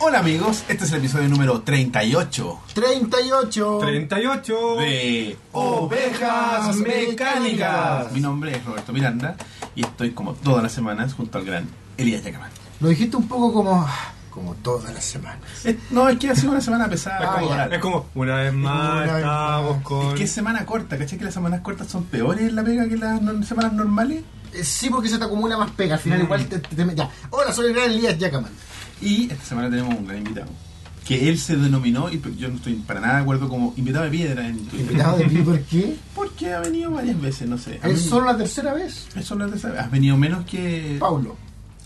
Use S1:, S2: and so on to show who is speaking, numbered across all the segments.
S1: Hola amigos, este es el episodio número 38
S2: 38.
S3: 38
S1: de
S2: Ovejas Mecánicas.
S1: Mi nombre es Roberto Miranda y estoy como todas las semanas junto al gran Elías Yacaman.
S2: Lo dijiste un poco como como todas las semanas.
S1: Eh, No, es que ha sido una semana pesada.
S2: Ah,
S1: como
S2: ya.
S1: rara.
S3: Es como, una vez más
S2: Una vez
S3: estamos
S2: más.
S3: con...
S1: ¿Qué semana corta? ¿Cachai que las semanas cortas son peores en la pega que las no- semanas normales?
S2: Eh, Sí, porque se te acumula más pega. Al final, igual te, te- te- ya. Hola, soy el gran Elías Yacaman.
S1: Y esta semana tenemos un gran invitado. Que él se denominó, y pues, yo no estoy para nada de acuerdo, como invitado de piedra en Twitter.
S2: Invitado de ti, ¿por qué?
S1: Porque ha venido varias veces, no sé. A
S2: Es
S1: mí-
S2: solo la tercera vez.
S1: es solo de saber. Has venido menos que
S2: Paulo.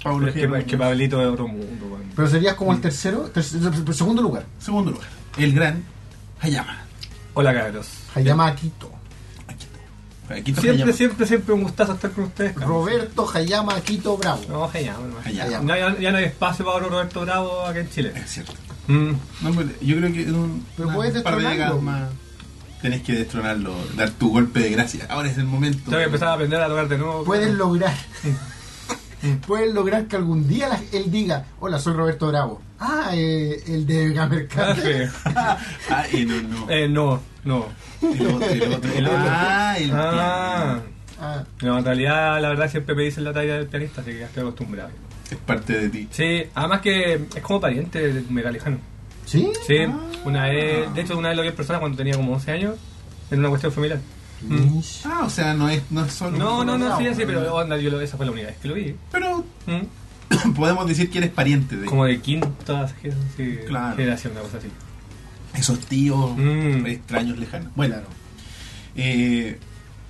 S1: Pablo
S3: Es que,
S1: Gerardo.
S3: es que Pablito es otro mundo, weón.
S2: Pero serías como el
S3: Mm.
S2: tercero, tercero el segundo lugar.
S1: Segundo lugar, el gran Hayama.
S3: Hola, cabros.
S2: Hayama Akito.
S1: Aquí está. Aquí está
S3: Siempre,
S1: Hayama.
S3: siempre, siempre un gustazo estar con ustedes, cabros.
S2: Roberto Hayama Akito Bravo.
S3: No, genial, hermano.
S1: Hayama.
S3: No, ya, ya no hay espacio para otro Roberto Bravo acá en Chile.
S1: Es cierto.
S3: Mm.
S1: No, pero yo creo que en un
S2: Pero
S1: unas
S2: puedes
S1: par de
S2: destronarlo.
S1: décadas más tenés que destronarlo, dar tu golpe de gracia. Ahora es el momento.
S3: Tengo que empezar a aprender a tocar de nuevo.
S2: Pueden lograr. Pueden lograr que algún día la- él diga, hola, soy Roberto Bravo. Ah, eh, el de
S3: Ah,
S2: Vegamercado.
S3: sí.
S1: Ah, eh, no, no.
S3: eh, no, no.
S1: El otro, el otro.
S3: El otro.
S1: Ah, el
S3: Ah.
S1: piano.
S2: Ah,
S3: No, en realidad, la verdad, siempre me dicen la talla del pianista, así que ya estoy acostumbrado.
S1: Es parte de ti.
S3: Sí, además que es como pariente de Megalejano.
S2: ¿Sí?
S3: Sí, una vez, de hecho una vez lo vi en persona cuando tenía como 11 años, en una cuestión familiar. Mm.
S2: Mish.
S1: Ah, o sea, no es, no es solo.
S3: No, no, no, sí,
S2: Bravo.
S3: sí, pero onda, yo lo- esa fue la única vez que lo vi.
S1: Pero
S3: Mm.
S1: podemos decir que eres pariente de
S3: Como de quinta sí,
S1: Claro.
S3: generación, una cosa así.
S1: esos tíos
S3: Mm.
S1: extraños lejanos. Bueno, eh,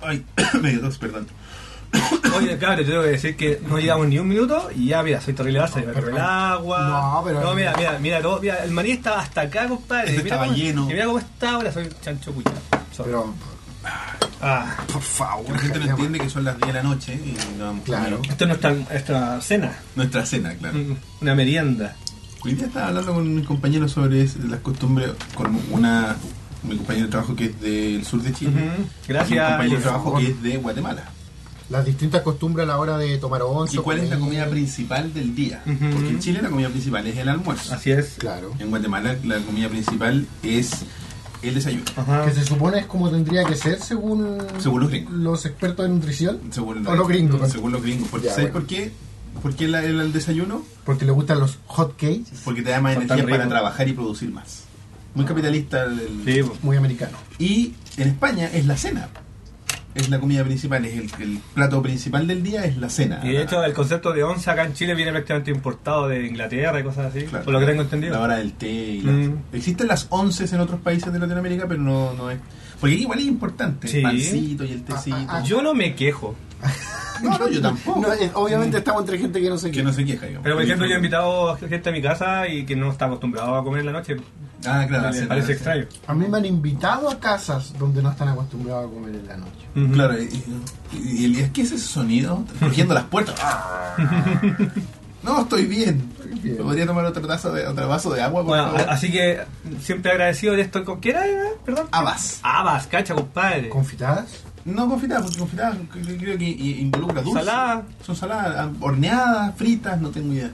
S1: ay, me dio tos, perdón.
S3: Oye, cabrón, yo tengo que decir que no llevamos ni un minuto y ya, mira, soy terrible se me
S2: pero-
S3: corre el agua.
S2: No, pero-
S3: No, mira, mira, mira, todo, mira, el maní estaba hasta acá, compadre.
S1: Este
S3: mira
S1: estaba
S3: cómo-
S1: lleno.
S3: Y mira cómo está ahora, soy chancho cuya. Sorry.
S2: Pero,
S3: Ah,
S2: por favor.
S1: La gente no
S2: Hayama.
S1: entiende que son las 10 de la noche y no hemos
S2: Claro.
S1: comido.
S3: esto no está nuestra cena,
S1: Nuestra cena, claro.
S3: mm, una merienda.
S1: Hoy día estaba hablando con mi compañero sobre es- las costumbres, con una mi compañero de trabajo que es del sur de Chile.
S3: Ujú.
S1: Y un
S3: Gracias.
S1: compañero de
S3: Elisa.
S1: trabajo que es de Guatemala.
S2: Las distintas costumbres a la hora de tomar once.
S1: ¿Y cuál es la comida
S2: principal?
S1: principal del día?
S3: Ujú.
S1: Porque en Chile la comida principal es el almuerzo.
S3: Así es.
S2: Claro.
S1: En Guatemala la comida principal es el desayuno.
S3: Ajá.
S2: Que se supone es como tendría que ser según,
S1: Según los gringos.
S2: los expertos en nutrición.
S1: Según
S2: O los gringos.
S1: Según los gringos. Porque,
S2: Ya,
S1: ¿Sabes
S2: bueno.
S1: por qué? ¿Por qué la- el, el desayuno?
S2: Porque le gustan los hot cakes.
S1: Porque te da más
S3: Son tan
S1: energía para
S3: ricos.
S1: trabajar y producir más. Muy capitalista el, el-
S3: Sí, pues. po.
S2: Muy americano.
S1: Y en España es la cena. Es la comida principal, es el, el plato principal del día, es la cena.
S3: y de hecho el concepto de once acá en Chile viene prácticamente importado de Inglaterra y cosas así,
S1: Claro.
S3: por lo que tengo
S1: La
S3: entendido.
S1: hora del té. y la-
S3: Mm.
S1: Existen las once en otros países de Latinoamérica, pero no, no es. Porque igual es importante.
S3: Sí.
S1: El pancito y el tecito.
S2: Ah, ah,
S3: Yo no me quejo,
S1: No, no, yo tampoco.
S2: No, es- obviamente estamos entre gente que no sé qué.
S1: que no se queja, digamos.
S3: pero por ejemplo yo he invitado a gente a mi casa y que no está acostumbrado a comer en la noche, me
S1: Ah, claro, la cena,
S3: parece
S1: la cena.
S3: extraño.
S2: A mí me han invitado a casas donde no están acostumbrados a comer en la noche.
S3: Ujú.
S1: Claro, y, y- y- es que ese sonido, cogiendo las puertas. no, estoy bien.
S2: bien.
S1: Podría tomar otro, tazo de, otro vaso de agua, por
S3: Bueno,
S1: favor.
S3: a- así que siempre agradecido de esto con... ¿Qué era? eh? Perdón.
S1: Habas.
S3: Habas, cacha, compadre.
S2: ¿Confitadas?
S1: No confitadas, porque confitadas creo creo que i- involucra dulce.
S3: Saladas.
S1: Son saladas, ah, horneadas, fritas, no tengo idea.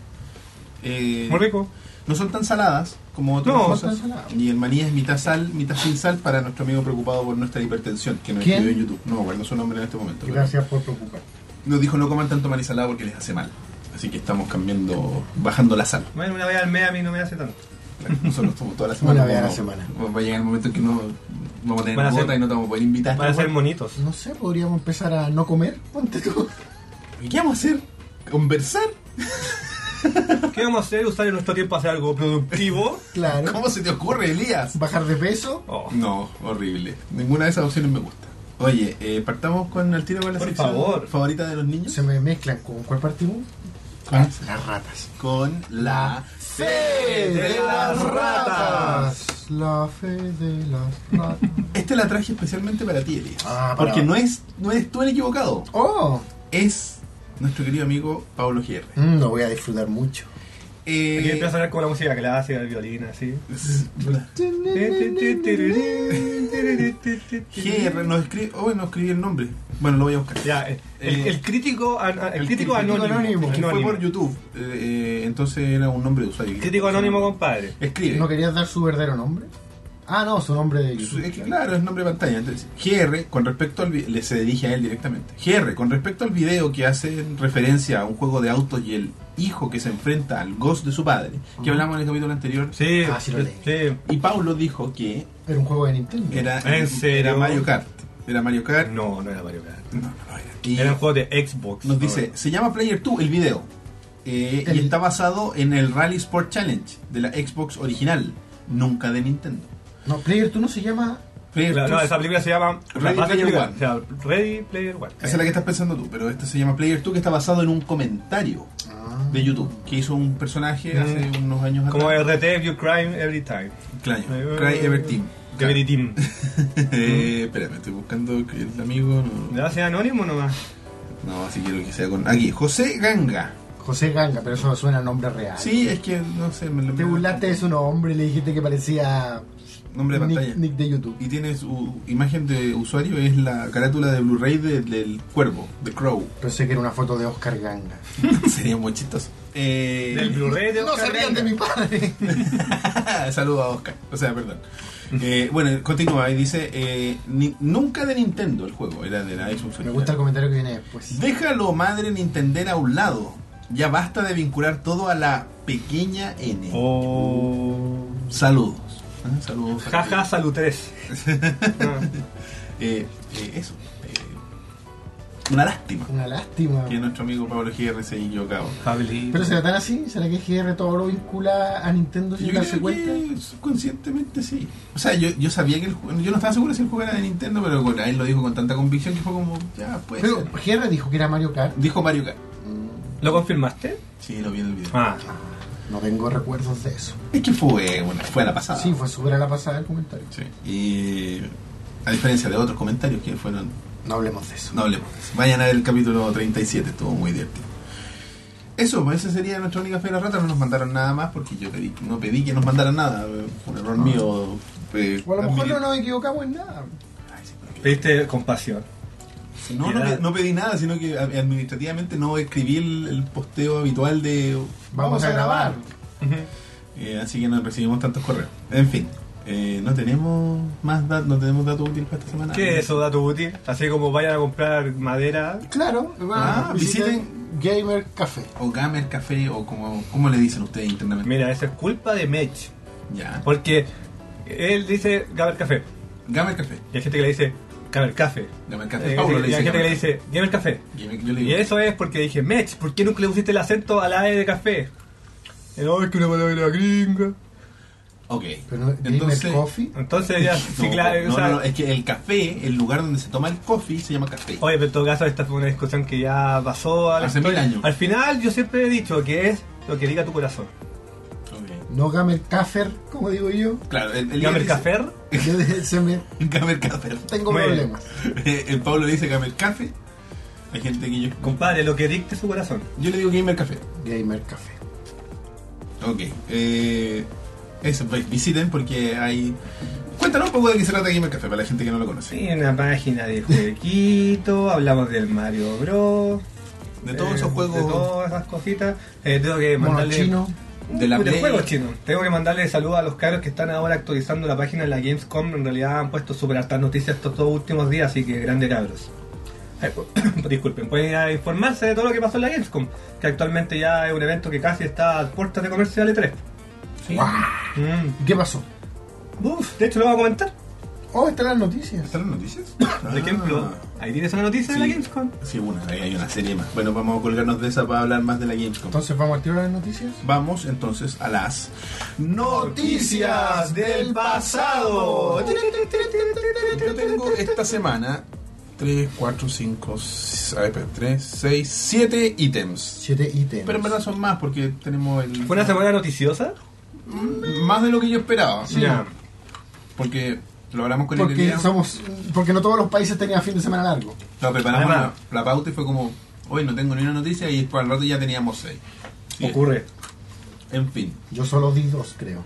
S1: Eh,
S3: Muy rico.
S1: No son tan saladas como otras
S3: No,
S1: cosas.
S2: son saladas.
S1: Y el maní es mitad sal, mitad sin sal para nuestro amigo preocupado por nuestra hipertensión, que nos
S2: ¿Quién?
S1: escribió en YouTube. No me acuerdo su nombre en este momento. pero
S2: Gracias por preocupar.
S1: Nos dijo no coman tanto maní salado porque les hace mal. Así que estamos cambiando, bajando la sal.
S3: Bueno, una vez al mes a mí no me hace tanto.
S1: Claro, Nosotros estamos toda la semana.
S2: Una vez a la
S1: como-
S2: semana.
S1: Va a llegar el momento en que no vamos a
S3: Van
S1: tener
S3: a ser-
S1: cuota y no te vamos a poder invitar.
S3: Van a ser monitos.
S2: No sé, podríamos empezar a no comer. Ponte tú.
S1: ¿Qué vamos a hacer? ¿Conversar?
S3: ¿Qué vamos a hacer? Usar en nuestro tiempo a hacer algo productivo.
S2: Claro.
S1: ¿Cómo se te ocurre, Elías?
S2: Bajar de peso.
S3: Oh.
S1: No, horrible. Ninguna de esas opciones me gusta. Oye, eh, partamos con el tiro con la
S3: Por
S1: sección
S3: favor.
S1: favorita de los niños.
S2: Se me mezclan. ¿Con cuál partimos?
S1: Ah,
S2: Las ratas.
S1: Con la
S2: Fe de las ratas. La fe de las ratas.
S1: Esta la traje especialmente para ti, Elías.
S2: Ah, para-
S1: Porque no es, no es tú el equivocado.
S2: Oh,
S1: Es nuestro querido amigo Pablo Gierre.
S2: mm, lo voy a disfrutar mucho.
S1: Eh,
S3: Aquí empieza a sonar como la música clásica, el violín, así.
S1: es- Gierre nos escribe. Oh, no escribí el nombre. Bueno, lo voy a buscar.
S3: Ya, eh, el,
S1: Eh,
S3: el crítico, an- el crítico
S1: crítico
S3: anónimo.
S2: anónimo,
S1: Es que fue
S3: Anónimo.
S1: por YouTube, eh, eh, entonces era un nombre de usuario.
S3: Crítico anónimo, compadre.
S1: Escribe.
S2: ¿No querías dar su verdadero nombre? Ah, no, su nombre de
S1: Su-
S2: YouTube.
S1: es que, claro, es nombre de pantalla. Entonces, GR, con respecto al vi- le se dirige a él directamente. GR, con respecto al video que hace referencia a un juego de autos y el hijo que se enfrenta al ghost de su padre, que
S2: Ujú.
S1: hablamos en el capítulo anterior.
S3: Sí,
S2: Ah, sí lo leí.
S3: sí.
S1: Y Paulo dijo que
S2: Era un juego de Nintendo.
S1: era,
S3: ¿En serio?
S1: era Mario Kart. Era Mario Kart.
S3: No, no era Mario Kart.
S1: No, no lo era. Y
S3: Era un juego de Xbox.
S1: nos
S3: no,
S1: dice, se llama Player 2 el video. eh,
S2: El-
S1: Y está basado en el Rally Sport Challenge de la Xbox original, nunca de Nintendo.
S2: No, Player, tú no se llama.
S1: Player
S3: No,
S1: 2
S3: no, esa película se llama
S1: Ready
S3: la base
S1: Player
S3: película,
S1: One.
S3: o sea, Ready Player One.
S1: Esa es la que estás pensando tú, pero este se llama Player 2 que está basado en un comentario
S2: Ah.
S1: de YouTube que hizo un personaje
S3: Mm.
S1: hace unos años atrás.
S3: Como RT View Crime Every Time.
S1: Claro, Cry Ever Team.
S3: Every Team.
S1: Eh, espérame, estoy buscando que el amigo. No,
S3: ¿Le hace anónimo nomás?
S1: no, así quiero que sea con. Aquí, José Ganga.
S2: José Ganga, pero eso suena a nombre real.
S1: Sí, es que no sé, me lo
S2: Te burlaste de su nombre y le dijiste que parecía
S1: Nombre de pantalla.
S2: Nick, Nick de YouTube.
S1: Y tiene su imagen de usuario, es la carátula de Blu-ray de- del cuervo, de Crow.
S2: Pensé que era una foto de Oscar Ganga.
S1: Sería muy chistoso. Eh,
S3: Del Blu-ray de
S2: No
S3: Oscar
S2: se rían de
S3: Ganga.
S2: mi padre.
S1: Saludos a Oscar. O sea, perdón. Eh, bueno, continúa y dice: eh, ni- Nunca de Nintendo el juego, era de la Xbox.
S2: Me
S1: original.
S2: gusta el comentario que viene después.
S1: Déjalo, madre Nintendera, a un lado. Ya basta de vincular todo a la pequeña N.
S3: Oh.
S1: Saludos. Ah, Saludos.
S3: Jaja, salud Ah, 3.
S1: Eh, eh, eso. Eh, una lástima
S2: Una lástima.
S1: que nuestro amigo Pablo GR se equivocaba.
S2: Pero será tan así, será que GR todo lo vincula a Nintendo sin
S1: Yo
S2: darse
S1: creo
S2: cuenta.
S1: que subconscientemente sí. O sea, yo, yo sabía que el ju- yo no estaba seguro si el juego era de Nintendo, pero con, él lo dijo con tanta convicción que fue como, ya, puede
S2: Pero
S1: ser.
S2: GR dijo que era Mario Kart.
S1: Dijo Mario Kart.
S3: ¿Lo confirmaste?
S1: Sí, lo vi en el video.
S3: Ah.
S2: No tengo recuerdos de eso.
S1: Es que fue, bueno, fue a la pasada.
S2: Ah. Sí, fue súper a la pasada el comentario.
S1: Sí. Y a diferencia de otros comentarios que fueron,
S2: No hablemos de eso.
S1: no hablemos. de eso. Vayan a ver el capítulo 37, estuvo muy divertido. Eso, pues esa sería nuestra única fe de la rata. No nos mandaron nada más porque yo pedí, no pedí que nos mandaran nada. Fue un error mío. eh,
S2: Ah. O a lo mejor
S1: admitir.
S2: no nos equivocamos en nada.
S1: Ay, sí, pero-
S3: Pediste compasión.
S1: No, no,
S3: Era-
S1: no pedí nada, sino que a- administrativamente no escribí el, el posteo habitual de
S2: Vamos a grabar.
S1: Eh, así que no recibimos tantos correos. En fin, eh, no tenemos más datos, no tenemos dato útil para esta semana.
S3: ¿Qué es eso, dato útil? Así como vayan a comprar madera.
S2: Claro,
S1: Ah,
S2: bueno, visiten Gamer Café.
S1: O Gamer Café, o como, ¿cómo le dicen ustedes internamente.
S3: Mira, eso es culpa de Mech.
S1: Ya.
S3: Porque él dice Gamer Café.
S1: Gamer Café.
S3: Y hay gente que le dice Gamer Café.
S1: Gamer
S3: Eh,
S1: Café.
S3: y
S1: Paulo le
S3: hay
S1: dice
S3: gente que le
S1: Gamer
S3: dice Gamer Café.
S1: Café. Gamer- Yo le
S3: Y
S1: digo.
S3: eso es porque dije, Mech, ¿por qué nunca le pusiste el acento a la E de café? Eh, No, es que una palabra gringa.
S1: Ok.
S2: Pero no,
S1: Entonces-
S2: Gamer Coffee.
S3: Entonces ya,
S1: No,
S3: sí, claro,
S1: no,
S3: o sea,
S1: no, no, es que el café, el lugar donde se toma el coffee, se llama café.
S3: Oye, pero en todo caso, esta fue una discusión que ya pasó a la
S1: Hace mil
S3: historia.
S1: años.
S3: Al final, yo siempre he dicho que es lo que diga tu corazón.
S1: Ok.
S2: No Gamer Café, como digo yo.
S1: Claro, el, el
S3: Gamer
S1: dice-
S3: Café,
S2: Yo de- se me-
S1: Gamer Café.
S2: tengo
S3: Bueno.
S2: problemas.
S1: Eh, el Pablo dice Gamer Café. Hay gente que yo.
S3: compadre, lo que dicte su corazón.
S1: Yo le digo Gamer Café.
S2: Gamer Café.
S1: Ok. Eh, eso, pues, visiten porque hay. Cuéntanos un poco de qué se trata Gamer Café para la gente que no lo conoce.
S3: Sí, una página de jueguito, hablamos del Mario Bros.
S1: de todos
S3: eh,
S1: esos juegos.
S3: De todas esas cositas. Eh, tengo que
S2: Mono
S3: mandarle. Uh,
S2: chino.
S1: De la Play.
S3: juegos chinos. Tengo que mandarle saludos a los caros que están ahora actualizando la página de la Gamescom. En realidad han puesto súper hartas noticias estos dos últimos días, así que grande cabros. Ay, Disculpen, pueden ir a informarse de todo lo que pasó en la Gamescom, que actualmente ya es un evento que casi está a puertas de comercial E3.
S1: Sí.
S2: ¡Guau!
S3: Mm.
S2: ¿Qué pasó?
S3: Uf, de hecho lo vamos a comentar.
S2: Oh, están las noticias.
S1: ¿Están las noticias? Ah,
S3: Por ejemplo, ahí tienes una noticia de la Gamescom.
S1: Sí, una, ahí hay una serie más. Bueno, vamos a colgarnos de esa para hablar más de la Gamescom.
S2: Entonces vamos a tirar las noticias.
S1: Vamos entonces a las noticias del pasado. Yo tengo esta semana 3, 4, 5, 3, 6, 7 ítems.
S2: Siete ítems.
S1: Pero en verdad son más porque tenemos el. Mm,
S3: ¿Fue una semana noticiosa?
S1: Más de lo que yo esperaba.
S3: Ya.
S1: Porque lo hablamos con el
S2: porque
S1: Elías,
S2: somos, porque no todos los países tenían fin de semana largo.
S1: Lo preparamos la,
S3: Además-
S1: la pauta y fue como, hoy no tengo ni una noticia y después al rato ya teníamos seis. Sí.
S3: Ocurre.
S1: En fin.
S2: Yo solo di dos, creo.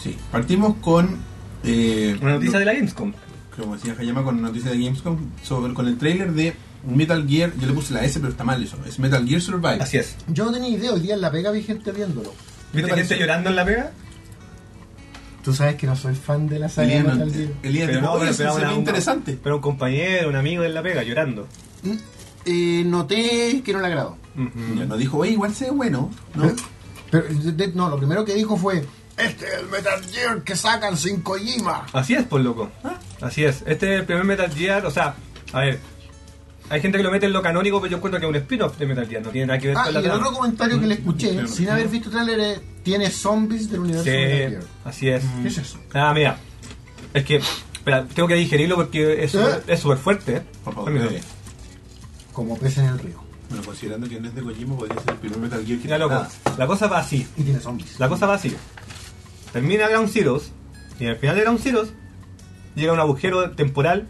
S1: Sí. Partimos con. eh,
S3: Una noticia
S1: lo-
S3: de la Gamescom.
S1: como decía Hayama con la noticia de Gamescom, sobre, con el trailer de Metal Gear, yo le puse la S pero está mal eso, es Metal Gear Survive.
S3: Así es.
S2: Yo no tenía idea, hoy día en la pega vi gente viéndolo.
S1: te
S3: ¿Viste
S1: pareció?
S3: gente llorando en la pega?
S2: Tú sabes que no soy fan de la saga de
S1: Elías,
S2: Metal
S1: no-
S2: Gear.
S1: Elías dijo, "Oye, eso se ve
S3: una-
S1: interesante.
S3: pero un compañero, un amigo en la pega llorando.
S2: Mm, eh, noté que no le agradó.
S3: Ujú.
S1: Ya, Mm, no dijo, oye, igual se ve bueno,
S2: ¿Eh?
S1: ¿no?
S2: Pero, de- de- no, lo primero que dijo fue: Este es el Metal Gear que sacan sin Kojima.
S3: Así es, por loco.
S1: Ah.
S3: Así es. Este es el primer Metal Gear, o sea, a ver. Hay gente que lo mete en lo canónico, pero yo encuentro que es un spin-off de Metal Gear, no tiene nada que ver
S2: Ah,
S3: con
S2: y
S3: la
S2: el
S3: trama.
S2: otro comentario que le escuché,
S1: Claro.
S2: sin haber visto trailer, es, tiene zombies del universo Metal
S3: Sí,
S2: Gear.
S3: así es.
S1: Mm.
S2: ¿Qué es eso?
S3: Ah, mira. Es que, espera, tengo que digerirlo porque es
S2: ¿Eh?
S3: es súper fuerte. ¿eh?
S1: Por favor,
S3: Permiso.
S1: dale.
S2: Como peces en el río.
S1: Bueno, considerando que no es de Kojima, podría ser el primer Metal Gear que
S3: Mira, loco.
S1: nada.
S3: La cosa va así.
S2: Y tiene zombies.
S3: La cosa va así. Termina Ground Zeroes y al final de Ground Zeroes llega un agujero temporal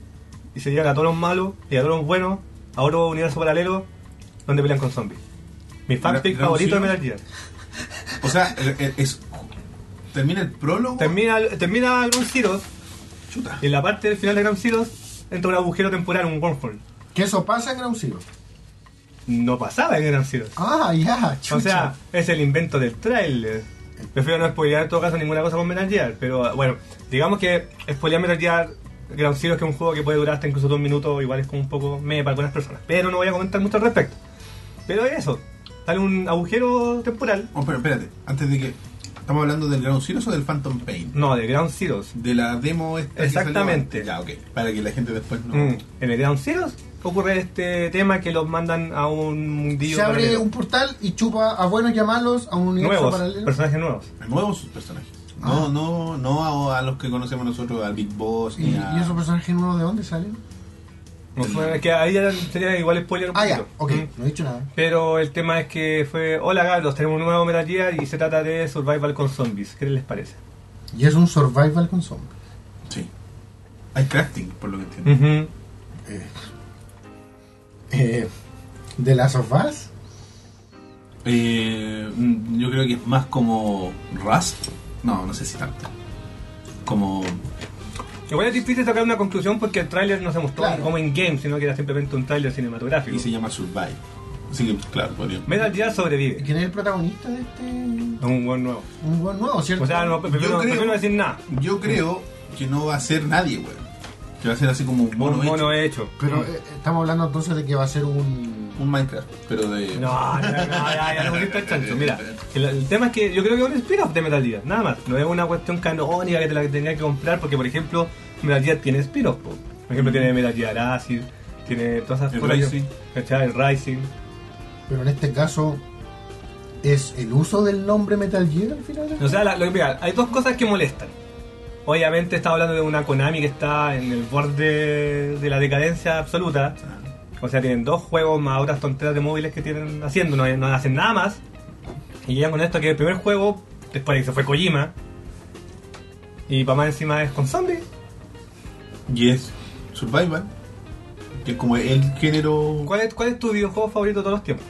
S3: y se llegan a todos los malos y a todos los buenos a otro universo paralelo donde pelean con zombies. Mi fanfic
S1: Ground
S3: favorito de
S1: Zero.
S3: Metal Gear.
S1: O sea, el- el- es, termina el prólogo.
S3: Termina, termina Ground Zeroes
S1: Chuta.
S3: y en la parte del final de Ground Zeroes entra un agujero temporal, un wormhole.
S2: Que eso pasa en Ground Zero.
S3: No pasaba en Ground Zeroes.
S2: Ah, ya, chucha.
S3: O sea, es el invento del trailer. Prefiero no spoilear en todo caso ninguna cosa con Metal Gear, pero ah, bueno, digamos que spoilear Metal Gear Ground Zero que es un juego que puede durar hasta incluso dos minutos, igual es como un poco meh para algunas personas, pero no voy a comentar mucho al respecto. Pero es eso, sale un agujero temporal,
S1: Oh, pero espérate, antes de que. ¿Estamos hablando del Ground Zero o del Phantom Pain?
S3: no, de Ground Zero.
S1: De la demo esta. que
S3: Exactamente.
S1: salió antes. Ya, ok. Para que la gente después no.
S3: Mm, En el Ground Zero ocurre este tema que los mandan a un mundillo
S2: se abre
S3: paralelo.
S2: un portal y chupa a buenos y a malos a un universo
S3: nuevos,
S2: paralelo.
S3: personajes nuevos.
S1: Nuevos sus personajes. No, no, no a, a los que conocemos nosotros, al Big Boss
S2: ¿Y,
S1: ni
S2: y
S1: a.
S2: esos personajes nuevos de dónde salen?
S3: No fue- que ahí ya sería igual spoiler un
S2: Ah, ya,
S3: poquito.
S2: ok,
S3: Mm.
S2: no he dicho nada.
S3: Pero el tema es que fue, hola gatos, tenemos un nuevo Metal Gear y se trata de Survival con Zombies. ¿Qué les parece?
S2: Y es un survival con zombies.
S1: Sí. Hay crafting, por lo que entiendo.
S3: Ujú.
S2: Eh, eh, ¿De las of Us?
S1: Eh, mm, yo creo que es más como Rust. No, no sé si tanto. Como.
S3: Igual es difícil sacar una conclusión porque el tráiler no se mostró
S2: Claro.
S3: como en game, sino que era simplemente un tráiler cinematográfico.
S1: Y se llama Survive. Así que, claro, pues, podría.
S3: Metal Gear sobrevive.
S2: ¿Quién es el protagonista de este? Un
S3: Es un buen nuevo.
S2: buen nuevo, ¿cierto?
S3: O sea, no, prefiero,
S1: creo-
S3: prefiero no decir nada.
S1: Yo creo que no va a ser nadie, weón. Que va a ser así como un mono
S3: un
S1: hecho.
S3: mono hecho. Mm.
S2: Pero eh, estamos hablando entonces de que va a ser un...
S1: Un Minecraft, pero de.
S3: No, no, no, ya, ya, no pusiste el chancho. Mira, el, el tema es que yo creo que es un spin-off de Metal Gear, nada más. No es una cuestión canónica que te la tenía que comprar, porque por ejemplo, Metal Gear tiene spin-off. po. Por ejemplo,
S1: Mm.
S3: tiene Metal Gear Acid, tiene todas esas
S1: El
S3: cosas que-
S1: Rising.
S3: ¿cachai? El Rising.
S2: Pero en este caso, ¿es el uso del nombre Metal Gear al final?
S3: O sea, la- lo que mira, hay dos cosas que molestan. Obviamente, estaba hablando de una Konami que está en el borde de la decadencia absoluta. O sea, tienen dos juegos más otras tonteras de móviles que tienen haciendo, no, no hacen nada más. Y llegan con esto que el primer juego, después de que se fue Kojima, y para más encima es con zombies.
S1: Y es Survival, que es como el género.
S3: ¿Cuál es, ¿Cuál es tu videojuego favorito de todos los tiempos?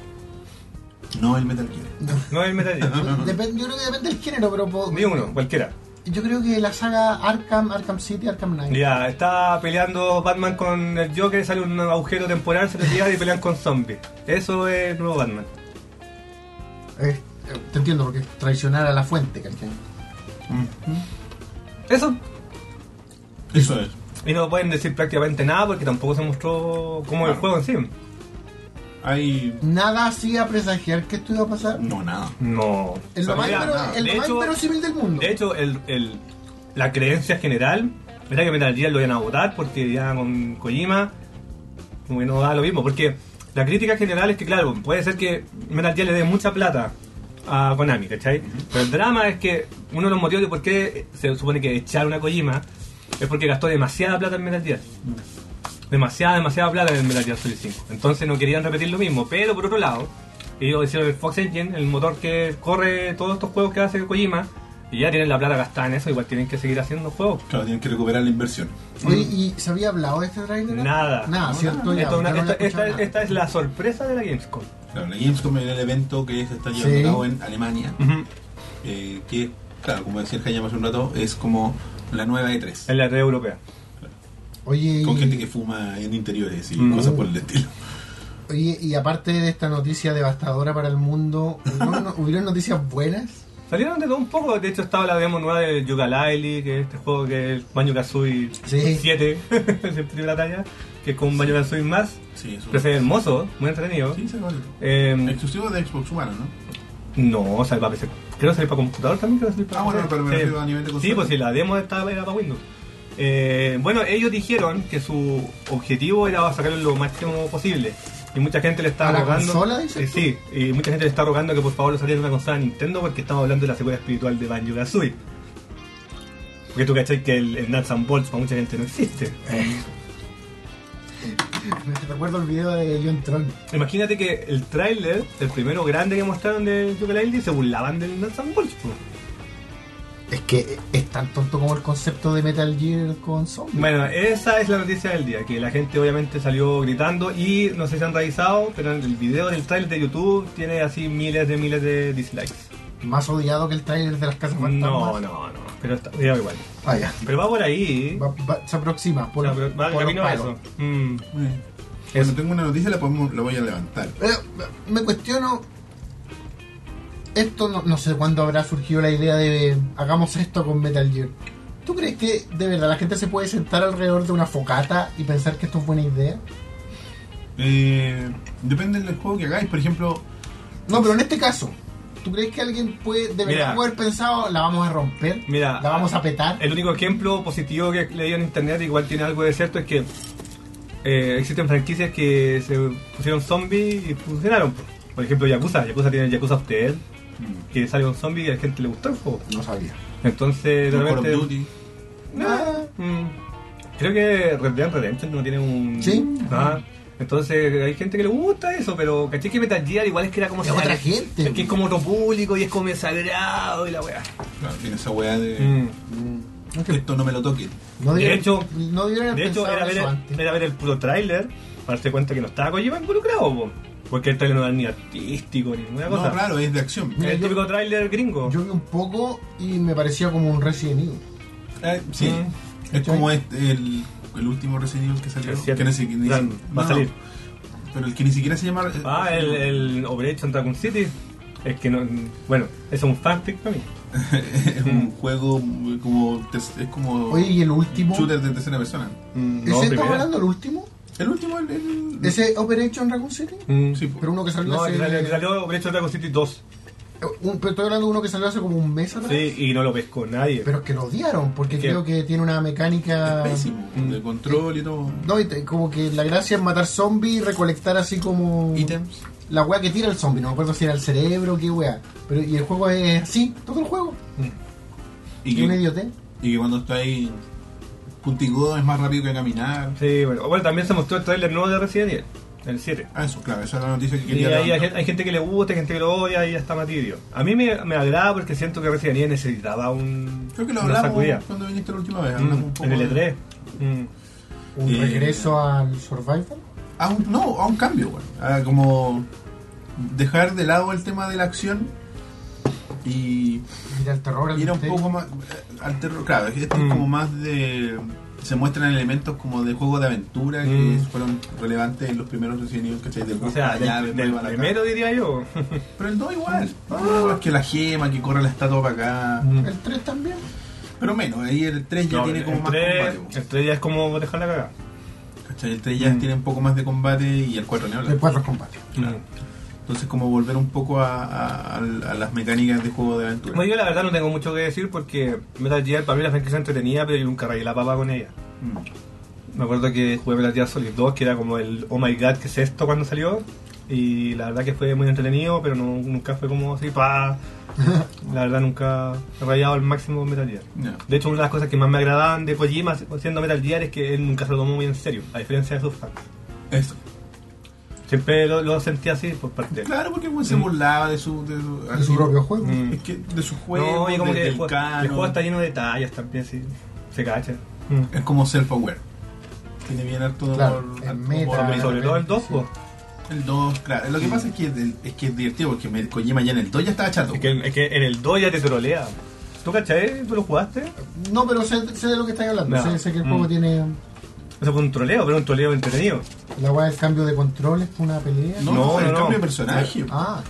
S1: No el Metal Gear.
S3: No es el Metal Gear.
S2: Depende- yo creo que depende del género, pero... po-
S3: Ni uno, cualquiera.
S2: Yo creo que la saga Arkham, Arkham City, Arkham Knight.
S3: Ya, está peleando Batman con el Joker, sale un agujero temporal, se les llega y pelean con zombies. Eso es el nuevo Batman.
S2: Es- eh, te entiendo, porque es traicionar a la fuente, ¿cachai?
S3: Mm. Eso.
S1: Eso es.
S3: Y no pueden decir prácticamente nada porque tampoco se mostró cómo es
S1: Claro.
S3: el juego en sí.
S1: Hay.
S2: Nada hacía presagiar que esto iba a pasar.
S1: No, nada.
S3: No.
S2: Es lo más
S3: Mira,
S2: impero- el
S3: de
S2: lo más
S3: hecho-
S2: inverosímil del mundo.
S3: De hecho, el, el- la creencia general era que Metal Gear lo iban a votar porque ya con Kojima como que no da lo mismo. Porque la crítica general es que, claro, puede ser que Metal Gear le dé mucha plata a Konami, ¿cachai? Pero el drama es que uno de los motivos de por qué se supone que echaron a Kojima es porque gastó demasiada plata en Metal Gear. Demasiada, demasiada plata en el Metal Gear Solid 5. Entonces no querían repetir lo mismo. Pero por otro lado, ellos hicieron el Fox Engine, el motor que corre todos estos juegos que hace Kojima. Y ya tienen la plata gastada en eso, igual tienen que seguir haciendo juegos.
S1: Claro, tienen que recuperar la inversión.
S2: Oye, ¿y se había hablado de este trailer?
S3: Nada.
S2: Nada,
S1: No, nada.
S2: ¿cierto? Ya,
S3: Esto es una-
S2: ya no
S3: esta,
S2: había escuchado
S3: esta-
S2: nada.
S3: esta es la sorpresa de la Gamescom.
S1: Claro, la Gamescom es el evento que se está llevando
S2: Sí.
S1: a cabo en Alemania. eh, que, claro, como decía el Hayama hace un rato, es como la nueva E3.
S3: En la red europea.
S2: Oye,
S1: Con
S2: y-
S1: gente que fuma en interiores y
S3: Mm.
S1: cosas por el estilo.
S2: oye, y aparte de esta noticia devastadora para el mundo, ¿hubieron, no- hubieron noticias buenas?
S3: Salieron de todo un poco, de hecho estaba la demo nueva de Yooka-Laylee, que es este juego que es Banjo Kazooie
S2: Sí.
S3: 7, de primera talla, que es con un Banjo Kazooie más,
S1: Sí, eso.
S3: pero se ve hermoso, muy entretenido.
S1: Sí, se vale.
S3: Eh,
S1: Exclusivo de Xbox One, ¿no?
S3: no, o sea, va a PC. Creo que salió para computador también. Creo que salió para
S1: Ah, bueno,
S3: PC.
S1: pero me refiero a nivel de
S3: Sí,
S1: consola.
S3: pues si la demo estaba era para Windows. Eh, bueno, ellos dijeron que su objetivo era sacarlo lo máximo posible. Y mucha gente le está
S2: ¿A la
S3: rogando.
S2: consola, dices
S3: Eh, sí, y mucha gente le está rogando que por favor lo saquen de una consola de Nintendo porque estamos hablando de la secuela espiritual de Banjo Kazooie. Porque tú cachai que el, el Nuts and Bolts para mucha gente no existe. Eh.
S2: Me recuerdo el video de John Tron.
S3: Imagínate que el tráiler, el primero grande que mostraron de Yooka-Laylee, se burlaban del Nuts and Bolts. po.
S2: Es que es tan tonto como el concepto de Metal Gear con zombies.
S3: Bueno, esa es la noticia del día, que la gente obviamente salió gritando y no sé si han revisado, pero el video del trailer de YouTube tiene así miles de miles de dislikes.
S2: Más odiado que el trailer de las casas
S3: No, no,
S2: fantasmas.
S3: no, pero está ya igual.
S2: Ah, ya.
S3: Pero va por ahí.
S2: Va- va- se aproxima por,
S3: va- va
S2: por los
S3: camino a eso.
S2: palos.
S3: Mm.
S1: Muy bien.
S3: Eso.
S1: Bueno, tengo una noticia, la, podemos, la voy a levantar.
S2: Eh, me cuestiono. Esto no, no sé cuándo habrá surgido la idea de hagamos esto con Metal Gear. ¿Tú crees que de verdad la gente se puede sentar alrededor de una focata y pensar que esto es buena idea?
S1: Eh, depende del juego que hagáis. Por ejemplo,
S2: No, pero en este caso, ¿tú crees que alguien puede de verdad
S3: Mira.
S2: puede haber pensado la vamos a romper?
S3: Mira, eh,
S2: la vamos a petar.
S3: El único ejemplo positivo que leí en internet, igual tiene algo de cierto, es que eh, existen franquicias que se pusieron zombies y funcionaron. Por ejemplo, Yakuza. Yakuza tiene Yakuza of the Dead,
S2: Mm.
S3: que sale un zombie y a la gente le gustó el juego.
S2: No sabía.
S3: Entonces, de
S1: Call of
S3: repente-
S1: Duty.
S3: No. Mm. Creo que Red Dead Redemption no tiene un.
S2: Sí.
S3: Ah, entonces hay gente que le gusta eso, pero caché que Metal Gear igual es que era como.
S2: Es otra gente.
S3: Es que es como otro público y es como sagrado y la weá.
S1: Claro, tiene esa weá de.
S3: Mm.
S1: Esto no me lo toque.
S2: No
S3: De
S2: debieron-
S3: hecho-
S2: no debieron
S3: De
S2: haber
S3: hecho,
S2: pensado
S3: era
S2: en
S3: ver,
S2: eso antes.
S3: el, era ver el puro tráiler para darse cuenta que no estaba Kojima involucrado, po. porque el tráiler no era ni artístico ni ninguna cosa. Mm.
S1: No, claro, es de acción.
S3: Es
S2: Mira,
S3: el
S2: yo-
S3: típico tráiler gringo.
S2: Yo vi un poco y me parecía como un Resident Evil.
S1: Eh, sí.
S2: Mm.
S1: Es como este, el, el último Resident Evil que salió.
S3: El siete.
S1: que ni si- ni si-
S3: Claro, va a salir.
S1: Pero el que ni siquiera se llama. eh,
S3: Ah, el, el Operation Dragon City. Es que no. Bueno, eso es un fanfic para mí.
S1: es un juego muy como. te- Es como.
S2: Oye, ¿y el último?
S1: Shooter de tercera persona.
S3: Mm,
S2: ¿Ese estamos
S3: primera.
S2: hablando el último?
S1: El último, el. el-
S2: ¿Ese Operation Raccoon City?
S3: Mm.
S1: Sí, pues, po.
S2: Pero uno que salió
S3: No,
S2: hace... Eh,
S3: que salió, que salió Breath of the Dragon City 2.
S2: un- pero estoy hablando de uno que salió hace como un mes atrás.
S3: Sí, y no lo pescó nadie.
S2: Pero es que lo odiaron, porque
S3: ¿Qué?
S2: creo que tiene una mecánica...
S1: es pésimo.
S3: Mm.
S1: De control y todo.
S2: No, y te- como que la gracia es matar zombies y recolectar así como...
S1: Ítems.
S2: La wea que tira el zombie, no me acuerdo si era el cerebro, qué wea. Pero, y el juego es así, todo el juego.
S1: Y
S2: un
S1: que,
S2: idiote.
S1: y que cuando está ahí. Puntiagudo es más rápido que caminar.
S3: Sí, bueno. Bueno, también se mostró el trailer nuevo de Resident Evil, el 7.
S1: Ah, eso, claro, esa es la noticia que
S3: Y
S1: quería
S3: ahí hay,
S1: levantar.
S3: gen- hay gente que le gusta, hay gente que lo odia, y ya está Matidio. A mí me, me agrada porque siento que Resident Evil necesitaba un.
S1: Creo que lo
S3: una
S1: hablamos
S3: sacudida.
S1: cuando viniste la última vez.
S3: Mm,
S1: hablamos un poco
S3: en el
S1: de-
S3: E3. Mm.
S2: Un
S1: Eh,
S2: regreso al Survival.
S1: a Ah, un, no, a un cambio, güey. A como dejar de lado el tema de la acción y
S2: Ir al terror, al
S1: ir a un
S2: misterio.
S1: poco más al terror. Claro, este es
S3: Mm.
S1: como más de. Se muestran elementos como de juego de aventura que
S3: Mm.
S1: fueron relevantes en los primeros Resident Evil, ¿cachai? Del
S3: O sea,
S1: busca la llave,
S3: del, del
S1: vuelva a la
S3: primero diría yo.
S1: casa. Pero el 2 igual. Ah, es que la gema, que corre la estatua para acá.
S3: Mm.
S2: El 3 también.
S1: Pero menos, ahí el 3 ya
S3: No,
S1: tiene como
S3: el
S1: más
S3: 3,
S1: combate, güey.
S3: el 3 ya es como dejar la cagada.
S1: ¿cachai? El 3 ya
S3: Mm.
S1: tiene un poco más de combate y el 4 ni hablar.
S2: De cuatro combates.
S1: Claro. Entonces, como volver un poco a, a- a- a las mecánicas de juego de aventura.
S3: Bueno, yo la verdad no tengo mucho que decir porque Metal Gear para mí la franquicia entretenida, pero yo nunca rayé la papa con ella.
S1: Mm.
S3: Me acuerdo que jugué Metal Gear Solid 2, que era como el oh my god, ¿qué es esto? cuando salió. Y la verdad que fue muy entretenido, pero no- nunca fue como así, pa. La verdad nunca he rayado al máximo Metal Gear.
S1: Ya.
S3: De hecho, una de las cosas que más me agradaban de Kojima siendo Metal Gear es que él nunca se lo tomó muy en serio, a diferencia de sus fans.
S1: Eso.
S3: Siempre lo, lo sentía así por parte de él.
S1: Claro, porque bueno, se
S3: Mm.
S1: burlaba de su, de su,
S2: De su propio juego.
S3: Mm.
S1: Es que de su juego,
S3: No, y como
S1: de-
S3: que el
S1: del
S3: juego, el
S1: canon.
S3: juego está lleno de detalles también, sí. Se cacha. Mm.
S1: Es como self-aware. Tiene bien harto de
S2: Claro,
S1: humor,
S2: en
S1: harto
S2: meta.
S1: humor
S3: Y
S1: negro.
S3: sobre todo el pues. 2,
S2: Sí.
S3: po.
S1: El 2, claro. Lo que pasa es que, el- es que es divertido porque me, Kojima ya en el 2 ya estaba chato.
S3: Es que, es que en el 2 ya te trolea. ¿Tú cachai? ¿Tú lo jugaste?
S2: No, pero sé, sé de lo que estáis hablando.
S3: Ya.
S2: Sé, sé que el
S3: Mm.
S2: juego tiene.
S3: Eso fue un troleo, pero un troleo entretenido.
S2: La weá del cambio de controles fue una pelea.
S1: No, no,
S3: No,
S1: el
S3: no,
S1: cambio
S3: no.
S1: de personaje.
S2: Ah,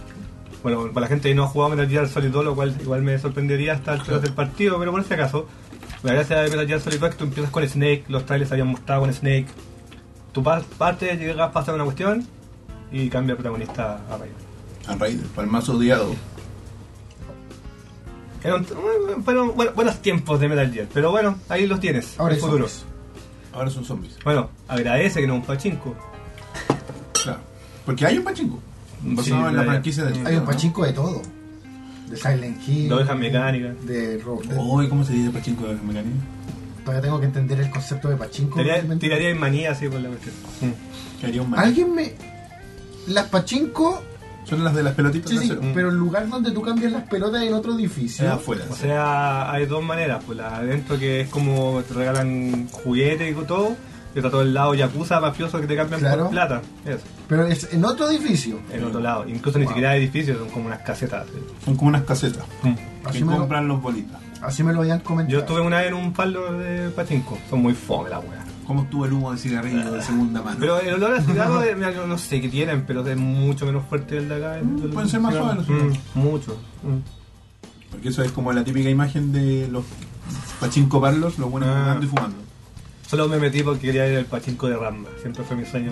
S3: Bueno, para la gente que no ha jugado Metal Gear Solid 2, lo cual igual me sorprendería hasta el del partido, pero por si acaso, la gracia de Metal Gear Solid 2 es que tú empiezas con Snake, los trailers habían mostrado con Snake. Tu pa- parte, llegas, pasa una cuestión y cambia el protagonista a Raiden.
S1: Al Raider, para el más odiado.
S3: Era un- Fueron bueno, buenos tiempos de Metal Gear, pero bueno, ahí los tienes.
S2: Ahora
S3: el
S2: hay
S3: futuro.
S2: zombies.
S1: Ahora son zombies.
S3: Bueno, agradece que no es un pachinko.
S1: Claro. Porque hay un pachinko. Basado
S3: Sí,
S1: en la
S3: hay-
S1: franquicia de
S2: hay un pachinko de todo. De Silent Hill.
S3: La oveja mecánica. Oh.
S2: De ro- de-
S1: Oye, ¿cómo se dice pachinko de mecánica?
S2: Todavía tengo que entender el concepto de pachinko.
S3: Tiraría,
S2: realmente.
S3: tiraría en manía así por la cuestión.
S1: Que haría un man.
S2: Alguien me... Las pachinko...
S1: Son las de las pelotitas
S2: Sí,
S1: de
S2: sí,
S1: acero.
S2: pero el lugar donde tú cambias las pelotas es en otro
S1: Se
S2: edificio.
S1: da afuera.
S3: O sea, hay dos maneras, pues la adentro que es como te regalan juguetes y todo, y está todo el lado yakuza mafioso que te cambian
S2: Claro.
S3: por plata, eso,
S2: Pero es en otro edificio.
S3: en otro lado. Incluso ni
S2: Wow.
S3: siquiera hay edificios, son como unas casetas. ¿sí?
S1: Son como unas casetas.
S2: Así
S1: Que
S2: me, lo,
S1: compran los bolitas.
S2: así me lo habían comentado.
S3: Yo estuve una vez en un palo de pachinko, son muy fome la weá.
S1: ¿Cómo estuvo el humo de cigarrillo de segunda mano?
S3: Pero el olor a cigarro, eh, mira, yo no sé qué tienen, pero es mucho menos fuerte el de acá. el del-
S1: pueden ser más
S3: cigarro.
S1: suaves los
S3: Mm,
S1: cigarros.
S3: Mucho. Mm.
S1: Porque eso es como la típica imagen de los pachinko parlos, los buenos
S3: Ah.
S1: fumando y fumando.
S3: Solo me metí porque quería ir al pachinko de Ramba, siempre fue mi sueño.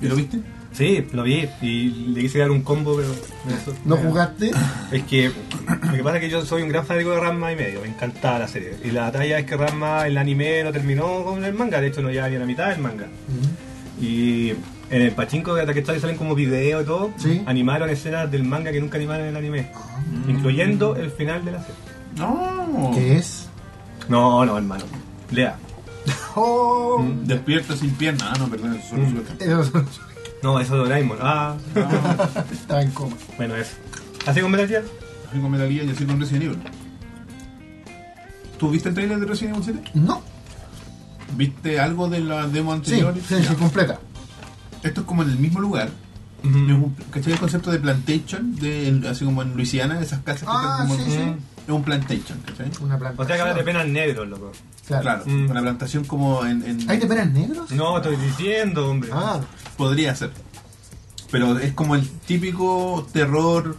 S1: ¿Y lo viste?
S3: Sí, lo vi y le quise dar un combo, pero... eso-
S2: ¿No jugaste?
S3: Es que lo que pasa es que yo soy un gran fanático de Ranma y medio, me encantaba la serie. Y la talla es que Ranma el anime no terminó con el manga, de hecho no llega ni a la mitad del manga. Y en el pachinko de Ataque salen como videos y todo,
S2: Sí.
S3: animaron escenas del manga que nunca animaron en el anime, Mm. incluyendo el final de la serie.
S1: No.
S2: ¿Qué es?
S3: No, no, hermano. Lea.
S2: Oh,
S1: Despierto sin pierna. Ah, no, perdón, eso solo
S3: Mm.
S1: suelta.
S2: eso-
S3: No, eso de Doraemon. Ah,
S1: Ah,
S2: Estaba en coma.
S3: bueno, eso. ¿Así con Metal Gear?
S1: así con Metal Gear y así con Resident Evil. ¿Tú viste el trailer de Resident Evil 7?
S2: No.
S1: ¿Viste algo de la demo
S2: Sí,
S1: anterior?
S2: sí, sí,
S1: Ya.
S2: completa.
S1: Esto es como en el mismo lugar.
S3: Mm.
S1: Es un- ¿Cachai el concepto de plantation? De, así como en Luisiana, esas casas que
S2: Ah,
S1: están como
S2: sí, sí.
S1: Es un plantation, ¿cachai?
S2: Una planta.
S3: Mm. O sea que hablas de penas negros, loco.
S2: Claro.
S1: Claro,
S3: Mm.
S1: una plantación como en... en-
S2: ¿Hay de peras negros?
S3: No, estoy diciendo, hombre.
S2: Ah,
S1: Podría ser. Pero es como el típico terror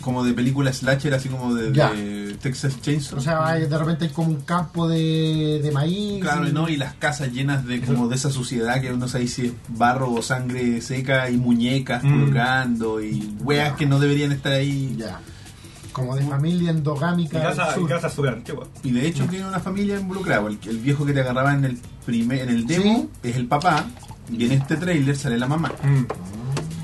S1: como de película slasher, así como de,
S2: Ya.
S1: de Texas Chainsaw.
S2: o sea, hay- de repente hay como un campo de, de maíz.
S1: Claro, ¿no? Y las casas llenas de como de esa suciedad que uno sabe si es barro o sangre seca y muñecas
S3: Mm.
S1: colgando y weas que no deberían estar ahí.
S2: Ya. Como de familia
S3: Mi
S2: endogámica.
S3: casa,
S2: del
S3: mi
S2: sur.
S3: casa es súper antigua.
S1: Y de
S2: Mm.
S1: hecho tiene una familia involucrada. El, el viejo que te agarraba en el primer, en el demo es el papá y en este trailer sale la mamá,
S3: Mm.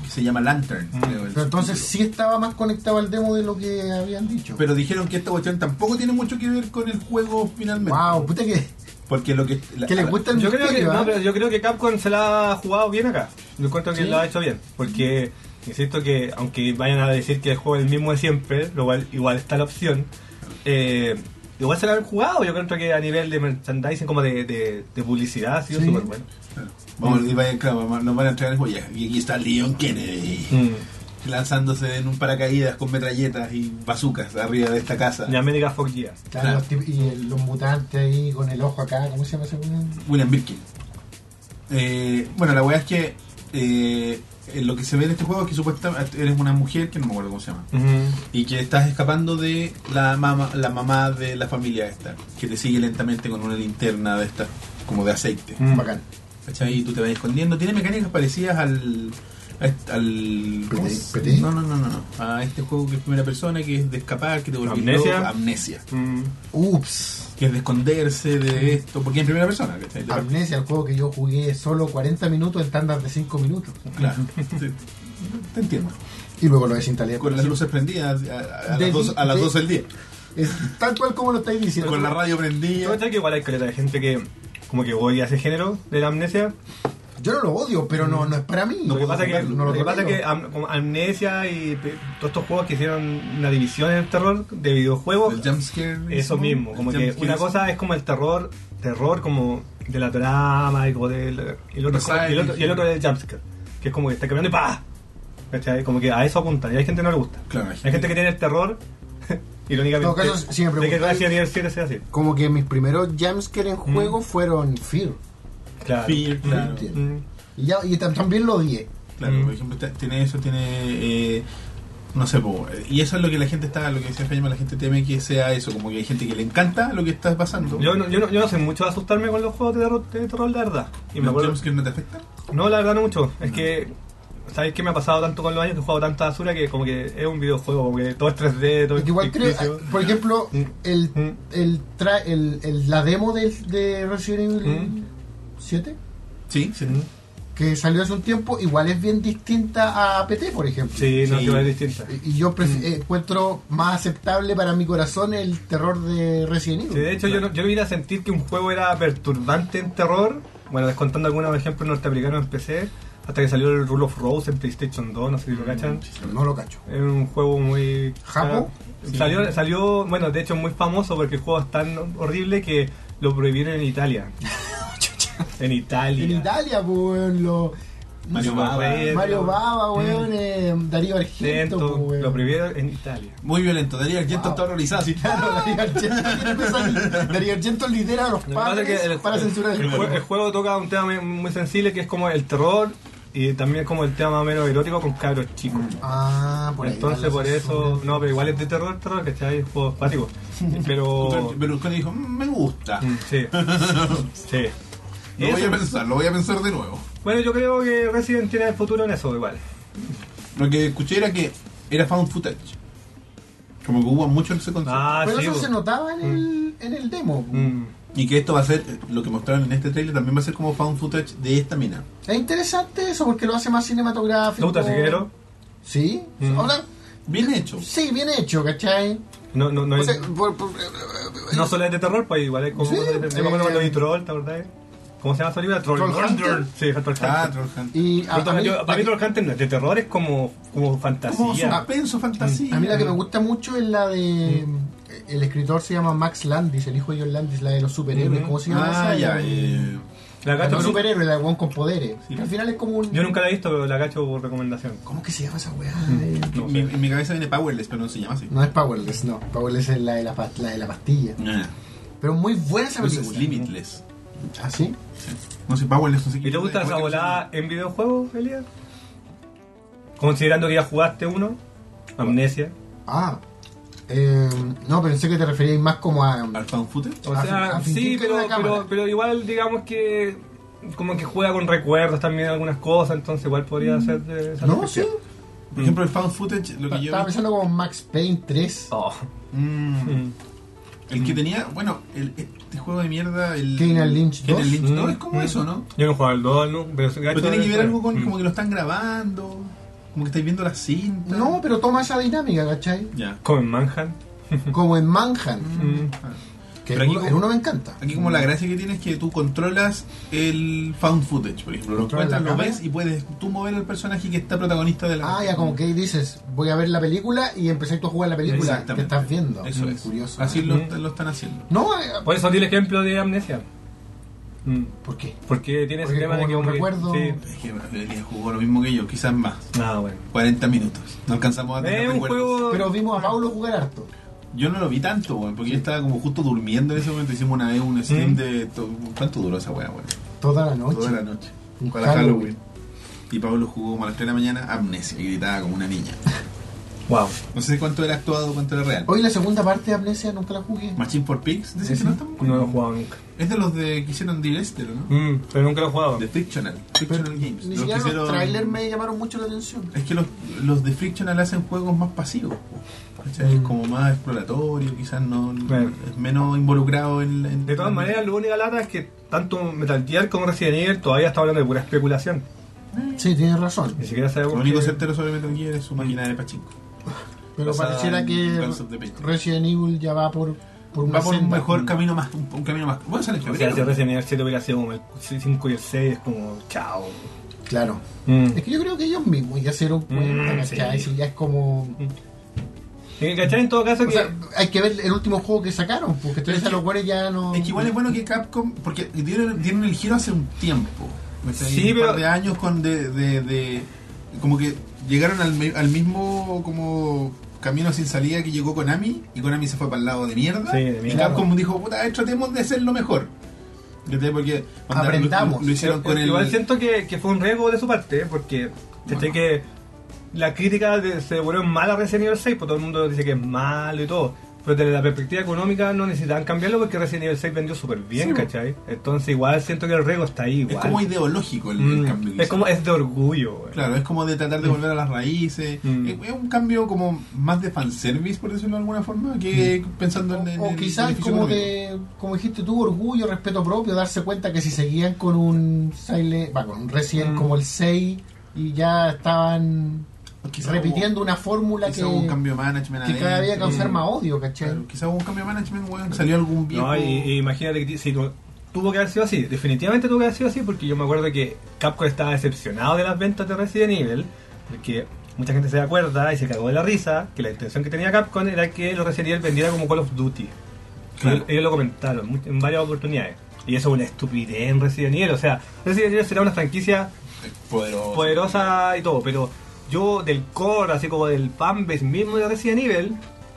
S1: que se llama Lantern.
S3: Mm.
S1: creo, el
S2: Pero entonces
S1: subtítulo.
S2: sí estaba más conectado al demo de lo que habían dicho.
S1: Pero dijeron que esta cuestión tampoco tiene mucho que ver con el juego finalmente.
S2: wow, puta que,
S1: Porque lo que. la-
S2: que les gusta el
S3: Yo creo, que,
S2: misterio,
S3: no,
S2: ¿eh?
S3: pero yo creo que Capcom se la ha jugado bien acá. Yo encuentro que
S2: Sí.
S3: la ha hecho bien. Porque, insisto que, aunque vayan a decir que el juego es el mismo de siempre, lo cual igual está la opción, eh, igual se la han jugado. Yo creo que a nivel de merchandising, como de, de, de publicidad, ha sido
S2: Sí.
S3: súper bueno.
S1: Vamos, y vaya, claro, vamos- nos van a entregar el juego. Y aquí está Leon Kennedy
S2: Mm.
S1: lanzándose en un paracaídas con metralletas y bazucas arriba de esta casa.
S3: De América Fox Gear.
S2: Claro,
S1: Claro.
S2: los tip- y el- los mutantes ahí con el ojo acá, ¿cómo se llama ese weón?
S1: William Birkin. Eh, bueno, la weá es que eh, eh, lo que se ve en este juego es que supuestamente eres una mujer que no me acuerdo cómo se llama.
S2: Mm.
S1: Y que estás escapando de la mamá, la mamá de la familia esta, que te sigue lentamente con una linterna de estas, como de aceite.
S3: Mm.
S2: Bacán.
S1: ¿Cachai? Y tú te vas escondiendo. Tiene mecánicas parecidas al. a est- al ¿cómo
S2: PT?
S1: es?
S2: PT?
S1: No, no, no, no, no. A este juego que es primera persona, que es de escapar, que te vuelve
S3: Amnesia.
S1: loco. Amnesia.
S3: Mm.
S2: Ups.
S1: Que es de esconderse de esto, porque es en primera persona, ¿cachai? De-
S2: Amnesia, el juego que yo jugué solo 40 minutos en tandas de 5 minutos.
S1: Claro. Sí. Te entiendo.
S2: Y luego lo desinstalé.
S1: Con las luces prendidas a, a- a
S2: De-
S1: las, dos, a las
S2: de-
S1: 12 del día.
S2: Es tal cual como lo estáis diciendo.
S1: Con la radio prendida.
S3: Yo creo que igual hay caleta de gente que, como que odia ese género de la amnesia.
S2: Yo no lo odio, pero no, no es para mí.
S1: No
S3: lo que
S1: puedo
S3: pasa que,
S1: jugarlo,
S2: no
S3: lo que, pasa
S2: tolero.
S3: que am- como Amnesia y pe- todos estos juegos que hicieron una división en el terror de videojuegos,
S1: El jumpscare.
S3: eso mismo, como
S1: el
S3: que
S1: jumpscare
S3: una
S1: es-
S3: cosa es como el terror, terror como de la trama y como del y el otro, es como- y el otro, y el otro es el jumpscare, que es como que está caminando y ¡pa! ¿Cachai? Como que a eso apuntan y hay gente que no le gusta.
S1: Claro, hay
S3: Hay
S1: gente
S3: gente que tiene el terror, irónicamente.
S2: En todo caso, si me
S3: de que Mm.
S2: preguntáis-
S3: Resident Evil 7 sea así.
S2: Como que mis primeros jumpscare en juego fueron Fear.
S3: Claro.
S1: Fear, claro.
S2: Fear.
S3: Mm.
S2: Y, ya, y tam- también lo odié.
S1: Claro,
S3: Mm.
S1: por ejemplo, te- tiene eso, tiene. eh, no sé, po, eh, y eso es lo que la gente está, lo que decía Feynman, la gente teme que sea eso, como que hay gente que le encanta lo que está pasando.
S3: Yo no, yo, no, yo no sé mucho de asustarme con los juegos de terror, de terror, la verdad. Y me
S1: ¿Los
S3: acuerdo,
S1: jumpscares no te afectan?
S3: no, la verdad no mucho. Es que, ¿sabes qué me ha pasado tanto con los años? Que he jugado tanta basura que como que es un videojuego, como que todo es 3D, todo es
S2: Porque igual creo, ah,
S3: ficticio.
S2: por ejemplo,
S3: Mm.
S2: el,
S3: Mm.
S2: el, tra- el, el- la demo del, de Resident Evil
S3: Mm.
S2: 7,
S1: Sí, sí.
S3: Mm.
S2: que salió hace un tiempo, igual es bien distinta a PT, por ejemplo.
S3: Sí, no,
S1: Sí.
S3: que va a ser distinta.
S2: Y y yo
S3: Mm.
S2: pref- eh, encuentro más aceptable para mi corazón el terror de Resident Evil.
S3: Sí, de hecho, yo, no- yo vine a sentir que un juego era perturbante en terror. Bueno, descontando algunos ejemplos norteamericanos en PC, hasta que salió el Rule of Rose en PlayStation 2, no sé si lo cachan.
S2: No lo cacho.
S3: Es un juego muy.
S2: ¿Japo?
S3: Mm. Sí. Salió, salió, bueno, de hecho es muy famoso porque el juego es tan horrible que lo prohibieron en Italia. en Italia.
S2: En Italia, pues, weón, lo...
S1: Mario
S3: Baba.
S1: Baba.
S2: Mario Baba, weón,
S3: Mm.
S2: eh, Darío Argento,
S3: Lento,
S2: pues, weón.
S3: lo prohibieron en Italia.
S1: Muy violento, Darío Argento
S2: Wow.
S1: está horrorizado. así.
S2: Claro, Darío Argento, tiene que salir. Darío Argento lidera a los
S3: Lo que pasa es
S2: padres
S3: que el-
S2: para censurar el,
S3: el, jue-
S2: juego.
S3: el juego toca un tema muy- muy sensible que es como el terror y también como el tema más o menos erótico con cabros chicos.
S2: Ah, por ahí va
S3: Entonces
S2: la
S3: por eso,
S2: censura.
S3: no, pero igual es de terror, terror, ¿cachai? Es juego acuático. Pero...
S1: Berlusconi dijo, "Mm, me gusta.
S3: Oh. Mm, Sí. Sí.
S1: Lo
S3: Eso.
S1: voy a pensar, lo voy a pensar de nuevo.
S3: Bueno, yo creo que Resident tiene el futuro en eso igual.
S1: Lo que escuché era que era found footage. Como que hubo mucho ese concepto.
S3: Ah,
S2: Pero
S3: sí.
S2: eso
S3: bo.
S2: se notaba en el, en el demo. pues.
S3: Mm.
S1: Y que esto va a ser, lo que mostraron en este trailer, también va a ser como found footage de esta mina.
S2: Es interesante eso porque lo hace más
S3: ¿Te
S2: cinematográfico.
S3: gusta Siquero?
S2: Sí.
S3: Mm.
S2: Ahora,
S1: Bien hecho.
S2: sí, bien hecho, ¿cachai?
S3: No, no, no,
S2: O
S3: es,
S2: sea, por- por-
S3: no solo es de terror, pues igual es como...
S2: Sí,
S3: es como
S2: eh,
S3: los de Troll, ¿te acordás? ¿Cómo se llama esa película? Troll
S2: Troll Hunter.
S3: Hunter. Sí, Troll Hunter.
S1: Ah, Troll Hunter.
S2: y a,
S3: Pero
S2: a
S3: también
S2: mí,
S3: yo- para mí
S2: la
S3: Troll Hunter no es de terror, es como, como
S1: Como
S3: fantasía.
S1: suspenso, fantasía.
S2: que, a mí la
S3: Mm.
S2: que me gusta mucho es la de... El escritor se llama Max Landis, el hijo de John Landis, la de los superhéroes.
S3: Mm.
S2: ¿Cómo se llama
S1: Ah,
S2: esa?
S1: ya,
S2: El-
S1: eh.
S2: La
S3: La
S2: de
S3: gacho,
S2: los
S3: pero-
S2: superhéroes, la de weón con poderes.
S1: Sí.
S2: Que al final es como un...
S3: yo nunca la he visto, pero la cacho por recomendación.
S2: ¿Cómo que se llama esa weá? Eh,
S3: No
S1: mi,
S3: sé.
S1: en mi cabeza viene Powerless, pero no se llama así.
S2: No es Powerless, no. Powerless es la de la, pa- la de la pastilla.
S1: Ah,
S2: Pero muy buena esa
S1: Entonces,
S2: película.
S1: Limitless.
S2: ¿Ah, sí?
S1: No sé, Powerless, no sé
S3: ¿Y te gusta esa
S1: qué-
S3: volada en videojuegos, Elías? Considerando que ya jugaste uno, Amnesia.
S2: Ah. Eh, no, pensé que te referías más como a...
S1: Al fan footage.
S3: O
S2: A
S3: sea,
S2: fin- a
S3: sí,
S2: fingir que
S3: pero,
S2: era una
S3: pero,
S2: cámara.
S3: pero igual digamos que como que juega con recuerdos también algunas cosas, entonces igual podría ser de esa
S2: Mm. No, sí.
S3: perspectiva. Mm.
S1: Por ejemplo, el fan footage, lo que yo.
S2: Estaba pensando como Max Payne 3.
S3: Oh.
S1: Mm.
S3: Mm.
S1: El que tenía, bueno, el, este juego de mierda, el.
S2: Keenan Lynch
S1: Keenan
S2: 2.
S1: Lynch
S3: Mm.
S1: 2, es como
S3: Mm.
S1: eso, ¿no?
S3: Yo no jugaba al 2, ¿no? Pero, se
S1: Pero
S3: cacho
S1: tiene
S3: de-
S1: que ver algo con
S3: Mm.
S1: como que lo están grabando, como que estáis viendo la cinta.
S2: No, pero toma esa dinámica, ¿cachai?
S1: Ya.
S3: Como en Manhunt.
S2: Como en Manhunt,
S3: Mm.
S1: Ah.
S2: que
S1: Pero
S2: en
S1: aquí
S2: uno,
S1: como-
S2: en uno me encanta.
S1: Aquí como la gracia que tienes es que tú controlas el found footage, por ejemplo. Lo
S2: Controlas
S1: encuentras,
S2: la
S1: lo
S2: cámara.
S1: ves y puedes tú mover al personaje que está protagonista de la...
S2: Ah, ya como que dices, voy a ver la película y empecé tú a jugar la película que
S1: Exactamente.
S2: estás viendo.
S1: Eso
S2: Mm,
S1: es.
S2: Curioso.
S1: Así lo,
S3: Mm.
S1: lo están haciendo.
S2: No, eh,
S3: Por eso di el ejemplo de Amnesia. Mm.
S2: ¿por qué?
S3: Porque tiene ese
S2: Porque
S3: tema de que...
S2: como no
S3: como que-
S2: recuerdo-
S3: Sí.
S1: Es que Valeria jugó lo mismo que yo, quizás más.
S3: Ah, bueno.
S1: 40 minutos. No alcanzamos a Ah, tener
S3: Es un
S1: recuerdos.
S3: juego...
S2: Pero vimos a Paulo jugar harto.
S1: Yo no lo vi tanto, weón, porque yo estaba como justo durmiendo en ese momento. Hicimos una vez un stream
S3: Mm.
S1: de... to- ¿Cuánto duró esa weá, weón?
S2: Toda la noche.
S1: Toda la noche.
S2: Un
S1: Para
S2: Halloween.
S1: Halloween. Y Pablo jugó como a las 3 de la mañana amnesia y gritaba como una niña.
S3: Wow.
S1: No sé cuánto era actuado, cuánto era real.
S2: Hoy la segunda parte de Amnesia nunca la jugué.
S1: Machine for Pigs, dicen que no está muy
S3: No lo he
S1: bueno.
S3: jugado nunca.
S1: Es de los de que hicieron Deal Estero, ¿no?
S3: Mm, pero nunca lo he jugado.
S1: De Frictional, Frictional Games. Los
S2: Ni
S1: que
S2: siquiera los
S1: hicieron-
S2: trailers me llamaron mucho la atención.
S1: Es que los, los de Frictional hacen juegos más pasivos. po, ¿cachai? Es
S2: Mm.
S1: como más exploratorio, quizás no
S3: Claro.
S1: es menos involucrado en, en-
S3: De todas
S1: en-
S3: maneras, la única lata es que tanto Metal Gear como Resident Evil todavía está hablando de pura especulación.
S2: Sí, tienes razón.
S3: Ni siquiera sabemos.
S1: Lo único
S3: qué-
S1: certero sobre Metal Gear es su máquina de pachinko.
S2: Pero
S1: Basada
S2: pareciera
S1: en
S2: que
S1: Guns of the Patriots.
S2: Resident Evil ya va por, por una
S1: Va por un
S2: senda.
S1: mejor camino más, un, un camino más. Bueno, sale en
S3: O sea, si
S1: febrero.
S3: Resident Evil 7 hubiera sido como el 5 y el 6, es como, chao.
S2: Claro.
S3: Mm.
S2: Es que yo creo que ellos mismos ya se dieron cuenta,
S3: Mm,
S2: ¿cachai?
S3: sí.
S2: Si ya es como...
S3: Y, ¿Cachai? En todo caso,
S2: O
S3: que.
S2: sea, hay que ver el último juego que sacaron, porque
S1: Pero es
S2: entonces a
S1: que-
S2: los cuales ya no...
S1: Es que igual es bueno que Capcom, porque dieron, dieron el giro hace un tiempo. ¿me entendí?
S3: Sí,
S1: un par
S3: pero-
S1: de años con de, de, de- como que llegaron al, mi- al mismo como camino sin salida que llegó Konami y Konami se fue para el lado de mierda.
S3: Sí, de
S1: y
S3: mierda.
S1: Capcom dijo, puta, a ver, tratemos de hacerlo mejor. ¿Cachai? Porque onda,
S2: Aprendamos.
S1: Lo, lo hicieron con el.
S3: Eh, Igual siento que, que fue un riesgo de su parte, ¿eh? porque ¿cachai?
S1: Bueno.
S3: que la crítica de- se volvió mala Resident Evil 6, pues todo el mundo dice que es malo y todo. Pero desde la perspectiva económica no necesitaban cambiarlo porque Resident Evil 6 vendió súper bien,
S1: Sí, pues.
S3: ¿cachai? Entonces igual siento que el riesgo está ahí,
S1: es
S3: igual.
S1: como ideológico el, el
S3: Mm,
S1: cambio. que
S3: es como- es de orgullo, güey.
S1: Claro, es como de tratar de volver a las raíces.
S3: Mm.
S1: Es es un cambio como más de fanservice, por decirlo de alguna forma, que
S3: Mm.
S1: pensando en, en
S2: O
S1: el
S2: quizás,
S1: beneficio
S2: como,
S1: económico.
S2: de, como dijiste tú, orgullo, respeto propio, darse cuenta que si seguían con un Silent, va, con un Resident
S3: Mm.
S2: como el 6 y ya estaban
S1: Quizás
S2: repitiendo una fórmula
S1: hubo-
S2: que,
S1: quizás hubo un cambio de management
S2: que cada día
S1: adentro.
S2: causar
S3: Mm.
S2: más odio, ¿cachai?
S1: Claro, quizás hubo un cambio de management, weón. Salió algún viejo.
S3: No, y, y imagínate que ti- si tu- tuvo que haber sido así, definitivamente tuvo que haber sido así, porque yo me acuerdo que Capcom estaba decepcionado de las ventas de Resident Evil, porque mucha gente se acuerda y se cagó de la risa que la intención que tenía Capcom era que los Resident Evil vendiera como Call of Duty.
S1: Claro.
S3: Ellos- Ellos lo comentaron mu- en varias oportunidades. Y eso es una estupidez en Resident Evil. O sea, Resident Evil será una franquicia
S1: poderoso.
S3: poderosa y todo, pero yo del core, así como del fanbase mismo de Resident Evil,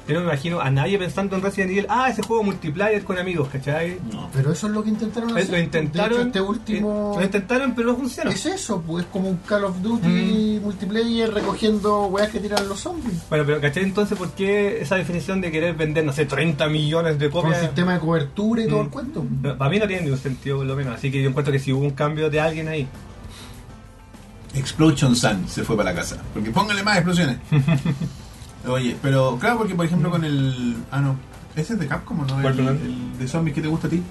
S3: yo no me imagino a nadie pensando en Resident Evil, ah, ese juego multiplayer con amigos, ¿cachai?
S1: No.
S2: Pero eso es lo que intentaron
S3: Eh,
S2: hacer.
S3: Lo
S2: Ah, De
S3: intentaron,
S2: hecho, este último.
S3: eh, lo intentaron, pero no funcionó.
S2: Es eso, pues como un Call of Duty
S1: Mm.
S2: multiplayer recogiendo weas que tiran los zombies.
S3: Bueno, pero ¿cachai entonces por qué esa definición de querer vender, no sé, 30 millones de
S2: Con un
S3: copias?
S2: sistema de cobertura y todo
S3: Mm.
S2: el cuento.
S3: No, para mí no tiene ningún sentido, por lo menos. Así que yo encuentro que si hubo un cambio de alguien ahí.
S1: Explosion Sun se fue para la casa. Porque póngale más explosiones. Oye, pero claro, porque por ejemplo con el. Ah, no. ¿Ese es de Capcom o no?
S3: Mm. ¿Cuál,
S1: El,
S3: perdón?
S1: el de zombies que te gusta a ti.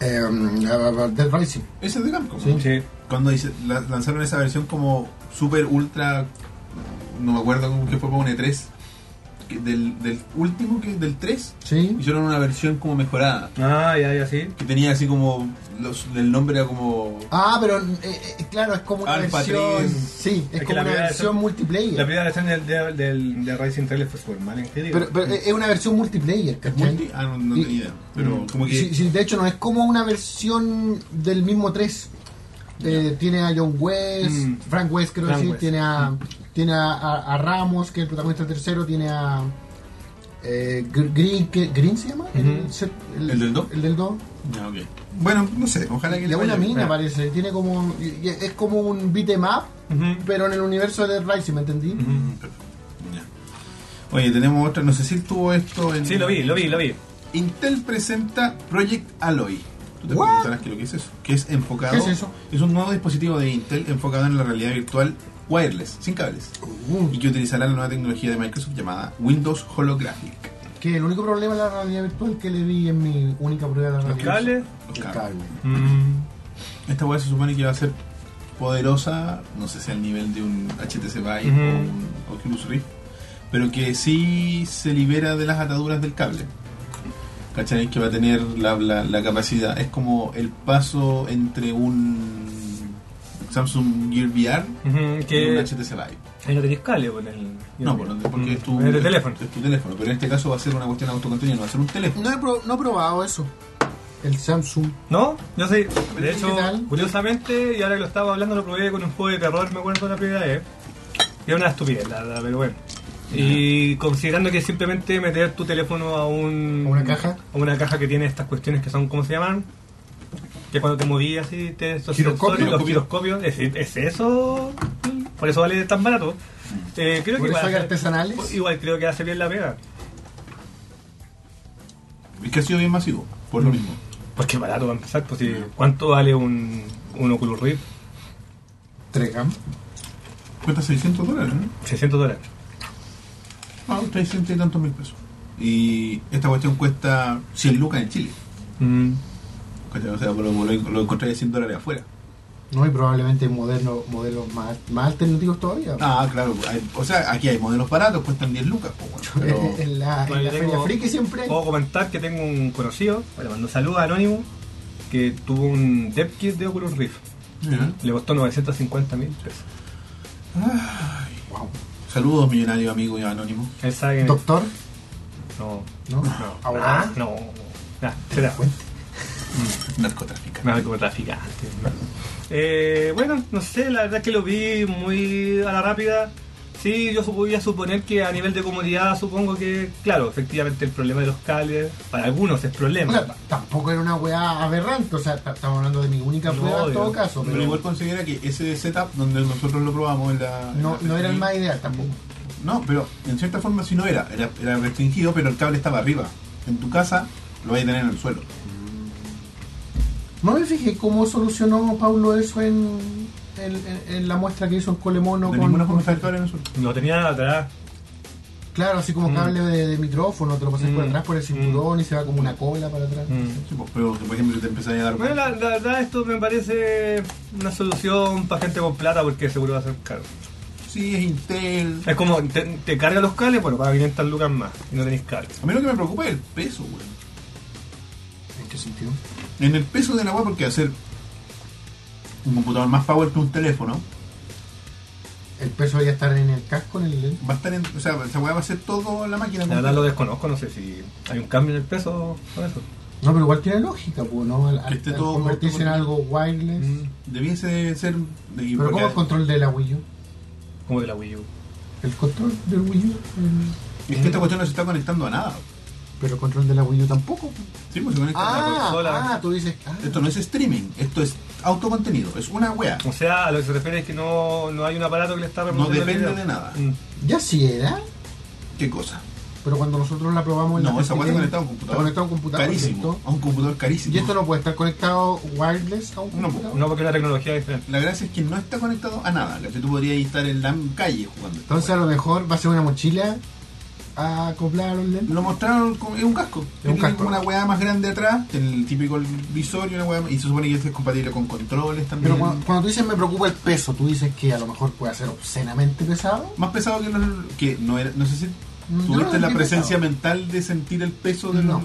S2: Eh, uh, Dead Rising.
S1: Ese es de Capcom.
S2: Sí.
S1: ¿no? Cuando hice- la- lanzaron esa versión como super ultra. No me acuerdo cómo que fue como un E3. que Del, del último que del 3
S2: Sí.
S1: hicieron una versión como mejorada.
S3: Ah, ya, ya, sí.
S1: Que tenía así como. Los, el nombre era como.
S2: Ah, pero eh, eh, claro, es como una
S1: Alpha
S2: versión.
S1: 3.
S2: Sí, es,
S3: Es que
S2: como una
S3: la primera
S2: versión
S3: versión- La
S2: multiplayer.
S3: primera versión del, del, del, del Rising Trailer fue súper mal, ¿en qué digo?
S2: Pero, eh, pero es una versión multiplayer,
S1: ¿Es
S2: ¿cachai?
S1: multi? Ah, no, no tenía idea. Pero
S3: Mm.
S1: como que.
S2: Sí, sí, de hecho, no es como una versión del mismo 3. Eh, tiene a John West,
S3: Mm.
S2: Frank West, creo que
S3: Frank
S2: sí,
S3: West.
S2: tiene, a, tiene a, a- a Ramos, que es el protagonista tercero, tiene a eh, Gr- Green, que, ¿Green se llama?
S3: Ujú.
S2: set-
S1: ¿El del dos?
S2: El del 2.
S1: Ah, ok. Bueno, no sé, ojalá que Ah.
S2: Y
S1: le
S2: a una
S1: vaya bien.
S2: mina
S3: claro.
S2: parece, tiene como, y- y es como un beat em up,
S3: Ujú.
S2: pero en el universo de Dead Rising, ¿me entendí?
S3: Ujú.
S1: Mm, perfecto. Ya. Oye, tenemos otra, no sé si tuvo esto en...
S3: Sí, lo vi, lo vi, lo vi.
S1: Intel presenta Project Alloy. Tú te
S2: What?
S1: preguntarás qué es lo que es eso. Que es enfocado...
S2: ¿Qué es eso?
S1: Es un nuevo dispositivo de Intel enfocado en la realidad virtual wireless, sin cables.
S2: Uh,
S1: Y que utilizará la nueva tecnología de Microsoft llamada Windows Holographic.
S2: que el único problema de la realidad virtual que le vi en mi única prueba de la
S1: Los
S2: realidad
S3: ¿Cable?
S1: Los
S2: El
S1: cables.
S2: cable.
S3: Mm.
S1: Esta weá se supone que va a ser poderosa, no sé si al nivel de un HTC Vive
S3: Ujú.
S1: o un Oculus Rift, pero que sí se libera de las ataduras del cable. ¿Cachai? Que va a tener la, la- la capacidad. Es como el paso entre un Samsung Gear VR
S3: Ujú,
S1: y un
S3: Que
S1: HTC Vive.
S3: ahí no tenías cable con el.
S1: No, por donde- porque es tu,
S3: En el Mm. teléfono.
S1: es tu teléfono, pero en este caso va a ser una cuestión autocontenida, no va a ser un teléfono.
S2: No he, pro- no he probado eso. El Samsung.
S3: No, yo sí. De
S2: ¿Y
S3: hecho,
S2: qué tal?
S3: curiosamente, y ahora que lo estaba hablando, lo probé con un juego de terror, me acuerdo la primera vez. Y era una estupidez, la verdad, pero bueno. Y considerando que simplemente meter tu teléfono a un.
S2: ¿A una caja?
S3: A una caja que tiene estas cuestiones que son, ¿cómo se llaman? Que cuando te movías así, te esos
S2: Giroscopio.
S3: sensores, los giroscopios, ¿es, es eso? Por eso vale tan barato. Eh,
S2: Por
S3: creo que
S2: eso
S3: igual
S2: hay
S3: hace-
S2: artesanales.
S3: Igual creo que hace bien la pega.
S1: Es que ha sido bien masivo, por lo mismo.
S3: Pues qué barato para empezar, pues si- ¿cuánto vale un, un Oculus Rift?
S2: Tregam.
S1: Cuesta 600 dólares, ¿no?
S3: 600 dólares.
S1: Ah, 300 y tantos mil pesos. Y esta cuestión cuesta 100 lucas en Chile.
S3: Mm.
S1: ¿Cachai? O sea, lo, lo, lo encontré de 100 dólares afuera.
S2: No, y probablemente hay moderno- modelos más, más alternativos todavía.
S1: Ah, claro. hay- o sea, aquí hay modelos baratos, cuestan 10 lucas. po, bueno, pero-
S2: Eh, en la, en
S3: Bueno,
S2: la
S3: yo tengo-
S2: feria friki siempre hay.
S3: Puedo comentar que tengo un conocido, bueno, mando saludos anónimo, que tuvo un dev kit de Oculus Rift.
S1: Ya.
S3: Le costó 950 mil pesos.
S2: Wow.
S1: Ah, Saludos, millonario amigo y anónimo.
S3: Él sabe que...
S2: Doctor,
S3: No,
S2: ¿no?
S3: no.
S2: Abogado.
S3: Ah, No. Nah, se da cuenta.
S1: Narcotráfico.
S3: Nada como traficante. ¿no? Eh, bueno, no sé, la verdad es que lo vi muy a la rápida. Sí, yo voy a suponer que a nivel de comodidad, supongo que, claro, efectivamente el problema de los cables, para algunos es
S2: O
S3: problema.
S2: sea, t- tampoco era una weá aberrante, o sea, t- estamos hablando de mi única
S3: No,
S2: prueba en todo
S3: obvio.
S2: caso,
S1: Pero igual
S2: pero
S1: considera que ese setup donde nosotros lo probamos en la. en
S2: no,
S1: la
S2: no era el
S1: FTP,
S2: más ideal tampoco.
S1: No, pero en cierta forma sí no era. Era, era restringido, pero el cable estaba arriba. En tu casa lo vais a tener en el suelo.
S2: No me fijé cómo solucionó Pablo eso en, en, en- en la muestra que hizo en Colemono
S1: de
S2: con.
S1: ninguna forma está el cable en el suelo.
S3: Lo tenía atrás.
S2: Claro, así como
S3: Mm.
S2: cable de, de micrófono, te lo pasas por
S3: Mm.
S2: atrás por el cinturón y se va como una cola para atrás.
S1: Sí, pues, pero que, por ejemplo si te empezáis a dar.
S3: Bueno, la, la verdad esto me parece una solución para gente con plata porque seguro va a ser caro.
S1: Sí, es Intel.
S3: Es como, te, te carga los cables, bueno, para 500 lucas más y no tenéis cables.
S1: A mí lo que me preocupa es el peso, güey.
S2: ¿En qué sentido?
S1: En el peso de la web, porque hacer un computador más power que un teléfono
S2: El peso ya estar en el casco, en el lente.
S1: va a estar en. O sea, esa weá va a ser todo la máquina.
S3: La verdad lo desconozco, no sé si hay un cambio en el peso con eso.
S2: No, pero igual tiene lógica, pues, ¿no? Al, al-
S1: Que esté
S2: al
S1: todo
S2: convertirse en
S1: corto,
S2: algo wireless.
S1: Mm. Debiese ser. y
S2: Pero
S1: porque
S2: ¿cómo el control de la Wii U?
S3: Como de la Wii U.
S2: El control del Wii U. eh,
S1: es que esta cuestión no se está conectando a nada.
S2: Pero el control de la Wii U tampoco.
S1: Sí, pues se conecta a nada.
S2: Ah,
S3: consola.
S2: ah, tú dices. ah,
S1: Esto no es streaming, esto es autocontenido, es una weá.
S3: O sea, a lo que se refiere es que no, no hay un aparato que le está
S1: No
S3: reproduciendo el
S1: depende de
S3: video.
S1: nada.
S3: Mm.
S2: ya sí era,
S1: ¿Qué cosa?
S2: pero cuando nosotros la probamos. en
S1: No,
S2: la
S1: esa weá está conectada
S2: PPT,
S1: a un computador.
S2: está conectado a un computador,
S1: Carísimo.
S2: ¿cierto?
S1: A un computador carísimo.
S2: Y esto no puede estar conectado wireless a un
S1: No,
S2: computador.
S3: No, porque es una tecnología diferente.
S1: La gracia es que no está conectado a nada. ¿cachai? Tú podrías estar en la calle jugando. esta
S2: Entonces a
S1: weá.
S2: lo mejor va a ser una mochila acoplada a los lentes.
S1: lo mostraron con, es un casco.
S2: Es un
S1: Tiene
S2: casco.
S1: una weá más grande atrás, tiene el típico visor y una weá más- Y se supone que esto es compatible con controles también.
S2: Pero cuando, cuando tú dices me preocupa el peso, tú dices que a lo mejor puede ser obscenamente pesado. Mm,
S1: Más pesado que los. Que no, era, no sé si
S2: Yo no lo
S1: tuviste la
S2: sentí
S1: presencia
S2: pesado.
S1: mental de sentir el peso del.
S2: No.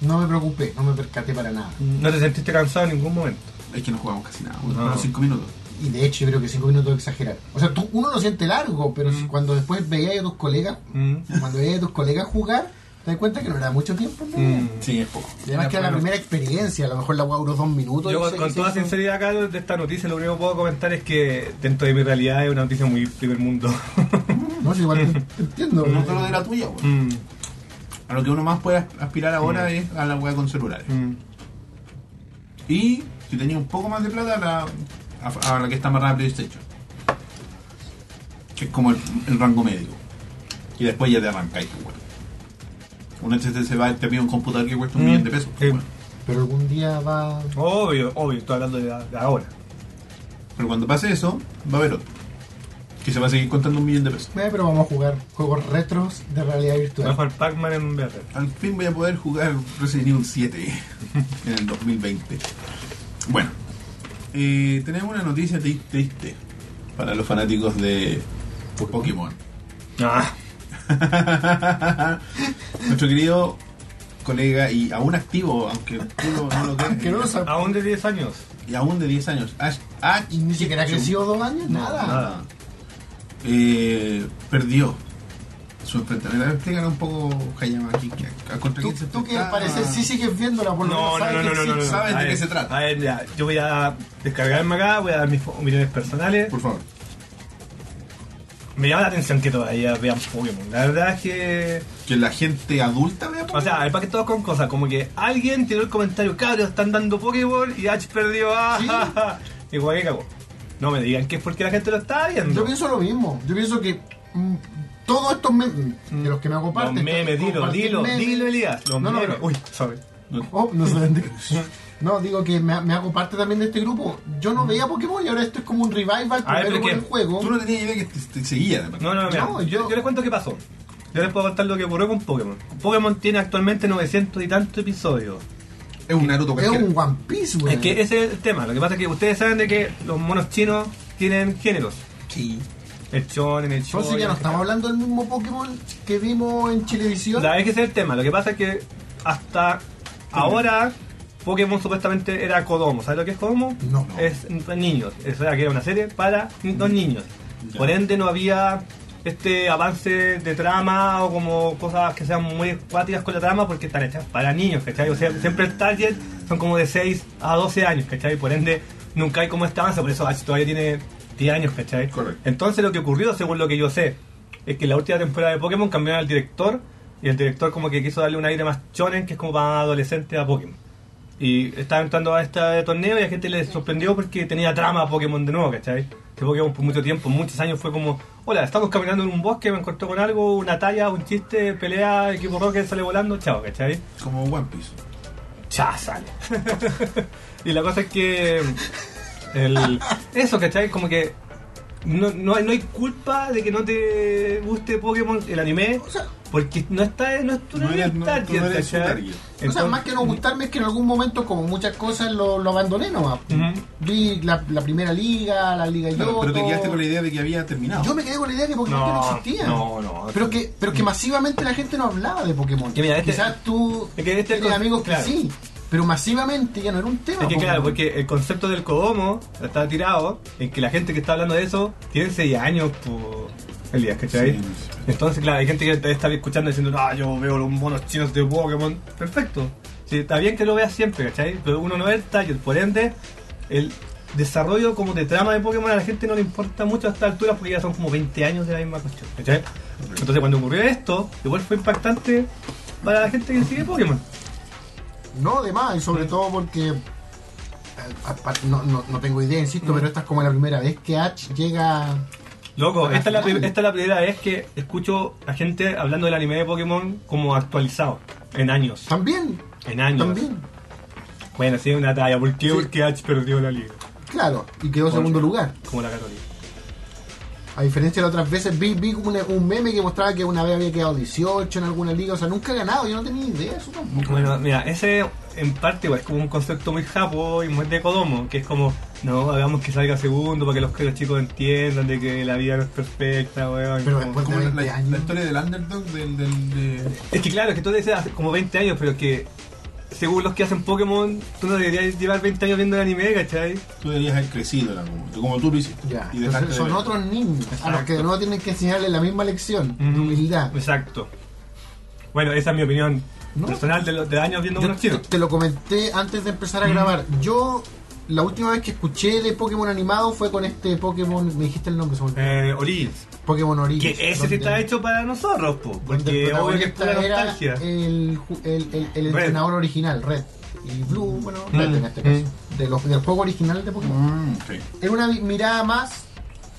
S2: No me preocupé, no me percaté para nada.
S1: Mm.
S3: No te sentiste cansado en ningún momento.
S1: Es que no jugamos casi nada, unos
S3: No.
S1: cinco minutos.
S2: Y de hecho, yo creo que cinco minutos exagerar. O sea, tú, uno lo siente largo, pero
S1: Mm.
S2: si- cuando después veías a tus colegas,
S3: Mm.
S2: cuando veías a tus colegas jugar, te das cuenta que no era mucho tiempo. ¿no?
S3: Mm.
S1: Sí, es poco.
S2: Y además que era la primera experiencia, a lo mejor la weá duró dos minutos.
S3: Yo
S2: y
S3: con,
S2: se-
S3: con
S2: se
S3: toda
S2: hizo-
S3: sinceridad acá de esta noticia lo único que puedo comentar es que dentro de mi realidad es una noticia muy primer mundo.
S2: No, sí, igual te, te entiendo.
S1: No
S2: eh,
S1: solo de la tuya, weón.
S3: Mm,
S1: A lo que uno más puede aspirar ahora es a la weá con celulares.
S3: mm.
S1: Y si tenía un poco más de plata, la, a, a la que está amarrada a PlayStation. Que es como el, el rango medio. Y después ya te arrancáis, pues, weón. Un HTC se va, te pide un computador que cuesta un
S3: Mm,
S1: millón de pesos. pues,
S3: sí.
S1: weón.
S2: Pero algún día va.
S3: Obvio, obvio, estoy hablando de, de ahora.
S1: Pero cuando pase eso, va a haber otro. Que se va a seguir contando un millón de pesos.
S2: Eh, pero vamos a jugar juegos retros de realidad virtual.
S3: Mejor Pac-Man en VR.
S1: Al fin voy a poder jugar Resident Evil 7 en el 2020. Bueno, eh, tenemos una noticia tri- triste para los fanáticos de Pokémon.
S3: Ah,
S1: Nuestro querido colega y aún activo, aunque tú no, no lo creas, eh,
S2: Aunque no lo sab-
S3: aún de 10 años.
S1: y aún de 10 años, Ah, Ash, Ash
S2: Ni siquiera
S1: Ketchum,
S2: creció dos años,
S1: no,
S2: nada.
S1: nada. Eh, perdió su enfrentamiento. A ver, Explícale un poco, Hayama, aquí, que- a- contra
S2: Tú,
S1: quién se
S2: tú que al
S1: enfrentaba.
S2: parecer sí sigues viéndola, por lo
S3: No,
S2: menos
S3: no,
S2: sabes
S3: no,
S2: que
S3: no, no, no, no.
S2: existe.
S1: ¿Sabes de
S3: A
S1: qué
S3: ver,
S1: se trata?
S3: A ver, ya, yo voy a descargarme acá, voy a dar mis opiniones personales.
S1: Por favor.
S3: Me llama la atención que todavía vean Pokémon. La verdad es que
S1: Que la gente adulta vea
S3: O
S1: Pokémon.
S3: sea, el paquete todo con cosas, como que alguien tiró el comentario, cabros, están dando Pokéball y H perdió, ah, ja, ja". y guay, cagó. No me digan que es porque la gente lo está viendo.
S2: Yo pienso lo mismo. Yo pienso que mm, todos estos memes, de los que me hago parte,
S3: los memes, dilo,
S2: compartir
S3: dilo,
S2: memes-
S3: dilo, Elías. Los
S2: No, no,
S3: memes.
S2: pero-
S3: Uy, sorry.
S2: Oh, no se vende. No, digo que me, me hago parte también de este grupo. Yo no veía Pokémon y ahora esto es como un revival
S3: Mm. A ver,
S2: primero
S3: pero
S2: con
S3: ¿qué?
S2: el juego.
S1: Tú no tenías idea que te, te seguía. además.
S3: No, no, no, mira,
S2: No, yo-
S3: yo, yo les cuento qué pasó. Yo les puedo contar lo que ocurrió con Pokémon. Pokémon tiene actualmente 900 y tantos episodios.
S1: Es un Naruto
S2: Es
S1: cualquiera.
S2: un One Piece, güey.
S3: Es que ese es el tema. Lo que pasa es que ustedes saben de que los monos chinos tienen géneros.
S1: Sí.
S3: El shonen, el show.
S2: Entonces ya no estamos hablando del mismo Pokémon que vimos en televisión.
S3: La vez que ese es el tema, lo que pasa es que hasta ahora Pokémon supuestamente era Kodomo. ¿Sabes lo que es Kodomo?
S2: No.
S3: Es para niños. Es verdad que era una serie para los niños.
S1: Ya.
S3: Por ende no había este avance de trama o como cosas que sean muy acuáticas con la trama porque están hechas para niños, ¿cachai? O sea, siempre el target son como de 6 a 12 años, ¿cachai? Por ende nunca hay como este avance, por eso Ash todavía tiene 10 años, ¿cachai?
S1: Correcto.
S3: Entonces lo que ocurrió, según lo que yo sé, es que en la última temporada de Pokémon cambiaron al director y el director como que quiso darle un aire más chonen, que es como para adolescente a Pokémon. Y estaba entrando a este torneo y la gente le sorprendió porque tenía trama a Pokémon de nuevo, ¿cachai? Que Pokémon por mucho tiempo, muchos años fue como, hola, estamos caminando en un bosque, me encontré con algo, una talla, un chiste, pelea, equipo Rocket sale volando, chao, ¿cachai?
S1: Como One Piece.
S3: ya sale. y la cosa es que. El, eso, ¿cachai? Como que. No, no, hay, no hay culpa de que no te guste Pokémon el anime.
S2: O sea,
S3: Porque no está no es tu
S1: No eres- no-
S3: target,
S1: tú no eres su
S3: ¿cachai?
S1: target.
S2: o sea,
S3: Entonces-
S2: más que no gustarme es que en algún momento, como muchas cosas, lo, lo abandoné nomás.
S3: Ujú.
S2: Vi la, la primera liga, la liga
S1: Claro,
S2: Yoto.
S1: pero te quedaste con la idea de que había terminado.
S2: Yo me quedé con la idea de que Pokémon
S3: No,
S2: no, existía.
S3: no, no.
S2: Pero que, pero que masivamente la gente no hablaba de Pokémon.
S3: Que mira, este-
S2: Quizás tú
S3: es que este
S2: tienes
S3: con-
S2: amigos
S3: claro.
S2: que sí, pero masivamente ya no era un tema.
S3: Es que
S2: Pokémon.
S3: claro, porque el concepto del Kodomo está tirado en que la gente que está hablando de eso tiene 6 años, por Elías, ¿cachai?
S1: Sí, no sé.
S3: Entonces, claro, hay gente que te está escuchando diciendo, ah, yo veo los monos chinos de Pokémon. Perfecto. Sí, está bien que lo veas siempre, ¿cachai? Pero uno no es el por ende, el desarrollo como de trama de Pokémon a la gente no le importa mucho a esta altura porque ya son como 20 años de la misma cuestión, ¿cachai? Entonces, cuando ocurrió esto, igual fue impactante para la gente que sigue Pokémon.
S2: No, de más, y sobre todo porque. a- a- No, no, no tengo idea,
S3: Mm.
S2: insisto, pero esta es como la primera vez que Ash llega.
S3: Loco,
S2: Para
S3: esta es, la,
S2: final.
S3: pri- esta es la primera vez que escucho a gente hablando del anime de Pokémon como actualizado. En años.
S2: También,
S3: En años.
S2: también,
S3: Bueno, sí, una talla. ¿Por qué?
S2: Sí.
S3: Porque H perdió la liga.
S2: claro, y quedó en segundo lugar.
S3: Como la Católica.
S2: A diferencia de otras veces, vi, vi un, un meme que mostraba que una vez había quedado 18 en alguna liga, o sea, nunca ha ganado, yo no tenía idea de eso tampoco.
S3: Bueno, mira, ese en parte igual es como un concepto muy japo y muy de Kodomo, que es como, no, hagamos que salga segundo para que los, que los chicos entiendan de que la vida no es perfecta, weón.
S2: Pero
S3: Como-
S2: después-
S1: Como la, la-
S2: 20 años.
S1: la historia del underdog del, del, de-
S3: Es que claro, es que tú decías hace como 20 años, pero que según los que hacen Pokémon, tú no deberías llevar 20 años viendo el anime, ¿cachai?
S1: tú deberías haber crecido en algún momento, como tú lo hiciste.
S2: Ya,
S1: y
S2: entonces
S1: dejaste de
S2: son
S1: ver.
S2: otros niños a los
S3: Exacto.
S2: que de nuevo tienen que enseñarle la misma lección de
S3: Mm,
S2: humildad.
S3: Exacto. Bueno, esa es mi opinión
S2: No.
S3: personal de, los de años viendo
S2: Yo
S3: unos
S2: te,
S3: chinos.
S2: te lo comenté antes de empezar a grabar. Yo, la última vez que escuché de Pokémon animado fue con este Pokémon, me dijiste el nombre, se me olvidó.
S3: Eh, Origins.
S2: Pokémon
S3: Que
S2: Origins.
S3: ese sí
S2: donde-
S3: está hecho para nosotros, po,
S2: donde el
S3: porque obvio que es pura
S2: protagonista era eh,
S3: nostalgia.
S2: el, ju- el, el- el
S3: Red.
S2: entrenador original, Red. Y Blue, bueno,
S3: Mm,
S2: Red en este caso. De los- del juego original de Pokémon.
S1: Mm, sí.
S2: Era una vi- mirada más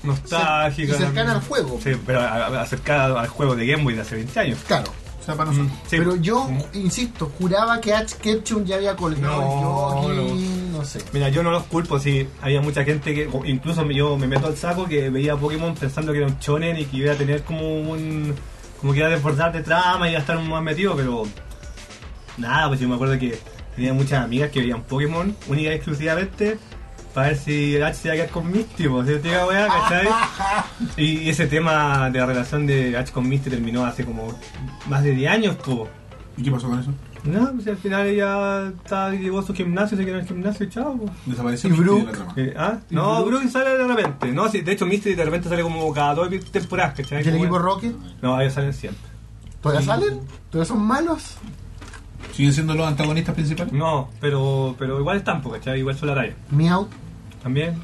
S3: nostálgica.
S2: y cercana al juego.
S3: Sí, pero a- a- acercada al juego de Game Boy de hace 20 años.
S2: claro.
S1: O sea, para nosotros.
S3: Sí.
S2: Pero yo, insisto, juraba que Ash Ketchum ya había colgado
S3: No,
S2: el Yogi, no sé.
S3: Mira, yo no los culpo, sí. Había mucha gente que, o incluso yo me meto al saco, que veía Pokémon pensando que era un shonen y que iba a tener como un. como que iba a desbordar de trama y iba a estar más metido, pero. Nada, pues yo me acuerdo que tenía muchas amigas que veían Pokémon única y exclusivamente para ver si Ash se iba a quedar con Misty, pues, ¿sí? Tía, weá, ¿cachai? Y ese tema de la relación de Ash con Misty terminó hace como más de 10 años, pues.
S2: Mm.
S1: ¿Y qué pasó con eso?
S3: No, pues al final ella está, llegó a su gimnasio, se quedó en el gimnasio, y chao. pues.
S1: Desapareció
S2: Y
S1: Misty de
S2: Brooke.
S1: la trama.
S3: Eh, ¿Ah? No,
S2: Brooke?
S3: Brooke sale de repente. No, sí, de hecho Misty de repente sale como cada dos temporadas, ¿cachai?
S2: ¿Y el
S3: Como-
S2: equipo Rocket?
S3: No, ellos salen siempre.
S2: ¿Todavía
S3: Sí.
S2: salen? ¿Todavía son malos?
S1: ¿Siguen siendo los antagonistas principales?
S3: No, pero, pero igual están, po, ¿cachai? Igual son la talla.
S2: Miau.
S3: También.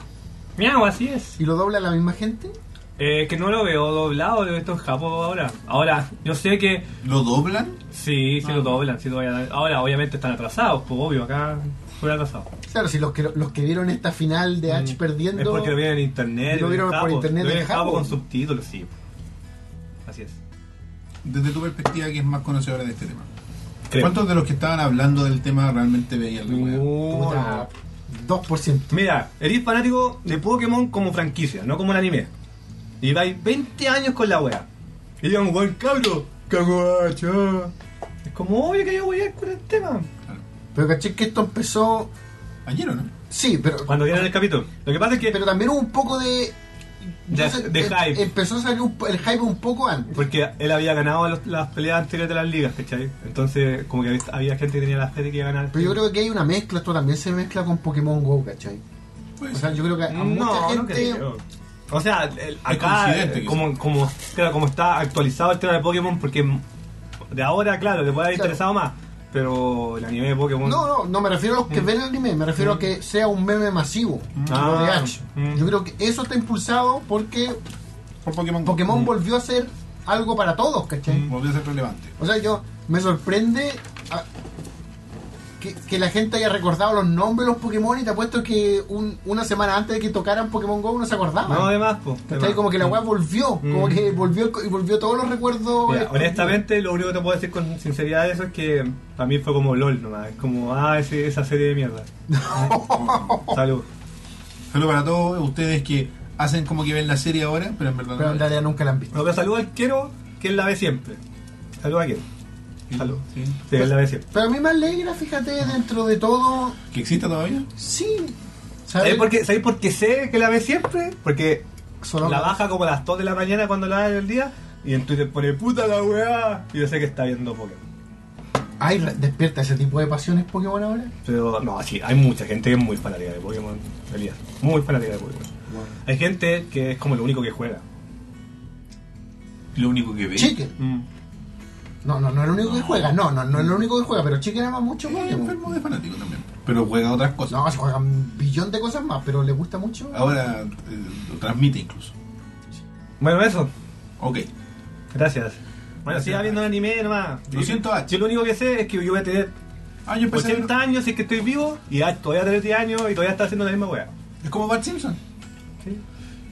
S3: Miau, así es.
S2: ¿Y lo dobla la misma gente?
S3: Eh, que no lo veo doblado, lo he visto en Japón ahora. Ahora, yo sé que
S2: Mm.
S1: ¿Lo doblan?
S3: sí,
S2: Ah.
S3: sí lo doblan, sí lo vayan a- Ahora, obviamente están atrasados, pues obvio, acá fue atrasado.
S2: Claro, si los que, los que vieron esta final de Ash perdiendo.
S3: Mm. Es porque lo vieron en internet.
S2: Lo vieron
S3: en
S2: por
S3: Japón,
S2: internet
S3: Lo
S2: en
S3: vieron en Japón
S2: Japón.
S3: con subtítulos, sí. Así es.
S1: Desde tu perspectiva, que es más conocedora de este tema.
S3: Creo.
S1: ¿Cuántos de los que estaban hablando del tema realmente veían la weá?
S3: Ninguno.
S2: Puta, 2%.
S3: Mira, eres fanático de Pokémon como franquicia, no como el anime. Y vais 20 años con la wea. Y yo, un buen cabro, caguacho. Es como obvio que yo voy a ir con el tema.
S1: Claro.
S2: Pero caché que esto empezó.
S1: ¿Ayer o no?
S2: Sí, pero.
S3: Cuando vieron el capítulo. Lo que pasa es que.
S2: Pero también hubo un poco de.
S3: De-
S2: no sé,
S3: de
S2: em-
S3: hype.
S2: Empezó a salir un po- el hype un poco antes.
S3: Porque él había ganado los- las peleas anteriores de las ligas, ¿cachai? Entonces, como que había gente que tenía la fe de que iba a ganar.
S2: Pero yo creo que hay una mezcla, esto también se mezcla con Pokémon Go, ¿cachai?
S1: Puede
S2: O sea,
S1: ser.
S2: yo creo que a mucha
S3: No, no
S2: gente.
S3: creo. O sea, el- acá,
S1: coincidente,
S3: eh, como, como, claro, como está actualizado el tema de Pokémon, porque de ahora, claro, le puede haber
S2: Claro.
S3: interesado más. Pero el anime de Pokémon.
S2: No, no, no me refiero a los que
S3: Mm.
S2: ven el anime, me refiero
S3: Mm.
S2: a que sea un meme masivo.
S3: Ah,
S2: de Ash.
S3: mm.
S2: Yo creo que eso está impulsado porque
S1: Por Pokémon Go.
S2: Pokémon
S3: Mm.
S2: volvió a ser algo para todos, ¿cachai?
S3: Mm.
S1: Volvió a ser relevante.
S2: O sea, yo me sorprende a- que, que la gente haya recordado los nombres de los Pokémon y te apuesto que un- una semana antes de que tocaran Pokémon GO no se acordaba.
S3: No, además, pues.
S2: ¿Cachai? Como que la weá volvió, como
S3: Mm.
S2: que volvió y volvió todos los recuerdos.
S3: Mira, honestamente, lo único que te puedo decir con sinceridad de eso es que para mí fue como LOL nomás. Es como, ah, ese- esa serie de mierda. Salud.
S1: Saludos para todos ustedes que hacen como que ven la serie ahora, pero en verdad no
S2: Pero en
S1: la
S2: realidad nunca la han visto.
S3: No, pero salud al Quero, que él la ve siempre. Salud a Quero.
S1: ven.
S3: Salud.
S1: Sí.
S3: Sí, él la ve siempre.
S2: Pero a mí me alegra, fíjate, dentro de todo,
S1: ¿Que exista todavía?
S2: sí. ¿sabes?
S3: ¿Sabéis por, qué- ¿Sabéis por qué sé que la ve siempre? Porque
S2: Solo-
S3: la baja como a las 2 de la mañana cuando la da el día y en Twitter pone puta la weá. Y yo sé que está viendo Pokémon.
S2: Ay, re- despierta ese tipo de pasiones Pokémon ahora.
S3: Pero no, sí, hay mucha gente que es muy fanática de Pokémon, en realidad. Muy fanática de Pokémon. Hay gente que es como lo único que juega.
S1: Lo único que ve.
S2: Chicken.
S3: Mm.
S2: No, no, no es lo único que juega. No, no, no es lo único que juega, pero Chicken ama mucho
S1: Es
S2: Pokémon.
S1: enfermo de fanático también. Pero juega otras cosas.
S2: No, se juega un billón de cosas más, pero le gusta mucho.
S1: Ahora eh, lo transmite incluso.
S3: Bueno, eso.
S1: Ok.
S3: Gracias. Bueno, siga viendo anime nomás.
S1: Lo siento, H.
S3: Yo lo único que sé es que yo voy a tener
S1: Ah, yo empecé. a ver-
S3: 80 años si es que estoy vivo y ah, todavía tener 10 años y todavía está haciendo la misma weá.
S1: Es como Bart Simpson.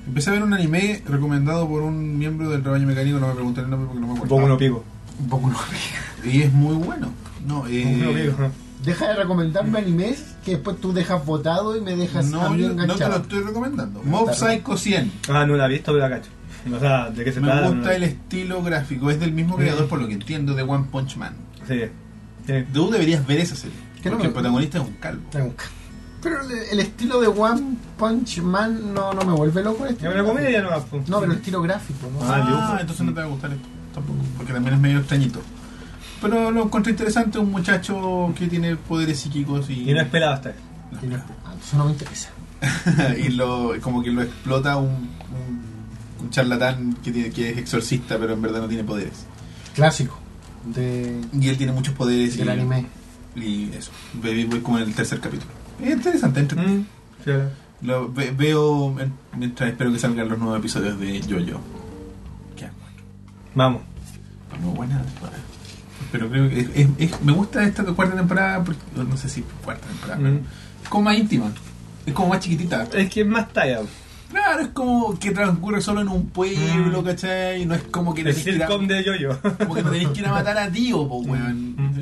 S1: Empecé a ver un anime recomendado por un miembro del rebaño mecánico, no me pregunté el nombre porque no me acuerdo.
S3: Pongo uno pico.
S2: Un poco no.
S1: Y es muy bueno. No, eh,
S3: Pongo uno pico.
S2: Deja de recomendarme animes que después tú dejas votado y me dejas a
S1: Mm. no, yo
S2: mí
S1: no te lo
S2: enganchado.
S1: estoy recomendando. Mob
S2: Está bien.
S1: Psycho 100.
S3: Ah, no la he visto, pero la cacho. O sea, ¿de qué se trata?
S1: Me
S3: No
S1: gusta
S3: la-
S1: el estilo gráfico. Es del mismo
S3: Sí.
S1: creador, por lo que entiendo, de One Punch Man.
S3: Sí. Sí.
S1: Tú deberías ver esa serie.
S2: Que no
S1: Porque
S2: me-
S1: el protagonista es un calvo.
S2: Te busca. Pero el, el estilo de One Punch Man no, no me vuelve loco. el
S3: Es
S2: estilo
S3: una comedia
S2: gráfico.
S3: nomás. pues.
S2: No, pero el estilo gráfico, ¿no?
S3: Ah, el
S1: Ah,
S3: dibujo.
S1: entonces no te va a gustar esto tampoco. Porque también es medio extrañito. Pero lo encontré interesante. Un muchacho que tiene poderes psíquicos y.
S3: Y no esperaba hasta eso.
S2: Y no- ah, entonces no me interesa.
S1: y lo, como que lo explota un, un- un charlatán que, tiene, que es exorcista, pero en verdad no tiene poderes.
S2: Clásico de,
S1: Y él tiene muchos poderes
S2: del
S1: y,
S2: anime.
S1: y eso. Ve- Voy como en el tercer capítulo. Es interesante. entre-
S3: Mm. Sí, ahora.
S1: Lo ve- veo en- mientras espero que salgan los nuevos episodios de Jojo. Que
S3: Vamos.
S1: es muy buena. bueno. Pero creo que es- es- es- me gusta esta cuarta temporada, porque, no sé si cuarta temporada. pero
S3: Mm.
S1: Es como más íntima, es como más chiquitita.
S3: Es que es más talla.
S1: Claro, es como que transcurre solo en un pueblo,
S3: Mm.
S1: ¿cachai? No es como que
S3: El
S1: tenés que ir a-
S3: sitcom de Yoyo.
S1: como que no tenés que ir a matar a tío, po, weón.
S3: Mm.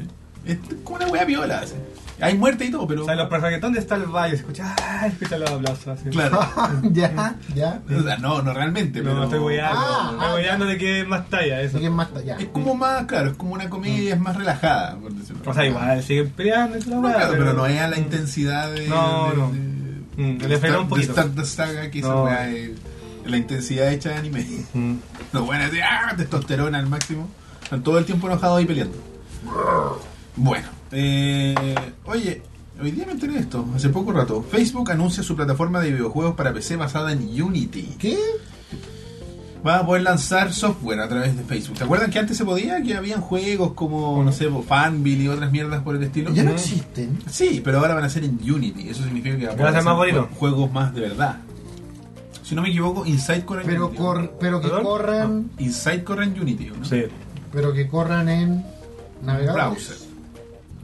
S1: Es como una wea viola. así. Hay muerte y todo, pero.
S3: O sea, los personajes, ¿dónde está el baño? Escucha, ah, escucha los aplausos. así.
S1: Claro.
S2: ya, ya.
S1: O sea, no, no realmente,
S3: No,
S1: pero.
S3: estoy guiando.
S2: Ah, ah,
S3: estoy guiando de que es más talla eso.
S2: Alguien más está- ya.
S1: Es como más, claro, es como una comedia, es más relajada, por decirlo.
S3: Mm. O sea, igual siguen peleando y toda la Mm.
S1: No,
S3: weá,
S1: claro, pero no es a la intensidad de.
S3: No,
S1: de-
S3: no.
S1: de-
S3: Mm,
S1: de
S3: le frenó
S1: Star-
S3: un poquito.
S1: De Star Wars Saga, que esa
S3: No.
S1: weá es la intensidad hecha de anime.
S3: Mm.
S1: Los buenos así, ¡ah! testosterona al máximo. Están todo el tiempo enojados y peleando. Bueno, eh, oye, hoy día me enteré de esto, hace poco rato. Facebook anuncia su plataforma de videojuegos para PC basada en Unity.
S2: ¿Qué?
S1: Va a poder lanzar software a través de Facebook. ¿Te acuerdan que antes se podía? Que habían juegos como, no sé, Fanville y otras mierdas por el estilo.
S2: Ya no existen.
S1: Sí, pero ahora van a ser en Unity. Eso significa que van
S3: Van a ser más bonito.
S1: juegos más de verdad. Si no me equivoco, Inside corre en
S2: Pero,
S1: Unity.
S2: cor- pero que
S3: ¿Perdón?
S2: corran.
S1: Inside corre en Unity, ¿o ¿no?
S3: Sí.
S2: Pero que corran en navegadores.
S1: Browser.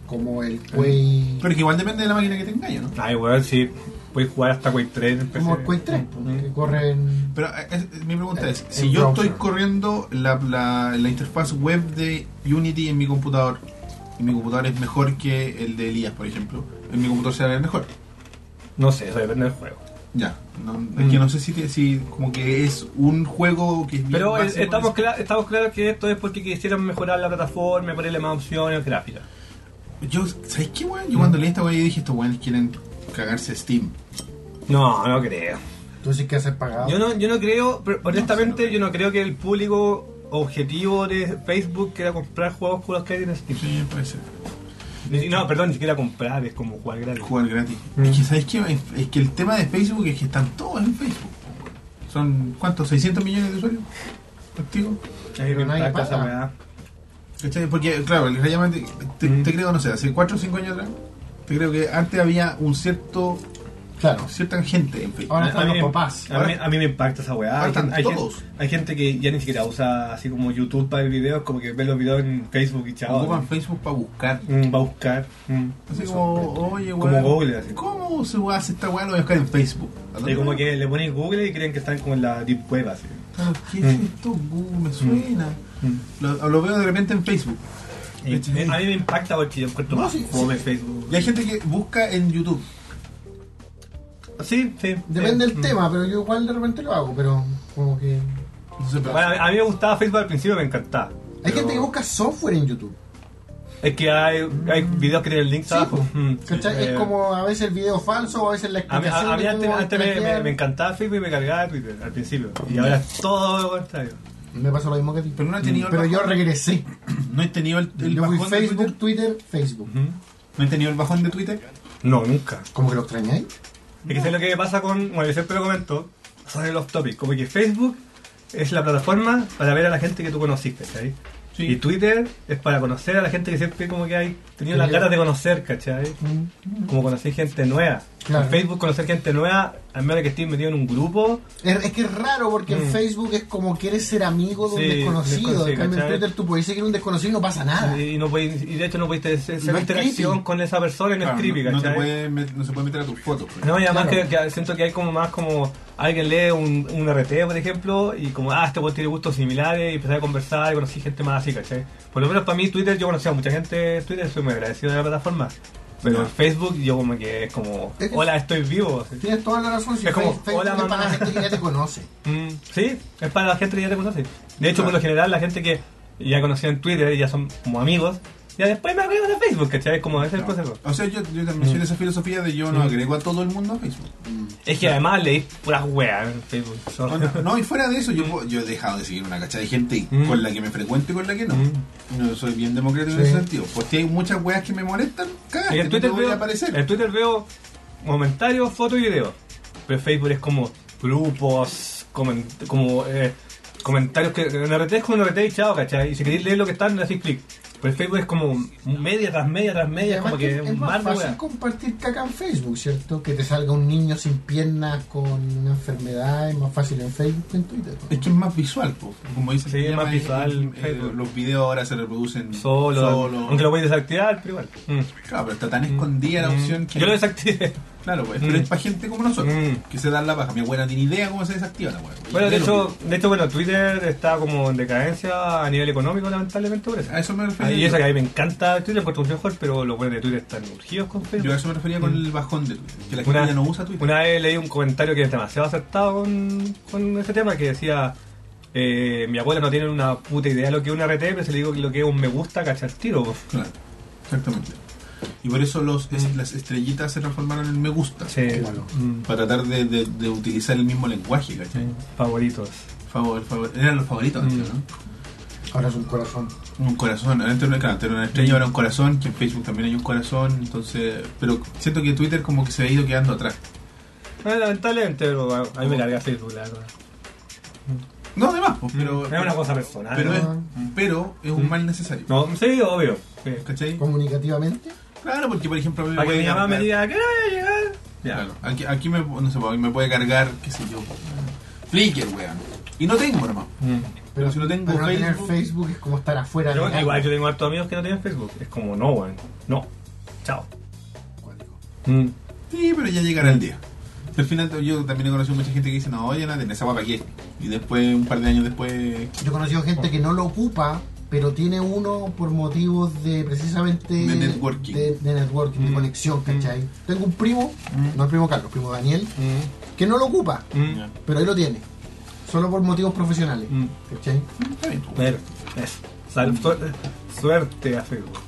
S2: Como
S3: Eh,
S2: el Quake.
S1: Pero es que igual depende de la máquina que tenga yo, ¿no?
S3: Ay, weón, sí. Puedes jugar hasta Quake 3 en PC.
S2: Como el Quake 3, pues,
S3: Mm.
S2: que corren.
S1: Pero eh, es- mi pregunta es,
S2: En
S1: si yo
S2: browser.
S1: estoy corriendo la, la, la interfaz web de Unity en mi computador, y mi computador es mejor que el de Elías, por ejemplo, en mi computador se va a ver mejor.
S3: No sé, eso depende del juego.
S1: Ya. No, Es
S3: Mm.
S1: que no sé si, te- si como que es un juego que es bien
S3: Pero eh,
S1: básico,
S3: estamos,
S1: es-
S3: cla- estamos claros que esto es porque quisieron mejorar la plataforma, y ponerle más opciones gráficas.
S1: Yo, ¿sabes qué, weón? Yo cuando
S3: Mm.
S1: leí esta weá yo dije, estos weones quieren cagarse Steam.
S3: No, no creo.
S2: Tú sí que haces pagado.
S3: Yo no, yo no creo, pero honestamente,
S1: sí, no.
S3: yo no creo que el público objetivo de Facebook quiera comprar juegos con los que hay en Steam.
S1: Sí, puede ser.
S3: Ni- No, perdón, ni siquiera comprar, es como jugar gratis.
S1: Jugar gratis.
S3: Mm.
S1: Es que, ¿sabes qué? Es, es que el tema de Facebook es que están todos en Facebook. Son, ¿cuántos? ¿600 millones de usuarios? ¿Activos?
S3: Ay,
S2: Pero
S3: me
S2: nadie
S3: impacta esa
S2: paga.
S3: weá.
S1: ¿Cachai? Porque, claro, el Rayman, te, te-
S3: Mm.
S1: te creo, no sé, hace 4 o 5 años atrás, te creo que antes había un cierto
S2: Claro.
S1: cierta gente en Facebook.
S2: Ahora
S3: A- a
S2: están
S3: mí
S2: los
S3: me-
S2: papás.
S3: A mí, a mí me impacta esa weá. Hay,
S1: Ahora
S3: gen-
S1: están
S3: hay gen-
S1: todos.
S3: hay gente que ya ni siquiera usa así como YouTube para ver videos, como que ve los videos en Facebook y chao.
S1: Ocupan Facebook para buscar.
S3: Mm, va a buscar. mm.
S1: Así
S2: Me
S1: como,
S2: sorprende.
S1: oye,
S3: Como
S1: weón,
S3: Google, así.
S1: ¿Cómo se va a hacer esta weá? Lo voy a buscar en Facebook. ¿A
S3: Y
S1: dónde
S3: como
S1: va?
S3: que le ponen Google y creen que están como en la deep web así.
S1: Pero, ¿Qué
S3: Mm.
S1: es esto? Google, me suena.
S3: Mm.
S1: Lo, lo veo de repente en Facebook.
S3: Y me- a mí me impacta porque yo encuentro
S1: No,
S3: más
S1: sí,
S3: fome
S1: sí.
S3: Facebook.
S1: Y hay gente que busca en YouTube.
S3: Sí, sí.
S2: Depende
S3: sí.
S2: del
S3: Mm.
S2: tema, pero yo igual de repente lo hago, pero como que.
S1: No sé, pero-
S3: Mm. Bueno, a mí- a mí me gustaba Facebook al principio, me encantaba.
S2: Hay
S3: Pero-
S2: gente que busca software en YouTube.
S3: Es que hay, hay videos que tienen links
S2: Sí,
S3: abajo.
S2: po.
S3: Mm,
S2: ¿Cachai?
S3: sí. Eh,
S2: es como a veces el video falso o a veces la
S3: A mí,
S2: explicación.
S3: a- a mí
S2: de
S3: antes,
S2: cómo
S3: antes me, me-
S2: hackear.
S3: me encantaba Facebook y me cargaba Twitter al principio. Y ahora es todo lo contrario.
S2: Me pasó lo mismo que a ti. Mm.
S1: Pero no he tenido el
S2: Pero yo
S1: bajón.
S2: regresé.
S1: no he tenido el, el
S2: yo fui
S1: bajón de
S2: Facebook,
S1: Twitter.
S2: Twitter, Facebook.
S3: Ujú.
S1: No he tenido el bajón de Twitter.
S3: No, nunca.
S2: ¿Cómo que lo extrañáis?
S3: Es que sé lo que pasa con, bueno, yo siempre lo comento, sobre los topics. Como que Facebook es la plataforma para ver a la gente que tú conociste, ¿cachai?
S1: Sí.
S3: Y Twitter es para conocer a la gente que siempre como que hay tenido las
S2: Tenía-
S3: ganas de conocer, ¿cachai? Como conocer gente nueva.
S2: Claro.
S3: En Facebook conocer gente nueva, al menos que estés metido en un grupo,
S2: Es, es que es raro porque en
S3: Mm.
S2: Facebook es como quieres ser amigo de un
S3: Sí,
S2: desconocido.
S3: desconocido,
S2: En cambio, en
S3: ¿cachai?
S2: Twitter tú puedes seguir un desconocido y no pasa nada.
S3: y, no podéis- y de hecho no podéis hacer
S2: Ah. No es
S3: interacción
S2: creepy.
S3: con esa persona y no
S1: Claro,
S3: es creepy,
S1: no, no te
S3: ¿cachai?
S1: puede met- no se puede meter a tus fotos. pues.
S3: No, y además
S2: Claro.
S3: que, que siento que hay como más como alguien lee un, un RT, por ejemplo, y como, ah, este weón tiene gustos similares, y empezar a conversar, y conocí gente más así, ¿cachai? Por lo menos para mí Twitter, yo conocía a mucha gente en Twitter, soy muy agradecido de la plataforma. Pero
S1: Ya.
S3: en Facebook yo como que es como,
S2: Es que-
S3: hola, estoy vivo. así.
S2: Tienes toda la razón. Si
S3: Es como,
S2: Fe- Facebook
S3: hola,
S2: es para la
S3: mamá.
S2: gente que ya te conoce.
S3: Mm, sí, es para la gente que ya te conoce. De hecho, por
S1: Claro.
S3: lo general, la gente que ya conocía en Twitter y ya son como amigos, ya después me agregan a Facebook, ¿cachai? Es como ese es el
S1: No.
S3: consejo.
S1: O sea, yo, yo también soy de esa filosofía de yo no agrego a todo el mundo a Facebook.
S3: Es que además leí puras weas en Facebook. sorry.
S1: Onda, No, y fuera de eso, yo, puedo- yo he dejado de seguir una cachada de gente
S3: Mm.
S1: con la que me frecuento y con la que no.
S3: Mm.
S1: No soy bien democrático en
S2: Sí.
S1: ese sentido. Pues si hay muchas weas que me molestan,
S3: Y
S1: cállate,
S3: en
S1: no
S3: Twitter,
S1: te Este voy
S3: veo,
S1: a aparecer.
S3: en Twitter veo comentarios, fotos y videos. Pero Facebook es como grupos, comen- como eh, comentarios que en RT es como en RT y chao, ¿cachai? Y si queréis leer lo que están, le hacéis clic. Pero Facebook es como media tras media tras
S2: Y
S3: media, es
S2: además
S3: como
S2: que
S3: que es
S2: es
S3: un
S2: más
S3: mar de
S2: fácil
S3: weas.
S2: compartir caca en Facebook, ¿cierto? Que te salga un niño sin piernas con una enfermedad es más fácil en Facebook que en Twitter. ¿no?
S1: Es que es más visual, po. como dice
S3: Sí,
S1: el
S3: es
S1: tema,
S3: más
S1: eh,
S3: visual,
S1: eh,
S3: Facebook.
S1: los videos ahora se reproducen
S3: Solo,
S1: solo.
S3: aunque lo voy a desactivar, pero igual. Mm.
S1: Claro, pero está tan escondida la
S3: Mm.
S1: opción que.
S3: Yo lo desactivé.
S1: Claro, pues,
S3: Mm.
S1: pero es para gente como nosotros,
S3: Mm.
S1: que se dan la baja. Mi abuela no tiene idea cómo se desactiva la wea.
S3: Bueno, de
S1: Yo
S3: hecho,
S1: no-
S3: de hecho, bueno, Twitter está como en decadencia a nivel económico, lamentablemente, por eso.
S1: A eso me refería.
S3: Y
S1: yo.
S3: eso que a mí me encanta Twitter, porque es mejor, pero los buenos de Twitter están urgidos con Facebook.
S1: Yo a eso me refería con el bajón de Twitter, que la gente
S3: Mm. Una-
S1: ya no usa Twitter.
S3: Una vez leí un comentario que es demasiado acertado con, con ese tema, que decía, eh, mi abuela no tiene una puta idea de lo que es un RT, pero se le digo que lo que es un me gusta, cachar tiro. po.
S1: Claro, exactamente. Y por eso los, es- las estrellitas se transformaron en me gusta.
S3: Mm. Sí.
S2: Claro.
S3: Mm.
S1: Para tratar de, de- de utilizar el mismo lenguaje, ¿cachai?
S3: Favoritos.
S1: Favor, favor- Eran los favoritos antes,
S3: Mm.
S2: Ahora es un corazón.
S1: ¿no? Un corazón. Antes era, claro, antes era una estrella, ahora un corazón, que en Facebook también hay un corazón. Entonces, pero siento que Twitter como que se ha ido quedando atrás.
S3: Ah, lamentablemente, pero a, a mí me carga Facebook, la verdad.
S1: No, además, pues, pero...
S3: Mm. es una cosa personal. Mm.
S1: Pero es,
S2: Ah.
S1: pero es un mal necesario.
S3: No, sí, obvio. Sí.
S1: ¿Cachai?
S2: Comunicativamente,
S1: Claro, porque por ejemplo... a mí me
S3: Para que
S1: puede
S3: mi mamá me
S1: cargar-
S3: diga, ¿qué hora voy a llegar? Ya.
S1: Claro, aquí, aquí me, no sé, me puede cargar, qué sé yo, Flickr, weón. Y no tengo, nomás.
S3: Mm.
S1: Pero si no tengo
S2: pero no tener
S1: Facebook,
S2: Facebook es como estar afuera
S3: Yo-
S2: de algo.
S3: igual yo tengo hartos amigos que no tienen Facebook. Es como, no, weón. No. Chao.
S2: Cuático.
S3: Mm.
S1: Sí, pero ya llegará el día. Al final yo también he conocido mucha gente que dice, no, oye, nada, en esa guapa aquí. Y después, un par de años después,
S2: Yo he conocido gente que no lo ocupa, pero tiene uno por motivos de precisamente.
S1: De networking.
S2: De, de networking, de
S3: Mm.
S2: conexión, ¿cachai? Tengo un primo,
S1: Mm.
S2: no el primo Carlos, primo Daniel,
S3: Mm.
S2: que no lo ocupa,
S3: Mm.
S1: ya,
S2: pero él lo tiene. Solo por motivos profesionales,
S3: Mm.
S2: ¿cachai?
S1: está bien. pues.
S3: Pero, eso. Sal- suer- suerte a Facebook.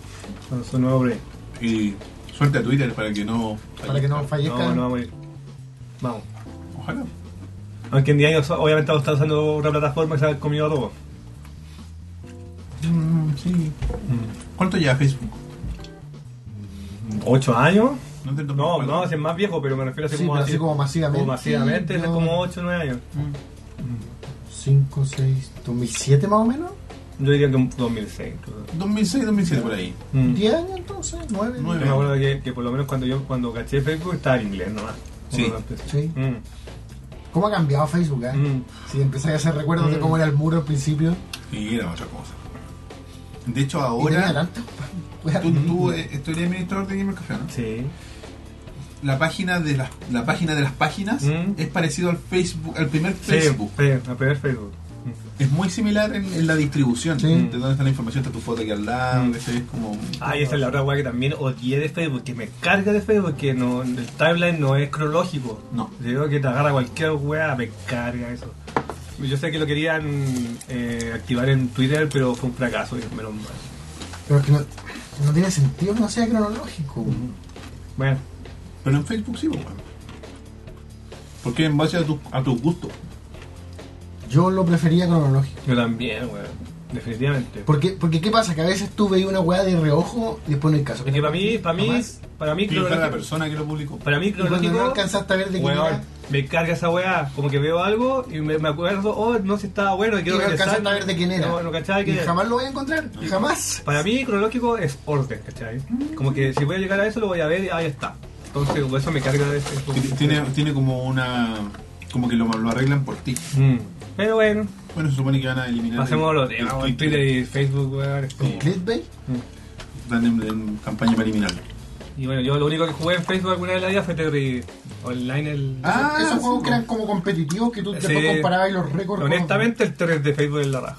S3: Con su nuevo break.
S1: Y suerte a Twitter para que no...
S2: Para que no
S3: No,
S2: fallezca.
S3: no va a morir. Vamos.
S1: Ojalá.
S3: Aunque en día ellos obviamente están usando una plataforma que se ha comido a todos.
S1: Mm, sí. ¿Cuánto lleva Facebook?
S3: ¿Ocho años?
S1: No, es del
S3: No,
S1: 2004.
S3: no, es más viejo, pero me refiero así
S2: Sí,
S3: como
S2: pero así como masivamente.
S3: Como masivamente, es
S2: Yo-
S3: como ocho, nueve años.
S1: Mm.
S2: 5, 6, 2007 más o menos.
S3: Yo diría que un 2006. creo.
S1: 2006, 2007 por ahí.
S3: Mm.
S2: ¿10 años entonces? ¿9?
S1: Nueve.
S3: Yo me acuerdo que, que por lo menos cuando yo cuando caché Facebook estaba en inglés nomás.
S1: Sí.
S3: Cuando lo empecé.
S2: Sí.
S3: Mm.
S2: ¿Cómo ha cambiado Facebook? eh?
S3: Mm.
S2: Si empezáis a hacer recuerdos de
S3: Mm.
S2: cómo era el muro al principio.
S1: Y era otra cosa. De hecho,
S2: Y tenía
S1: ahora.
S2: tanto. weá.
S1: Tú, tú, eh, tú eres administrador de Gamer Café, ¿no?
S3: Sí.
S1: La página de las, la página de las páginas
S3: Mm.
S1: es parecido al Facebook, al primer
S3: Sí,
S1: Facebook.
S3: fe- a pegar Facebook. Mm.
S1: Es muy similar en, en la distribución.
S2: Sí.
S1: De dónde está la información, está tu foto aquí al lado,
S3: Mm.
S1: ¿cachai? es como.
S3: Ay, esa es la otra weá que también odié de Facebook, que me carga de Facebook, que no, el timeline no es cronológico.
S1: No.
S3: Digo que te agarra cualquier weá, me carga eso. Yo sé que lo querían eh, activar en Twitter, pero fue un fracaso, y menos mal.
S2: Pero es que no, no tiene sentido que no sea cronológico.
S3: Bueno,
S1: Pero en Facebook sí, pues, bueno. Porque en base a tus a tus gustos.
S2: Yo lo prefería cronológico.
S3: yo también, weón. Definitivamente.
S2: Porque, porque ¿qué pasa? Que a veces tú veías una weá de reojo y después no hay caso.
S3: Es que para mí, para mí,
S1: Nomás.
S3: para mí,
S1: Y para la
S3: cronológico.
S1: persona que lo publicó.
S3: Para mí,
S2: Y cuando
S3: cronológico.
S2: no alcanzaste a ver de quién
S3: Weón,
S2: era,
S3: me carga esa weá, como que veo algo y me, me acuerdo, oh, no se estaba bueno,
S2: y
S3: y quiero
S2: no
S3: regresar.
S2: alcanzaste a ver de quién era.
S3: No, no cachaba
S2: y
S3: que
S2: jamás lo voy a encontrar. Jamás.
S3: Para mí, cronológico es orden, ¿cachai?
S2: Mm.
S3: Como que si voy a llegar a eso, lo voy a ver y ahí está. Entonces, por eso me carga de ese.
S1: Tiene- Tiene, tiene como una. Como que lo, lo arreglan por ti.
S3: Mm. Pero bueno,
S1: Bueno, se supone que van a eliminar.
S3: pasemos a los
S1: el-
S3: temas.
S1: el
S3: weón.
S1: clickbait.
S3: Twitter y Facebook, weón. es
S2: ¿Con
S3: como-
S2: clickbait?
S1: Están en, en campaña para eliminarlo.
S3: Y bueno, yo lo único que jugué en Facebook alguna vez en la vida fue Terry Online. El...
S1: Ah,
S2: Esos
S1: sí,
S2: juegos
S1: po.
S2: que eran como competitivos que tú
S3: Sí.
S2: después comparabas y los récords.
S3: Honestamente, el 3 de Facebook es la raja.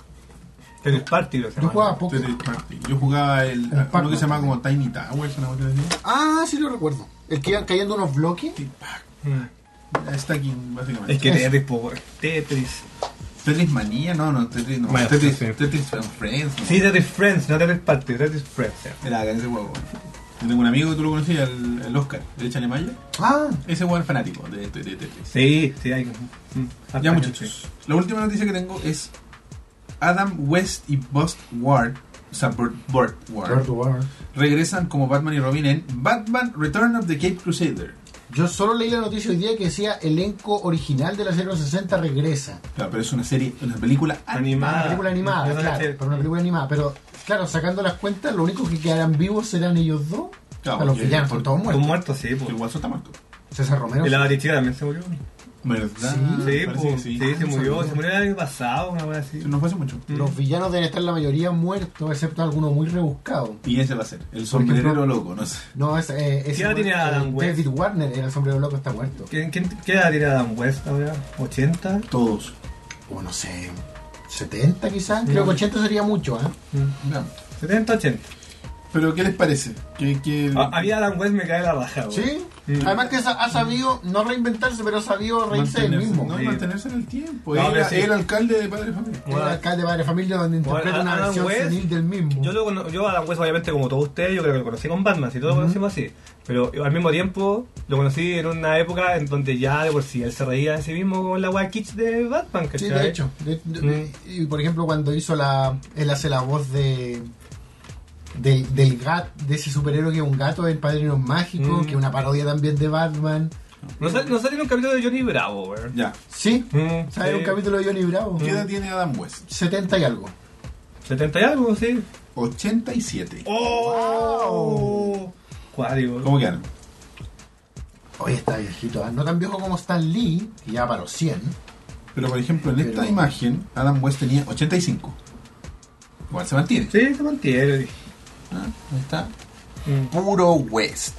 S3: El partido, se
S2: Yo
S3: llama.
S2: jugaba poco.
S1: Entonces, Party. Yo jugaba el,
S2: Un
S1: uno
S2: Pac-Man
S1: que se llama como Tiny Towers, una cosa así.
S2: Ah, sí lo recuerdo. El que iban cayendo unos bloques.
S1: Tic-tac.
S3: Mm.
S1: Stacking, básicamente.
S3: Es que
S2: Es-
S3: Tetris, po, weón. Tetris.
S1: Tetris Manía, no, no, Tetris, no.
S3: Bueno,
S1: Tetris,
S3: sí.
S1: Tetris and Friends. ¿no?
S3: Sí, Tetris Friends, no Tetris Party, Tetris Friends. se llama.
S1: Era ese juego. Yo tengo un amigo que tú lo conocías, el, el Oscar, de Échale Maya.
S2: Ah,
S1: Ese juego es fanático de, de- de Tetris.
S3: Sí, sí, hay. mm,
S1: Ya,
S3: harta
S1: muchachos. La última noticia que tengo es Adam West y Bust Ward, o sea, Burt- Burt Ward, regresan como Batman y Robin en Batman Return of the Cape Crusader.
S2: Yo solo leí la noticia hoy día que decía elenco original de la serie de los 60 regresa.
S1: Claro, pero es una serie, una película
S3: Animada.
S2: Una película animada,
S3: Yo no
S2: claro.
S3: caché.
S2: Pero una película animada. Pero, claro, sacando las cuentas, lo único que quedarán vivos serán ellos dos.
S1: Claro,
S2: a los
S1: porque-
S2: villanos, son todos
S3: Muerto. Un
S2: muertos.
S3: muerto, sí,
S1: Que
S3: pues.
S1: el guaso está muerto.
S2: César Romero.
S3: Y la batichica también se murió.
S1: ¿Verdad?
S3: Sí,
S1: Parece que
S3: pues. Sí, se
S2: Ah,
S3: murió.
S2: sabía.
S3: Se murió el año pasado, una cosa así.
S1: No fue hace mucho.
S2: Los villanos deben estar la mayoría muertos, excepto algunos muy rebuscados.
S1: Y ese va a ser. El sombrerero
S2: ejemplo-
S1: loco, no sé.
S2: No, es, eh, ese
S3: ¿Qué edad tiene
S2: eh,
S3: Adam West?
S2: David Warner, el sombrero loco, está muerto.
S3: ¿Quién, quién, ¿Qué edad tiene Adam West ahora? ¿80?
S1: Todos.
S2: O no sé, 70 quizás. Creo que 80 sería mucho, ¿eh?
S3: Mm.
S1: Veamos.
S3: 70, 80.
S1: Pero, ¿qué les parece? Que, que...
S3: Ah, A, a mí Adam West me cae la baja, güey.
S2: Sí.
S3: Mm.
S2: Además que sa- ha sabido no reinventarse, pero ha sabido reírse del mismo.
S1: No,
S3: Sí.
S1: mantenerse en el tiempo.
S3: No,
S1: él
S3: pero
S1: era
S3: sí.
S1: era alcalde de Padre y Familia.
S2: El alcalde de Padre Familia donde interpreta
S3: Bueno,
S2: una
S3: Adam
S2: versión
S3: West,
S2: senil del mismo.
S3: Yo, lo, cono- yo a Adam West, obviamente, como todos ustedes, yo creo que lo conocí con Batman, si todos lo conocimos así. Pero yo, al mismo tiempo, lo conocí en una época en donde ya de por sí él se reía de sí mismo con la wea kitsch de Batman, ¿cachai?
S2: Sí, de hecho. De- de-
S3: Mm.
S2: Y por ejemplo, cuando hizo la. Él hace la voz de. Del, del gat, de ese superhéroe que es un gato del Padrino Mágico,
S3: Mm.
S2: que es una parodia también de Batman.
S3: No, sal- no salió en un capítulo de Johnny Bravo, güey.
S1: Ya.
S2: Sí,
S3: Mm,
S2: ¿sabes?
S3: sí. Mm.
S2: Un capítulo de Johnny Bravo.
S1: ¿Qué edad tiene Adam West?
S2: 70 y algo.
S3: 70 y algo, sí.
S1: 87.
S3: ¡Oh! Cuadrigo.
S1: ¿Cómo quedan?
S2: Hoy está viejito, ¿eh? no tan viejo como Stan Lee, que ya para los 100.
S1: Pero, por ejemplo, en esta
S2: Pero-
S1: imagen, Adam West tenía 85. Igual se mantiene.
S3: Sí, se mantiene.
S1: Ah, ahí está.
S3: Mm.
S1: Puro West.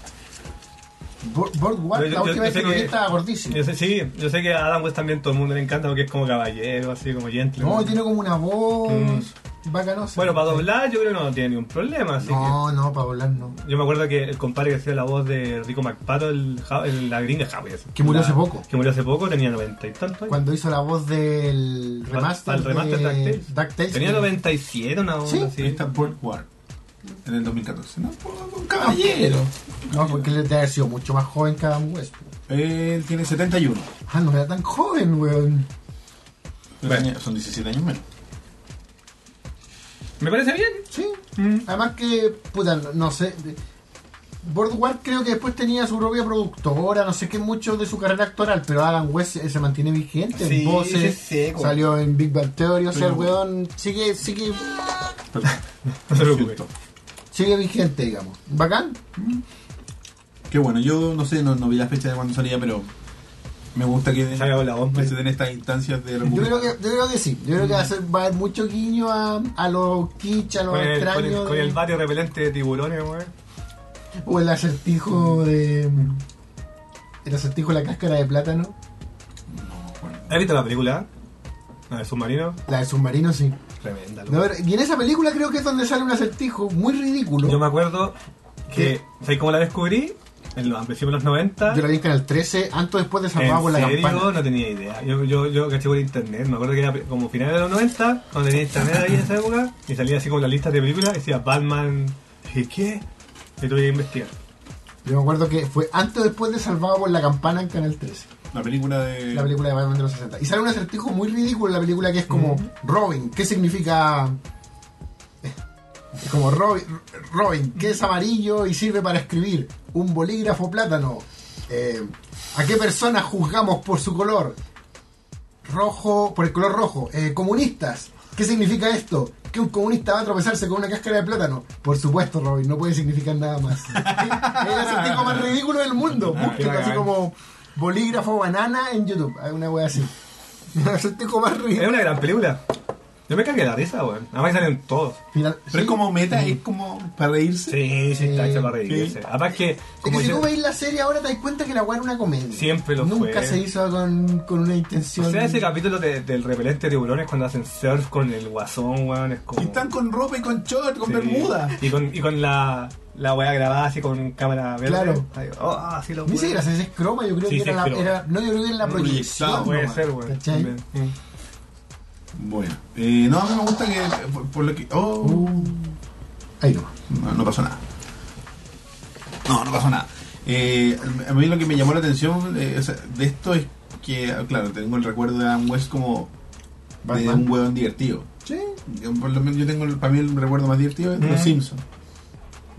S2: Burt Burt Ward,
S3: Yo- yo-
S2: la última
S3: yo
S2: vez
S3: sé
S2: que lo vi
S3: que-
S2: estaba gordísimo.
S3: Yo sé, sí, yo sé que a Adam West también todo el mundo le encanta porque es como caballero, así como gentleman.
S2: No, tiene como una voz bacanosa.
S3: Mm. Bueno, para doblar yo creo que no tiene ningún problema, así
S2: No, no, para doblar no.
S3: que... Yo me acuerdo que el compadre que hacía la voz de Rico McPato, el, Ja- el- la gringa Javi. así.
S2: Que murió
S3: La-
S2: hace poco.
S3: Que murió hace poco, tenía 90 y tantos.
S2: Cuando hizo la voz del remaster,
S3: Al remaster
S2: de
S3: DuckTales.
S2: DuckTales,
S3: Tenía
S2: que-
S3: 97 una onda
S2: Sí.
S1: Ahí
S3: así.
S1: está Port Ward. En el 2014. No, un caballero.
S2: No, porque él debe haber sido mucho más joven que Adam West.
S1: Él tiene 71.
S2: Ah, no era tan joven, weón.
S1: Bueno. Son 17 años menos.
S3: Me parece bien.
S2: Sí.
S3: Mm.
S2: Además que, puta, no, no sé. Boardwalk creo que después tenía su propia productora, no sé qué mucho de su carrera actoral, pero Adam West eh, se mantiene vigente
S3: Sí,
S2: en voces,
S3: sí, sí, güey.
S2: salió en Big Bang Theory, o sea, el
S1: Pero-
S2: weón sigue, sigue
S1: Perdón.
S3: No se
S1: Lo
S3: preocupe.
S1: siento.
S2: Sigue vigente, digamos. ¿Bacán?
S1: Qué bueno, yo no sé, no, no vi la fecha de cuando salía, pero me gusta que,
S3: Se ha acabado la bomba.
S1: que se den estas instancias de
S2: Yo
S1: recuperación.
S2: creo que, yo creo que sí. Yo creo que va a, ser- va a haber mucho guiño a, a los kitsch, a los
S3: Con el,
S2: extraños.
S3: con, el, con el barrio repelente de tiburones, weón.
S2: O el acertijo de. El acertijo de la cáscara de plátano.
S1: No, bueno.
S3: ¿Has visto la película? La del submarino.
S2: La del submarino, sí.
S3: Tremenda.
S2: No, pero- y en esa película creo que es donde sale un acertijo muy ridículo.
S3: Yo
S2: Yo,
S3: me acuerdo que, ¿sabes cómo la descubrí? En los, a principios de los 90.
S2: la vi en Canal 13, antes después de Salvado
S3: en
S2: por la
S3: serio,
S2: Campana.
S3: no tenía idea. Yo, yo, yo caché por internet. Me acuerdo que era como finales de los 90, cuando tenía internet ahí en esa época, y salía así como la lista de películas, y decía Batman. ¿Y qué? Y tuve que investigar.
S2: Yo me acuerdo que fue antes o después de Salvado por la Campana en Canal 13.
S1: La película de.
S2: La película de Batman de los 60. Y sale un acertijo muy ridículo en la película que es como Robin. ¿Qué significa.? Es Como Robin, Robin, que es amarillo y sirve para escribir. Un bolígrafo plátano. Eh, ¿A qué persona juzgamos por su color? Rojo, por el color rojo. Eh, comunistas. ¿Qué significa esto? Que un comunista va a tropezarse con una cáscara de plátano. Por supuesto, Robin, no puede significar nada más. es el acertijo más ridículo del mundo.
S3: Ah, qué
S2: Búsquenlo así
S3: bacán.
S2: como bolígrafo banana en YouTube. Hay una wea así. El acertijo más
S3: Era
S2: ridículo.
S3: una gran película. Yo me cagué la risa, weón. Además que salen todos.
S2: Final-
S1: Pero
S2: sí.
S1: es como meta, es como para reírse.
S3: Sí, sí, está hecha para reírse.
S1: Sí.
S3: Además que,
S2: Es que
S3: como
S2: si
S3: yo-
S2: tú veis la serie ahora te das cuenta que la weá era una comedia.
S3: Siempre lo
S2: Nunca
S3: fue.
S2: se hizo con, con una intención.
S3: o sea, ese capítulo de- del repelente de tiburones cuando hacen surf con el guasón, weón, es como...
S1: Y están con ropa y con short, con
S3: Sí.
S1: bermuda.
S3: Y con, y con la, la weá grabada así con cámara verde.
S2: Claro.
S3: Ahí, oh, ah, sí lo
S2: Ni siquiera
S3: pude.
S2: se es croma, yo creo
S3: Sí,
S2: que era,
S3: sí, es
S2: la,
S3: croma.
S2: era- No, yo creo que era la
S1: Proyectado,
S2: proyección.
S3: Puede
S2: nomás,
S3: ser, weón.
S2: ¿cachai?
S3: También. Mm.
S1: Bueno, eh, no, a mí me gusta que. Por, por lo que. Oh,
S2: Uh, ahí no.
S1: no, no pasó nada. No, no pasó nada. Eh, a mí lo que me llamó la atención eh, o sea, de esto es que, ah, claro, tengo el recuerdo de Adam West como de
S2: Batman.
S1: un huevón divertido.
S2: Sí.
S1: Yo, por lo menos yo tengo el- para mí el recuerdo más divertido es de los
S3: Mm.
S1: Simpsons.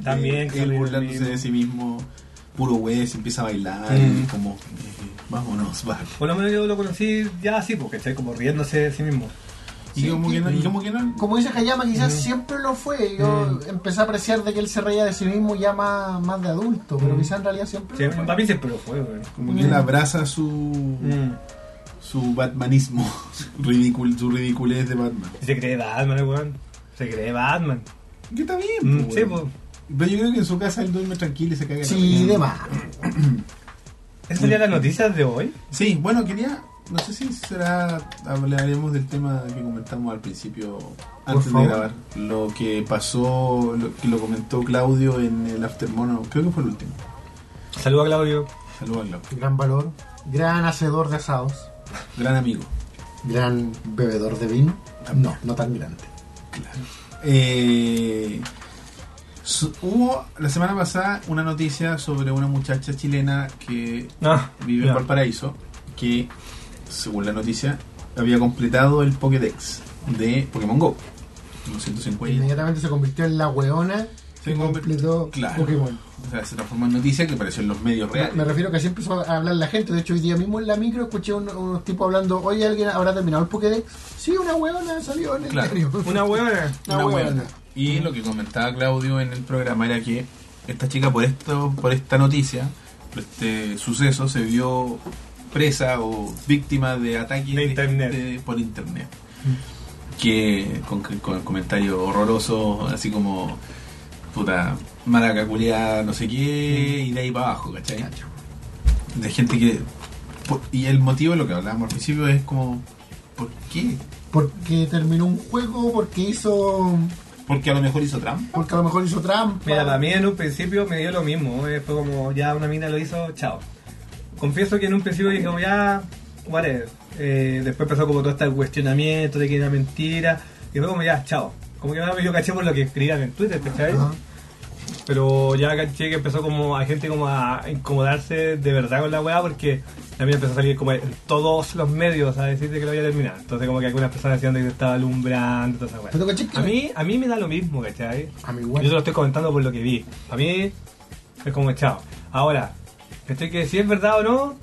S3: También,
S1: Eh, él
S3: sale
S1: burlándose
S3: el-
S1: de sí mismo, puro güey, se empieza a bailar
S3: Mm.
S1: y como eh, vámonos, vale.
S3: Por lo menos yo lo conocí ya así, porque está como riéndose de sí mismo.
S1: Y
S2: Sí,
S1: como
S2: y-
S1: que no, y como que no.
S2: Como dice Hayama, quizás
S3: Mm.
S2: siempre lo fue. Yo
S3: Mm.
S2: empecé a apreciar de que él se reía de sí mismo ya más, más de adulto, pero
S3: Mm.
S2: quizás en realidad siempre.
S3: Sí,
S2: lo fue.
S3: para mí siempre lo fue, weón.
S1: Como que él
S2: Mm.
S1: abraza su
S3: Mm.
S1: su batmanismo, su ridicul, su ridiculez de Batman.
S3: Y se cree Batman, weón. Se cree Batman.
S1: Que está bien,
S3: Mm,
S1: pues,
S3: sí,
S1: güey.
S3: pues.
S1: Pero yo creo que en su casa él duerme tranquilo y se caga en la
S2: Sí,
S1: risa.
S2: demás.
S3: ¿Esas serían las noticias de hoy?
S1: Sí, bueno, quería no sé si será hablaremos del tema que comentamos al principio antes de
S2: favor.
S1: grabar, lo que pasó, lo que lo comentó Claudio en el Aftermono, creo que fue el último.
S3: Saludos a Claudio.
S1: Saludos a Claudio,
S2: Gran valor, gran hacedor de asados,
S1: gran amigo.
S2: gran bebedor de vino. No, no tan grande.
S1: Eh, su- hubo la semana pasada una noticia sobre una muchacha chilena que
S3: No,
S1: vive en
S3: no.
S1: Valparaíso, que, según la noticia, había completado el Pokédex de Pokémon Go. 250.
S2: Inmediatamente se convirtió en la weona
S1: Se
S2: que
S1: convirtió-
S2: completó
S1: claro.
S2: Pokémon.
S1: O sea, se transformó en noticia que apareció en los medios reales.
S2: Me refiero que así empezó a hablar la gente. De hecho, hoy día mismo en la micro escuché un- unos tipos hablando: Oye, ¿alguien habrá terminado el Pokédex? Sí, una weona salió en el
S1: Claro.
S2: diario.
S3: Una huevona.
S2: una
S1: Una
S2: huevona.
S1: huevona. Y lo que comentaba Claudio en el programa era que esta chica por esto, por esta noticia, por este suceso, se vio presa o víctima de ataques
S3: De internet.
S1: de- por internet. Que con, con comentarios horrorosos, así como puta maraca culiada, no sé qué, y de ahí para abajo, ¿cachai? De gente que. por- y el motivo de lo que hablábamos al principio es como. ¿Por qué?
S2: Porque terminó un juego, porque hizo.
S1: Porque a lo mejor hizo Trump.
S2: Porque a lo mejor hizo trampa.
S3: Mira, para mí en un principio me dio lo mismo. eh, Fue como, ya una mina lo hizo, chao. Confieso que en un principio dije, como, ya, whatever. Eh, después empezó como todo este cuestionamiento de que era mentira. Y fue como, ya, chao. Como que nada, yo caché por lo que escribían en Twitter, ¿cachai?
S2: Ajá.
S3: Pero ya caché que empezó como a gente como a incomodarse de verdad con la weá porque también empezó a salir como en todos los medios a decirte que lo había terminado. Entonces como que algunas personas decían de que estaba alumbrando, toda esa weá.
S2: Pero caché que-
S3: A mí, a mí me da lo mismo, ¿cachai?
S2: A mi
S3: Yo te
S2: weona.
S3: lo estoy comentando por lo que vi. A mí es como chao. Ahora, ¿cachai? Que si es verdad o no,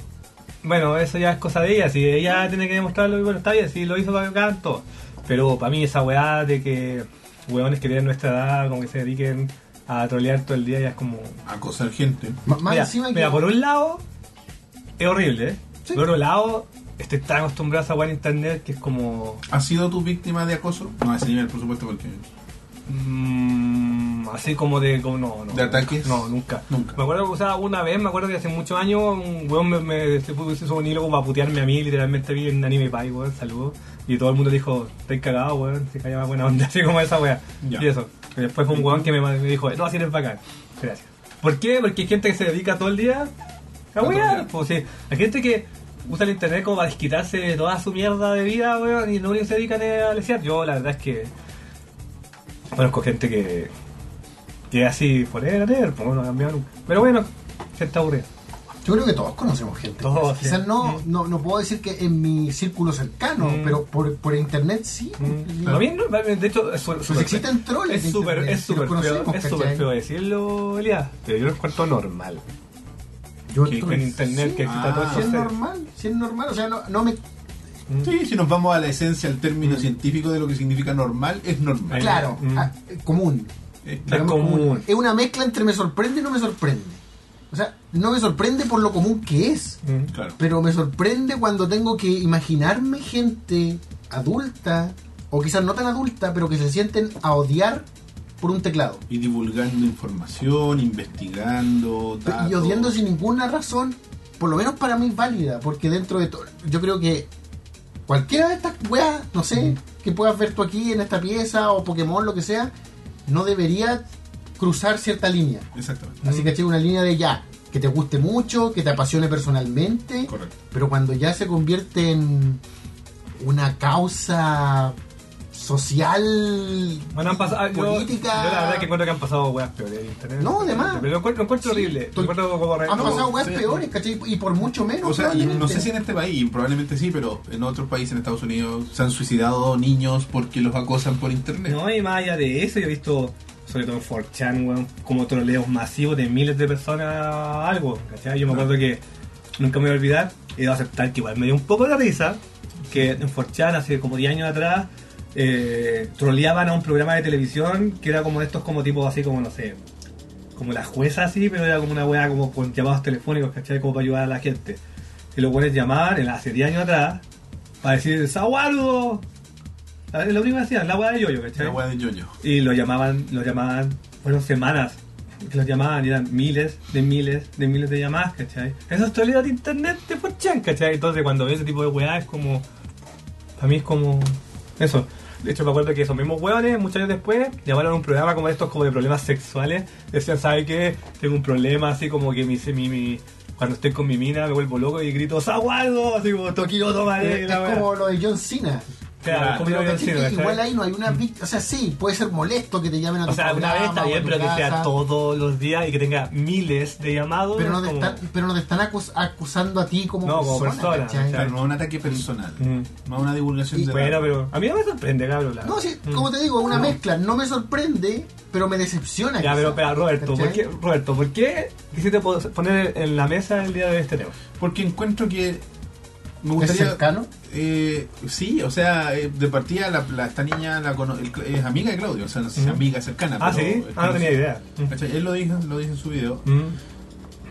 S3: bueno, eso ya es cosa de ella. Si ella tiene que demostrarlo, y bueno, está bien, si lo hizo para acá, todo. Pero para mí esa weá de que hueones que tienen nuestra edad, como que se dediquen a trolear todo el día, ya es como.
S1: Acosar gente.
S2: M- Más
S3: mira,
S2: encima
S3: mira,
S2: que-
S3: por un lado, es horrible, ¿eh?
S2: Sí.
S3: Por otro lado, estoy tan acostumbrado a esa hueá en internet que es como.
S1: ¿Has sido tu víctima de acoso? No, a ese nivel, por supuesto, porque.
S3: Mm, así como de. Como, no, no,
S1: ¿De ataques?
S3: No, nunca.
S1: Nunca.
S3: Me acuerdo que usaba una vez, me acuerdo que hace muchos años, un weón me, me se puso hizo un hilo como para putearme a mí, literalmente vi en Anime Pie, weón, saludos. Y todo el mundo dijo, estoy cagado, weón, se callaba buena onda, así como esa weá.
S1: Ya.
S3: Y eso. Y después fue un weón que me, me dijo, no, así eres bacán. Gracias. ¿Por qué? Porque hay gente que se dedica todo el día a
S1: A
S3: wear,
S1: trolear.
S3: pues sí. Hay gente que usa el internet como para desquitarse de toda su mierda de vida, weón, y lo único que se dedican es a lesear. Yo, la verdad es que conozco gente que que es así forever, ever, pues no ha cambiado nunca. Pero bueno, gente aburrida.
S2: Yo creo que todos conocemos gente.
S3: Todos,
S2: Quizás
S3: sí.
S2: no,
S3: Mm.
S2: no, no puedo decir que en mi círculo cercano,
S3: Mm.
S2: pero por, por internet sí.
S3: Mm. Lo mismo, de hecho, es su-
S2: Pues
S3: súper
S2: existen trolls
S3: Es
S2: de
S3: súper
S2: internet,
S3: es
S2: si los
S3: súper feo,
S2: conocemos,
S3: es
S2: ¿cachai?
S3: súper feo decirlo, Elías. Pero yo lo encuentro normal.
S2: Yo
S3: Que
S2: estoy-
S3: en internet
S2: sí,
S3: que exista
S1: ah,
S3: todo
S2: si es
S3: eso.
S2: normal, si es normal, o sea, no, no me...
S3: Mm.
S1: Sí, si nos vamos a la esencia, al término científico de lo que significa normal, es normal.
S3: Ahí.
S2: Claro,
S3: Mm.
S2: ah, eh, común.
S1: Eh,
S3: Es común.
S2: Es una mezcla entre me sorprende y no me sorprende. O sea, no me sorprende por lo común que es,
S3: Mm.
S1: Claro.
S2: pero me sorprende cuando tengo que imaginarme gente adulta, o quizás no tan adulta, pero que se sienten a odiar por un teclado.
S1: Y divulgando información, investigando, datos.
S2: y odiando sin ninguna razón, por lo menos para mí válida, porque dentro de todo, yo creo que cualquiera de estas weas, no sé, que puedas ver tú aquí en esta pieza o Pokémon, lo que sea, no debería cruzar cierta línea.
S1: Exactamente.
S2: Así
S3: Mm.
S2: que una línea de ya, que te guste mucho, que te apasione personalmente,
S1: Correcto.
S2: pero cuando ya se convierte en una causa social
S3: Bueno, han pasado. ah, yo-
S2: política
S3: Yo, la verdad que encuentro que han pasado weas peores en internet.
S2: No, de más.
S3: Pero lo encuentro, lo encuentro
S2: Sí,
S3: horrible. Lo
S2: estoy-
S3: encuentro como re-
S2: han
S3: no,
S2: pasado weas
S1: sí.
S2: peores, ¿cachai? Y por mucho menos.
S1: O sea, y no
S2: probablemente.
S1: sé si en este país, y probablemente sí, pero en otros países, en Estados Unidos, se han suicidado niños porque los acosan por internet.
S3: No, y más allá de eso, yo he visto, sobre todo en 4chan, weón, como troleos masivos de miles de personas a algo, ¿cachai? Yo me acuerdo que nunca me voy a olvidar, he de aceptar que igual me dio un poco de risa, que en 4chan hace como 10 años atrás, eh, troleaban a un programa de televisión que era como de estos como tipos así como, no sé, como la jueza así, pero era como una weá como con llamados telefónicos, ¿cachai? Como para ayudar a la gente. Y los buenos llamaban en- hace 10 años atrás para decir, ¡Saguardo! A ver, Lo primero que hacían, la weá de yoyo, ¿cachai?
S1: La wea de yoyo.
S3: Y lo llamaban, lo llamaban, fueron semanas que los llamaban y eran miles de miles de miles de llamadas, ¿cachai? Eso es realidad de internet de 4chan, ¿cachai? Entonces cuando veo ese tipo de weá es como, para mí es como, eso. De hecho me acuerdo que esos mismos weones, muchos años después, llamaron a un programa como estos, como de problemas sexuales. Decían, ¿sabe qué? Tengo un problema, así como que mi, mi, mi- cuando estoy con mi mina me vuelvo loco y grito, ¡Saguardo! Así como, toquillo,
S1: eh,
S3: tomaré,
S2: Es
S3: la weá.
S2: como lo de John Cena.
S3: Claro, como
S2: Pero
S3: Ah, lo que
S2: ¿cachai?
S3: decía, ¿cachai? Mm.
S2: igual ahí no hay una víctima. O sea, sí, puede ser molesto que te llamen a tu
S3: O sea, una
S2: programa
S3: vez está
S2: o a
S3: bien,
S2: tu
S3: pero que sea
S2: casa,
S3: todos los días y que tenga miles de llamados.
S2: Pero no,
S3: es
S2: te
S3: como-
S2: están, pero no te están acus- acusando a ti como
S3: No, como
S2: persona.
S3: persona,
S2: ¿cachai?
S1: Claro, no un ataque personal,
S3: Mm.
S1: no una divulgación
S2: Y-
S1: de
S3: Bueno,
S1: datos.
S3: pero a mí no me sorprende, cabrón. la-
S2: No, sí,
S3: Mm.
S2: como te digo, es una
S3: No.
S2: mezcla. No me sorprende, pero me decepciona.
S3: Ya,
S2: quizá,
S3: pero, espera, Roberto, ¿por
S2: ¿cachai?
S3: qué, Roberto, ¿por qué quisiste po- poner en la mesa el día de este tema?
S1: Porque encuentro que me
S2: ¿Es
S1: gustaría...
S2: cercano?
S1: Eh, sí, o sea, eh, de partida la, la- esta niña la cono- el- es amiga de Claudio, o sea, no sé si
S3: Ujú.
S1: amiga cercana.
S3: Ah,
S1: pero-
S3: sí, ah, no tenía idea.
S1: ¿Cachai? Él lo dijo, lo dijo en su video.
S3: Mm. Mm.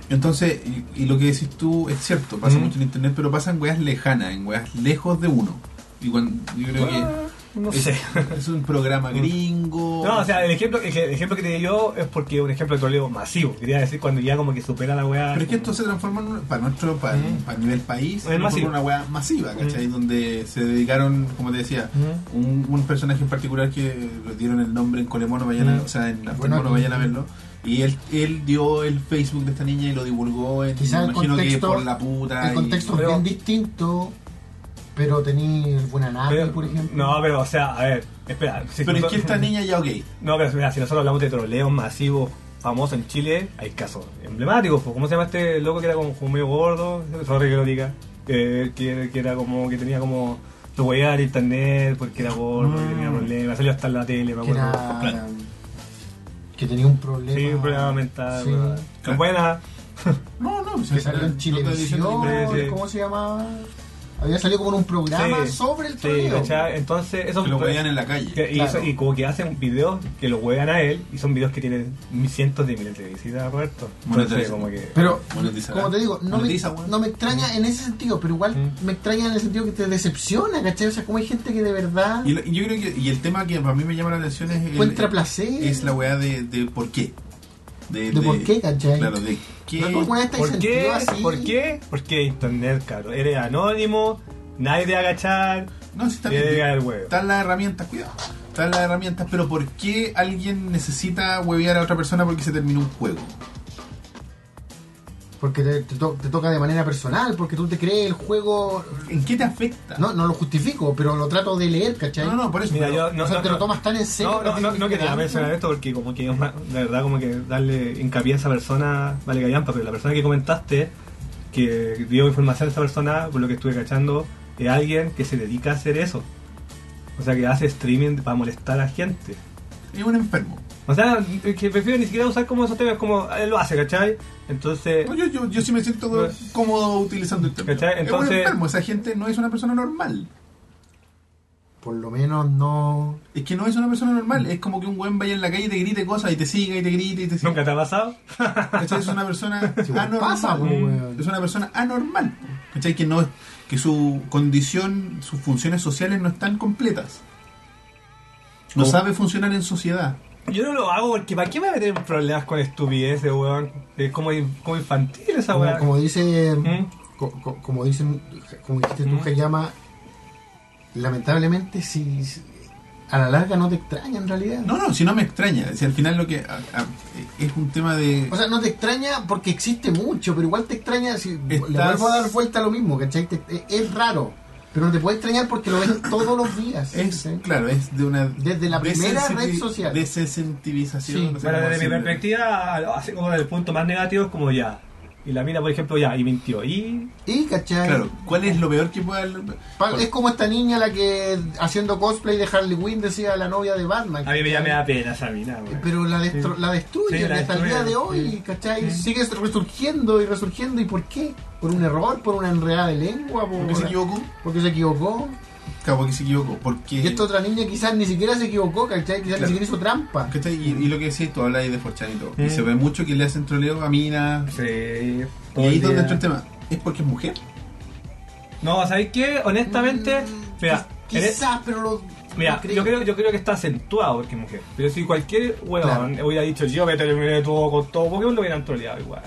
S1: Entonces, y, y lo que decís tú es cierto, pasa
S3: Mm.
S1: mucho en internet, pero pasa en weas lejanas, en weas lejos de uno. Y cuando, yo creo que
S3: Ah, no
S1: es,
S3: sé.
S1: es un programa gringo.
S3: No, o sea, el ejemplo, el, el ejemplo que te di yo es porque es un ejemplo de troleo masivo. Quería decir cuando ya como que supera la weá.
S1: Pero es que esto se transforma en una- para nuestro, para,
S3: Mm.
S1: para nivel país,
S3: Es
S1: se transforma en
S3: masivo.
S1: una wea masiva, ¿cachai? Donde se dedicaron, como te decía,
S3: Mm.
S1: un, un personaje en particular que le dieron el nombre en Colemono, vayan a,
S3: Mm.
S1: o sea, en
S2: Bueno,
S1: Colemono, vayan a
S2: mm.
S1: verlo. Y él, él dio el Facebook de esta niña y lo divulgó, en,
S2: Quizá
S1: me
S2: el
S1: imagino
S2: contexto-
S1: que por la puta.
S2: El
S1: y-
S2: contexto es
S3: Pero-
S2: bien distinto, pero tenés buena nave,
S3: Pero-
S2: Ah, por ejemplo.
S3: No, pero o sea, a ver, espera. si
S1: Pero es
S3: tú-
S1: que esta niña ya, ok,
S3: No, pero mira, si nosotros hablamos de troleos masivos famosos en Chile, hay casos emblemáticos. po. ¿Cómo se llama este loco que era como, como medio gordo? Sorry que lo diga. Eh, que, que era como que tenía como lo weía en internet porque era gordo, que tenía
S1: Mm.
S3: problemas. Salió hasta en la tele, me
S2: Ah. que
S3: acuerdo.
S2: era.
S1: Claro.
S2: Que tenía un problema.
S3: Sí, un problema mental.
S2: Sí.
S3: weón.
S1: Claro.
S3: Buena.
S1: No, no,
S2: Que salió en
S1: no te estoy diciendo
S2: Chilevisión,
S1: que-
S3: Sí, sí.
S2: ¿cómo se llamaba? Había salido como en un programa
S3: Sí,
S2: sobre el
S3: sí,
S2: torneo.
S3: ¿cachai? Entonces, esos
S1: Que lo veían en la calle.
S3: que- y,
S2: Claro.
S3: eso- y como que hacen videos que lo huevan a él, y son videos que tienen cientos de miles de visitas, Roberto. Entonces,
S1: Monetizan.
S3: como que.
S2: pero,
S1: Monetizará.
S2: como te digo, no me,
S1: ¿eh? Monetiza, weón.
S2: no me extraña en ese sentido, pero igual
S3: Mm.
S2: me extraña en el sentido que te decepciona, ¿cachai? O sea, como hay gente que de verdad
S1: Y, lo- y yo creo que y el tema que para mí me llama la atención es el-
S2: encuentra placer.
S1: es la weá de, de por qué.
S2: ¿De por qué, cachai?
S1: Claro, de qué.
S2: No es como esta
S3: ¿Por qué?
S2: incentiva así.
S3: ¿Por qué? Porque internet, caro. Eres anónimo, nadie te va a cachar,
S1: No, sí, está
S3: nadie te va a
S1: bien.
S3: llegar el huevo.
S1: Están las herramientas, cuidado. Están las herramientas, pero ¿por qué alguien necesita huevear a otra persona porque se terminó un juego?
S2: Porque te, te to- te toca de manera personal, porque tú te crees el juego.
S1: ¿En qué te afecta?
S2: No, no lo justifico, pero lo trato de leer, ¿cachai?
S1: no, no, por eso.
S3: Mira,
S1: pero-
S3: yo no,
S2: o sea,
S3: no-
S2: te lo
S3: no-
S2: tomas tan en serio.
S3: No, no, no, no quería mencionar esto porque como que es una- la verdad como que darle hincapié a esa persona, vale callampa, pero la persona que comentaste, que dio información a esa persona, por lo que estuve cachando, es alguien que se dedica a hacer eso. O sea, que hace streaming para molestar a gente.
S1: Es un enfermo.
S3: O sea, que prefiero ni siquiera usar como esos temas, como él lo hace, ¿cachai? Entonces...
S1: No, yo, yo, yo sí me siento
S3: Eh, No.
S1: cómodo utilizando el término.
S3: ¿Cachai?
S1: es un
S3: Entonces-
S1: enfermo, esa gente no es una persona normal.
S2: Por lo menos no.
S1: Es que no es una persona normal, es como que un buen vaya en la calle y te grite cosas y te siga y te grite y te siga.
S3: ¿Nunca te ha pasado?
S1: ¿Cachai? Es una persona
S2: Si
S3: Ah,
S2: igual
S1: anormal.
S2: pasa, po, weón.
S1: es una persona anormal. ¿Cachai? Que, no, que su condición, sus funciones sociales no están completas. No
S3: ¿Cómo?
S1: sabe funcionar en sociedad.
S3: Yo no lo hago porque ¿para qué me voy a meter en problemas con estupideces, weón? Es como, como infantil esa
S2: Como,
S3: weón.
S2: como dice.
S3: ¿Mm?
S2: co- co- como dicen. Como dijiste tú,
S3: Mm.
S2: que llama. Lamentablemente, si. si- A la larga no te extraña en realidad.
S1: No, no, si no me extraña. Si al final lo que. a- a- es un tema de.
S2: O sea, no te extraña porque existe mucho, pero igual te extraña si le
S1: Estás-
S2: vuelvo a dar vuelta a lo mismo, ¿cachai? Te- es- es raro, pero no te puede extrañar porque lo ves todos los días.
S1: es,
S2: ¿cachai?
S1: claro, es de una.
S2: Desde la primera
S1: desensiti-
S2: red social.
S1: Desensitivización.
S2: Sí,
S1: no sé
S3: Bueno,
S1: cómo
S3: desde mi
S1: decirlo.
S3: perspectiva, así como desde el punto más negativo, es como ya. Y la mina, por ejemplo, ya, y mintió. Y.
S2: Y, ¿cachai?
S1: Claro, ¿cuál es lo peor que pueda.?
S2: Pa- Es como esta niña la que haciendo cosplay de Harley Quinn decía la novia de Batman.
S3: A mí me- ya
S2: ¿cachai?
S3: me da pena esa mina, weón.
S2: Pero la, destro-
S3: Sí.
S2: la destruye
S3: Sí, la
S2: hasta el día
S3: destruye,
S2: de hoy,
S3: sí.
S2: ¿cachai?
S3: Sí.
S2: Sigue resurgiendo y resurgiendo, ¿y por qué? ¿Por un error? ¿Por una enredada de lengua? ¿Por-
S1: ¿Por qué se equivocó?
S2: porque se equivocó?
S1: Claro, porque se equivocó. Porque...
S2: Y esta otra niña quizás ni siquiera se equivocó, ¿cachai? Quizás
S1: Claro.
S2: ni siquiera hizo trampa.
S1: ¿Cachai? Y, y lo que decís, tú hablas de Forchan y todo. Y
S3: Mm.
S1: se ve mucho que le hacen troleo a minas.
S3: Sí.
S1: Y
S3: todo
S1: ahí
S3: el
S1: es donde
S3: día.
S1: entra el tema. ¿Es porque es mujer?
S3: No, ¿sabéis qué? Honestamente,
S2: Mm,
S3: mira,
S2: quiz-
S3: en e-
S2: Quizás, pero lo.
S3: Mira,
S2: lo creo.
S3: yo creo, yo creo que está acentuado porque es mujer. Pero si cualquier weón hubiera dicho yo me terminé todo con todo Pokémon, lo hubieran troleado igual.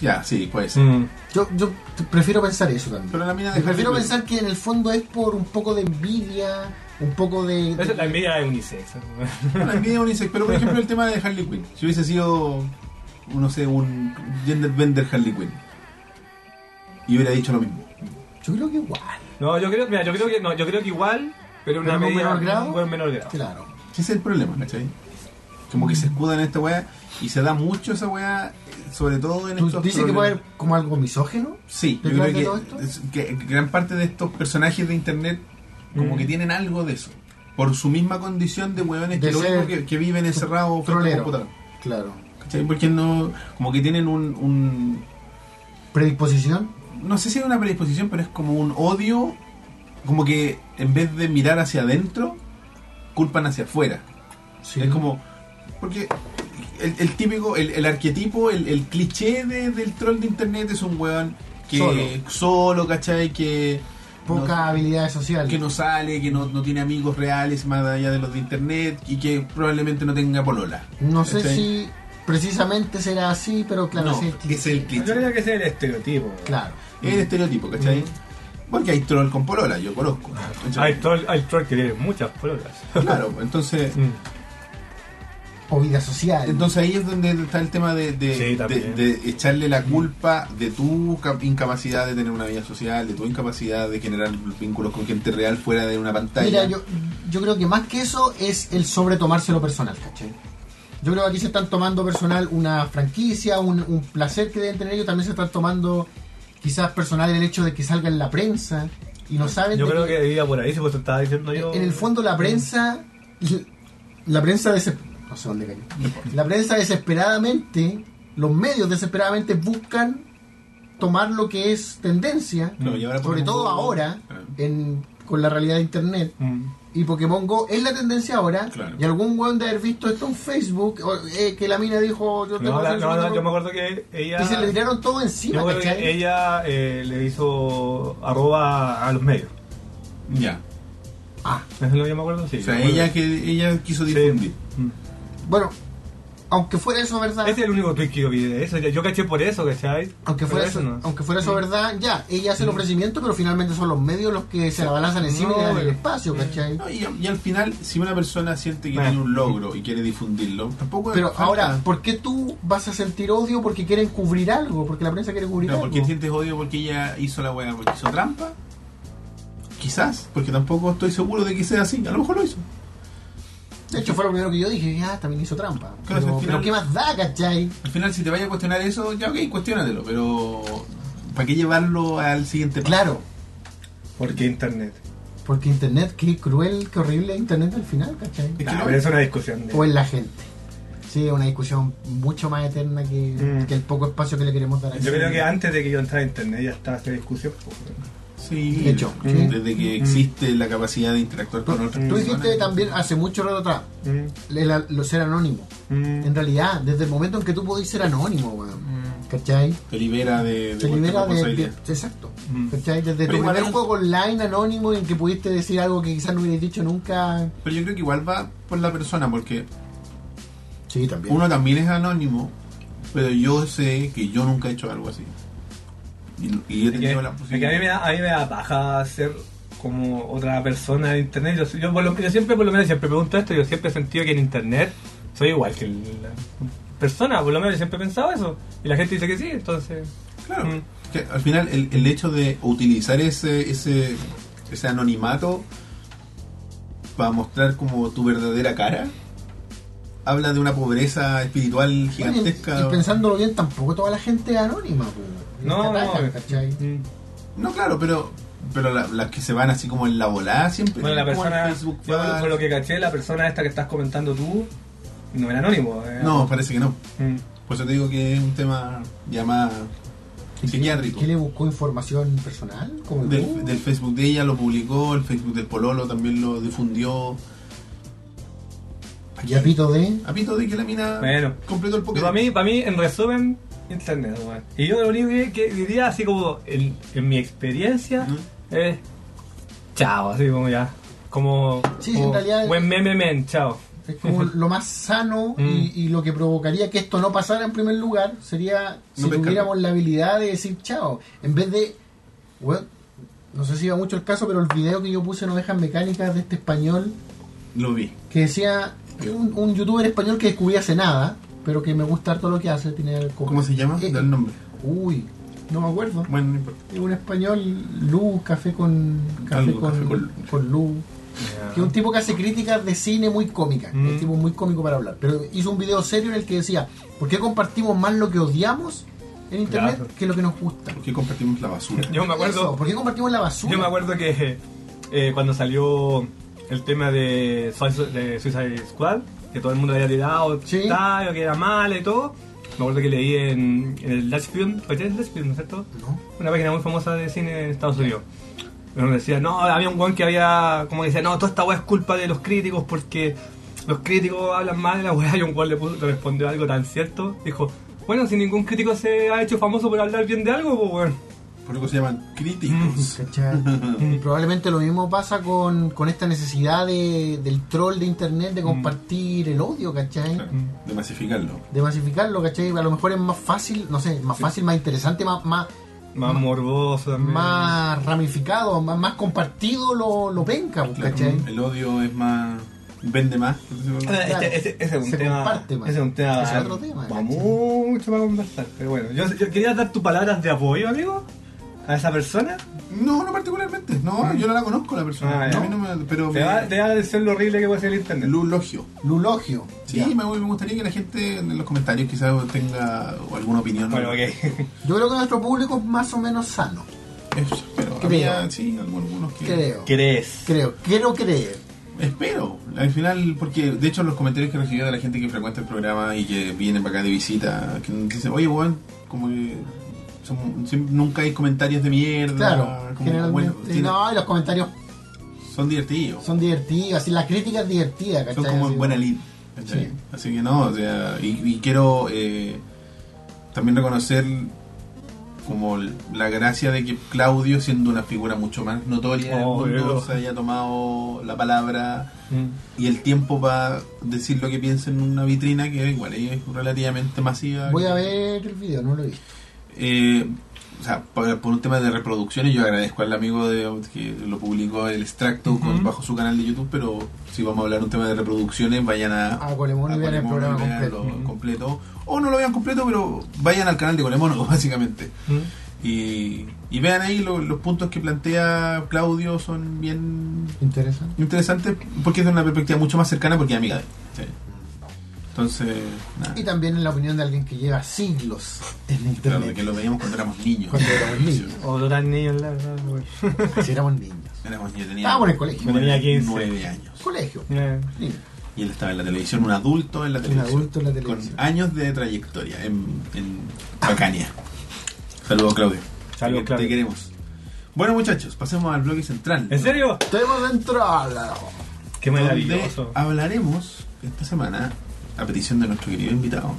S1: Ya, sí, puede ser.
S3: Mm.
S2: Yo, yo t- prefiero pensar eso también.
S1: Pero la mina de
S2: Yo prefiero
S1: Harley
S2: pensar que en el fondo es por un poco de envidia, un poco de.
S3: Esa es la envidia de unisex.
S1: Quinn. No, la envidia es unisex. Pero por ejemplo, el tema de Harley Quinn. Si hubiese sido, no sé, un gender bender Harley Quinn. Y hubiera dicho lo mismo.
S2: Yo creo que igual,
S3: No, yo creo, mira, yo creo que no, yo creo que igual,
S2: Pero
S3: pero una
S2: en un
S3: medida-
S2: menor grado.
S3: un buen menor grado.
S2: claro.
S1: Ese es el problema, ¿cachai? Como que se escudan en esta weá. Y se da mucho esa weá, sobre todo en
S2: ¿Tú
S1: estos
S2: dices que
S1: problemas.
S2: puede haber como algo misógeno?
S1: Sí, yo
S2: ¿Detrás
S1: creo
S2: de todo
S1: que, es-
S2: esto?
S1: que gran parte de estos personajes de internet como
S3: Mm.
S1: que tienen algo de eso. Por su misma condición de hueones
S2: De
S1: que lo
S2: ser
S1: único que, que viven encerrados frente al
S2: trolero.
S1: computador.
S2: Claro.
S1: ¿Cachai? Porque no, como que tienen un, un-
S2: ¿Predisposición?
S1: no sé si es una predisposición, pero es como un odio, como que en vez de mirar hacia adentro, culpan hacia afuera.
S2: Sí.
S1: Es como, porque el, el típico, el, el arquetipo, el, el cliché de- del troll de internet es un hueón que
S2: Solo.
S1: solo, ¿cachai? Que... no-
S2: Poca habilidad social.
S1: que no sale, que no, no tiene amigos reales más allá de los de internet y que probablemente no tenga polola.
S2: No sé
S1: ¿Cachai?
S2: si precisamente será así, pero claro,
S1: No,
S2: sí,
S1: es el
S3: Yo
S1: cliché.
S3: creo que ese es el estereotipo. weón.
S2: Claro.
S1: Es
S3: Mm.
S1: el estereotipo, ¿cachai? Porque hay troll con polola, yo conozco. ¿cachai?
S3: Ah, Hay troll, hay troll que tiene muchas Mm. pruebas.
S1: Claro, entonces,
S2: O vida social.
S1: entonces ahí es donde está el tema de, de-
S3: Sí,
S1: de-
S3: también.
S1: de echarle la culpa de tu ca- incapacidad de tener una vida social, de tu incapacidad de generar vínculos con gente real fuera de una pantalla.
S2: Mira, yo, yo creo que más que eso es el sobretomárselo personal, ¿cachai? Yo creo que aquí se están tomando personal una franquicia, un, un placer que deben tener ellos, también se están tomando quizás personal el hecho de que salga en la prensa y no saben
S3: Yo
S2: de
S3: creo
S2: que-
S3: que iba por ahí, si vos te estaba diciendo yo.
S2: en el fondo la prensa la prensa dese- no sé dónde cayó. la prensa desesperadamente los medios desesperadamente buscan tomar lo que es tendencia,
S3: Mm.
S1: Claro, y ahora
S2: sobre
S1: Pokémon
S2: todo
S1: Go-
S2: ahora,
S1: Claro.
S2: en, con la realidad de internet.
S3: Mm.
S2: Y Pokémon Go es la tendencia ahora.
S1: Claro.
S2: Y algún weón de haber visto esto en Facebook, o, eh, que la mina dijo, yo tengo
S3: No, la-
S2: Facebook,
S3: no, no,
S2: tengo-
S3: yo me acuerdo que ella.
S2: Y se le tiraron todo encima,
S3: yo me acuerdo que
S2: ¿cachai?
S3: ella eh, le hizo arroba a los medios.
S1: Ya.
S2: Ah,
S3: ¿Eso es lo que yo me acuerdo? Sí.
S1: O sea,
S3: me acuerdo.
S1: ella, que, ella quiso
S3: Sí.
S1: difundir.
S3: Mm.
S2: bueno, aunque fuera eso verdad,
S3: Ese es el único tweet que yo vi de eso. ya- Yo caché por eso, ¿cachai?
S2: Ah. aunque fuera
S3: Pero
S2: eso,
S3: no. Mm.
S2: aunque fuera eso verdad, ya, ella hace el ofrecimiento, pero finalmente son los medios los que se la balanzan encima
S3: No,
S2: y le dan el
S3: eh.
S2: espacio, ¿cachai?
S1: No, y, y al final, si una persona siente que
S3: Ah.
S1: tiene un logro y quiere difundirlo, tampoco es
S2: Pero
S1: falta-
S2: ahora, ¿por qué tú vas a sentir odio porque quieren cubrir algo? Porque la prensa quiere cubrir
S1: No,
S2: algo.
S1: porque sientes odio porque ella hizo la weá, porque hizo trampa. Quizás, porque tampoco estoy seguro de que sea así. A lo mejor lo hizo.
S2: De hecho, fue lo primero que yo dije, ya, también hizo trampa.
S1: Claro,
S2: pero,
S1: al final-
S2: pero ¿qué más da, cachai?
S1: Al final, si te vaya a cuestionar eso, ya ok, cuestionatelo, pero ¿para qué llevarlo al siguiente paso?
S2: Claro,
S3: Porque internet.
S2: porque Internet, qué cruel, qué horrible Internet al final, cachai.
S1: Es que
S3: Nah,
S1: no-
S3: pero es una discusión. de-
S2: O en la gente. Sí, es una discusión mucho más eterna que,
S3: Mm.
S2: que el poco espacio que le queremos dar a
S3: Yo
S2: eso.
S3: creo que antes de que yo entrara a internet ya estaba esta discusión. pues, bueno.
S1: Sí,
S2: De hecho,
S1: mm,
S2: sí.
S1: desde que
S3: Mm.
S1: existe la capacidad de interactuar con otras
S2: Tú
S1: personas.
S2: dijiste también hace mucho rato atrás, el- el- lo ser anónimo.
S3: Mm.
S2: En realidad, desde el momento en que tú podés ser anónimo, weón.
S3: Mm.
S2: ¿Cachai?
S1: Te libera de, de
S2: Te
S1: cualquier
S2: libera de,
S1: responsabilidad.
S2: de- Exacto.
S3: Mm.
S2: ¿Cachai? Desde
S1: Pero
S2: tu
S1: igual
S2: primer
S1: es-
S2: juego online anónimo en que pudiste decir algo que quizás no hubieras dicho nunca.
S1: Pero yo creo que igual va por la persona, porque
S2: Sí, también.
S1: uno también es anónimo, pero yo sé que yo nunca he hecho algo así. Y, y he
S3: Es que,
S1: tenido la
S3: es que a, mí me da, a mí me da paja ser como otra persona en internet. Yo, yo por lo- yo siempre, por lo menos, siempre pregunto esto. Yo siempre he sentido que en internet soy igual que la persona. Por lo menos, yo siempre he pensado eso. Y la gente dice que sí, entonces.
S1: Claro.
S3: Mm.
S1: Que al final, el, el hecho de utilizar ese, ese, ese anonimato para mostrar como tu verdadera cara, habla de una pobreza espiritual
S2: Bueno, y-
S1: gigantesca.
S2: Y, pensándolo bien, tampoco toda la gente es anónima, pues.
S3: No,
S2: Te atacan,
S3: no.
S2: ¿cachai?
S3: Mm.
S1: No, claro, pero pero la- las que se van así como en la volada siempre.
S3: Bueno, la
S1: Pues como en
S3: persona.
S1: Facebook
S3: yo por lo-
S1: Fans.
S3: por lo que caché, la persona esta que estás comentando tú no era anónimo. era-
S1: No, parece que no.
S3: Mm.
S1: Por eso te digo que es un tema ya más
S2: ¿Y
S1: psiquiátrico.
S2: ¿Qué le buscó información personal? Como el
S1: Del,
S2: Google.
S1: del Facebook de ella lo publicó, el Facebook del Pololo también lo difundió.
S2: Y a pito de.
S1: A pito de que la mina
S3: Bueno.
S1: completó el Pokédex.
S3: Para mí, para mí, en resumen, internet, weón. Y yo lo único que, que diría, así como en, en mi experiencia,
S1: Ujú.
S3: es chao, así como ya. Como,
S2: Sí,
S3: como
S2: en realidad-
S3: buen meme, men, chao.
S2: Es como lo más sano y, y lo que provocaría que esto no pasara en primer lugar sería si
S1: No pescar.
S2: tuviéramos la habilidad de decir chao. En vez de. weón, no sé si iba mucho el caso, pero el video que yo puse en Ovejas Mecánicas de este español
S1: Lo vi.
S2: que decía. Un, un youtuber español que descubrí hace nada, pero que me gusta todo lo que hace. Tiene
S1: ¿Cómo se llama?
S2: Eh,
S1: Da el nombre.
S2: Uy, no me acuerdo.
S1: Bueno, no importa.
S2: Es un español, luz, café con. Café,
S1: Algo,
S2: con,
S1: café con
S2: con,
S1: luz.
S2: luz. Que es un tipo que hace críticas de cine muy cómicas.
S3: Mm.
S2: Es tipo muy cómico para hablar. Pero hizo un video serio en el que decía: ¿Por qué compartimos más lo que odiamos en internet
S3: Claro.
S2: que lo que nos gusta?
S1: ¿Por qué compartimos la basura?
S3: Yo me acuerdo,
S2: Eso, ¿Por qué compartimos la basura?
S3: yo me acuerdo que eh, cuando salió el tema de, Sui- de Suicide Squad, que todo el mundo le había tirado,
S2: Sí.
S3: tal, que era mala y todo, me acuerdo que leí en, en el Dutch Film, ¿cachai? el Dutch Film, ¿no es cierto?
S2: ¿No?
S3: una página muy famosa de cine en Estados Unidos. Donde decía, no, había un weón que había, como que decía, no, toda esta weá es culpa de los críticos porque los críticos hablan mal de la weá. Y un weón le puso- le respondió algo tan cierto. Dijo, bueno, si ningún crítico se ha hecho famoso por hablar bien de algo, pues weón.
S1: Por eso se llaman
S3: Mm,
S1: críticos.
S2: ¿Cachai? Y Probablemente lo mismo pasa con, con esta necesidad de- del troll de internet
S3: Mm.
S2: de compartir el odio, ¿cachai?
S1: Claro, De masificarlo.
S2: De masificarlo, ¿cachai? A lo mejor es más fácil, no sé, más fácil, más interesante, más, más,
S3: Más morboso también.
S2: más ramificado, más, más compartido lo, lo penca, pues,
S1: Claro,
S2: ¿cachai?
S3: Mm.
S1: El odio es más. vende más.
S3: Este-
S2: Claro.
S3: este- ese es un
S2: Se
S3: tema.
S2: comparte, man.
S3: ese es un tema.
S2: Ese es otro tema,
S3: pa'
S2: ¿cachai?
S3: mucho para conversar. Pero bueno, yo, yo quería dar tus palabras de apoyo, amigo, a esa persona.
S1: No, no particularmente. No, yo no la conozco la persona.
S3: Mm. Ah, ya.
S1: A mí no me- pero
S3: Te
S1: me-
S3: da, te da la atención lo horrible que puede ser el internet.
S1: Lulogio.
S2: Lulogio.
S1: Sí,
S2: Ya.
S1: me, me gustaría que la gente en los comentarios quizás tenga alguna opinión.
S3: Bueno, ok.
S2: Yo creo que nuestro público es más o menos sano.
S1: Eso, pero
S2: Creo.
S1: había, sí, algunos que...
S2: Creo.
S3: ¿Crees?
S2: Creo. Quiero creer.
S1: Espero, al final, porque de hecho los comentarios que recibí de la gente que frecuenta el programa y que vienen para acá de visita, que nos dicen, oye, weón, como que son- sim- nunca hay comentarios de mierda.
S2: Claro,
S1: Ah, como,
S2: generalmente.
S1: bueno, tiene-
S2: no, y los comentarios
S1: son divertidos.
S2: son divertidos, así, la crítica es divertida,
S1: Son
S2: ¿cachai?
S1: como
S2: Así
S1: en buena lid. ¿cachai?
S2: Sí.
S1: Así que no, o sea, y, y quiero eh, también reconocer como l- la gracia de que Claudio, siendo una figura mucho más notoria, en el
S3: Oh,
S1: mundo,
S3: pero-
S1: se haya tomado la palabra
S3: Mm.
S1: y el tiempo para decir lo que piensa en una vitrina que igual es relativamente masiva.
S2: Voy a ver el video, no lo he visto.
S1: Eh, o sea, por, por un tema de reproducciones, yo agradezco al amigo de, que lo publicó el extracto con-
S3: Ujú.
S1: bajo su canal de YouTube, pero si vamos a hablar un tema de reproducciones, vayan a,
S2: A Colemono Ah, y vean el
S1: Colemono ah,
S2: programa
S1: y veanlo
S2: completo.
S1: completo. O no lo vean completo, pero vayan al canal de Colemono, básicamente.
S3: Mm.
S1: Y, y vean ahí lo- los puntos que plantea Claudio, son bien
S2: Interesante.
S1: interesantes porque es de una perspectiva mucho más cercana porque es amiga de él. Sí. Entonces, nada.
S2: Y también en la opinión de alguien que lleva siglos en
S1: Claro,
S2: internet.
S1: de que lo veíamos cuando éramos niños.
S2: Cuando éramos niños.
S3: O tan niño, la verdad. güey.
S2: Si éramos niños.
S1: Éramos niños,
S2: Estábamos en el colegio.
S1: nueve-
S3: Tenía 15.
S1: nueve años.
S2: Colegio.
S3: Eh,
S2: niños.
S1: Y él estaba en la televisión, un adulto en la televisión.
S2: adulto en la televisión.
S1: Con años de trayectoria en, en Bacania. Saludos, Claudio.
S3: Saludos,
S1: Te-
S3: Claudio.
S1: Te queremos. Bueno, muchachos, pasemos al bloque central.
S3: ¿En serio?
S2: Tenemos entrada.
S3: Qué
S1: Donde
S3: maravilloso.
S1: hablaremos esta semana, a petición de nuestro querido invitado,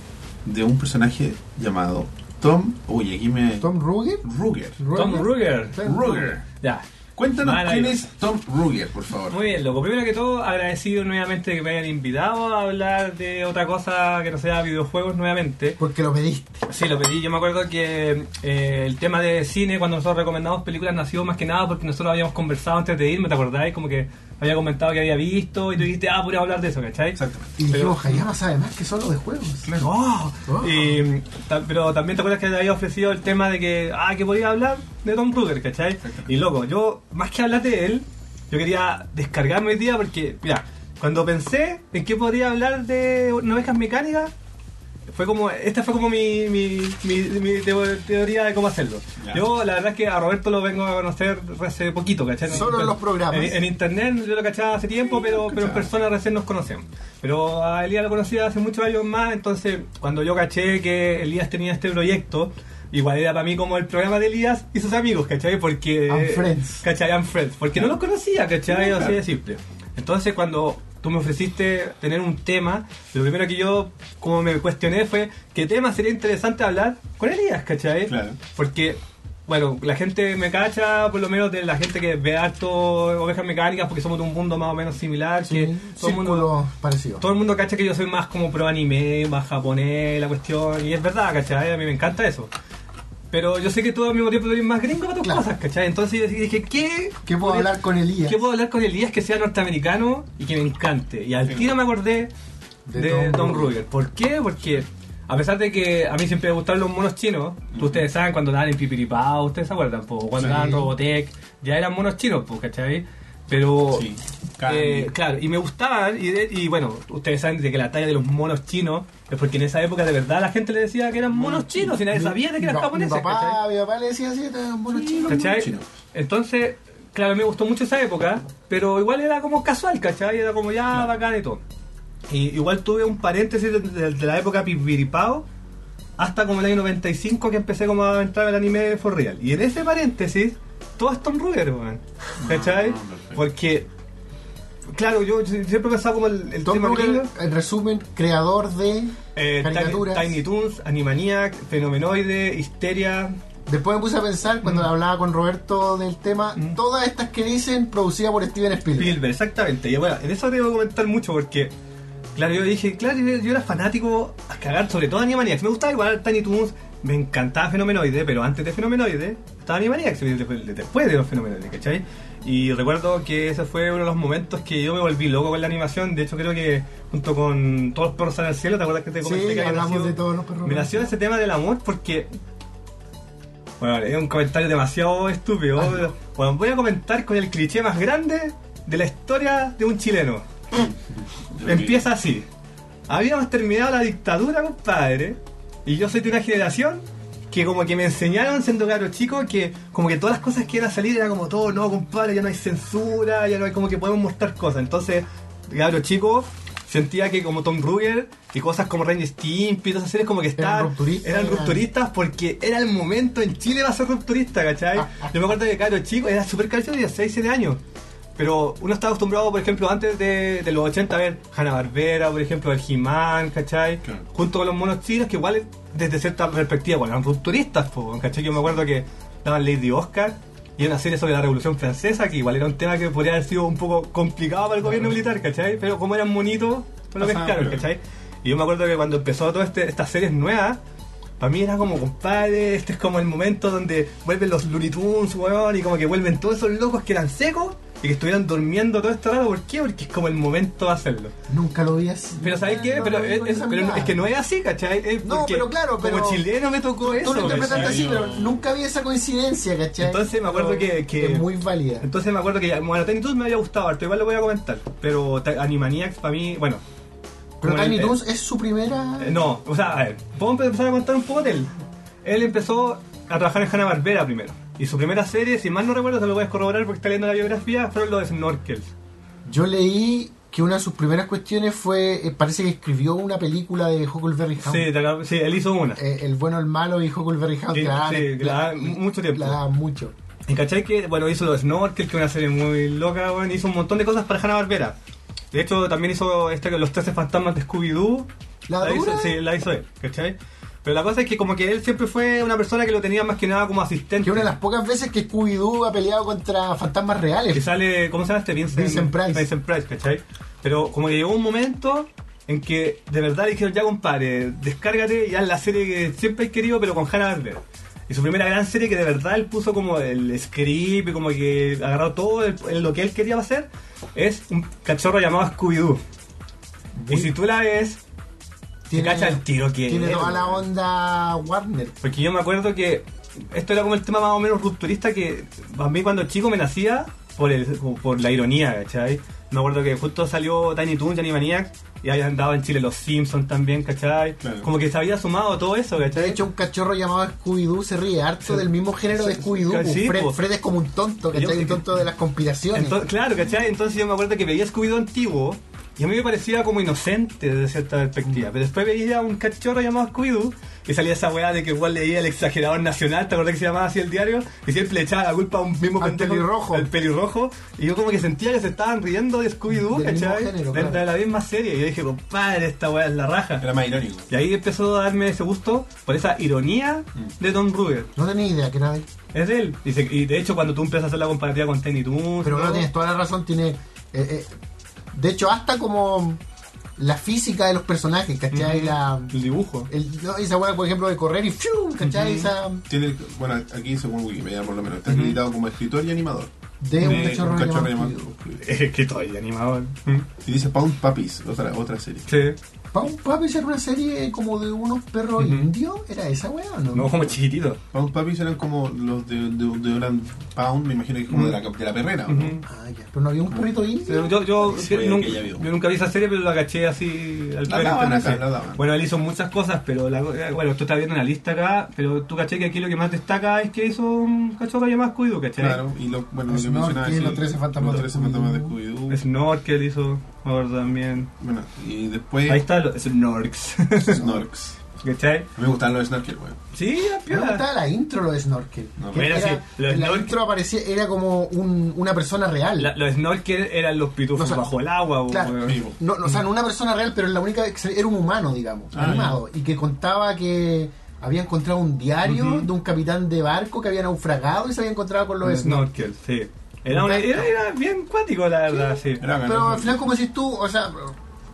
S1: de un personaje llamado Tom. Uy, aquí me.
S2: Tom Ruger.
S1: Ruger.
S3: Tom Ruger.
S1: Ruger.
S3: Ya.
S1: Cuéntanos quién
S3: Maravilloso.
S1: es Tom Ruger, por favor.
S3: Muy bien, loco. Primero que todo, agradecido nuevamente que me hayan invitado a hablar de otra cosa que no sea videojuegos nuevamente.
S2: Porque lo pediste.
S3: Sí, lo pedí. Yo me acuerdo que eh, el tema de cine, cuando nosotros recomendamos películas, nació más que nada porque nosotros habíamos conversado antes de irme, ¿te acordáis? Como que había comentado que había visto y tú dijiste, ah, pura hablar de eso, ¿cachai?
S1: Exactamente.
S2: Y dijimos, Hayama sabe más que solo de juegos.
S3: ¡Oh!
S2: Oh.
S3: Y, ta- pero también te acuerdas que te había ofrecido el tema de que, ah, que podía hablar de Tom Cruise, ¿cachai? Y loco, yo, más que hablar de él, yo quería descargarme hoy día porque, mira, cuando pensé en que podría hablar de ovejas mecánicas, fue como, esta fue como mi, mi, mi, mi teo- teoría de cómo hacerlo.
S1: Ya.
S3: Yo, la verdad es que a Roberto lo vengo a conocer hace poquito, ¿cachai?
S2: Solo en los programas.
S3: En, en internet yo lo cachaba hace tiempo, pero, pero en
S1: cachaba.
S3: persona personas recién nos conocemos. Pero a Elías lo conocía hace muchos años más, entonces cuando yo caché que Elías tenía este proyecto, igual era para mí como el programa de Elías y sus amigos, ¿cachai? Porque...
S2: And friends.
S3: ¿Cachai? And friends. Porque no los conocía, ¿cachai? Así de simple. Entonces cuando tú me ofreciste tener un tema, lo primero que yo como me cuestioné fue qué tema sería interesante hablar con Elías, ¿cachai?
S1: Claro.
S3: Porque, bueno, la gente me cacha, por lo menos de la gente que ve harto ovejas mecánicas, porque somos de un mundo más o menos similar. que todo, el mundo,
S2: Círculo parecido.
S3: todo el mundo cacha que yo soy más como pro anime, más japonés, la cuestión. Y es verdad, ¿cachai? A mí me encanta eso. Pero yo sé que tú al mismo tiempo eres más gringo para tus
S2: Claro.
S3: cosas, ¿cachai? Entonces yo dije, ¿qué?
S2: ¿Qué puedo
S3: podría-
S2: hablar con Elías?
S3: ¿Qué puedo hablar con Elías que sea norteamericano y que me encante? Y al tiro me acordé de,
S2: De
S3: Tom,
S2: Tom
S3: Ruger.
S2: Ruger.
S3: ¿Por qué? Porque a pesar de que a mí siempre me gustaron los monos chinos, tú ustedes saben cuando daban en Pipiripao, ustedes se acuerdan, po? cuando
S2: Sí.
S3: daban Robotech, ya eran monos chinos, po, ¿cachai? Pero
S1: Sí.
S3: eh,
S1: Candy.
S3: claro, y me gustaban, y, de- y bueno, ustedes saben de que la talla de los monos chinos es porque en esa época de verdad la gente le decía que eran monos chinos y nadie sabía de que
S2: Mi
S3: eran
S2: pa-
S3: japoneses.
S2: Mi papá,
S3: ¿cachai?
S2: mi papá le decía así, eran buenos chinos.
S3: ¿Cachai?
S1: Chino.
S3: Entonces, claro, me gustó mucho esa época, pero igual era como casual, ¿cachai? Era como ya bacán y todo. Y igual tuve un paréntesis de, de- de la época pipiripao hasta como el año 95 que empecé como a entrar el anime for real. Y en ese paréntesis, todo es Tom Ruger, weón. ¿Cachai?
S1: perfecto.
S3: Porque, claro, yo siempre he pensado como el, el
S2: Tom
S3: tema
S2: Ruger,
S3: gringo.
S2: en resumen, creador de
S3: Eh, Tiny-
S2: caricaturas.
S3: Tiny Toons, Animaniac, Fenomenoide, Histeria,
S2: Después me puse a pensar, cuando
S3: Mm.
S2: hablaba con Roberto del tema,
S3: Mm.
S2: todas estas que dicen producidas por Steven Spielberg.
S3: Spielberg, exactamente. Y bueno, en eso te voy a comentar mucho porque, claro, yo dije, claro, yo, yo era fanático a cagar, sobre todo Animaniacs. Me gustaba igual Tiny Toons, me encantaba Fenomenoide, pero antes de Fenomenoide estaba Animaniacs, después después de los Fenomenoides, ¿cachai? Y recuerdo que ese fue uno de los momentos que yo me volví loco con la animación. De hecho, creo que junto con Todos los perros en el cielo, ¿te acuerdas que te
S2: Sí,
S3: comenté este que había
S2: hablamos
S3: nacido-
S2: de todos los perros.
S3: me nació ese tema del amor porque. Bueno, es un comentario demasiado estúpido. Bueno, voy a comentar con el cliché más grande de la historia de un chileno. Empieza así. Habíamos terminado la dictadura, compadre. Y yo soy de una generación que como que me enseñaron siendo caro chico que como que todas las cosas que iban a salir era como todo, no, compadre, ya no hay censura, ya no hay como que podemos mostrar cosas. Entonces, cabro chico, se sentía que como Tom Ruger y cosas como Ranger Stimpy y todas esas series como que estaban,
S2: Eran rupturistas.
S3: eran rupturistas porque era el momento en Chile va a ser rupturista, ¿cachai?
S2: Ah,
S3: Yo me acuerdo que Caro Chico era súper caro, de 16, 7 años. Pero uno estaba acostumbrado, por ejemplo, antes de, de los 80 a ver Hanna Barbera, por ejemplo, el He-Man, ¿cachai?
S1: Claro.
S3: Junto con los monos chinos, que igual desde cierta perspectiva, igual eran rupturistas, po, ¿cachai? Yo me acuerdo que daban Lady Oscar y una serie sobre la Revolución Francesa, que igual era un tema que podría haber sido un poco complicado para el gobierno militar, ¿cachai? Pero como eran monitos, no Pues lo
S1: Pasaba,
S3: pescaron,
S1: pero-
S3: ¿cachai? Y yo me acuerdo que cuando empezó todo este, estas series nuevas, para mí era como, compadre, este es como el momento donde vuelven los Looney Tunes, weón, y como que vuelven todos esos locos que eran secos y que estuvieran durmiendo todo este rato. ¿Por qué? Porque es como el momento de hacerlo.
S2: Nunca lo vi así.
S3: Pero ¿sabes qué?
S2: No
S3: pero
S2: lo vi
S3: es,
S2: con
S3: es-
S2: esa
S3: pero
S2: mirada.
S3: es que no es así, ¿cachai? Es
S2: No,
S3: porque
S2: pero claro, pero-
S3: Como chileno me tocó eso.
S2: Tú lo interpretaste
S3: ¿cachai?
S2: así, pero nunca vi esa coincidencia, ¿cachai?
S3: Entonces me acuerdo
S2: Pero
S3: que- que-
S2: Es muy válida.
S3: Entonces me acuerdo que ya, bueno, Tiny Toons me había gustado harto, igual lo voy a comentar. Pero Ta- Animaniacs para mí, bueno.
S2: Pero
S3: como
S2: Tiny
S3: el-
S2: Toons es su primera.
S3: eh, No, o sea, a ver, vamos a empezar a contar un poco de él. Él empezó a trabajar en Hanna-Barbera primero. Y su primera serie, si mal no recuerdo, se lo voy a corroborar porque está leyendo la biografía, fueron los Snorkels.
S2: Yo leí que una de sus primeras cuestiones fue. eh, parece que escribió una película de Huckleberry Hound.
S3: Sí, te acabo- sí, él hizo una.
S2: Ah. Eh, el bueno, el malo y Huckleberry Hound.
S3: Sí,
S2: que la daban-
S3: sí, que la daban mucho tiempo.
S2: La daban mucho.
S3: Y cachai que, bueno, hizo los Snorkels, que es una serie muy loca, bueno, hizo un montón de cosas para Hanna-Barbera. De hecho, también hizo este, los 13 fantasmas de Scooby-Doo.
S2: ¿La
S3: hizo,
S2: dura?
S3: Sí, la hizo él, ¿cachai? Pero la cosa es que como que él siempre fue una persona que lo tenía más que nada como asistente.
S2: Que una de las pocas veces que Scooby-Doo ha peleado contra fantasmas
S3: que
S2: reales.
S3: sale, ¿cómo se llama este? Vincent,
S2: Vincent Price.
S3: Vincent Price, ¿cachai? Pero como que llegó un momento en que de verdad le dijeron, ya compadre, descárgate y haz la serie que siempre has querido, pero con Hanna Barbera. Y su primera gran serie que de verdad él puso como el script y como que agarró todo el- el- lo que él quería hacer, es un cachorro llamado Scooby-Doo. Y si tú la ves, te cacha el tiro que
S2: tiene
S3: es,
S2: toda la
S3: weón.
S2: onda Warner.
S3: Porque yo me acuerdo que esto era como el tema más o menos rupturista que a mí cuando chico me nacía por, el, por la ironía, ¿cachai? Me acuerdo que justo salió Tiny Toons, Animaniacs, y ahí andaba en Chile los Simpsons también, ¿cachai?
S1: Claro.
S3: Como que se había sumado todo eso, ¿cachai?
S2: De hecho, un cachorro llamado Scooby-Doo se ríe harto
S3: Sí.
S2: del mismo género de
S3: Sí,
S2: Scooby-Doo.
S3: sí,
S2: Fred,
S3: po.
S2: Fred es como un tonto,
S3: Yo-
S2: ¿cachai? Un tonto de las conspiraciones.
S3: Entonces, claro, ¿cachai? Entonces yo me acuerdo que veía Scooby-Doo antiguo y a mí me parecía como inocente desde cierta
S2: Mm.
S3: perspectiva. Pero después veía a un cachorro llamado Scooby-Doo y salía esa weá de que igual leía el exagerador nacional, ¿te acordás que se llamaba así el diario? Y siempre le echaba la culpa a un mismo
S2: Al pelirrojo.
S3: Al pelirrojo. Y yo como que sentía que se estaban riendo de Scooby-Doo,
S2: Del mismo
S3: ¿cachai?
S2: género,
S3: de,
S2: claro.
S3: de la misma serie. Y yo dije, compadre, esta weá es la raja.
S1: Era más irónico.
S3: Y ahí empezó a darme ese gusto por esa ironía
S2: Mm.
S3: de Tom Ruger.
S2: No tenía idea que era de él.
S3: Es de él. Y, se- y de hecho, cuando tú empiezas a hacer la comparativa con Tenny
S2: Pero
S3: Toons, y
S2: claro,
S3: todo,
S2: tienes toda la razón, tiene. eh, eh, de hecho, hasta como la física de los personajes, ¿cachai? La-
S3: el dibujo.
S2: el- no, esa hueá, por ejemplo, de correr y ¡fiu! ¿cachai? Esa
S1: Tiene, bueno, aquí según Wikipedia por lo menos, está acreditado como escritor y animador.
S2: de un
S1: De
S2: cachorro,
S1: un cachorro
S2: llamado
S1: llamado Scooby-Doo.
S3: Es que estoy animador.
S1: Y dice Pound Puppies, otra, otra serie.
S3: Mm, Sí.
S2: Pau- Papi era una serie como de unos perros
S3: Ujú.
S2: indios, ¿era esa hueá o no?
S3: No, como chiquitito.
S1: Pound Puppies eran como los de, de, de Oran Pound, me imagino que es como de, la, de la perrera, ¿o ¿no?
S2: Ah, ya. Pero no había un perrito indio.
S3: Yo, yo,
S1: Sí,
S3: yo nunca,
S1: aquella vio.
S3: yo nunca vi esa serie, pero la caché así al
S1: La
S3: pelo,
S1: daban
S3: así.
S1: acá, la daban.
S3: Bueno, él hizo muchas cosas, pero la, eh, bueno, tú estás viendo una lista acá, pero tú caché que aquí lo que más destaca es que hizo un cachorro llamado Scooby-Doo, caché.
S1: Claro, y los, bueno, lo que
S2: Snorkel,
S1: mencionaba sí,
S2: los 13 fantasmas
S1: los
S2: de
S1: 13 fantasmas de
S2: Scooby-Doo.
S1: Scooby-Doo.
S3: Snorkel hizo, ahora también.
S1: Bueno, y
S3: Ahí
S1: después
S3: está los Snorks.
S1: Snorks.
S3: ¿Cachai?
S1: A mí me gustaban los Snorkel, weón.
S3: Sí, la
S2: Me
S3: piola.
S2: gustaba la intro lo de Snorkel.
S1: No,
S2: Que
S3: pero
S2: era,
S3: sí, lo de
S2: en la
S3: Snorkel-
S2: intro aparecía, era como un- una persona real.
S3: La- Los Snorkel eran los pitufos
S2: No, o sea,
S3: bajo el agua, bo,
S2: claro.
S3: weón.
S1: Sí, bo.
S2: No, no, o sea,
S3: Mm.
S2: no una persona real, pero la única que se- era un humano, digamos,
S1: Ah,
S2: animado, y que contaba que había encontrado un diario
S3: Ujú. Eh,
S2: de un capitán de barco que había naufragado y se había encontrado con los
S3: Los
S2: Snorkel.
S3: Snorkel, sí. Era, una- era, era bien cuático, la verdad, sí.
S1: Era bacán,
S2: Pero
S1: ¿no?
S2: al final, como decís tú, o sea,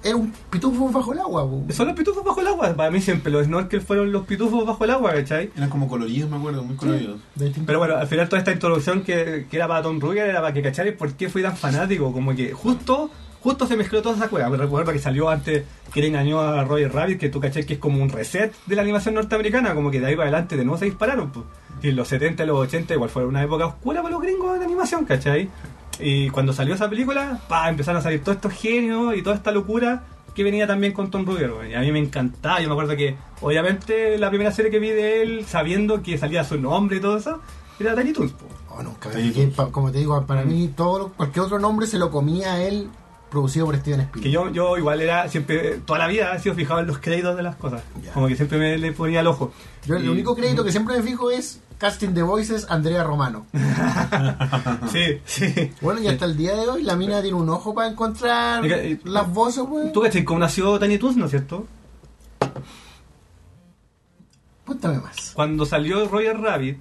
S2: era un pitufo bajo el agua. po.
S3: Son los pitufos bajo el agua. Para mí siempre los snorkel fueron los pitufos bajo el agua, ¿cachai?
S1: Eran como coloridos, me acuerdo, muy coloridos.
S2: De distintos-
S3: Pero bueno, al final toda esta introducción que, que era para Tom Ruger era para que cachares por qué fui tan fanático. Como que justo justo se mezcló toda esa cueva. Me recuerdo que salió antes que le engañó a Roger Rabbit, que tú caché que es como un reset de la animación norteamericana. Como que de ahí para adelante de nuevo se dispararon. Pues. Y en los 70 y los 80 igual fue una época oscura para los gringos de animación, ¿cachai? Y cuando salió esa película, pa, empezaron a salir todos estos genios y toda esta locura que venía también con Tom Ruger. weón. Y a mí me encantaba. Yo me acuerdo que, obviamente, la primera serie que vi de él, sabiendo que salía su nombre y todo eso, era Tiny Toons. po.
S2: Oh, nunca,
S1: Tiny
S3: Mm.
S2: que, pa- como te digo, para mí todo, lo- cualquier otro nombre se lo comía a él producido por Steven
S3: Que
S2: Spielberg.
S3: yo, yo igual era siempre, toda la vida he sido fijado en los créditos de las cosas.
S2: Ya.
S3: Como que siempre me le ponía el ojo.
S2: Yo el
S3: Y- mm.
S2: único crédito que siempre me fijo es Casting the Voices Andrea Romano.
S3: Sí, sí.
S2: Bueno, y hasta el día de hoy la mina tiene un ojo para encontrar
S3: Y que- y-
S2: las voces, güey.
S3: Tú cachai, como nació Tiny Toons, ¿no es cierto?
S2: Cuéntame más.
S3: Cuando salió Roger Rabbit,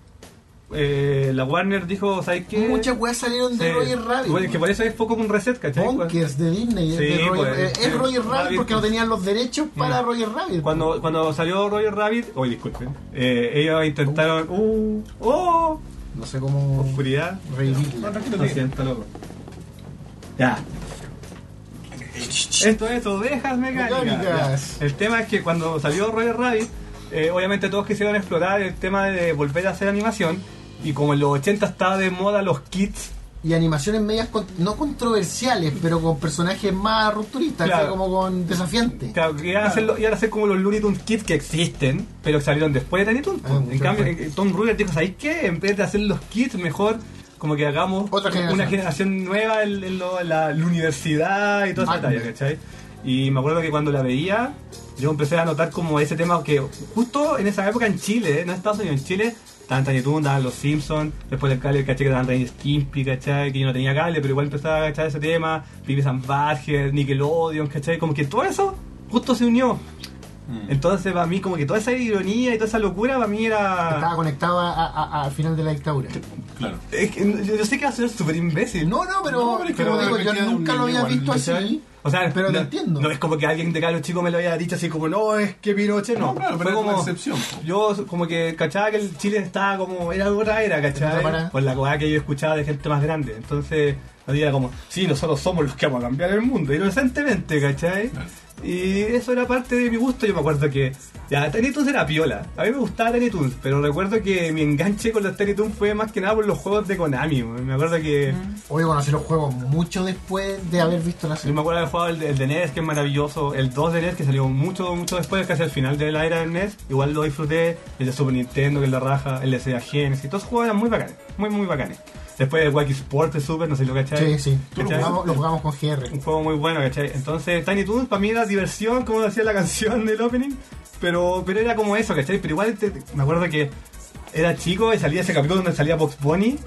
S3: eh, la Warner dijo, ¿sabes qué?
S2: Muchas weas salieron de
S3: Sí.
S2: Roger Rabbit.
S3: Bueno, es que
S2: güey.
S3: por eso es poco un reset, ¿cachai?
S2: Bonkers de Disney. es
S3: Sí,
S2: de Roger-
S3: pues,
S2: eh, es
S3: sí.
S2: Roger Rabbit,
S3: Rabbit.
S2: porque no tenían los derechos para
S3: Mm.
S2: Roger Rabbit.
S3: Cuando, cuando salió Roger Rabbit, uy, disculpen, eh, ellos intentaron, uh, oh,
S2: No sé cómo.
S3: oscuridad.
S2: Ridículo.
S4: No, tranquilo,
S3: Lo
S4: tío.
S3: siento, loco. Ya.
S1: Eh,
S3: Esto es ovejas mecánicas.
S2: Mecánicas.
S3: Ya. El tema es que cuando salió Roger Rabbit, eh, obviamente todos quisieron explorar el tema de volver a hacer animación. Y como en los 80 estaba de moda los kits,
S2: Y animaciones medias con- no controversiales, pero con personajes más rupturistas,
S3: Claro.
S2: o sea, como con desafiantes.
S3: claro, que iban, a hacerlo- iban a ser como los Looney Tunes kits que existen, pero que salieron después de Tiny Toons.
S2: Ah,
S3: en
S2: mucho
S3: cambio,
S2: mejor.
S3: eh, Tom Ruger dijo: ¿Sabéis qué? En vez de hacer los kits, mejor como que hagamos
S2: Otra generación.
S3: una generación nueva en, en lo- en la, la universidad y toda esa
S2: Magnet.
S3: talla, ¿cachai? Y me acuerdo que cuando la veía, yo empecé a notar como ese tema que justo en esa época en Chile, eh, no en Estados Unidos, en Chile, estaban Tiny Toons, daban los Simpsons, después del cable, caché que daban Ren Stimpy, ¿cachai? Que yo no tenía cable, pero igual empezaba a cachar ese tema, Vivi San Barger, Nickelodeon, ¿cachai? Como que todo eso justo se unió. Entonces para mí como que toda esa ironía y toda esa locura para mí
S2: Estaba
S3: era...
S2: conectado a- a- a- al final de la dictadura.
S1: Claro.
S3: Es que yo, yo sé que va a ser súper imbécil, ¿no?
S2: No, no, pero,
S1: No, pero es que
S2: como
S1: de
S2: digo, yo
S1: repente
S2: nunca lo había
S1: igual,
S2: visto así.
S3: O sea,
S2: Pero
S3: no,
S2: te entiendo.
S3: No es como que alguien de acá los chicos me lo haya dicho así como, no, es que Pinochet, no.
S1: No, claro, pero
S3: Fue
S1: es
S3: como,
S1: una excepción.
S3: Yo como que cachaba que el Chile estaba como, era otra era,
S2: Otra
S3: ¿cachai?
S2: parada.
S3: Por la cosa que yo escuchaba de gente más grande. Entonces, así era como, sí, nosotros somos los que vamos a cambiar el mundo, inocentemente, ¿cachai? Y eso era parte de mi gusto, yo me acuerdo que... Ya, Tiny Toons era piola. A mí me gustaba Tiny Toons, pero recuerdo que mi enganche con los Tiny Toons fue más que nada por los juegos de Konami. Me acuerdo que...
S2: Oye, conocí los juegos mucho después de haber visto la
S3: Yo
S2: serie.
S3: me acuerdo de haber jugado el, el de NES, que es maravilloso. El 2 de NES, que salió mucho, mucho después, casi al final de la era del NES. Igual lo disfruté. El de Super Nintendo, que es la raja. El de Sega Genesis. Todos los juegos eran muy bacanes. Muy, muy bacanes. Después de Wacky Sport de Super, no sé si lo
S2: Sí,
S3: cacháis.
S2: sí. Lo
S3: ¿Tú lo
S2: jugamos,
S3: jugaste?
S2: lo jugamos con GR.
S3: Un juego muy bueno, ¿cachai? Entonces, Tiny Toons para mí era diversión, como decía la canción del opening. Pero, pero era como eso, ¿cachai? Pero igual te- te- me acuerdo que era chico y salía ese capítulo donde salía Box Bunny.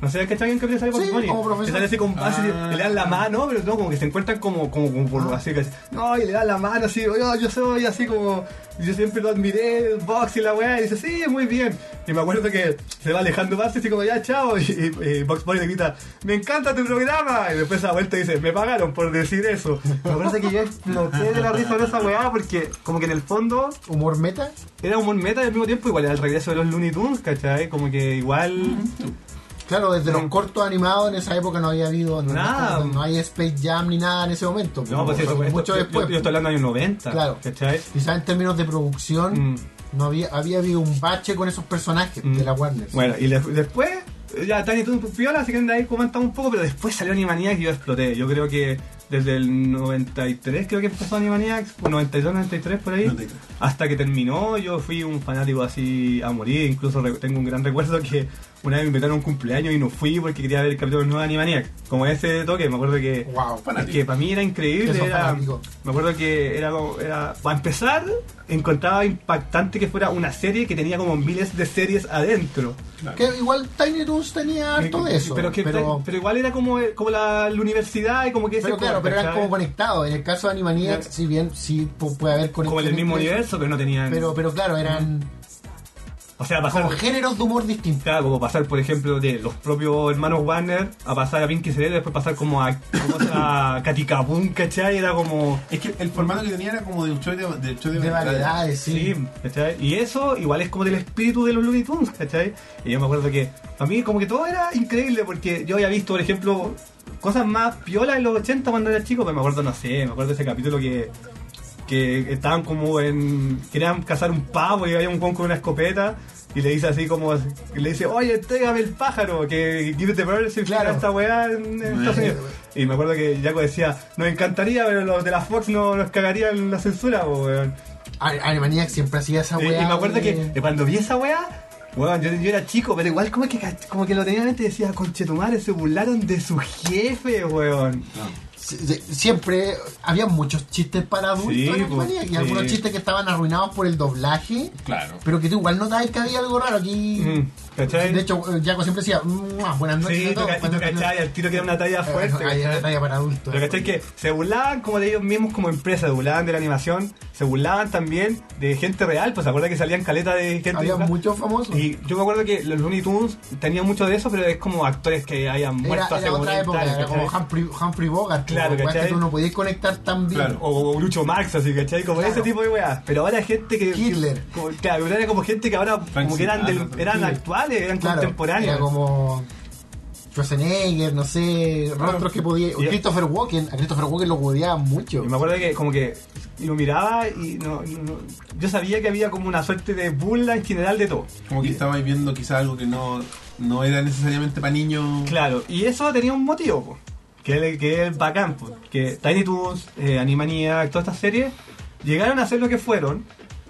S3: No sé, ¿cachai? ¿En qué capítulo salía Box
S2: Sí,
S3: Bunny?
S2: como profesor.
S3: Que sale así con este así,
S1: Ah.
S3: le dan la mano, pero no, como que se encuentran como, como, como por- así, ¿cachai? No, y le dan la mano así, oye, yo soy así como. Yo siempre lo admiré, el Box y la weá, y dice, sí, muy bien. Y me acuerdo que se va alejando más, así como, ya, chao. Y, y, y Box Bunny le grita, me encanta tu programa. Y después a vuelta dice, me pagaron por decir eso. Me parece que yo exploté de la risa de esa weá, porque como que en el fondo
S2: Humor meta.
S3: era un meta y al mismo tiempo igual era el regreso de los Looney Tunes, ¿cachai? Como que igual.
S2: Claro, desde los
S3: Mm.
S2: cortos animados en esa época no había habido no-
S3: Nada.
S2: No, hay Space Jam ni nada en ese momento.
S3: No, pues
S2: Fue
S3: eso, esto-
S2: mucho
S3: yo-
S2: después.
S3: Yo, yo estoy hablando de años 90,
S2: Claro.
S3: ¿cachai?
S2: Quizás en términos de producción
S3: Mm.
S2: no había había habido un bache con esos personajes
S3: Mm.
S2: de la Warner.
S3: Bueno, y de- después, ya Tiny Toons piola, así que de ahí comentamos un poco, pero después salió Animaniacs y yo exploté. Yo creo que desde el 93 creo que empezó Animaniacs, o 92, 93 por ahí,
S1: 93.
S3: hasta que terminó, yo fui un fanático así a morir, incluso re- tengo un gran recuerdo que una vez me invitaron a un cumpleaños y no fui porque quería ver el capítulo nuevo de Animaniacs. Como ese toque, me acuerdo que...
S2: wow.
S1: Para-
S3: Es que para mí era increíble,
S2: Que sos
S3: era-
S2: fanático.
S3: me acuerdo que era, como- era para empezar encontraba impactante que fuera una serie que tenía como miles de series adentro.
S1: Claro.
S2: Que igual Tiny Toons tenía harto de eso.
S3: Pero, que-
S2: pero,
S3: pero igual era como, eh, como la, la universidad y como que ese
S2: pero claro,
S3: corte,
S2: pero eran
S3: ¿cachai?
S2: como conectados. En el caso de Animaniacs,
S3: Ya.
S2: si bien sí pu- puede haber
S3: Como en
S2: conexiones.
S3: el mismo
S2: entre-
S3: universo, pero no tenían.
S2: Pero, pero claro, eran
S3: o sea, pasar.
S2: como géneros de humor distintos.
S3: claro, como pasar, por ejemplo, de los propios hermanos Warner a pasar a Pinky Cerebro, después pasar como a, como a Katikabun, ¿cachai? Era como.
S1: Es que el formato que tenía era como de show de, de, show
S2: De variedades, sí.
S3: Sí, ¿cachai? Y eso igual es como del espíritu de los Looney Tunes, ¿cachai? Y yo me acuerdo que para mí como que todo era increíble porque yo había visto, por ejemplo, cosas más piolas en los 80 cuando era chico, pero me acuerdo, no sé, me acuerdo de ese capítulo que, que estaban como en... querían cazar un pavo y había un guan con una escopeta y le dice así como... le dice, oye, entrégame el pájaro, que give the bird si
S2: Claro.
S3: claro. esta weá en Estados Unidos. Y me acuerdo que Jaco decía, nos encantaría, pero los de la Fox no, nos cagarían la censura, po, weón.
S2: A- Animaniacs siempre hacía esa
S3: Y, y
S2: weá.
S3: me acuerdo
S2: de-
S3: que eh, cuando vi esa weá, weón, yo, yo era chico, pero igual como que, ca- como que lo tenía en mente y decía, conchetumare, se burlaron de su jefe, weón.
S2: si- si- siempre había muchos chistes para adultos
S3: Sí,
S2: en
S3: pues,
S2: Animaniacs, y
S3: sí.
S2: algunos chistes que estaban arruinados por el doblaje,
S1: Claro.
S2: pero que tú igual notabas que había algo raro aquí.
S3: Mm, ¿Cachai?
S2: De hecho, eh, Jaco siempre decía, "Mua, buenas noches
S3: sí,
S2: a
S3: tú,
S2: todos.
S3: ca- tú
S2: Cuando-
S3: cachai, al tiro que era una talla
S2: Eh,
S3: fuerte.
S2: hay una
S3: ¿cachai?
S2: talla para adultos.
S3: Pero cachai que se burlaban como de ellos mismos como empresa, se burlaban de la animación, se burlaban también de gente real, pues se acuerda que salían caletas de gente
S2: Había
S3: disfra-
S2: muchos famosos.
S3: Y yo me acuerdo que los Looney Tunes tenían mucho de eso, pero es como actores que hayan
S2: Era,
S3: muerto hace
S2: era otra
S3: 40
S2: época,
S3: años,
S2: era como
S3: ¿cachai?
S2: Humphrey, Humphrey Bogart.
S3: Claro,
S2: como,
S3: ¿cachai?
S2: que tú no podías conectar tan bien.
S1: Claro.
S3: O, o Lucho Max, así, ¿cachai? Como
S2: Claro.
S3: ese tipo de weas. Pero ahora gente que.
S2: Hitler.
S3: como- claro, pero era como gente que ahora
S1: Frank
S3: como que eran, del-
S1: Sinatra,
S3: eran
S2: Hitler.
S3: actuales, eran
S2: Claro,
S3: contemporáneos.
S2: Era como Schwarzenegger, no sé, rostros que podía. o
S3: Y-
S2: Christopher Walken, a Christopher Walken lo odiaban mucho.
S3: Y me acuerdo que como que lo miraba y no, no- yo sabía que había como una suerte de burla en general de todo.
S1: Como que estabais viendo quizás algo que no, no era necesariamente para niños.
S3: Claro, y eso tenía un motivo, po, que es el- que es el bacán, po, que Tiny Toons, eh, Animaniac, todas estas series llegaron a ser lo que fueron,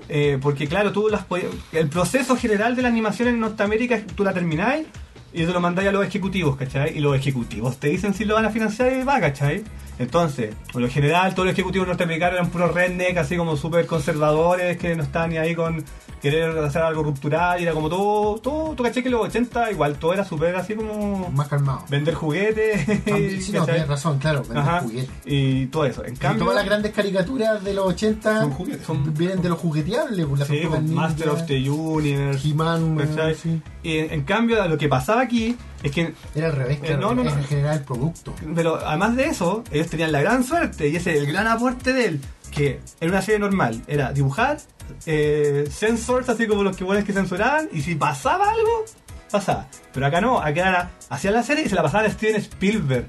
S3: eh, porque claro, tú las podías- el proceso general de la animación en Norteamérica es que tú la termináis y te lo mandáis a los ejecutivos, ¿cachai? Y los ejecutivos te dicen si lo van a financiar y va, ¿cachai? Entonces, por lo general, todos los ejecutivos norteamericanos eran puros redneck, así como súper conservadores, que no estaban ni ahí con querer hacer algo ruptural, y era como todo, todo, tú caché que los 80 igual, todo era súper así como
S2: Más calmado.
S3: vender juguetes.
S2: También- Ah, sí, no,
S3: ¿cachai?
S2: tienes razón, claro, vender
S3: Ajá,
S2: juguetes.
S3: Y todo eso. En
S2: Y
S3: cambio,
S2: todas las grandes caricaturas de los 80
S1: Son juguetes.
S3: son-
S2: vienen de los jugueteables, pues, las
S3: sí,
S2: tortugas
S3: pues,
S2: ninja,
S3: Master of the Universe.
S2: He-Man, weón,
S3: ¿cachai?
S2: sí.
S3: Y en, en cambio, lo que pasaba aquí es que,
S2: Era al revés,
S3: Eh,
S2: claro.
S3: no, no,
S2: era
S3: no.
S2: generar el producto.
S3: pero además de eso, ellos tenían la gran suerte y ese es el gran aporte de él, que era una serie normal, era dibujar, eh, censors así como los que buenos que censuraban, y si pasaba algo, pasaba. Pero acá no, acá era, hacían la serie y se la pasaban a Steven Spielberg.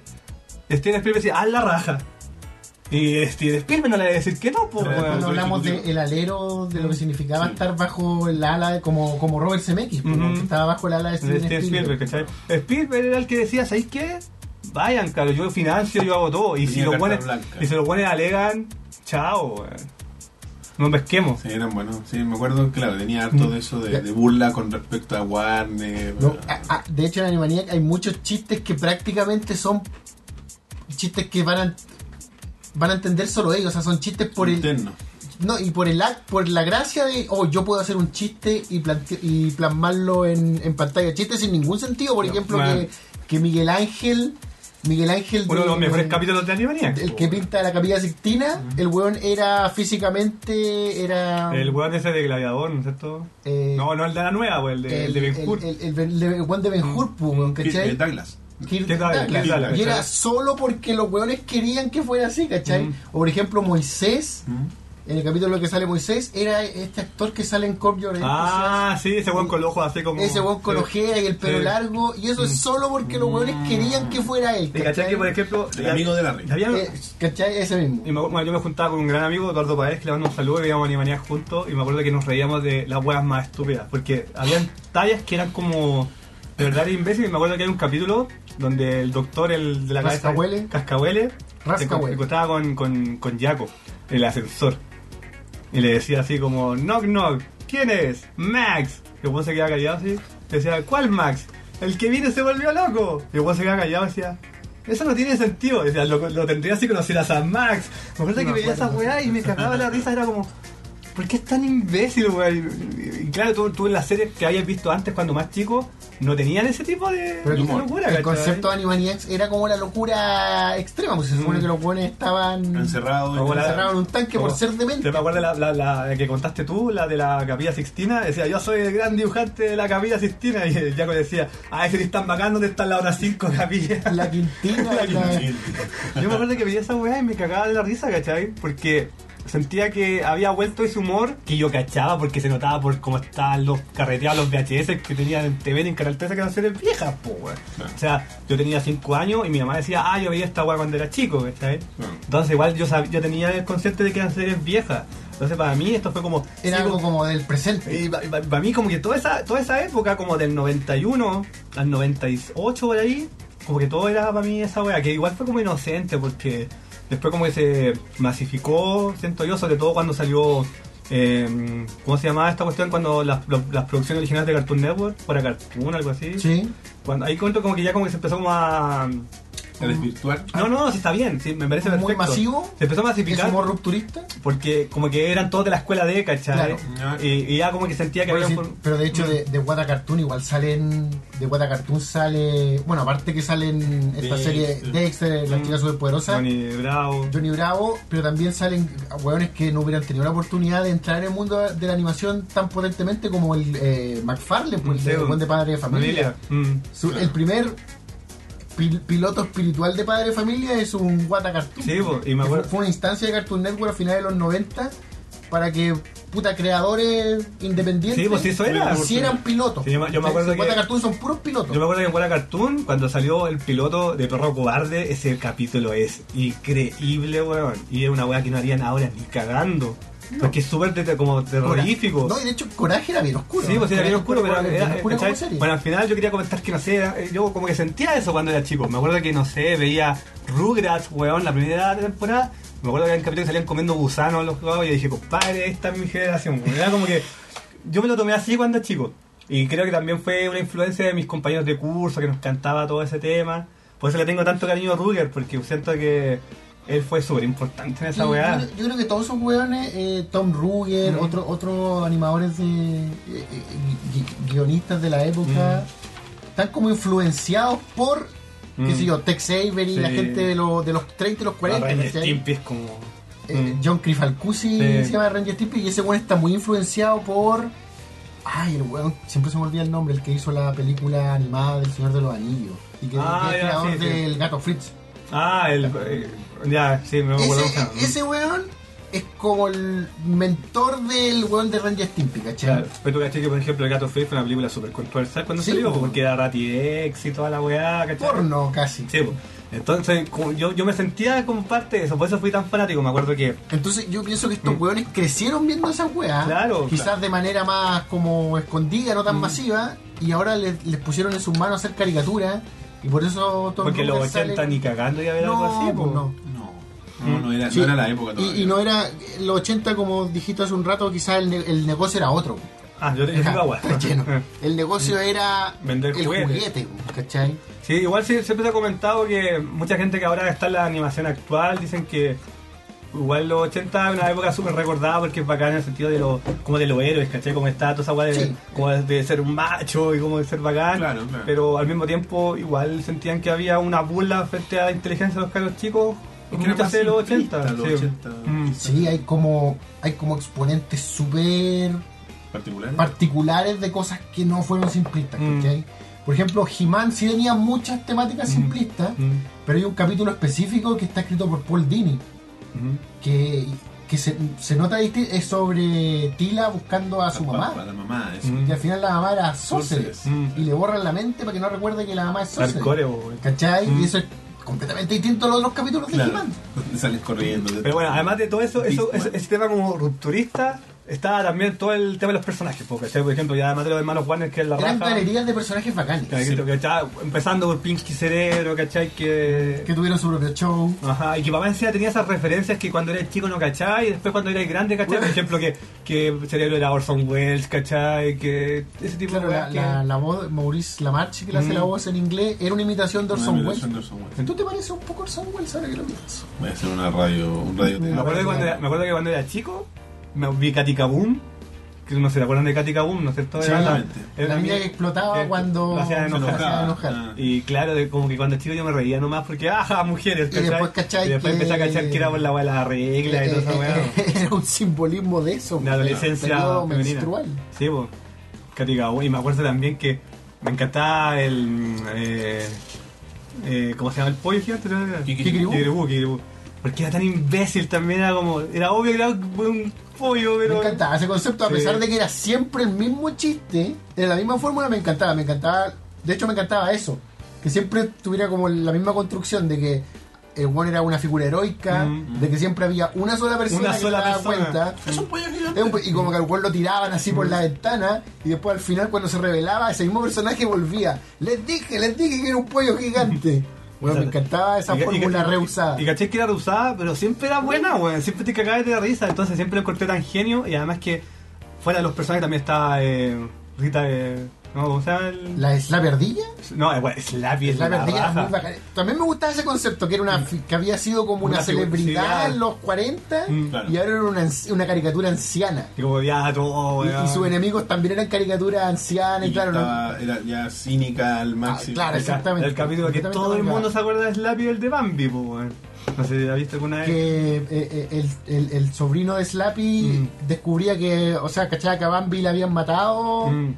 S3: Steven Spielberg decía, haz la raja. Y Steven Spielberg no le iba a decir que no, pues,
S1: Pero
S3: weón.
S2: Cuando
S1: soy
S2: hablamos del
S1: ejecutivo.
S2: alero, de lo que significaba
S1: Sí.
S2: estar bajo el ala, de- como, como Robert Zemeckis, pues,
S3: Ujú.
S2: ¿no? que estaba bajo el ala de
S3: de
S2: Steven
S3: Steven
S2: Spielberg.
S3: Spielberg, ¿cachai? Spielberg era el que decía, ¿sabéis qué? Vayan, caro, yo financio, yo hago todo. Y si
S1: Tenía
S3: los
S1: carta
S3: buenos,
S1: blanca.
S3: y si los buenos alegan, chao, weón. No pesquemos.
S1: Sí, eran buenos. Sí, me acuerdo, claro, tenía harto de eso de, de burla con respecto a Warner.
S2: No, ah, ah, de hecho, en Animaniac hay muchos chistes que prácticamente son chistes que van a, van a entender solo ellos. O sea, son chistes por el.
S1: Interno.
S2: No, y por el act- por la gracia de. Oh, yo puedo hacer un chiste y, plante- y plasmarlo en, en pantalla. Chistes sin ningún sentido. Por ejemplo,
S3: man.
S2: que, que Miguel Ángel. Miguel Ángel.
S3: Uno de los
S2: de-
S3: mejores capítulos de Animaniacs.
S2: El que pinta la capilla Sixtina, el weón era físicamente. Era.
S3: El weón ese de Gladiador, ¿no es cierto?
S2: eh,
S3: No, no el de la nueva, pues, el de, el de Ben Hur.
S2: El, el- el- el weón de Ben Hur, pues, weón,
S1: Eh,
S2: ¿cachai?
S1: Douglas.
S2: Kirk
S3: ¿Qué tal?
S2: Douglas.
S3: ¿Qué tal?
S2: Y era solo porque los weones querían que fuera así, ¿cachai?
S3: Mm.
S2: O por ejemplo, Moisés,
S1: Mm.
S2: en el capítulo en el que sale Moisés, era este actor que sale en Corp Your
S3: Ah, sí, ese weón con los ojos así como.
S2: Enthusiasm. Ese weón con
S3: Sí.
S2: ojera y el pelo
S3: Sí. Mm.
S2: largo, y eso es solo porque los weones querían que fuera él.
S3: Y cachai que, por ejemplo.
S1: El amigo de Larry.
S3: había-
S2: Eh, ¿Cachai? Ese mismo.
S3: Y me acuerdo- bueno, yo me juntaba con un gran amigo, Eduardo Paez, que le dando un saludo y veíamos Animaniacs juntos. Y me acuerdo que nos reíamos de las weas más estúpidas. Porque habían tallas que eran como de verdad era imbécil. Y me acuerdo que hay un capítulo donde el doctor, el de la cabeza.
S2: Rascahuele.
S3: Cascahuele. Se encon-
S2: Rascahuele.
S3: se encontraba con, con, con Jaco, el ascensor. Y le decía así como, knock knock, ¿quién es? Max. Y el weón se quedaba callado así. Decía, ¿cuál Max? El que vino se volvió loco. Y el weón se quedaba callado y decía, eso no tiene sentido. Decía, lo, lo tendría si conocieras a Max. Me acuerdo que
S2: Me
S3: veía esa
S2: acuerdo.
S3: weá y me cagaba la risa, era como. ¿Por qué es tan imbécil, weón? Y, y claro, tú, tú en las series que habías visto antes cuando más chico, no tenían ese tipo de,
S2: Pero
S3: de
S2: el
S1: humor.
S3: locura,
S2: El
S3: ¿cachai?
S2: concepto de Animaniacs era como la locura extrema, pues se supone
S3: Mm.
S2: que los weones estaban
S1: Encerrado.
S3: Como la-
S2: encerrados en un tanque por
S3: Como-
S2: ser demente.
S3: Yo me acuerdo la, la, la que contaste tú, la de la Capilla Sixtina. Decía, yo soy el gran dibujante de la Capilla Sixtina. Y el Jaco decía, ah, ese que están bacán, ¿dónde están las otras cinco capillas?
S2: La quintina,
S3: La
S2: la-
S1: Sí.
S3: Yo me acuerdo que veía esa weá y me cagaba de la risa, ¿cachai? Porque sentía que había vuelto ese humor que yo cachaba porque se notaba por cómo estaban los carreteados, los VHS que tenían en TV en Canal 13 que eran series viejas, po, weón.
S1: Claro.
S3: O sea, yo tenía 5 años y mi mamá decía, ah, yo veía esta weá cuando era chico, ¿cachai?
S1: Claro.
S3: Entonces igual yo, sab- yo tenía el concepto de que eran series viejas. Entonces para mí esto fue como...
S2: Era
S3: sí,
S2: algo
S3: como-
S2: como del presente.
S3: y para mí como que toda esa, toda esa época, como del 91 al 98 por ahí, como que todo era para mí esa wea, que igual fue como inocente, porque después como que se masificó, siento yo, sobre todo cuando salió, eh, ¿cómo se llamaba esta cuestión? Cuando las, lo- las producciones originales de Cartoon Network, para Cartoon, algo así.
S2: Sí.
S3: Cuando, ahí cuento como que ya como que se empezó como a,
S1: a desvirtuar.
S3: No, no, sí está bien, sí, me parece
S2: Muy
S3: perfecto.
S2: masivo.
S3: Se empezó a
S2: ¿Es
S3: masificar
S2: humor rupturista?
S3: porque como que eran todos de la escuela D, ¿cachai?
S1: Claro.
S3: Y, y ya como que sentía que
S2: Oye,
S3: había
S2: sí,
S3: un Mm. for-
S2: pero de hecho de, de Wata Cartoon igual salen de Wata Cartoon sale bueno aparte que salen esta
S1: Dexter.
S2: serie Dexter las
S3: Mm.
S2: chicas superpoderosas Johnny.
S3: Johnny Bravo.
S2: Bravo pero también salen hueones que no hubieran tenido la oportunidad de entrar en el mundo de la animación tan potentemente como el eh, McFarlane pues,
S3: Sí,
S2: el de-
S3: un-
S2: buen de padre de familia,
S3: Familia. Mm.
S2: Su- el primer pil- piloto espiritual de padre de familia es un Wata Cartoon
S3: Sí, po,
S2: que
S3: y me
S2: fue,
S3: acuerdo.
S2: fue una instancia de Cartoon Network a finales de los 90 para que puta creadores independientes
S3: Sí, pues, sí, eso era.
S2: si eran pilotos.
S3: Sí, yo me- yo me acuerdo
S2: Los Guata
S3: que-
S2: Cartoon son puros pilotos.
S3: Yo me acuerdo que en Guara Cartoon, cuando salió el piloto de Perro Cobarde, ese capítulo es increíble, weón. Y es una weá que no harían ahora ni cagando. Porque es súper de- como
S2: Cora-
S3: terrorífico.
S2: No, y de hecho, Coraje era bien oscuro.
S3: Sí, pues era bien
S2: Coraje
S3: oscuro, pero
S2: era bien
S3: era-
S2: oscuro como
S3: ¿cachai?
S2: serie.
S3: Bueno, al final yo quería comentar que no sé, era- eh, yo como que sentía eso cuando era chico. Me acuerdo que, no sé, veía Rugrats, weón, la primera temporada. Me acuerdo que en el capítulo que salían comiendo gusanos los jugadores y yo dije, compadre, esta es mi generación. weón. Era como que yo me lo tomé así cuando era chico. Y creo que también fue una influencia de mis compañeros de curso que nos cantaba todo ese tema. Por eso le tengo tanto cariño a Ruger, porque siento que él fue súper importante en
S2: Sí,
S3: esa weá.
S2: Yo, yo creo que todos esos weones, eh, Tom Ruger,
S3: Mm.
S2: otro- otros animadores de eh, eh, gui- guionistas de la época, están como influenciados por, qué
S3: Mm.
S2: sé yo, Tex Avery,
S3: Sí.
S2: la gente de, los- de los 30 y los 40.
S3: Barra en
S2: ¿cachai?
S3: Stimpy es como... mm.
S2: Eh, John Crifalcusi
S3: Sí.
S2: se llama Ranger Stimpy y ese weón está muy influenciado por. Ay, el weón, siempre se me olvida el nombre, el que hizo la película animada del Señor de los Anillos y que
S3: Ah,
S2: que es
S3: ya,
S2: creador
S3: sí, sí.
S2: del gato Fritz.
S3: Ah, el. eh, ya, sí, me acuerdo.
S2: Ese, ese weón es como el mentor del weón de Ranger Stimpy, ¿cachai?
S3: Claro, pero tú caché que, por ejemplo, El Gato Fritz fue una película súper controversial cuando
S2: Sí,
S3: salió,
S2: po.
S3: porque era Ratidex y toda la weá, ¿cachai?
S2: Porno casi.
S3: Sí, po. Entonces, como yo, yo me sentía como parte de eso, por eso fui tan fanático. Me acuerdo que
S2: Entonces yo pienso que estos
S3: Mm.
S2: weones crecieron viendo esas weas.
S3: Claro,
S2: Quizás
S3: claro. Mm.
S2: de manera más como escondida, no tan masiva. Y ahora les, les pusieron en sus manos hacer caricaturas. Y por eso todo
S3: porque los 80 ni cagando ya ver
S2: no,
S3: algo así, po.
S2: pues no.
S1: No, no, no era,
S2: Sí,
S1: no era la época
S2: Y-
S1: todavía.
S2: Y, no era, los 80 como dijiste hace un rato, quizás el, ne- el negocio era otro.
S3: Ah, yo tenía
S2: Ajá,
S3: agua.
S2: está lleno. El negocio era
S3: Vender
S2: el
S3: juguetes.
S2: juguete, ¿cachai?
S3: Sí, igual sí- siempre se ha comentado que mucha gente que ahora está en la animación actual dicen que igual los 80 es una época súper recordada porque es bacán en el sentido de los como de los héroes, ¿cachai? Como está toda esa weá de,
S2: Sí.
S3: como de ser un macho y como de ser bacán.
S1: Claro, claro.
S3: Pero al mismo tiempo igual sentían que había una burla frente a la inteligencia de los caros chicos.
S1: Es
S3: como
S1: que era
S3: muchas
S1: más
S3: de los
S1: simplista,
S3: 80.
S1: los
S3: sí.
S1: 80,
S3: Mm.
S2: Sí, hay como, hay como exponentes súper
S1: Particular.
S2: particulares de cosas que no fueron simplistas,
S3: Mm.
S2: ¿cachai? Por ejemplo, He-Man sí tenía muchas temáticas
S3: Mm.
S2: simplistas,
S3: Mm.
S2: pero hay un capítulo específico que está escrito por Paul Dini,
S3: Mm.
S2: que, que se, se nota disti- es sobre Tila buscando a su mamá.
S1: A la mamá, eso.
S3: Mm.
S2: Y al final la mamá era Sorcerer.
S1: Sorcerer.
S3: Mm.
S2: Y le borran la mente para que no recuerde que la mamá es Sorcerer.
S3: Hardcore, weón.
S2: ¿Cachai?
S3: Mm.
S2: Y eso es completamente distinto a los otros capítulos de
S1: Claro,
S2: He-Man.
S1: donde sales corriendo.
S3: Pero bueno, además de todo eso, eso,
S1: Big
S3: ese,
S2: eh.
S1: Man.
S3: ese tema como rupturista, está también todo el tema de los personajes. Porque, ¿cachai? por ejemplo, ya además de los hermanos Warner, que es la
S2: Eran
S3: raja.
S2: galerías de personajes bacanes.
S3: ¿cachai? Que está empezando por Pinky Cerebro, ¿cachai? Que...
S2: Que tuvieron su propio show.
S3: Ajá, y que papá encima tenía esas referencias que cuando eres chico no cachai, y después cuando eres grande cachai, por ejemplo que, que Cerebro era Orson Welles, cachai, que ese tipo
S2: Claro,
S3: de
S2: la,
S3: weas que...
S2: la, la voz, Maurice Lamarche, que le hace
S3: Mm. Ah,
S2: la voz en inglés, era una imitación de Orson Welles.
S1: Welles.
S2: ¿Tú te pareces un poco a Orson Welles ahora que lo pienso?
S1: Voy a hacer una radio, un radio
S3: Me acuerdo, que cuando era, me acuerdo que cuando era chico me vi Katika Boom, que no se te acuerdan de Katika Boom, ¿no es cierto? Era la-
S1: Seguramente.
S3: era
S2: la
S3: una
S2: niña
S3: niña-
S2: que explotaba
S3: eh,
S2: cuando
S3: lo hacían
S2: se
S3: enojar.
S2: hacía enojar.
S1: Ah.
S3: Y claro, de- como que cuando chico yo me reía nomás porque, ajá, mujeres,
S2: Y después, ¿cachai?
S3: Y después
S2: que-
S3: empecé a cachar que era por la weá de las reglas y todo eso, weá.
S2: Eh, Era un simbolismo de eso.
S3: La adolescencia
S2: periodo
S3: femenina.
S2: menstrual.
S3: Sí, po. Katika Boom. Y me acuerdo también que me encantaba el. Eh, eh, ¿Cómo se llama el pollo gigante?
S1: Kikiribú.
S3: Kikiribú, Kikiribú. Porque era tan imbécil también, era como. Era obvio que era un pollo, pero.
S2: Me encantaba ese concepto, a
S3: Sí.
S2: pesar de que era siempre el mismo chiste, de la misma fórmula me encantaba, me encantaba, de hecho me encantaba eso, que siempre tuviera como la misma construcción de que el one era una figura heroica,
S3: Mm.
S2: de que siempre había una sola persona
S3: Una
S2: que
S3: sola
S2: se daba
S3: persona.
S2: cuenta.
S1: Es un pollo gigante.
S2: Es un- Y como que al weón lo tiraban así por la
S3: Mm.
S2: ventana y después al final cuando se revelaba ese mismo personaje volvía. Les dije, les dije que era un pollo gigante. Bueno, me encantaba esa
S3: Y ca- y
S2: fórmula
S3: ca-
S2: reusada.
S3: Y caché que era reusada, pero siempre era buena, weón. Siempre te cagabas de la risa. Entonces siempre lo corté tan genio. Y además que fuera de los personajes también estaba eh, Rita, eh, No, o sea, el-
S2: ¿La Slappy Ardilla?
S3: No, es bueno, Slappy es la
S2: Slappy Ardilla es
S3: raja. Mm.
S2: muy bacán. También me gustaba ese concepto, que era una fi- que había sido como una,
S3: Una
S2: celebridad
S3: celebridad.
S2: en los 40
S3: Mm,
S1: claro.
S2: y ahora era una, anci- una caricatura anciana.
S3: Y como ya todo,
S2: Y,
S3: weón.
S2: y sus enemigos también eran caricaturas ancianas y,
S1: Y
S2: claro, no- Ah,
S1: estaba- era ya cínica al máximo.
S2: claro,
S3: El, ca-
S2: Exactamente.
S3: el capítulo que
S2: Completamente
S3: todo el
S2: marcado.
S3: mundo se acuerda de Slappy el de Bambi, po, weón. No sé, ¿la viste alguna vez?
S2: que eh, eh, el, el- el sobrino de Slappy
S3: Mm.
S2: descubría que, o sea, cachaba que a Bambi le habían matado
S3: Mm.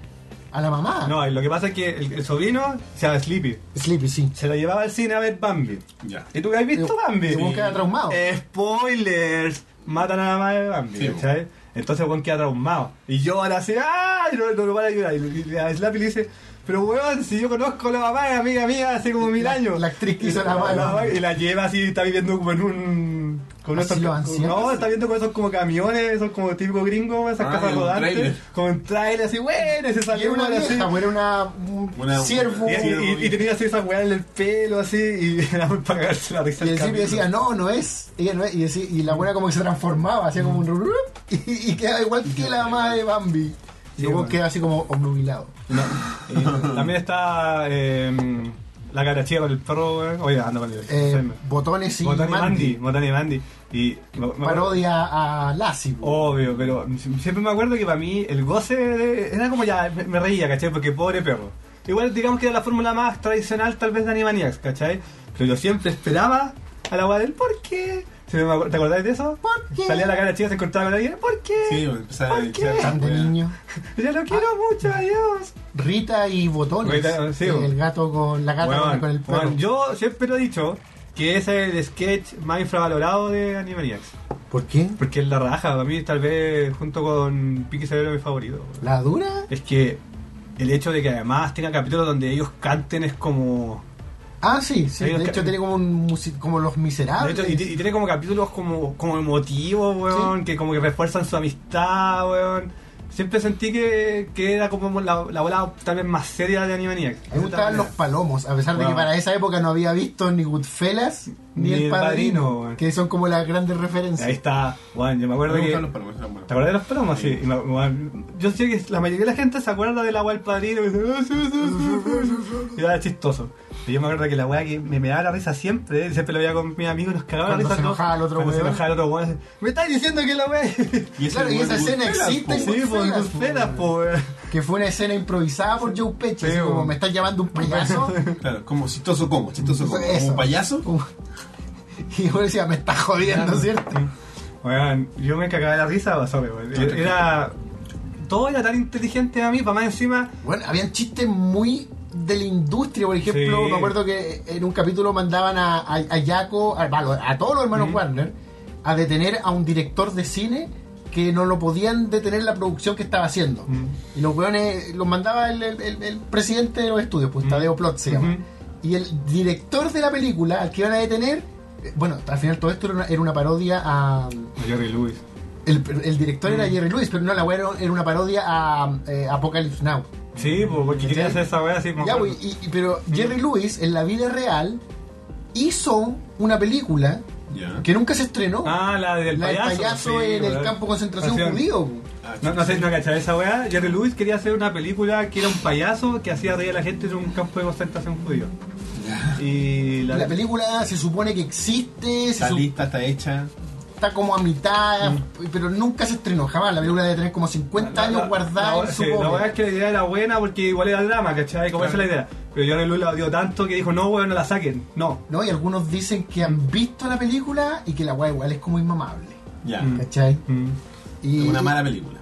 S2: a la mamá.
S3: No, lo que pasa es que el, el sobrino se llama Sleepy.
S2: Sleepy, sí.
S3: Se lo llevaba al cine a ver Bambi.
S1: Ya.
S3: ¿Y tú has visto
S2: Y-
S3: Bambi?
S2: y vos quedas traumado.
S3: Eh, Spoilers. Matan a la madre de Bambi,
S1: Sí,
S3: ¿cachai? Entonces Juan queda traumado. Y llora así, ¡ah! Y no, no lo van a ayudar. Y, y a Slappy le dice, pero weón, si yo conozco a la mamá de amiga mía hace como mil
S2: La-
S3: años.
S2: la actriz que
S3: Y
S2: hizo la mamá de Bambi.
S3: Y la lleva así, está viviendo como en un... Con
S2: Así
S3: esos,
S2: lo ancianos.
S3: no, está viendo con esos como camiones, esos como típicos gringos, esas
S1: Ah,
S3: casas
S1: en un
S3: rodantes.
S1: tráiler.
S3: Con un trailer así, bueno, se
S2: Y era
S3: salió
S2: una
S3: así.
S2: vieja, pues, era una, un
S1: Una-
S2: ciervo.
S3: Y,
S2: Y,
S3: y- y- y tenía así esa weá en el pelo, así, y era muy para cagarse la risa.
S2: el
S3: al
S2: Sleepy
S3: capítulo.
S2: decía, no, no es. Ella no es. Y, decía- y la buena como que se transformaba, hacía como un... rurup, Y, y quedaba igual que la mamá de Bambi. Y
S3: Mm. Sí,
S2: luego
S3: bueno.
S2: quedaba así como obnubilado.
S3: No. Y también está eh, la cara chica con el perro, weón. Oye, anda con el.
S2: Eh,
S3: enfermo.
S2: botones y
S3: Botani Mandy.
S2: Mandy.
S3: Botani Mandy. Y. me- me-
S2: Parodia a Lassie. pues.
S3: Obvio, pero si- siempre me acuerdo que para mí el goce de- era como ya, me, me reía, ¿cachai? Porque pobre perro. Igual digamos que era la fórmula más tradicional tal vez de Animaniacs, ¿cachai? Pero yo siempre esperaba a la weá del ¿por qué? Si me acu- ¿Te acordáis de eso?
S2: ¿Por qué?
S3: Salía la cara chica, se encontraba con alguien, ¿por qué?
S1: Sí, empezaba a
S3: ¿Por qué?
S1: echar
S2: Tan de
S1: weá.
S2: niño.
S3: Yo lo quiero mucho, adiós.
S2: Rita y Botones.
S3: Rita, ah, sí,
S2: Eh,
S3: bueno.
S2: el gato Ah, con la gata
S3: Weón,
S2: con el perro.
S3: weón, yo siempre lo he dicho que ese es el sketch más infravalorado de Animaniacs.
S2: ¿Por qué?
S3: Porque es la raja, para mí tal vez junto con Piqui Cerebro mi favorito. weón.
S2: ¿La dura?
S3: Es que el hecho de que además tenga capítulos donde ellos canten es como...
S2: Ah, sí, sí.
S3: Ellos
S2: De
S3: ca-
S2: hecho, tiene como un musi- como los
S3: de
S2: miserables.
S3: hecho, y, y tiene como capítulos como, como emotivos, weón, que como que refuerzan su amistad, weón. Siempre sentí que, que era como la, la bola tal vez más seria de Animaniacs.
S2: Me gustaban los palomos, a pesar de que
S3: Bueno.
S2: para esa época no había visto ni Goodfellas ni, El Padrino,
S3: weón.
S2: que son como las grandes referencias.
S3: Ahí está, weón, yo me
S1: Me
S3: acuerdo que...
S1: gustaban los palomos, eran buenos.
S3: ¿Te acuerdas de los palomas? Sí.
S1: Sí.
S3: Y me- me- yo sé que la mayoría de la gente se acuerda del agua del padrino. Y, me dice, "Ah, sí, sí, sí, sí". Y era chistoso. Y yo me acuerdo que la weá que me, me daba la risa siempre, siempre lo veía con mis amigos y nos cagaba la
S2: Cuando
S3: risa.
S2: se
S3: todos.
S2: enojaba el otro
S3: Cuando se
S2: weón.
S3: enojaba el otro weón. Me estás diciendo que la weá. Sí,
S1: Y ese
S2: Claro, y
S1: weón de
S2: esa
S1: pues,
S2: escena
S1: Goodfellas,
S2: existe
S1: po.
S2: en
S3: por
S2: Goodfellas,
S3: tus penas,
S2: po,
S3: po pues, weón.
S2: Que fue una escena improvisada por Joe Pesci, así
S3: Sí,
S2: como
S3: weón.
S2: me estás llamando un payaso.
S1: Claro, como chistoso como, chistoso como.
S2: Eso.
S1: Como un payaso.
S2: Como- y yo decía, me estás jodiendo, ¿cierto?
S3: Weón, yo me cagaba la risa, basame, weón.
S1: tranquilo.
S3: Era. Todo era tan inteligente a mí, para más encima.
S2: Bueno, habían chistes muy de la industria, por ejemplo,
S3: Sí.
S2: me acuerdo que en un capítulo mandaban a, a, a Jaco, a, bueno, a todos los hermanos
S3: Mm.
S2: Warner, a detener a un director de cine que no lo podían detener la producción que estaba haciendo.
S3: Mm.
S2: Y los weones los mandaba el, el- el- el presidente de los estudios, pues
S3: Mm.
S2: Tadeo Plot se llama.
S3: Ujú.
S2: Y el director de la película al que iban a detener, eh, bueno, al final todo esto era una, era una parodia a...
S3: Jerry Lewis.
S2: El, el director era Jerry Lewis, pero no, la weá era, era una parodia a eh, Apocalypse Now.
S3: Sí, po, porque quería
S2: ¿Cachai?
S3: hacer esa weá así como.
S2: Ya, pues, güey, y- y- pero Jerry Lewis en la vida real hizo una película
S1: Ya.
S2: que nunca se estrenó.
S3: ¿Eh? Ah, la del
S2: la del
S3: payaso.
S2: payaso
S3: sí,
S2: en el
S3: weón.
S2: campo de concentración
S3: Canción.
S2: judío.
S1: Ah,
S3: No, no sé, no cachaba esa weá. Jerry Lewis quería hacer una película que era un payaso que hacía reír a la gente en un campo de concentración judío.
S1: Ya.
S3: Y la,
S2: La película se supone que existe, se
S1: Está
S2: su-
S1: lista, está hecha.
S2: está como a mitad, pero nunca se estrenó jamás. La película debe tener como 50 años
S3: la-
S2: guardada
S3: la-
S2: en su
S3: sí, La weá
S2: pobre.
S3: es que la idea era buena porque igual era drama, ¿cachai? Como esa es la idea. Pero Jerry Lewis la odió tanto que dijo, no, weón, no la saquen. No.
S2: ¿no? Y algunos dicen que han visto la película y que la weá igual es como inmamable.
S1: Ya.
S3: Mm.
S2: ¿Cachai?
S3: Mm.
S2: Y
S1: Una mala película.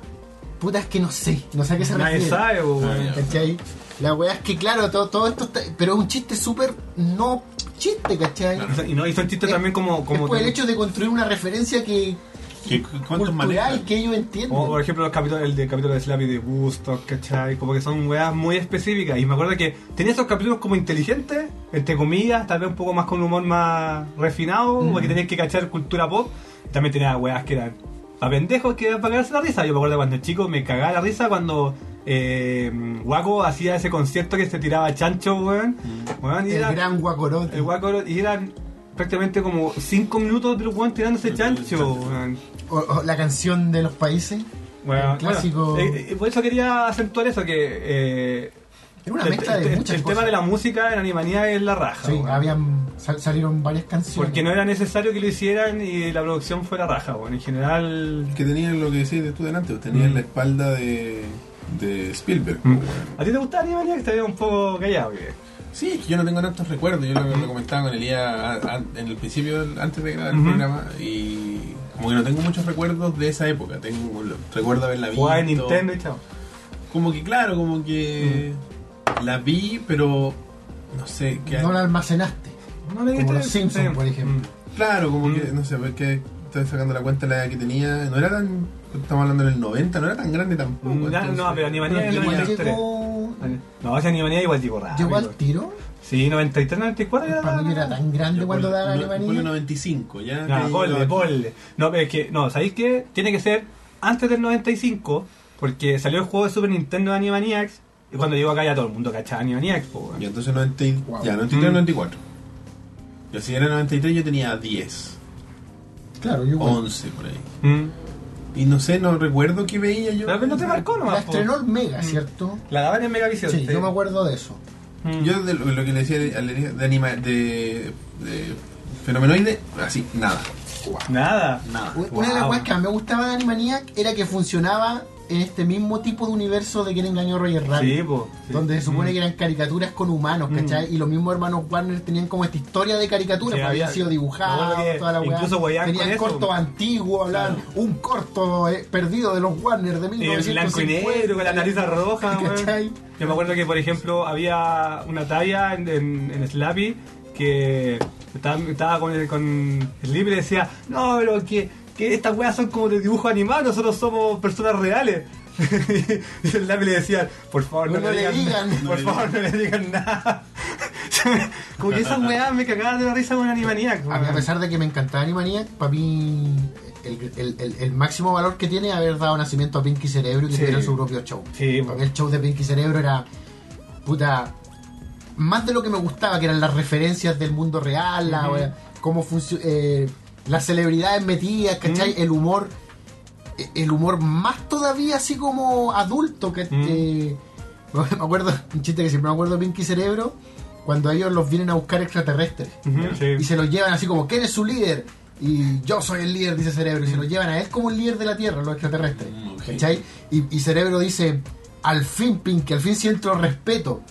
S2: puta es que no sé, no sé a qué se
S3: Nadie
S2: refiere.
S3: sabe, po,
S1: Ah,
S3: weón.
S1: ya.
S2: ¿Cachai? La weá es que, claro, todo, todo esto está- Pero es un chiste súper no chiste, ¿cachai?
S1: Claro.
S3: Y no hizo el chiste
S2: Es-
S3: también como... como
S2: es por el hecho de construir una referencia que,
S1: ¿Qué- ¿Cuántos manejan?
S2: cultural que ellos entienden.
S3: Como por ejemplo los capítulos, el de capítulo de Slappy de Woodstock, ¿cachai? Como que son weas muy específicas. Y me acuerdo que tenía esos capítulos como inteligentes, entre comillas, tal vez un poco más con un humor más refinado, porque tenías que cachar cultura pop. También tenía weas que eran para pendejos que eran para cagarse la risa. Yo me acuerdo cuando chico me cagaba la risa cuando eh, Guaco hacía ese concierto que se tiraba chancho, weón.
S1: Mm.
S3: Weón, y
S2: el
S3: era-
S2: gran guacorote.
S3: el Guaco, y eran prácticamente como 5 minutos del weón tirándose
S1: El
S3: chancho,
S1: chancho.
S3: weón.
S2: O- o la canción de los países.
S3: Bueno,
S2: El clásico.
S3: bueno, eh, eh, por eso quería acentuar eso, que eh,
S2: Era una
S3: el,
S2: mezcla de
S3: el-
S2: muchas
S3: el
S2: cosas.
S3: tema de la música en Animanía es la raja.
S2: Sí,
S3: weón.
S2: habían, sal- salieron varias canciones.
S3: Porque no era necesario que lo hicieran y la producción fuera raja, bueno, en general...
S1: Que tenían lo que decías tú delante, pues, tenían
S3: Mm.
S1: la espalda de, de Spielberg.
S3: Mm.
S1: pues, weón.
S3: ¿A ti te gustaba Animanía que te veo un poco callado? que-
S1: Sí, es que yo no tengo tantos recuerdos. Yo lo, lo comentaba con Elías a- a- en el principio, antes de grabar el
S3: Ujú.
S1: programa, y como que no tengo muchos recuerdos de esa época. Tengo lo- recuerdo haberla visto.
S3: Jugaba en Nintendo y chao.
S1: Como que claro, como que la vi, pero no sé qué.
S2: No la almacenaste.
S3: No le
S2: Como
S3: diste-
S2: los Simpsons,
S3: sí.
S2: por ejemplo.
S1: Claro, como
S3: Mm.
S1: que no sé, porque estoy sacando la cuenta de la edad que tenía. No era tan. Estamos hablando del 90, no era tan grande tampoco.
S3: Mm, ya,
S1: entonces-
S3: no, pero Animanía
S1: Bueno,
S3: es
S1: yo
S2: Igual
S1: tenía-
S3: 93.
S2: llegó,
S3: No, ese Animanía igual llegó rápido.
S2: llegó al tiro.
S3: Sí, 93, 94 ya
S2: Para mí no era tan grande
S1: yo
S2: cuando
S1: por-
S2: daba
S1: no-
S2: la
S1: por el
S2: manía.
S1: 95, ya.
S3: Ya,
S1: que
S3: ponle,
S1: llegaba-
S3: ponle. No, pero es que, no, ¿sabéis qué? Tiene que ser antes del 95, porque salió el juego de Super Nintendo de Animaniacs, y cuando llegó acá ya todo el mundo cachaba Animaniacs, po, weón.
S1: Y entonces 90, y-
S2: Wow.
S1: ya, 93,
S3: Mm.
S1: 94. Yo si era 93 yo tenía 10,
S2: Claro, yo igual.
S1: 11 por ahí.
S3: Mm.
S1: Y no sé, no recuerdo qué veía yo.
S3: Pero no te marcó
S2: La
S3: nomás, po.
S2: estrenó el Mega,
S3: Mm.
S2: ¿cierto?
S3: La daban en Megavisión.
S2: Sí, yo me acuerdo de eso.
S3: Mm.
S1: Yo de lo, lo que le decía de, de, anima- de- de fenomenoide, así, nada.
S3: Nada.
S1: Nada.
S2: Una de las
S3: Wow.
S2: cosas que más me gustaba de Animaniac era que funcionaba en este mismo tipo de universo de quien engañó a Roger Rabbit.
S3: Sí, po. sí.
S2: Donde se supone
S3: Mm.
S2: que eran caricaturas con humanos,
S3: Mm.
S2: ¿cachai? Y los mismos hermanos Warner tenían como esta historia de caricaturas,
S3: Sí,
S2: que había
S3: había-
S2: sido
S3: me
S2: dibujado,
S3: acuerdo que
S2: toda la weá.
S3: incluso hueveaban
S2: Tenían
S3: con eso.
S2: cortos antiguos, hablaban
S1: Claro.
S2: un corto eh, perdido de los Warner de
S3: Y en
S2: 1950.
S3: blanco y negro, con la nariz roja, weón.
S2: ¿Cachai?
S3: Yo me acuerdo que, por ejemplo, había una talla en, en, en Slappy que estaba, estaba con, el- con Sleepy y le decía, no, pero que, que estas weas son como de dibujo animado, nosotros somos personas reales. y Slappy le decía, por favor, no,
S2: No
S3: le
S2: le digan.
S3: digan, por
S1: No le
S3: favor, no le digan nada. como que esas weas me cagaban de la risa con Animaniac.
S2: A, mí, a
S3: weón.
S2: pesar de que me encantaba Animaniac, para mí el, el- el- el máximo valor que tiene es haber dado nacimiento a Pinky Cerebro y que
S3: Sí.
S2: tuviera su propio show.
S3: Sí,
S2: Porque el show de Pinky Cerebro era puta más de lo que me gustaba, que eran las referencias del mundo real, la,
S3: Ujú.
S2: wea- cómo funcio- eh, las celebridades metidas, ¿cachai? El humor, eh, el humor más todavía así como adulto, que
S3: Mm.
S2: eh, me acuerdo, un chiste que siempre me acuerdo de Pinky Cerebro, cuando ellos los vienen a buscar extraterrestres
S3: Ujú, sí.
S2: y se los llevan así como, ¿quién es su líder? Y yo soy el líder, dice Cerebro, y
S3: Mm.
S2: se lo llevan a él como el líder de la Tierra, los extraterrestres.
S1: Mm, ok.
S2: ¿Cachai? Y, y Cerebro dice, al fin, Pinky, al fin siento respeto.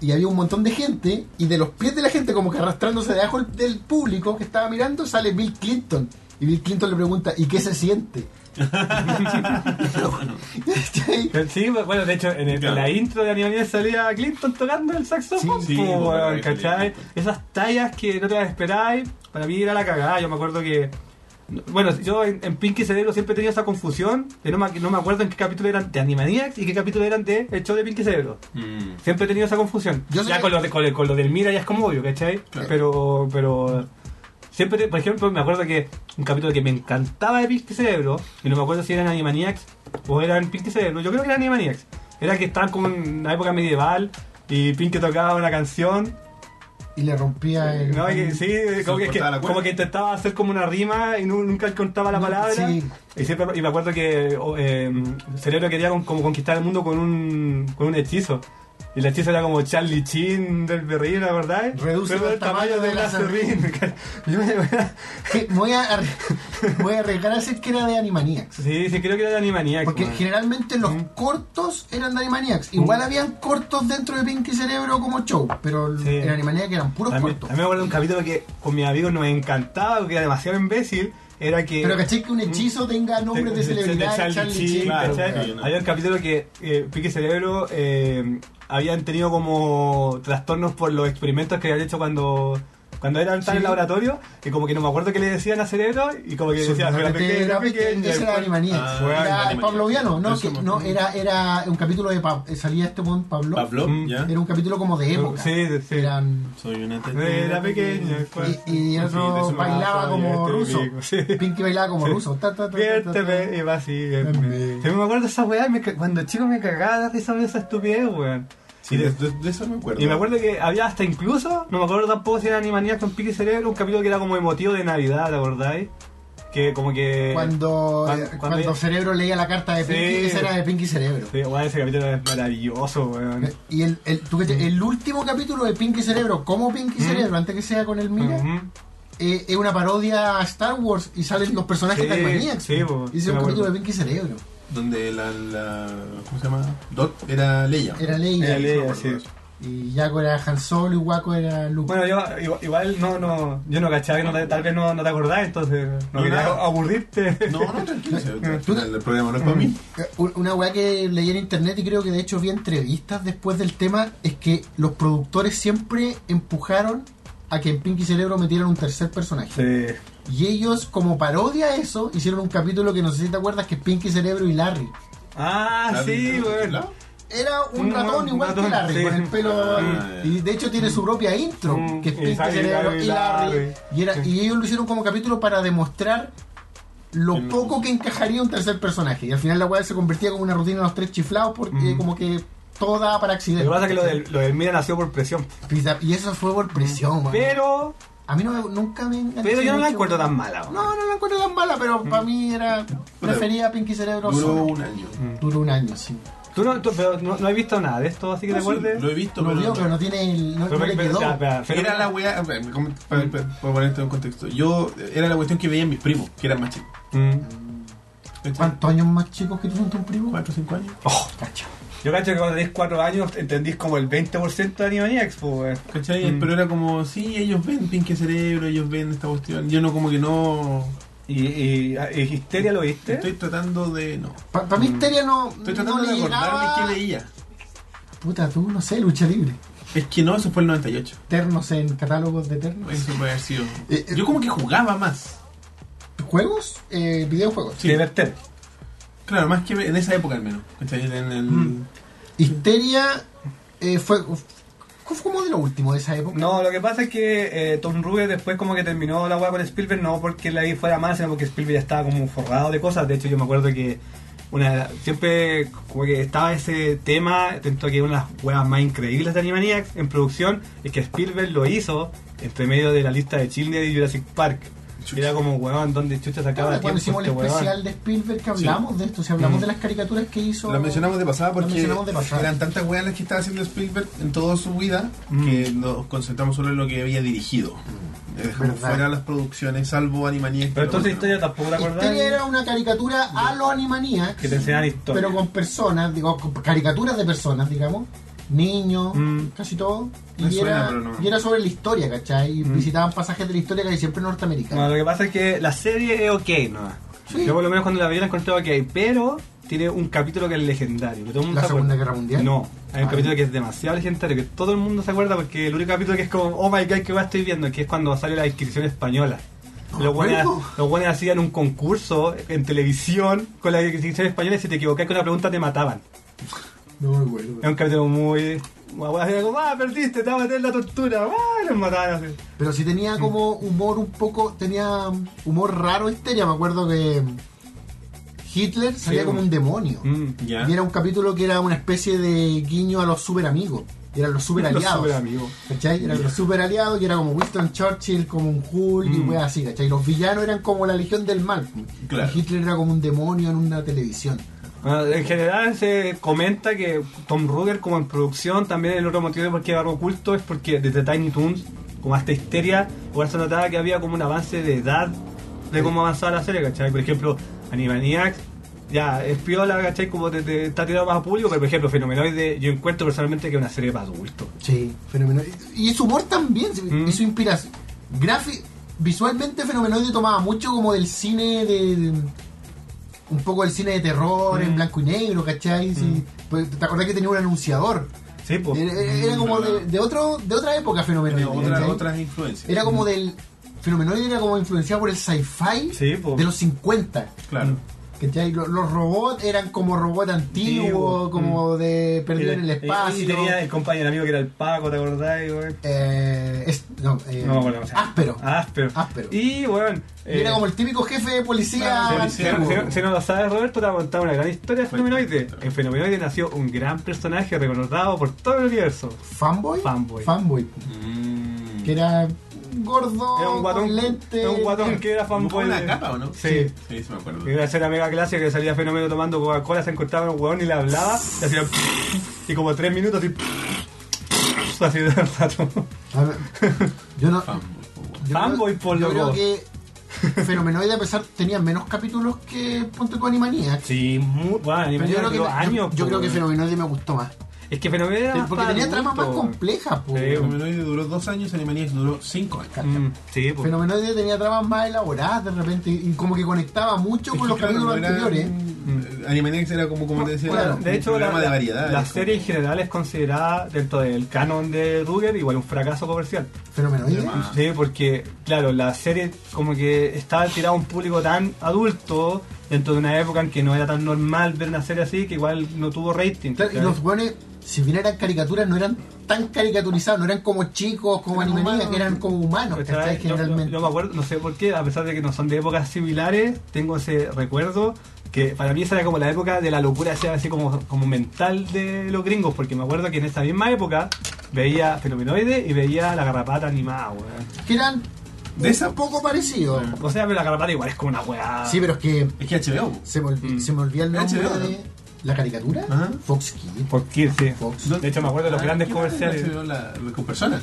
S2: Y había un montón de gente, y de los pies de la gente, como que arrastrándose debajo del- del público que estaba mirando, sale Bill Clinton. Y Bill Clinton le pregunta, ¿y qué se siente? ¿Cachai?
S3: Sí, bueno, de hecho, en, el-
S1: Claro.
S3: en la intro de Animaniacs salía Clinton tocando el saxofón,
S1: Sí, sí,
S3: po,
S1: po,
S3: weón,
S1: ahí
S3: ¿cachai?
S1: salía Clinton.
S3: Esas tallas que no te las esperáis, para mí era la cagada. Yo me acuerdo que. Bueno, yo en, en Pinky Cerebro siempre tenía esa confusión, que no me, no me acuerdo en qué capítulo eran de Animaniacs y qué capítulo eran de El show de Pinky Cerebro.
S1: Mm.
S3: Siempre he tenido esa confusión.
S2: Yo sé
S3: ya
S2: que-
S3: con, lo de- con, el- con lo del Mira ya es como obvio, ¿cachai?
S1: Claro.
S3: Pero, pero siempre, te- por ejemplo, me acuerdo que un capítulo que me encantaba de Pinky Cerebro, y no me acuerdo si eran Animaniacs o eran Pinky Cerebro, yo creo que eran Animaniacs. Era que estaban como en una época medieval y Pinky tocaba una canción.
S2: Y le rompía el...
S3: No, y que, sí, como que, es que-
S1: cortaba la cuerda.
S3: como que intentaba hacer como una rima y nu- nunca encontraba la
S2: No,
S3: palabra.
S2: sí.
S3: Y, siempre, y me acuerdo que o, eh, Cerebro quería con- como conquistar el mundo con un, con un hechizo. Y el hechizo era como Charlie Chin del berrín, ¿la verdad?
S2: Reduce el tamaño de la Me Voy a, arri- voy a arriesgar a decir que era de Animaniacs.
S3: Sí, sí, creo que era de Animaniacs.
S2: Porque
S3: weón.
S2: generalmente los
S3: Mm.
S2: cortos eran de Animaniacs. Igual
S3: Mm.
S2: habían cortos dentro de Pinky Cerebro como show, pero
S3: Sí.
S2: en Animaniacs eran puros
S3: También,
S2: cortos.
S3: también me acuerdo de un capítulo que con mis amigos nos encantaba, que era demasiado imbécil. Era que.
S2: Pero caché que un hechizo tenga nombres de, celebridades
S3: Charlie, Sheen,
S1: claro,
S3: ¿cachai?
S1: claro, no.
S3: Había un capítulo que eh, Pique Cerebro eh, habían tenido como trastornos por los experimentos que habían hecho cuando. Cuando eran tan en el laboratorio, que como que no me acuerdo qué le decían a Cerebro, y como que
S2: Su
S3: decían,
S2: nombre
S3: "Pero pequeña,
S2: este era
S3: pequeña",
S2: pequeña,
S3: y
S2: ese era
S3: después-
S2: Animaniacs.
S1: Ah,
S3: bueno,
S2: era
S1: Animaniacs.
S2: Pavloviano, no,
S1: Eso
S2: que,
S1: me
S2: no
S1: acuerdo.
S2: era, era un capítulo de Pa- salía este mon Pablo.
S1: Pablo, ¿eh?
S3: Mm.
S1: ya.
S2: Era un capítulo como de época.
S3: Sí, sí, sí.
S2: Eran-
S1: Soy una
S3: Era pequeña, pues.
S2: y, y
S1: Sí, de
S2: otro
S1: su
S2: bailaba
S3: mamá,
S2: como
S3: este
S2: ruso.
S3: amigo, sí.
S2: Pinky bailaba como
S3: Sí.
S2: ruso. Ta, ta, ta, ta, ta, ta.
S3: Viérteme y vacígueme.
S2: Amén.
S3: Yo me acuerdo de esa weá, y me ca- cuando chico me cagaba de risa de esa estupidez, weón.
S1: Sí, de, de- de eso me acuerdo.
S3: Y me acuerdo que había hasta incluso, no me acuerdo tampoco si era Animaniacs con Pique Cerebro, un capítulo que era como emotivo de Navidad, ¿te acordáis? que como que...
S2: Cuando,
S3: cuan-
S2: eh,
S3: cuando
S2: cuando
S3: ella-
S2: Cerebro leía la carta de
S3: Sí.
S2: Pinky, esa era de Pinky Cerebro.
S3: Sí, weón, ese capítulo es maravilloso, weón.
S2: Y el, el, tú cachai, el último capítulo de Pinky Cerebro, como Pinky
S3: Mm.
S2: Cerebro, antes que sea con el Mira,
S3: Ujú.
S2: eh, es una parodia a Star Wars y salen los personajes
S3: Sí,
S2: de Animaniacs.
S3: sí, po,
S2: Hice
S3: sí me
S2: un capítulo
S3: acuerdo.
S2: de Pinky Cerebro.
S1: Donde la, la. ¿Cómo se llama? Dot era Leia.
S2: Era Leia.
S3: Era Leia.
S1: No me acuerdo
S3: sí.
S1: de eso.
S2: Y Yaco era Han Solo y Waco era Luke.
S3: Bueno, yo igual, igual no, no, yo no cachaba que no te- tal vez no, no te acordás, entonces no
S1: No,
S3: quería
S1: nada.
S3: aburrirte.
S1: No, no, tranquilo. si el, el programa no es para mí.
S2: Eh, un- Una weá que leí en internet y creo que de hecho vi entrevistas después del tema es que los productores siempre empujaron a que en Pinky Cerebro metieran un tercer personaje.
S3: Sí.
S2: Y ellos, como parodia a eso, hicieron un capítulo que no sé si te acuerdas que es Pinky Cerebro y Larry.
S3: Ah, sí, weón.
S1: ¿Claro?
S2: Era un
S3: Mm, Un
S2: ratón
S3: ratón,
S2: igual que
S3: ratón,
S2: Larry,
S3: sí.
S2: con el pelo.
S1: Ah,
S2: y de hecho tiene su propia intro,
S3: Mm,
S2: que es
S3: y
S2: Pinky
S3: sale
S2: Cerebro
S3: Larry,
S2: y Larry.
S3: Larry.
S2: Y, era,
S3: Sí.
S2: y ellos lo hicieron como capítulo para demostrar
S1: Que
S2: lo
S1: no-
S2: poco que encajaría un tercer personaje. Y al final la weá se convertía como una rutina de los tres chiflados porque
S3: Mm.
S2: como que todo daba para
S3: Lo
S2: accidentes.
S3: que pasa es que lo del, lo del Mira nació por presión.
S2: Y eso fue por presión, man.
S3: Pero,
S2: A mí no me- nunca me enganché
S3: pero yo no la
S2: mucho.
S3: encuentro tan mala, weón. Mm.
S2: No, no la encuentro tan mala, pero para mí era. Prefería a Pinky Cerebro
S1: Duró
S2: solo.
S1: un año.
S2: Duró un año, sí.
S3: Tú no, tú- pero no, no has visto nada de esto,
S2: Ah,
S3: así que te acuerdes.
S1: Ah, Lo he visto,
S2: Lo
S1: pero.
S2: vio, pero no tiene. el- No,
S3: Pero-
S2: no le
S3: pero-
S2: quedó.
S3: espera, espera, espera.
S1: Era la eh, weá, para poner esto en contexto, yo era la cuestión que veían mis primos, que eran más chicos.
S3: Mm.
S2: ¿Cuántos años más chicos que tú son tus primos?
S1: 4 o 5 años.
S3: Oh,
S2: Cacha.
S3: yo cacho que cuando tenés 4 años entendís como el 20% de Animaniacs, po, weón.
S1: ¿Cachai?
S3: Mm.
S1: Pero era como, sí, ellos ven Pinky Cerebro, ellos ven esta cuestión. Yo no, como que no.
S3: Y, y, y Histeria lo viste.
S1: Estoy tratando de. No.
S2: Para mí,
S3: Mm.
S2: Histeria no.
S1: Estoy
S2: ¿Eh? no
S1: tratando
S2: le
S1: de acordarme
S2: llegaba-
S1: qué veía.
S2: Puta, tú, no sé, lucha libre.
S1: Es que no, eso fue el 98.
S2: Ternos en catálogos de ternos.
S1: Eso puede haber sido.
S2: Eh, eh.
S1: Yo como que jugaba más.
S2: ¿Juegos? Eh, videojuegos.
S1: Sí.
S3: Diverter.
S1: Claro, más que en esa época al menos. ¿Cachai? En el.
S3: Mm.
S2: Histeria eh, fue. Fue como de lo último de esa época.
S3: No, lo que pasa es que eh, Tom Ruger después como que terminó la hueá con Spielberg, no porque la I fuera mal, sino porque Spielberg ya estaba como forrado de cosas. De hecho, yo me acuerdo que una siempre como que estaba ese tema, dentro que una de las huevas más increíbles de Animaniacs en producción, es que Spielberg lo hizo entre medio de la lista de Children y Jurassic Park. Era como, weón, donde chucha
S2: ¿Te
S3: sacaba
S2: acuerdas cuando hicimos
S3: tiempo este
S2: el
S3: huevón?
S2: especial de Spielberg que hablamos de esto, si hablamos de las caricaturas que hizo.
S1: Lo mencionamos de pasada
S2: Lo
S1: porque
S2: mencionamos de pasada.
S1: eran tantas weas las que estaba haciendo Spielberg en toda su vida
S3: Mm.
S1: que nos concentramos solo en lo que había dirigido. Eh, Dejamos
S2: Verdad.
S1: fuera las producciones, salvo Animaniacs.
S3: Pero entonces
S1: que lo
S3: historia tampoco la
S2: Histeria
S3: acordás.
S2: era una caricatura a lo Animaniacs.
S3: Que te enseñaban historia.
S2: pero con personas, digo, con caricaturas de personas, digamos, niños,
S3: Mm.
S2: casi todo.
S1: Me
S2: Y,
S1: suena,
S2: era,
S1: pero no.
S2: y era sobre la historia, ¿cachai? Y visitaban pasajes de la historia casi siempre
S3: No,
S2: norteamericanos.
S3: lo que pasa es que la serie es ok, ¿no?
S2: Sí.
S3: Yo por lo menos cuando la vi la encontré ok, pero tiene un capítulo que es legendario. Que todo el mundo
S2: ¿La
S3: se acuerda.
S2: Segunda Guerra Mundial?
S3: No, hay un
S2: Ah.
S3: capítulo que es demasiado legendario, que todo el mundo se acuerda porque el único capítulo que es como, oh my god, que va estoy viendo, que es cuando sale la inscripción española.
S2: No
S3: Los buenos,
S2: acuerdo.
S3: los buenos hacían un concurso en televisión con la inscripción española y si te equivocabas con una pregunta te mataban.
S2: No, me acuerdo.
S3: Es un capítulo muy... Era como, ah, perdiste, te va a meter la tortura, ah, los mataban así.
S2: Pero sí tenía como humor un poco, tenía humor raro histeria. Me acuerdo que Hitler salía
S3: Sí.
S2: como un demonio.
S3: Mm.
S1: hicieron. Ya.
S2: Y era un capítulo que era una especie de guiño a los super amigos. Eran los super
S3: Los
S2: aliados.
S3: superamigos.
S2: ¿Cachai? Eran los super aliados y era como Winston Churchill, como un Hulk y
S3: Mm.
S2: weas así, ¿cachai? Los villanos eran como la legión del mal.
S1: Claro.
S2: Y Hitler era como un demonio en una televisión.
S3: Bueno, en general se comenta que Tom Ruger como en producción también el otro motivo de por qué agarró culto es porque desde Tiny Toons como hasta Histeria igual se notaba que había como un avance de edad de cómo avanzaba la serie ¿cachai? por ejemplo Animaniacs ya es piola ¿cachai? como te, te- está tirado más a público pero por ejemplo Fenomenoide yo encuentro personalmente que es una serie para adultos
S2: Sí, fenomenal. Y su humor también, sí,
S3: Mm.
S2: y su inspiración. Grafi- visualmente Fenomenoide tomaba mucho como del cine de... un poco del cine de terror en
S3: Mm.
S2: blanco y negro, ¿cachai? Sí.
S3: Mm.
S2: Pues, ¿Te acordás que tenía un anunciador?
S3: sí pues
S2: Era, era- era como de, de otro, de otra época Fenomenoide.
S1: Tenía otra-
S2: ¿cachai?
S1: otras influencias.
S2: Era como del. Fenomenoide era como influenciado por el sci-fi
S3: Sí, po.
S2: de los 50.
S1: Claro.
S2: ¿cachai? Lo- Los, robots eran como robots antiguos,
S3: Antiguo, mm.
S2: como de perdido en el
S3: y
S2: espacio.
S3: tenía el compañero amigo que era el Paco ¿te acordás? güey?
S2: Eh, es- no, eh,
S3: No, bueno, o sea,
S2: áspero.
S3: Ah, áspero
S2: Áspero.
S3: y eh, bueno
S2: Y era como el típico jefe de policía.
S1: Ah,
S3: Si,
S1: policía,
S2: antiguo.
S3: si- si no lo sabes, Roberto, te ha contado una gran historia de Fenomenoide. En Fenomenoide nació un gran personaje recordado por todo el universo.
S2: Fanboy.
S3: Fanboy.
S2: Fanboy.
S1: Mm.
S2: Que era gordo,
S3: Es un guatón,
S2: Oh, con lente.
S3: es un guatón que era fanboy.
S1: ¿Con una
S3: de-
S1: capa o no?
S3: Sí.
S1: Sí, sí me acuerdo.
S3: Y una escena mega clásica que salía Fenómeno tomando Coca-Cola, se encontraba un huevón y le hablaba, y hacía. Y como tres minutos, así. Así de rato.
S2: A ver, yo no.
S1: Fanboy, po, weón.
S2: yo
S3: Fanboy,
S2: creo-
S3: por
S2: Yo creo
S3: loco.
S2: que Fenomenoide, a pesar, tenía menos capítulos que Ponte tu Animaniac.
S3: Sí, muy. Bueno,
S2: Pero
S3: anime
S2: yo creo que,
S3: duró años.
S2: yo, yo
S3: po,
S2: creo que
S3: weón.
S2: Fenomenoide me gustó más.
S3: Es que Fenómeno era.
S2: Porque
S3: para
S2: tenía tramas más
S3: adultos.
S2: complejas. pues. po.
S3: Sí,
S1: Fenomenoide duró dos años, Animaniacs duró cinco años.
S3: Mm, Sí, po.
S2: Fenomenoide tenía tramas más elaboradas de repente y como que conectaba mucho
S1: Es
S2: con
S1: que,
S2: los
S1: claro,
S2: capítulos
S1: no era-
S2: anteriores.
S1: Mm. Animaniacs era como, como te decía,
S2: Claro,
S1: era un
S3: De hecho, la,
S1: programa de
S3: la-
S1: variedad.
S3: la
S1: es como-
S3: serie en general es considerada dentro del canon de Ruger igual un fracaso comercial.
S2: Fenomenoide.
S1: Demás. Ah.
S3: Sí, porque, claro, la serie como que estaba tirada a un público tan adulto dentro de una época en que no era tan normal ver una serie así, que igual no tuvo rating.
S2: Claro, y
S3: ¿cachai?
S2: los buenos, si bien eran caricaturas, no eran tan caricaturizados, no eran como chicos, como
S1: Eran
S2: animanías,
S1: humanos.
S2: que eran como humanos,
S3: ¿Cachai?
S2: ¿cachai?
S3: Yo- yo-
S2: Generalmente.
S3: Yo, me acuerdo, no sé por qué, a pesar de que no son de épocas similares, tengo ese recuerdo que para mí esa era como la época de la locura, sea así como, como mental de los gringos, porque me acuerdo que en esa misma época veía Fenomenoide y veía la garrapata animada, weón.
S2: Que eran
S1: De esa-
S2: un poco parecidos.
S3: O sea, pero la garrapata igual es como una weá.
S2: Sí, pero es que
S1: Es que HBO. po.
S2: se me, olvi-
S3: Mm.
S2: se me olvida el nombre
S1: HBO, ¿no?
S2: de la caricatura.
S1: Ajá.
S2: Fox Kids.
S3: Por qué, sí.
S2: Fox.
S3: De hecho, me acuerdo de los
S1: Ah,
S3: grandes
S1: ¿qué
S3: comerciales.
S1: HBO la- la- con personas.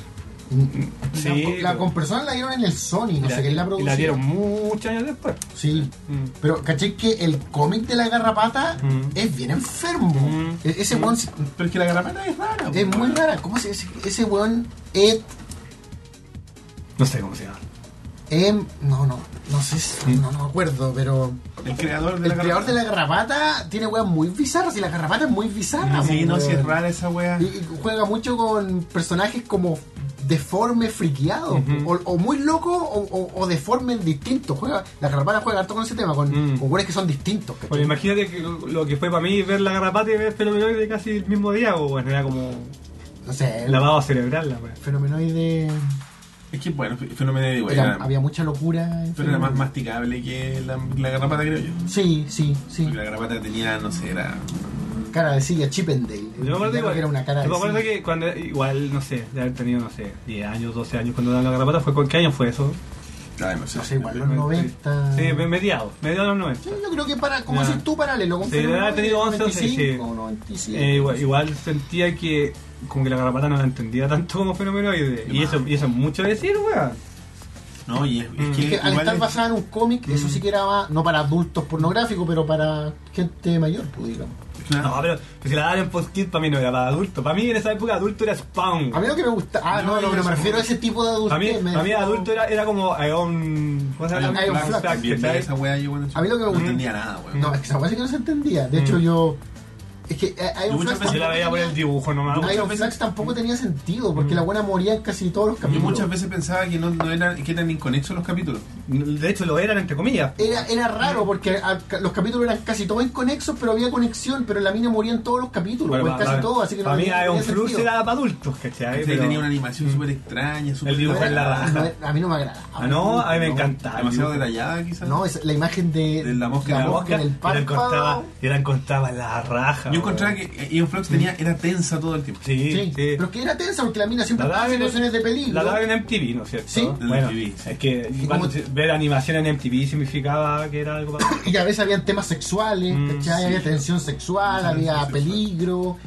S3: Sí,
S2: Mm, la, la
S3: pero-
S2: con personas la dieron en el Sony, no
S3: Y la-
S2: sé quién la
S3: y
S2: produjo.
S3: la dieron muchos años después.
S2: Sí.
S3: Mm.
S2: Pero, ¿cachai? Que el cómic de la garrapata
S3: Mm.
S2: es bien enfermo.
S3: Mm.
S2: E- Ese
S3: Mm.
S2: weón se-
S1: Pero es que la garrapata es rara. po,
S2: es muy
S1: weón.
S2: rara. ¿Cómo se ese, ese weón Ed,
S3: No sé cómo se llama.
S2: Em, no, no, no sé, si- no, no me acuerdo, pero
S1: El creador de
S2: el
S1: la
S2: creador
S1: garrapata.
S2: de la garrapata tiene weas muy bizarras y la garrapata es muy bizarra.
S1: Sí,
S2: po,
S1: no,
S2: weón.
S1: si es rara esa wea.
S2: Y, y juega mucho con personajes como deformes, friqueados,
S3: Ujú.
S2: o, o muy locos o, o, o deformes distintos. Juega, la garrapata juega harto con ese tema, con,
S3: Mm.
S2: con weones que son distintos. ¿cachai?
S3: Bueno, imagínate que lo lo que fue para mí ver la garrapata y ver fenomenoide casi el mismo día, o bueno, era como
S2: no sé, el
S3: lavado cerebral la wea.
S2: fenomenoide.
S1: Es que bueno, fe- fenómeno de igual.
S2: era-
S1: era-
S2: había mucha locura. en
S1: Pero era más
S2: Fenomenoide.
S1: masticable que la, la garrapata, creo yo.
S2: Sí, sí, sí.
S1: Porque la garrapata tenía, no sé, era.
S2: Cara de silla, Chippendale.
S3: Yo me acuerdo,
S2: Ya
S3: igual,
S2: que era una cara
S3: yo me
S2: de
S3: acuerdo
S2: silla.
S3: que cuando, igual, no sé, de haber tenido, no sé, 10 años, 12 años cuando dan la garrapata, fue con qué año fue eso?
S1: Ay, no sé.
S2: No sé, igual los
S3: Sí,
S2: 90.
S3: Sí, me- mediados, mediados de los 90.
S2: Sí, yo creo que para, como
S3: Ya.
S2: decís tú, paralelo con
S3: Sí, debe haber tenido 11,
S2: 95,
S3: sí.
S2: 97.
S3: Eh, igual, igual sentía que como que la garrapata no la entendía tanto como fenomenoide. Y eso, y eso es mucho decir, weón.
S1: No, y es, es
S3: Mm.
S1: que.
S2: Es que al
S1: igual
S2: estar
S1: es-
S2: basada en un cómic, eso sí que era más- no para adultos pornográficos, pero para gente mayor, pues, digamos.
S1: claro.
S3: No, pero pues, si la daban en Post Kid para mí no era para adulto. Para mí en esa época adulto era Spawn.
S2: A mí lo que me gusta. Ah,
S1: No,
S2: no, no,
S1: yo
S2: pero me
S1: soy-
S2: refiero a ese tipo de adultos.
S3: Para mí, para mí adulto era, era como Ion. ¿Cómo se llama?
S2: Ion
S3: Ion
S2: Flash.
S3: Flash,
S1: También
S3: ¿cachai?
S1: de esa wea yo bueno,
S2: A mí lo que me
S1: no
S2: gusta-
S1: entendía nada, weón.
S2: No, es que esa cosa que no se entendía. De hecho, yo. Es que eh, hay
S1: Yo
S2: un
S1: muchas
S2: flash.
S1: veces-
S3: Mm. Yo Mm. la veía por el dibujo nomás.
S1: muchas
S2: Iron
S1: veces-
S2: Flags tampoco tenía sentido, porque
S3: Mm.
S2: la buena moría en casi todos los
S1: Yo
S2: capítulos.
S1: muchas veces pensaba que no, no eran, que eran inconexos los capítulos.
S3: De hecho lo eran entre comillas.
S2: Era, era
S3: Mm.
S2: raro porque a- ca- los capítulos eran casi todos inconexos, pero había conexión, pero la mina moría en todos los capítulos, o en casi todos, así que no
S3: para mí
S2: tenía- no
S3: Ion
S2: tenía
S3: Flux
S2: sentido.
S3: era para adultos, ¿cachai?
S1: Sí,
S3: Pero-
S1: tenía una
S2: Mm.
S1: animación súper extraña, súper.
S3: El dibujo
S2: No
S3: en
S2: era-
S3: la raja.
S2: no- a mí no me agrada.
S3: Ah, no, a mí me encantaba.
S1: Demasiado detallada, quizás.
S2: No, es la imagen de,
S1: De la mosca en
S3: La
S1: la
S3: mosca,
S2: en el
S3: y la encontraba,
S2: párpado.
S3: y la encontraba en la raja.
S1: yo
S3: weón.
S1: encontraba que Ion
S2: Mm.
S1: Flux tenía, era tensa todo el tiempo.
S3: Sí,
S2: Sí,
S3: sí.
S2: pero es que era tensa porque la mina siempre
S3: La
S2: estaba en
S3: daban en-
S2: situaciones de peligro.
S3: La daba en MTV, ¿no es cierto?
S2: Sí.
S1: En
S3: bueno,
S1: MTV, sí.
S3: es que
S2: Y
S3: cuando
S2: como-
S3: ver animación en MTV significaba que era algo para...
S2: Y a veces habían temas sexuales,
S3: Mm,
S2: ¿cachai?
S1: sí.
S2: había tensión sexual,
S1: Mucha
S2: había
S1: tensión
S2: peligro.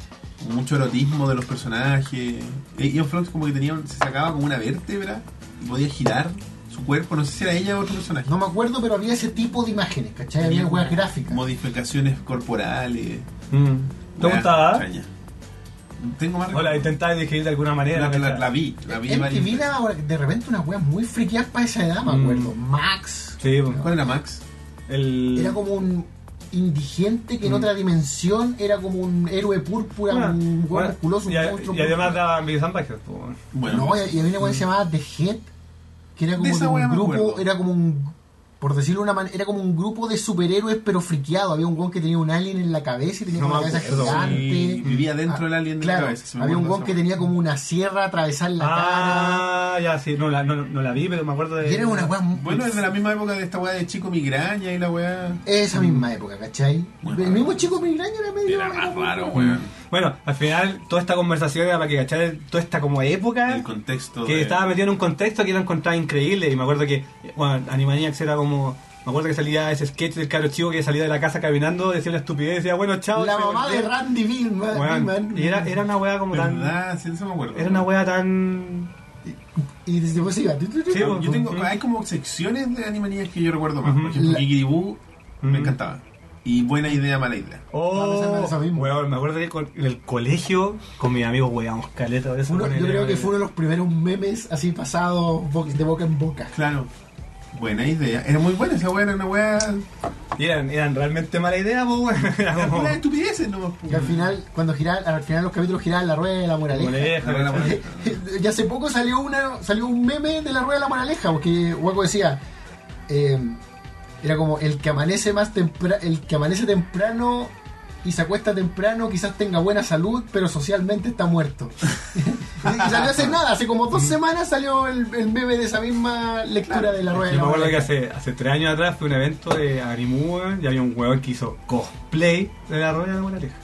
S1: Mucho erotismo de los personajes. Eh, Ion Flux como que tenía, un- se sacaba como una vértebra y podía girar su cuerpo. No sé si era ella o otro personaje.
S2: No me acuerdo, pero había ese tipo de imágenes, ¿cachai?
S1: Tenía
S2: Había weas
S1: como
S2: gráficas.
S1: Modificaciones corporales.
S3: Mm. ¿Te
S1: weas
S3: gustaba?
S1: extrañas. Tengo más
S3: O la
S1: recuerdos.
S3: intentaba digerir de alguna manera.
S1: la, la-
S3: ¿cachai?
S1: la vi, la vi varias
S2: MTV
S1: veces.
S2: era ahora- de repente unas weas muy friqueadas para esa edad, me
S3: Mm.
S2: acuerdo. Max.
S3: Sí, pues,
S1: ¿Cuál era Max?
S3: el...
S2: Era como un indigente que
S3: Mm.
S2: en otra dimensión era como un héroe púrpura,
S3: Bueno,
S2: un weón
S3: Ah, bueno,
S2: musculoso, un
S3: y, a-
S2: monstruo
S3: y además
S2: púrpura.
S3: daban videos ambajes, pues, bueno.
S1: Bueno,
S2: No, y y había una weá que se llamaba The Head, que era
S1: Mm. De
S2: como
S1: esa
S2: de
S1: weá
S2: un
S1: me
S2: grupo,
S1: acuerdo.
S2: era como un, por decirlo de una manera, era como un grupo de superhéroes pero friqueado. Había un weón que tenía un alien en la cabeza y tenía
S3: No
S2: como
S3: me
S2: una cabeza
S3: acuerdo,
S2: gigante.
S1: y vivía dentro del alien de
S2: Ah, claro,
S1: la cabeza. si me
S2: había un
S1: acuerdo
S2: weón
S1: esa
S2: que tenía como una sierra atravesar la
S3: Ah, ya sí, no la, no, no la vi, pero me acuerdo
S2: cara.
S3: de.
S2: Y era una weá.
S1: Bueno, es de la misma época de esta weá de chico migraña y la weá.
S3: ¿Eh?
S2: Esa misma época, ¿cachai?
S1: Mm. Muy
S2: el
S1: raro.
S2: mismo chico migraño era medio.
S1: Era más
S2: muy
S1: raro,
S2: raro.
S1: weón.
S3: Bueno, al final toda esta conversación era para que cachar el- toda esta como época
S1: El contexto.
S3: que
S1: de-
S3: estaba metido en un contexto que lo encontraba increíble. Y me acuerdo que, bueno, Animaniacs era como. Me acuerdo que salía ese sketch del caro chico que salía de la casa caminando, decía una estupidez, decía, bueno, chao.
S2: La
S3: se
S2: mamá
S3: volvía.
S2: de Randy Billman.
S3: Bueno,
S2: Billman.
S3: y era, era una wea como tan.
S1: ¿Verdad? Sí, eso me acuerdo.
S3: Era una wea tan.
S2: Y después iba.
S3: Sí,
S1: Yo yo tengo,
S3: Ujú.
S1: hay como secciones de animanías que yo recuerdo más.
S3: Ujú.
S1: Por ejemplo,
S2: La-
S1: Kiki Dibú
S3: Ujú.
S1: me encantaba. Y buena idea, mala idea.
S2: Ah, No, esa no
S3: Oh,
S2: era esa misma.
S3: weón, me acuerdo que con- en el colegio con mis amigos weábamos caleta de eso.
S2: Uno-
S3: con
S2: yo
S3: el-
S2: creo que fue uno de los primeros memes así pasados bo- de boca en boca.
S1: Claro. Buena idea. Era muy buena esa weá, era una weá.
S3: Y Eran, eran realmente mala idea, pues, weón.
S1: Era
S3: Era como.
S1: pura estupideces nomás. po.
S2: Que al final, cuando giraban, al final los capítulos giraban la rueda de la
S3: Mm. como
S2: moraleja.
S3: leja,
S1: Era una
S3: weón.
S1: buena-
S2: Y hace poco salió una salió un meme de la rueda de la moraleja, porque Waco decía, eh, era como el que amanece más temprano, el que amanece temprano y se acuesta temprano, quizás tenga buena salud, pero socialmente está muerto. y salió hace nada, hace como
S3: Mm.
S2: dos semanas salió el, el meme de esa misma lectura de la rueda de
S3: Yo
S2: la
S3: me acuerdo que
S2: moraleja.
S3: hace, hace tres años atrás fue un evento de Animu weón, y había un weón que hizo cosplay de la rueda de la moraleja.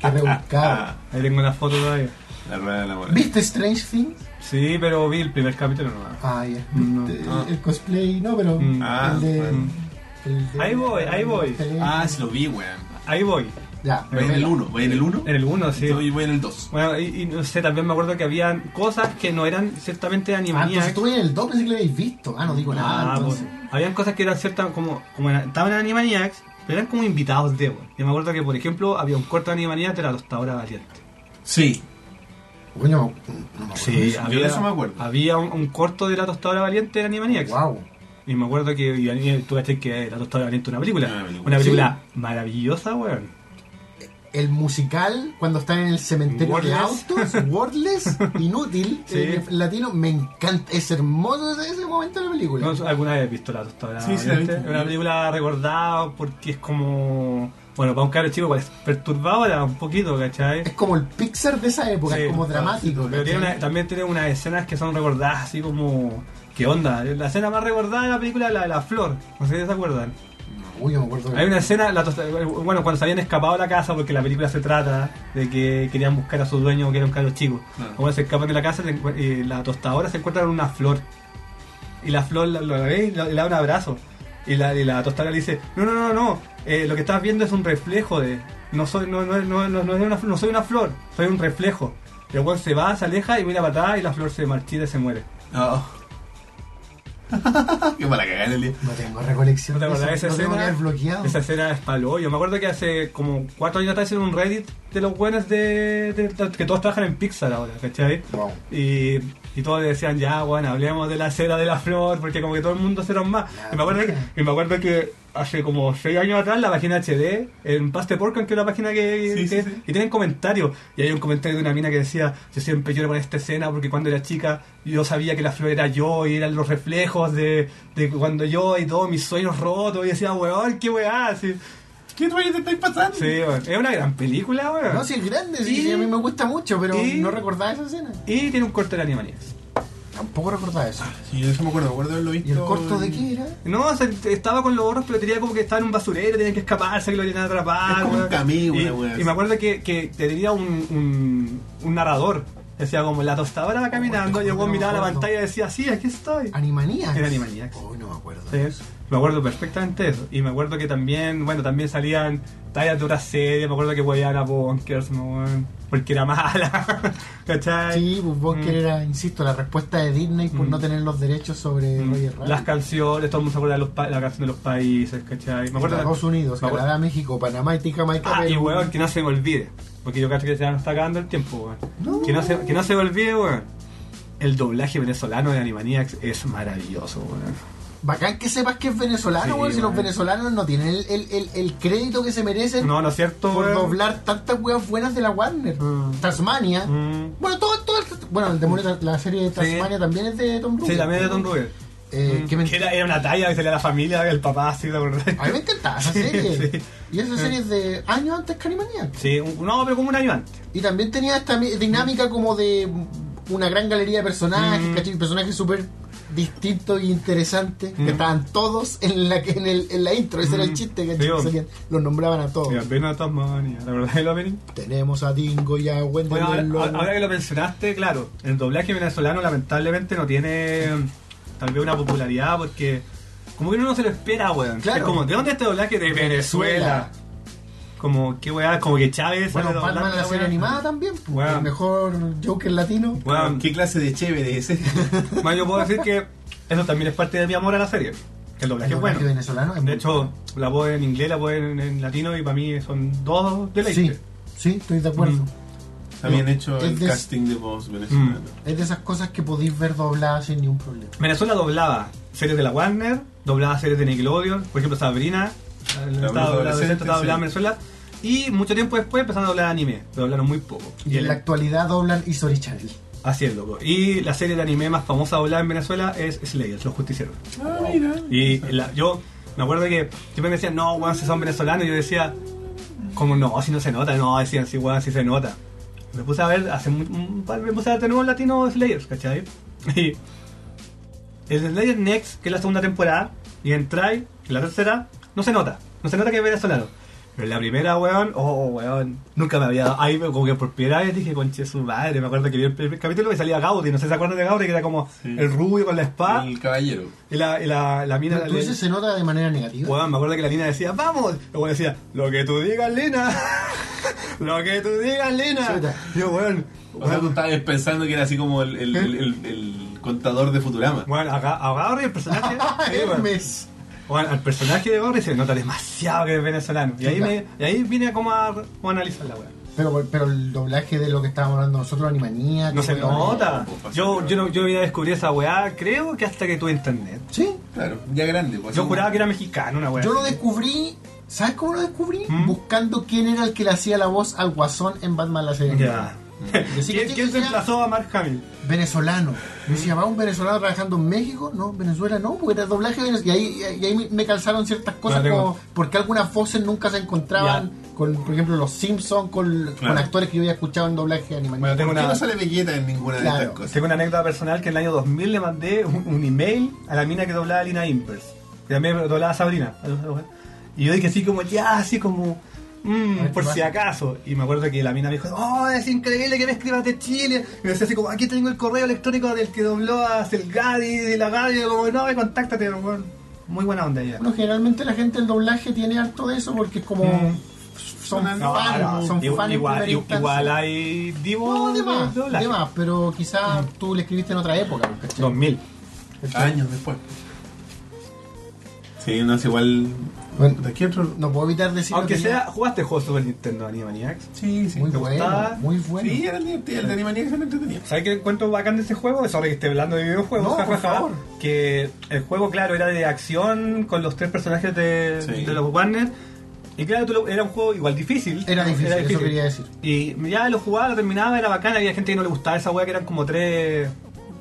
S2: Qué rebuscado.
S1: Ah,
S3: Ahí tengo una foto todavía.
S1: la rueda de la moral.
S2: ¿Viste Strange Things?
S3: Sí, pero vi el primer capítulo nomás.
S2: Ah, ya.
S3: No.
S2: ¿Viste
S1: Ah.
S2: El cosplay, no, pero...
S3: Mm.
S1: Ah,
S2: el de-
S1: bueno.
S2: el de-
S3: Ahí voy, ahí voy.
S1: Ah, sí lo vi, weón.
S3: Ahí voy,
S2: Ya, Ah,
S1: Voy en el 1, voy en el 1.
S3: en el 1, sí.
S1: Y voy en el 2.
S3: Bueno, y, y no sé, también me acuerdo que habían cosas que no eran ciertamente
S2: Ah, entonces
S3: Animaniacs.
S2: estuve en el 2, pensé que lo habéis visto. Ah, no digo nada.
S3: Ah, pues,
S2: entonces.
S3: habían cosas que eran ciertas, como, como era- estaban en Animaniacs, pero eran como invitados de, weón. Yo me acuerdo que, por ejemplo, había un corto de Animaniacs de la tostadora valiente.
S1: Sí.
S2: Coño,
S3: Sí,
S1: Yo
S3: había,
S1: de eso me acuerdo.
S3: había un, un corto de la tostadora valiente de Animaniacs.
S2: wow.
S3: Y me acuerdo que y, y, tú caché que la tostadora valiente es una película.
S1: Una
S3: Una
S1: película.
S3: película, maravillosa, weón.
S2: El musical, cuando están en el cementerio de
S3: Wordless.
S2: autos, wordless, inútil,
S3: Sí.
S2: eh, latino, me encanta. Es hermoso ese, ese momento de la película.
S3: ¿No- ¿Alguna vez has visto la tostadora
S1: Sí, sí, la he
S3: valiente?
S1: visto.
S3: Es una película recordada porque es como. Bueno, para un cabro chico, igual es perturbadora un poquito, ¿cachai?
S2: Es como el Pixar de esa época,
S3: Sí.
S2: es como dramático.
S3: Pero tiene
S2: ¿cachai?
S3: una- también tiene unas escenas que son recordadas así como. ¿Qué onda? La escena más recordada de la película es la de la flor. No sé si se acuerdan.
S2: Uy, no me acuerdo.
S3: Hay una escena, la tosta- bueno, cuando se habían escapado de la casa, porque la película se trata de que querían buscar a su dueño, que era un caro chico.
S1: Claro.
S3: Cuando se escapan de la casa, se encuent- eh, la tostadora se encuentra con una flor. Y la flor la, la ve y la- le da un abrazo. Y la, y la tostadora le dice, no, no, no, no, eh, lo que estás viendo es un reflejo de... No soy, no, no, no, no, no, es una, no soy una flor, soy un reflejo. Y el weón se va, se aleja y mira patada y la flor se marchita y se muere.
S1: No. Oh. Qué mala cagada en el día.
S2: No tengo recolección.
S3: ¿No te
S2: de
S3: acordás de
S2: eso,
S3: esa
S2: lo tengo que
S3: escena?
S2: haber bloqueado.
S3: Esa escena es palo. Yo me acuerdo que hace como cuatro años atrás hicieron un Reddit de los buenos de, de- de- que todos trabajan en Pixar ahora, ¿cachai?
S2: Wow.
S3: Y, y todos decían, ya, bueno, hablemos de la cera de la flor, porque como que todo el mundo será más.
S2: La
S3: Y me, acuerdo que,
S2: puta.
S3: y me acuerdo que hace como seis años atrás la página HD, en Paste Porcan, que es una página que,
S1: Sí, sí,
S3: que-
S1: sí.
S3: y tienen comentarios. Y hay un comentario de una mina que decía, yo siempre lloro con esta escena porque cuando era chica yo sabía que la flor era yo y eran los reflejos de, de cuando yo y todos mis sueños rotos. Y decía, weón, qué weá. así.
S1: ¿Qué rayos te estáis pasando?
S3: Sí, weón. Es una gran película, weón.
S2: No, si es grande, sí,
S3: Y-
S2: sí, a mí me gusta mucho, pero
S3: y-
S2: no recordaba esa escena.
S3: Y tiene un corte de Animaniacs.
S2: Tampoco recordaba eso.
S1: Sí, yo eso me acuerdo, me acuerdo de haberlo visto.
S2: ¿Y el corto de
S1: en-
S2: qué era?
S3: No, se- estaba con los gorros, pero tenía como que estaba en un basurero, tenían que escaparse, que lo tenían atrapar.
S1: Es como un
S3: weón.
S1: camello,
S3: y,
S1: una wea
S3: y
S1: así.
S3: me acuerdo que, que tenía un, un, un narrador. Decía como la tostadora va caminando,
S2: te
S3: y el
S2: juro que
S3: weón
S2: no
S3: miraba
S2: me
S3: la
S2: acuerdo.
S3: pantalla y decía, sí, aquí estoy.
S2: Animaniacs.
S3: Era Animaniacs.
S2: Uy, no me acuerdo.
S3: Sí, me acuerdo perfectamente eso. Y me acuerdo que también, bueno, también salían tallas de otras series, me acuerdo que huevían a Bonkers, ¿no, weón? porque era mala. ¿Cachai?
S2: Sí, pues Bunker
S3: Mm.
S2: era, insisto, la respuesta de Disney por
S3: Mm.
S2: no tener los derechos sobre
S3: Mm,
S2: Roger Rabbit.
S3: Las canciones, todo el mundo se acuerda de los pa- la canción de los países, ¿cachai? Me acuerdo
S2: Estados Unidos,
S3: me acuerdo-
S2: Canadá, México, Panamá y Ticamaica.
S3: Ah, y
S2: Perú.
S3: weón, que no se me olvide. Porque yo creo que ya nos está acabando el tiempo, weón. Que, no se, que no se me olvide, weón. El doblaje venezolano de Animaniacs es maravilloso, weón.
S2: Bacán que sepas que es venezolano,
S3: Sí,
S2: weón, si los
S3: weón.
S2: venezolanos no tienen el, el, el, el crédito que se merecen
S3: No, ¿no es cierto,
S2: por
S3: weón?
S2: doblar tantas weas buenas de la Warner.
S3: Mm.
S2: Tasmania.
S3: Mm.
S2: Bueno, todo, todo el- bueno, el demonio, de- la serie de Tasmania también es de Tom Brady.
S3: Sí, también es de Tom Mm. Ruger.
S2: Eh, que me-
S3: Que era, era una talla que salía la familia, el papá, así, la verdad.
S2: A mí me encantaba esa
S3: Sí,
S2: serie.
S3: sí.
S2: Y esa serie es de años antes que Animaniacs.
S3: Sí, un- no, pero como un año antes.
S2: Y también tenía esta mi- dinámica como de una gran galería de personajes,
S3: Mm.
S2: ¿cachai? Personajes súper distinto e interesante que estaban todos en la que en, el, en la intro ese era el
S3: Mm.
S2: chiste
S3: Sí,
S2: que
S3: bueno.
S2: salían, los nombraban a todos
S3: Y al Venom de Tasmania, la verdad es lo opening.
S2: tenemos a Dingo y a Wendy
S3: Bueno,
S2: en el
S3: ahora,
S2: lomo.
S3: ahora que lo mencionaste, claro, el doblaje venezolano lamentablemente no tiene mm, tal vez una popularidad porque como que uno no se lo espera, weón.
S2: Claro.
S3: Es como, ¿de dónde este doblaje? De Venezuela. Como, qué weá, como que Chávez
S2: bueno
S3: sale
S2: Batman
S3: doblando
S2: en la serie
S3: weá.
S2: animada también pues,
S3: Bueno.
S2: el mejor Joker latino
S3: Weón,
S1: ¿Qué clase de chévere es este?
S3: más yo puedo decir que eso también es parte de mi amor a la serie. que El doblaje
S2: el
S3: es
S2: doblaje
S3: bueno.
S2: venezolano es
S3: De
S2: muy
S3: hecho, la voz en inglés, la voz en, en latino y para mí son dos
S2: bueno.
S3: deleites.
S2: sí sí estoy de acuerdo
S3: Mm.
S1: También he hecho
S2: Es
S1: el
S2: de-
S1: casting de voz venezolano.
S3: Mm.
S2: es de esas cosas que podéis ver dobladas sin ningún problema
S3: Venezuela doblaba series de la Warner, doblaba series de Nickelodeon, por ejemplo Sabrina, la- la
S1: bruja
S3: estaba doblada
S1: adolescente,
S3: estaba
S1: sí.
S3: doblada en Venezuela, y mucho tiempo después empezaron a doblar anime, pero doblaron muy poco.
S2: y en
S3: el-
S2: la actualidad doblan History Channel
S3: Así es, loco. Y la serie de anime más famosa doblada en Venezuela es Slayers, Los Justicieros.
S1: Ah, mira.
S3: Y la- yo me acuerdo que siempre me decían, no, weón, si son venezolanos, y yo decía, como no, así no se nota, no, decían, sí, weón, así se nota. Me puse a ver, hace mu- un par, me puse a ver de nuevo latino Slayers, ¿cachai? Y el Slayers Next, que es la segunda temporada, y en Try, que la tercera, no se nota, no se nota que es venezolano. Pero en la primera, weón, oh, weón, nunca me había dado. Ahí, como que por primera vez dije, conche su madre. Me acuerdo que vi el primer capítulo y salía Gaudi, no sé si se acuerdan de Gaudi, que era como
S1: Sí.
S3: el rubio con la espada.
S1: El caballero.
S3: Y la, y la, la mina.
S2: tú
S3: le-
S2: dices se nota de manera negativa
S3: Weón, me acuerdo que la Lina decía, vamos. Luego decía, lo que tú digas, Lina. lo que tú digas, Lina.
S2: Chuta.
S3: Yo, weón.
S1: O sea, tú
S3: Weón,
S1: estabas pensando que era así como el, el, el, el- el contador de Futurama.
S3: weón, a, Ga- a Gabriel, el personaje. sí, weón.
S2: Ah, Hermes
S3: Weón, al personaje de Gabriel se le nota demasiado que es venezolano. Y ahí, me, y ahí vine como a, como a analizarla, weón.
S2: Pero, pero el doblaje de lo que estábamos hablando nosotros, Animanía.
S3: No se
S2: weón,
S3: nota. Yo, yo, no, yo vine a descubrir esa weá, creo que hasta que tuve internet.
S2: Sí,
S1: Claro, ya grande. pues,
S3: Yo
S1: así
S3: juraba
S1: como-
S3: que era mexicano, una weá.
S2: yo lo descubrí. ¿Sabes cómo lo descubrí?
S3: ¿Mm?
S2: Buscando quién era el que le hacía la voz al guasón en Batman la serie.
S3: Ya.
S2: Decí que
S3: ¿Quién, quién se
S2: decía,
S3: emplazó a Mark Hamill?
S2: Venezolano. Me Decía, ¿va un venezolano trabajando en México? No, Venezuela no, porque era doblaje venezolano. Y ahí, y ahí me calzaron ciertas cosas,
S3: Vale,
S2: como porque algunas voces nunca se encontraban con, por ejemplo, los Simpsons, con, con
S1: Claro.
S2: actores que yo había escuchado en doblaje de Animanía.
S3: Bueno, tengo
S1: ¿Por qué
S3: una.
S1: no sale Vegeta en ninguna de
S2: Claro.
S1: estas cosas?
S3: Tengo una anécdota personal que en el año 2000 le mandé un, un email a la mina que doblaba a Lina Impers. Que también doblaba a Sabrina. Y yo dije así como, ya, así como, mm,
S2: A ver,
S3: por
S2: ¿qué
S3: si
S2: pasa?
S3: acaso. Y me acuerdo que la mina me dijo, oh, es increíble que me escribas de Chile. Y me decía así como, aquí tengo el correo electrónico del que dobló a Selgadi de la radio. Como, no, me contáctate, weón". Muy buena onda ella.
S2: Bueno, generalmente la gente del doblaje tiene harto de eso porque es como.
S3: Mm.
S2: Son fans,
S3: No, no,
S2: son
S3: igual,
S2: fans. en
S3: igual,
S2: primera instancia.
S3: igual hay divos
S2: No, de más,
S3: del doblaje. Mm.
S2: de más, pero quizás tú le escribiste en otra época. ¿cachai?
S3: 2000.
S2: ¿Cachai?
S1: Años después. Sí, no es igual.
S2: Bueno.
S1: ¿De qué otro?
S2: No puedo evitar decir.
S3: Aunque
S2: que tenía-
S3: sea, ¿jugaste juegos Super Nintendo Animaniacs?
S1: Sí, sí.
S2: Muy
S3: ¿te
S2: bueno,
S3: gustaba?
S2: muy bueno.
S1: Sí, era divertido. El de Animaniacs era entretenido.
S3: ¿Sabes qué encuentro bacán de ese juego? Es ahora que estoy hablando de videojuegos.
S2: No,
S3: ja,
S2: por
S3: ja, ja.
S2: favor.
S3: Que el juego, claro, era de acción con los tres personajes de,
S1: Sí.
S3: de los Warner. Y claro, tú lo- era un juego igual difícil.
S2: Era difícil, eso quería decir.
S3: Y ya lo jugaba, lo terminaba, era bacán. Había gente que no le gustaba esa weá que eran como tres.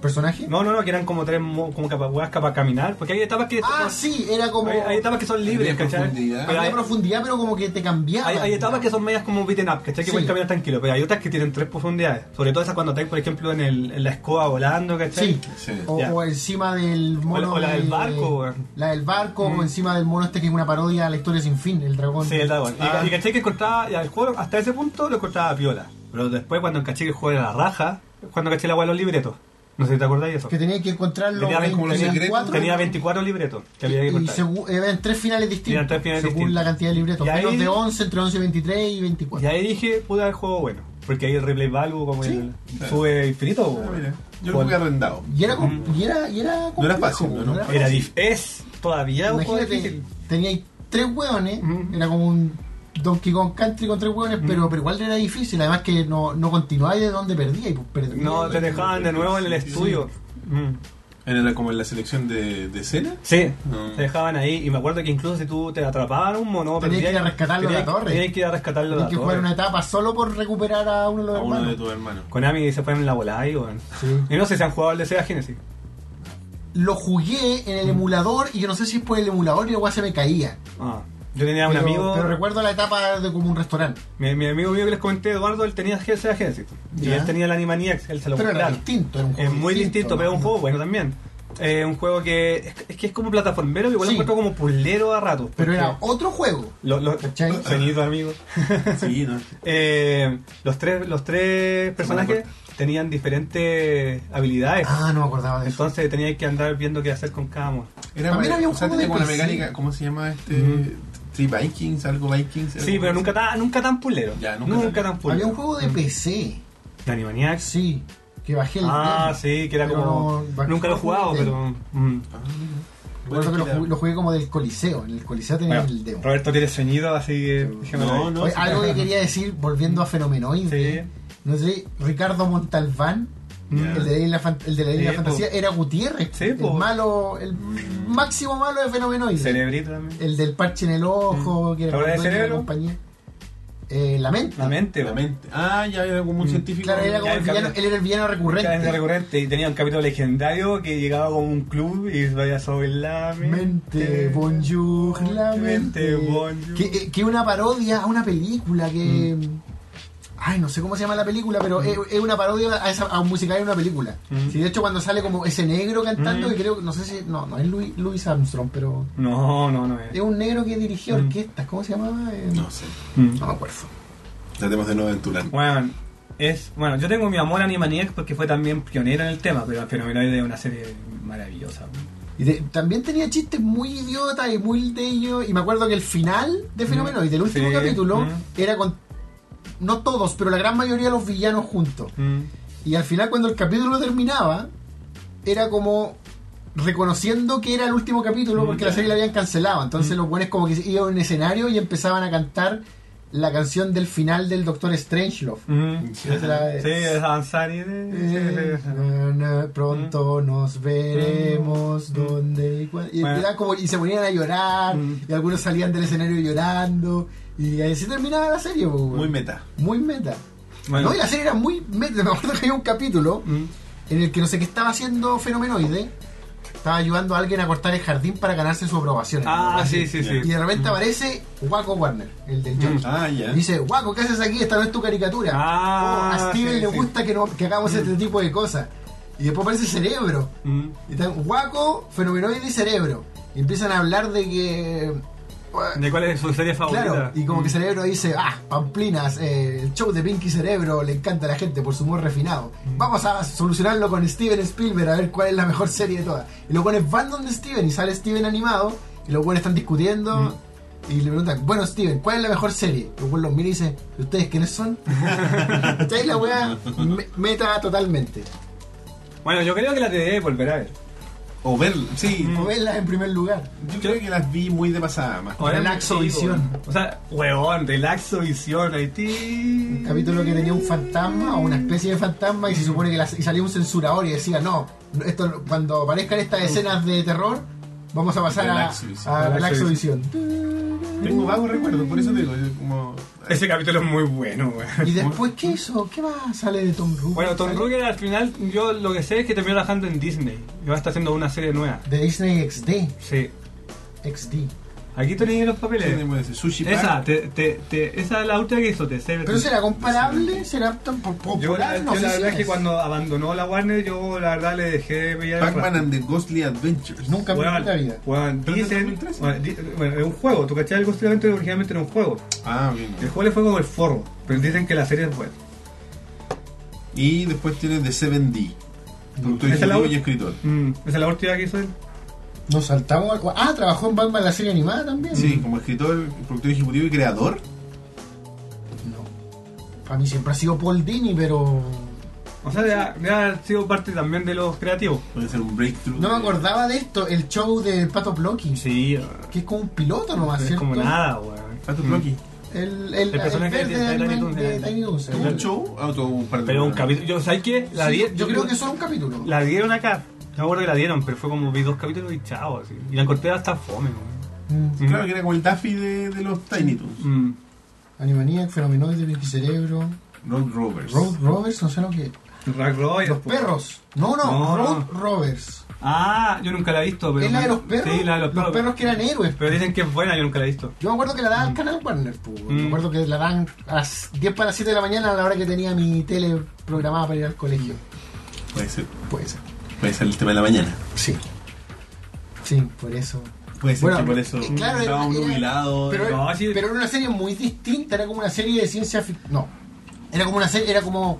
S2: ¿Personaje?
S3: No, no, no, que eran como tres mo- como capa, weas para caminar. Porque hay etapas que.
S2: Ah,
S3: son-
S2: sí, era como.
S3: hay, hay etapas que son libres,
S1: Había
S3: ¿cachai?
S1: profundidad.
S3: Pero
S2: había
S3: hay-
S2: profundidad, pero como que te cambiaba.
S3: hay, hay etapas que son medias como beaten up, ¿cachai? Que
S2: Sí.
S3: puedes caminar tranquilo, pero hay otras que tienen tres profundidades. Sobre todo esas cuando estáis, por ejemplo, en, el, en la escoba volando, ¿cachai?
S2: Sí.
S1: Sí.
S2: O,
S3: Ya.
S2: o encima del mono.
S3: o la del
S2: de-
S3: barco, weón. Mm.
S2: La del barco, o encima del mono este que es una parodia a la historia sin fin, el dragón.
S3: Sí, el dragón. Y,
S1: Ah.
S3: ca- y caché que cortaba, ya, el juego hasta ese punto lo cortaba a piola. Pero después cuando caché que el juego era la raja, es cuando caché la hueá de los libretos. No sé si te acordáis de eso.
S2: Que tenía que encontrarlo.
S3: Tenía
S2: en-
S3: como los
S2: en
S1: secretos,
S2: cuatro-
S3: Tenía 24 libretos que había que
S2: Y
S3: cortar.
S2: según, eran tres finales distintos.
S3: Eran tres finales
S2: según
S3: distintos.
S2: la cantidad de libretos.
S3: Y ahí-
S2: Menos de 11, entre 11 y 23 y 24.
S3: Y ahí dije, puta, el juego bueno. Porque ahí el replay value como
S2: Sí.
S3: el- sube infinito.
S1: Ah,
S3: weón.
S1: mira. Yo lo
S3: Con-
S1: jugué arrendado.
S2: Oh, Y era, com- y era, y era complejo,
S1: era fácil, ¿no?
S2: era
S3: Era
S2: fácil.
S3: dif- es todavía un juego
S2: Imagínate,
S3: difícil.
S2: tenía ahí tres hueones,
S3: Ujú.
S2: era como un Donkey Kong Country con tres hueones, pero, pero igual era difícil, además que no, no continuaba y de donde perdía. Y pues perdía.
S3: No, te dejaban de nuevo en el
S1: Sí.
S3: estudio. Mm.
S1: Era como en la selección de, de escena.
S3: Sí,
S1: No.
S3: te dejaban ahí y me acuerdo que incluso si tú te atrapaban un mono,
S2: Tenías que ir a rescatarlo a la torre.
S3: Tenías que ir a rescatarlo a la
S2: Tenías que
S3: torre.
S2: jugar una etapa solo por recuperar a uno de los
S1: A uno de
S2: hermanos.
S1: tus hermanos.
S3: Konami se fue en la volada ahí, weón. Y no sé si han jugado el de Sega Genesis.
S2: Lo jugué en el emulador y yo no sé si es por el emulador y el guay se me caía.
S3: Ah, yo tenía un
S2: pero,
S3: amigo.
S2: pero recuerdo la etapa de como un restaurante.
S3: mi, mi amigo mío que les comenté, Eduardo, él tenía el Sega Genesis. Y
S2: Ya.
S3: él tenía el Animaniacs, él se lo
S2: Pero era
S3: compraron.
S2: distinto, era un juego
S3: Es muy distinto,
S2: distinto,
S3: pero es un
S2: ¿no?
S3: juego bueno también. eh, un juego que es, es que es como plataformero, igual
S2: Sí.
S3: lo encuentro como pulero a ratos.
S2: Pero
S3: porque
S2: era otro juego.
S3: lo- lo-
S2: ¿Cachai?
S3: Sonido, amigo.
S1: Sí, no.
S3: Eh, los tres, los tres personajes tenían diferentes habilidades.
S2: Ah, no me acordaba de eso.
S3: Entonces teníais que andar viendo qué hacer con cada uno.
S1: Era
S2: También
S1: mare-
S2: había un
S1: o sea,
S2: juego
S1: tenía
S2: de
S1: como una
S2: PC.
S1: mecánica, ¿cómo se llama este?
S3: Ujú.
S1: Sí, Vikings, algo Vikings.
S3: Sí,
S1: algo
S3: pero
S1: así.
S3: nunca tan, nunca tan pulero.
S1: Ya, nunca
S3: nunca,
S1: tan-
S3: tan pulero.
S2: Había un juego
S3: mm.
S2: de PC.
S3: De Animaniacs.
S2: Sí. Que bajé el
S3: Ah,
S2: demo.
S3: sí, que era
S2: Pero
S3: como.
S2: no-
S3: nunca lo he jugado,
S2: bajé el
S3: pero. mm.
S1: Ah, mira.
S2: Recuerdo que lo, jugué- lo jugué como del Coliseo. En el Coliseo tenía
S3: Bueno,
S2: el demo.
S3: Roberto tiene ceñido, así que.
S2: No,
S3: déjame
S1: no,
S3: ver.
S1: no.
S2: Oye, algo que quería decir, volviendo a Fenomenoide.
S3: Sí.
S2: No sé, Ricardo Montalbán,
S1: Ya.
S2: el de la Isla, Fan- el de la Isla
S3: Sí,
S2: Fantasía,
S3: po.
S2: era Gutiérrez.
S3: Sí,
S2: el
S3: po.
S2: malo, el máximo malo de Fenomenoide.
S3: Cerebrito también.
S2: El del parche en el ojo, que era
S3: Mm. ¿Ahora
S2: el dueño de
S3: de
S2: la
S3: cerebro?
S2: compañía. Eh, la mente.
S3: La mente,
S1: La
S3: bo.
S1: mente. Ah, ya era como un científico.
S2: Mm. Claro, era como
S3: Ya,
S2: el
S3: el
S2: villano-
S3: capitán.
S2: él era el villano recurrente.
S3: Cadena recurrente y tenía un capítulo legendario que llegaba con un club y vaya sobre la
S2: Mente, bonjour, la mente.
S3: bonjour. Mm.
S2: Que, eh, que una parodia a una película que. Ay, no sé cómo se llama la película, pero es, es una parodia a, esa- a un musical de una película.
S3: Mm.
S2: Sí, de hecho, cuando sale como ese negro cantando,
S3: Mm.
S2: que creo, no sé si. No, no es Louis, Louis Armstrong, pero.
S3: No, no, no es.
S2: Es un negro que dirigía
S3: Mm.
S2: orquestas, ¿cómo se llamaba? Eh,
S1: No sé.
S3: Mm.
S2: no me acuerdo.
S1: Tratemos de no aventurar.
S3: Bueno, es, bueno, yo tengo mi amor a Animaniacs porque fue también pionera en el tema, pero Fenomenoide es una serie maravillosa. weón.
S2: Y te- también tenía chistes muy idiotas y muy de ellos. Y me acuerdo que el final de Fenómeno y del último
S3: Mm. Sí,
S2: capítulo
S3: mm.
S2: era con. No todos, pero la gran mayoría de los villanos juntos.
S3: Mm.
S2: Y al final, cuando el capítulo terminaba, era como reconociendo que era el último capítulo
S3: Mm,
S2: porque la
S3: ya.
S2: serie la habían cancelado. Entonces,
S3: Mm.
S2: los buenos como que iban a un escenario y empezaban a cantar la canción del final del Doctor Strangelove.
S3: Mm.
S1: Sí,
S3: Sí,
S2: Esa era-
S3: es Ansari. de-
S2: Eh, na, na, pronto nos veremos
S3: Mm.
S2: donde y cuan- y,
S3: Bueno.
S2: era como- y se ponían a llorar
S3: Mm.
S2: y algunos salían del escenario llorando y así terminaba la serie po, weón.
S1: Muy meta.
S2: muy meta
S3: Bueno,
S2: no y la serie era muy meta me acuerdo que había un capítulo
S3: mm.
S2: en el que no sé qué estaba haciendo fenomenoide estaba ayudando a alguien a cortar el jardín para ganarse su aprobación
S3: Ah, sí, Mm. sí, sí.
S2: y de repente aparece Waco Warner el del Johnson
S1: Ah, ya.
S2: Dice, guaco, ¿qué haces aquí? Esta no es tu caricatura.
S3: Ah,
S2: Oh, a Steven
S3: sí,
S2: le
S3: sí.
S2: gusta que, no, que hagamos este tipo de cosas. Y después aparece cerebro.
S3: Mm.
S2: Y están guaco, fenomenoide y cerebro. Y empiezan a hablar de que.
S3: ¿De cuál es su serie favorita?
S2: Claro, y
S3: Mm.
S2: como que Cerebro dice, ah, Pamplinas, eh, el show de Pinky Cerebro le encanta a la gente por su humor refinado. Vamos a solucionarlo con Steven Spielberg a ver cuál es la mejor serie de todas. Y los buenos van donde Steven y sale Steven animado, y los buenos están discutiendo y le preguntan, bueno Steven, ¿cuál es la mejor serie? Y los buenos los mira y dice, ¿y ustedes quiénes son? Ustedes la wea me- meta totalmente.
S3: Bueno, yo creo que la TV volverá a ver.
S1: O ver, sí.
S3: Mm.
S2: Novelas en primer lugar.
S1: Yo creo que las vi muy de pasada más.
S3: Ahora es muy
S2: Relaxo
S3: chico,
S2: Visión.
S3: weón. O sea, huevón, relaxo visión, Haití.
S2: Un capítulo que tenía un fantasma o una especie de fantasma y
S3: Mm.
S2: se supone que la- y salía un censurador y decía no esto cuando aparezcan
S3: Mm.
S2: estas escenas de terror vamos a pasar a,
S1: Relaxovisión.
S2: a Relaxovisión
S1: Tengo vagos recuerdos, por eso te digo. yo como...
S3: Ese capítulo es muy bueno, weón.
S2: y después qué hizo qué más sale de Tom Ruger
S3: Mm. Bueno, Tom
S2: ¿Sale?
S3: Ruger al final, yo lo que sé es que terminó trabajando en Disney. Y va a estar haciendo una serie nueva.
S2: de Disney XD
S3: Sí.
S2: XD
S3: Aquí tenéis los papeles.
S1: ¿Qué ese? Sushi
S3: Esa,
S1: Park.
S3: te, te, te- esa es la última que hizo, te sé.
S2: pero será comparable será tan po-
S3: Yo la,
S2: popular
S3: yo
S2: no
S3: la
S2: sé si
S3: verdad es que
S2: es.
S3: cuando abandonó la Warner, yo la verdad le dejé de pillar. el
S1: Pac-Man and the Ghostly Adventures.
S2: nunca me
S3: Weón,
S2: la vida
S3: weón,
S1: Pero es del
S3: dicen,
S1: 2013.
S3: bueno, di- bueno, es un juego, tú cachai el Ghost Recon originalmente era un juego.
S1: Ah, bien.
S3: El juego le fue como el forro, pero dicen que la serie es buena.
S1: Y después tienes The 7D. Productor
S3: Esa es la
S1: ejecutivo
S3: u-
S1: y escritor.
S3: Mm, esa es la última que hizo él.
S2: nos saltamos al- ah trabajó en Batman la serie animada también
S1: Sí, como escritor, productor ejecutivo y creador.
S2: no para mí siempre ha sido Paul Dini pero
S3: O sea, ya, ya ha sido parte también de los creativos.
S1: Puede ser un breakthrough.
S2: no me
S1: de-
S2: acordaba de esto el show de Pato Blocky
S3: Sí, eh,
S2: Que es como un piloto nomás,
S3: es
S2: Ah, ¿cierto?
S3: como nada, weón.
S1: Ah, tu
S3: Mm.
S1: Rocky.
S2: El, el, el
S3: El personaje
S2: verde
S3: de- de
S2: del
S3: Tiny
S2: man-
S3: Toons,
S2: de
S3: era-
S2: Tiny Toons.
S1: ¿Tuvo un show? Ah, tuvo un par de
S3: Pero un capítulo. Yo, ¿sabes qué? La
S2: Sí,
S3: di-
S2: yo creo que son capítulos.
S3: La dieron acá. No me acuerdo que la dieron, pero fue como vi dos capítulos y chao. Así. Y la corté hasta fome, weón.
S2: Mm.
S1: Claro, que era como el Daffy de, de los Tiny Toons.
S3: Mm.
S2: Animaniac, Fenomenoide, Vicky Cerebro,
S1: Road Rovers.
S2: Road Rovers, no sé lo que.
S3: Rack Roy,
S2: Los
S3: po.
S2: perros. No, no,
S3: No,
S2: Road
S3: no.
S2: Rovers.
S3: Ah, yo nunca la he visto, pero.
S2: ¿Es la de los perros?
S3: Sí, la de los perros.
S2: que eran héroes.
S3: Pero dicen que es buena, yo nunca la he visto.
S2: Yo me acuerdo que la daban al canal Warner. po. Me
S3: Mm.
S2: acuerdo que la daban a las 10 para las
S3: Mm.
S2: 7 de la mañana a la hora que tenía mi tele programada para ir al colegio.
S1: Puede ser.
S2: Puede ser.
S1: Puede ser el tema de la mañana.
S2: Sí. Sí, por eso.
S1: Puede ser
S2: Bueno,
S1: que por eso
S2: eh, claro,
S1: estaba
S2: era-
S1: uno
S2: era-
S1: jubilado.
S2: Pero,
S3: no, sí.
S2: pero era una serie muy distinta, era como una serie de ciencia ficción. No. Era como una serie, era como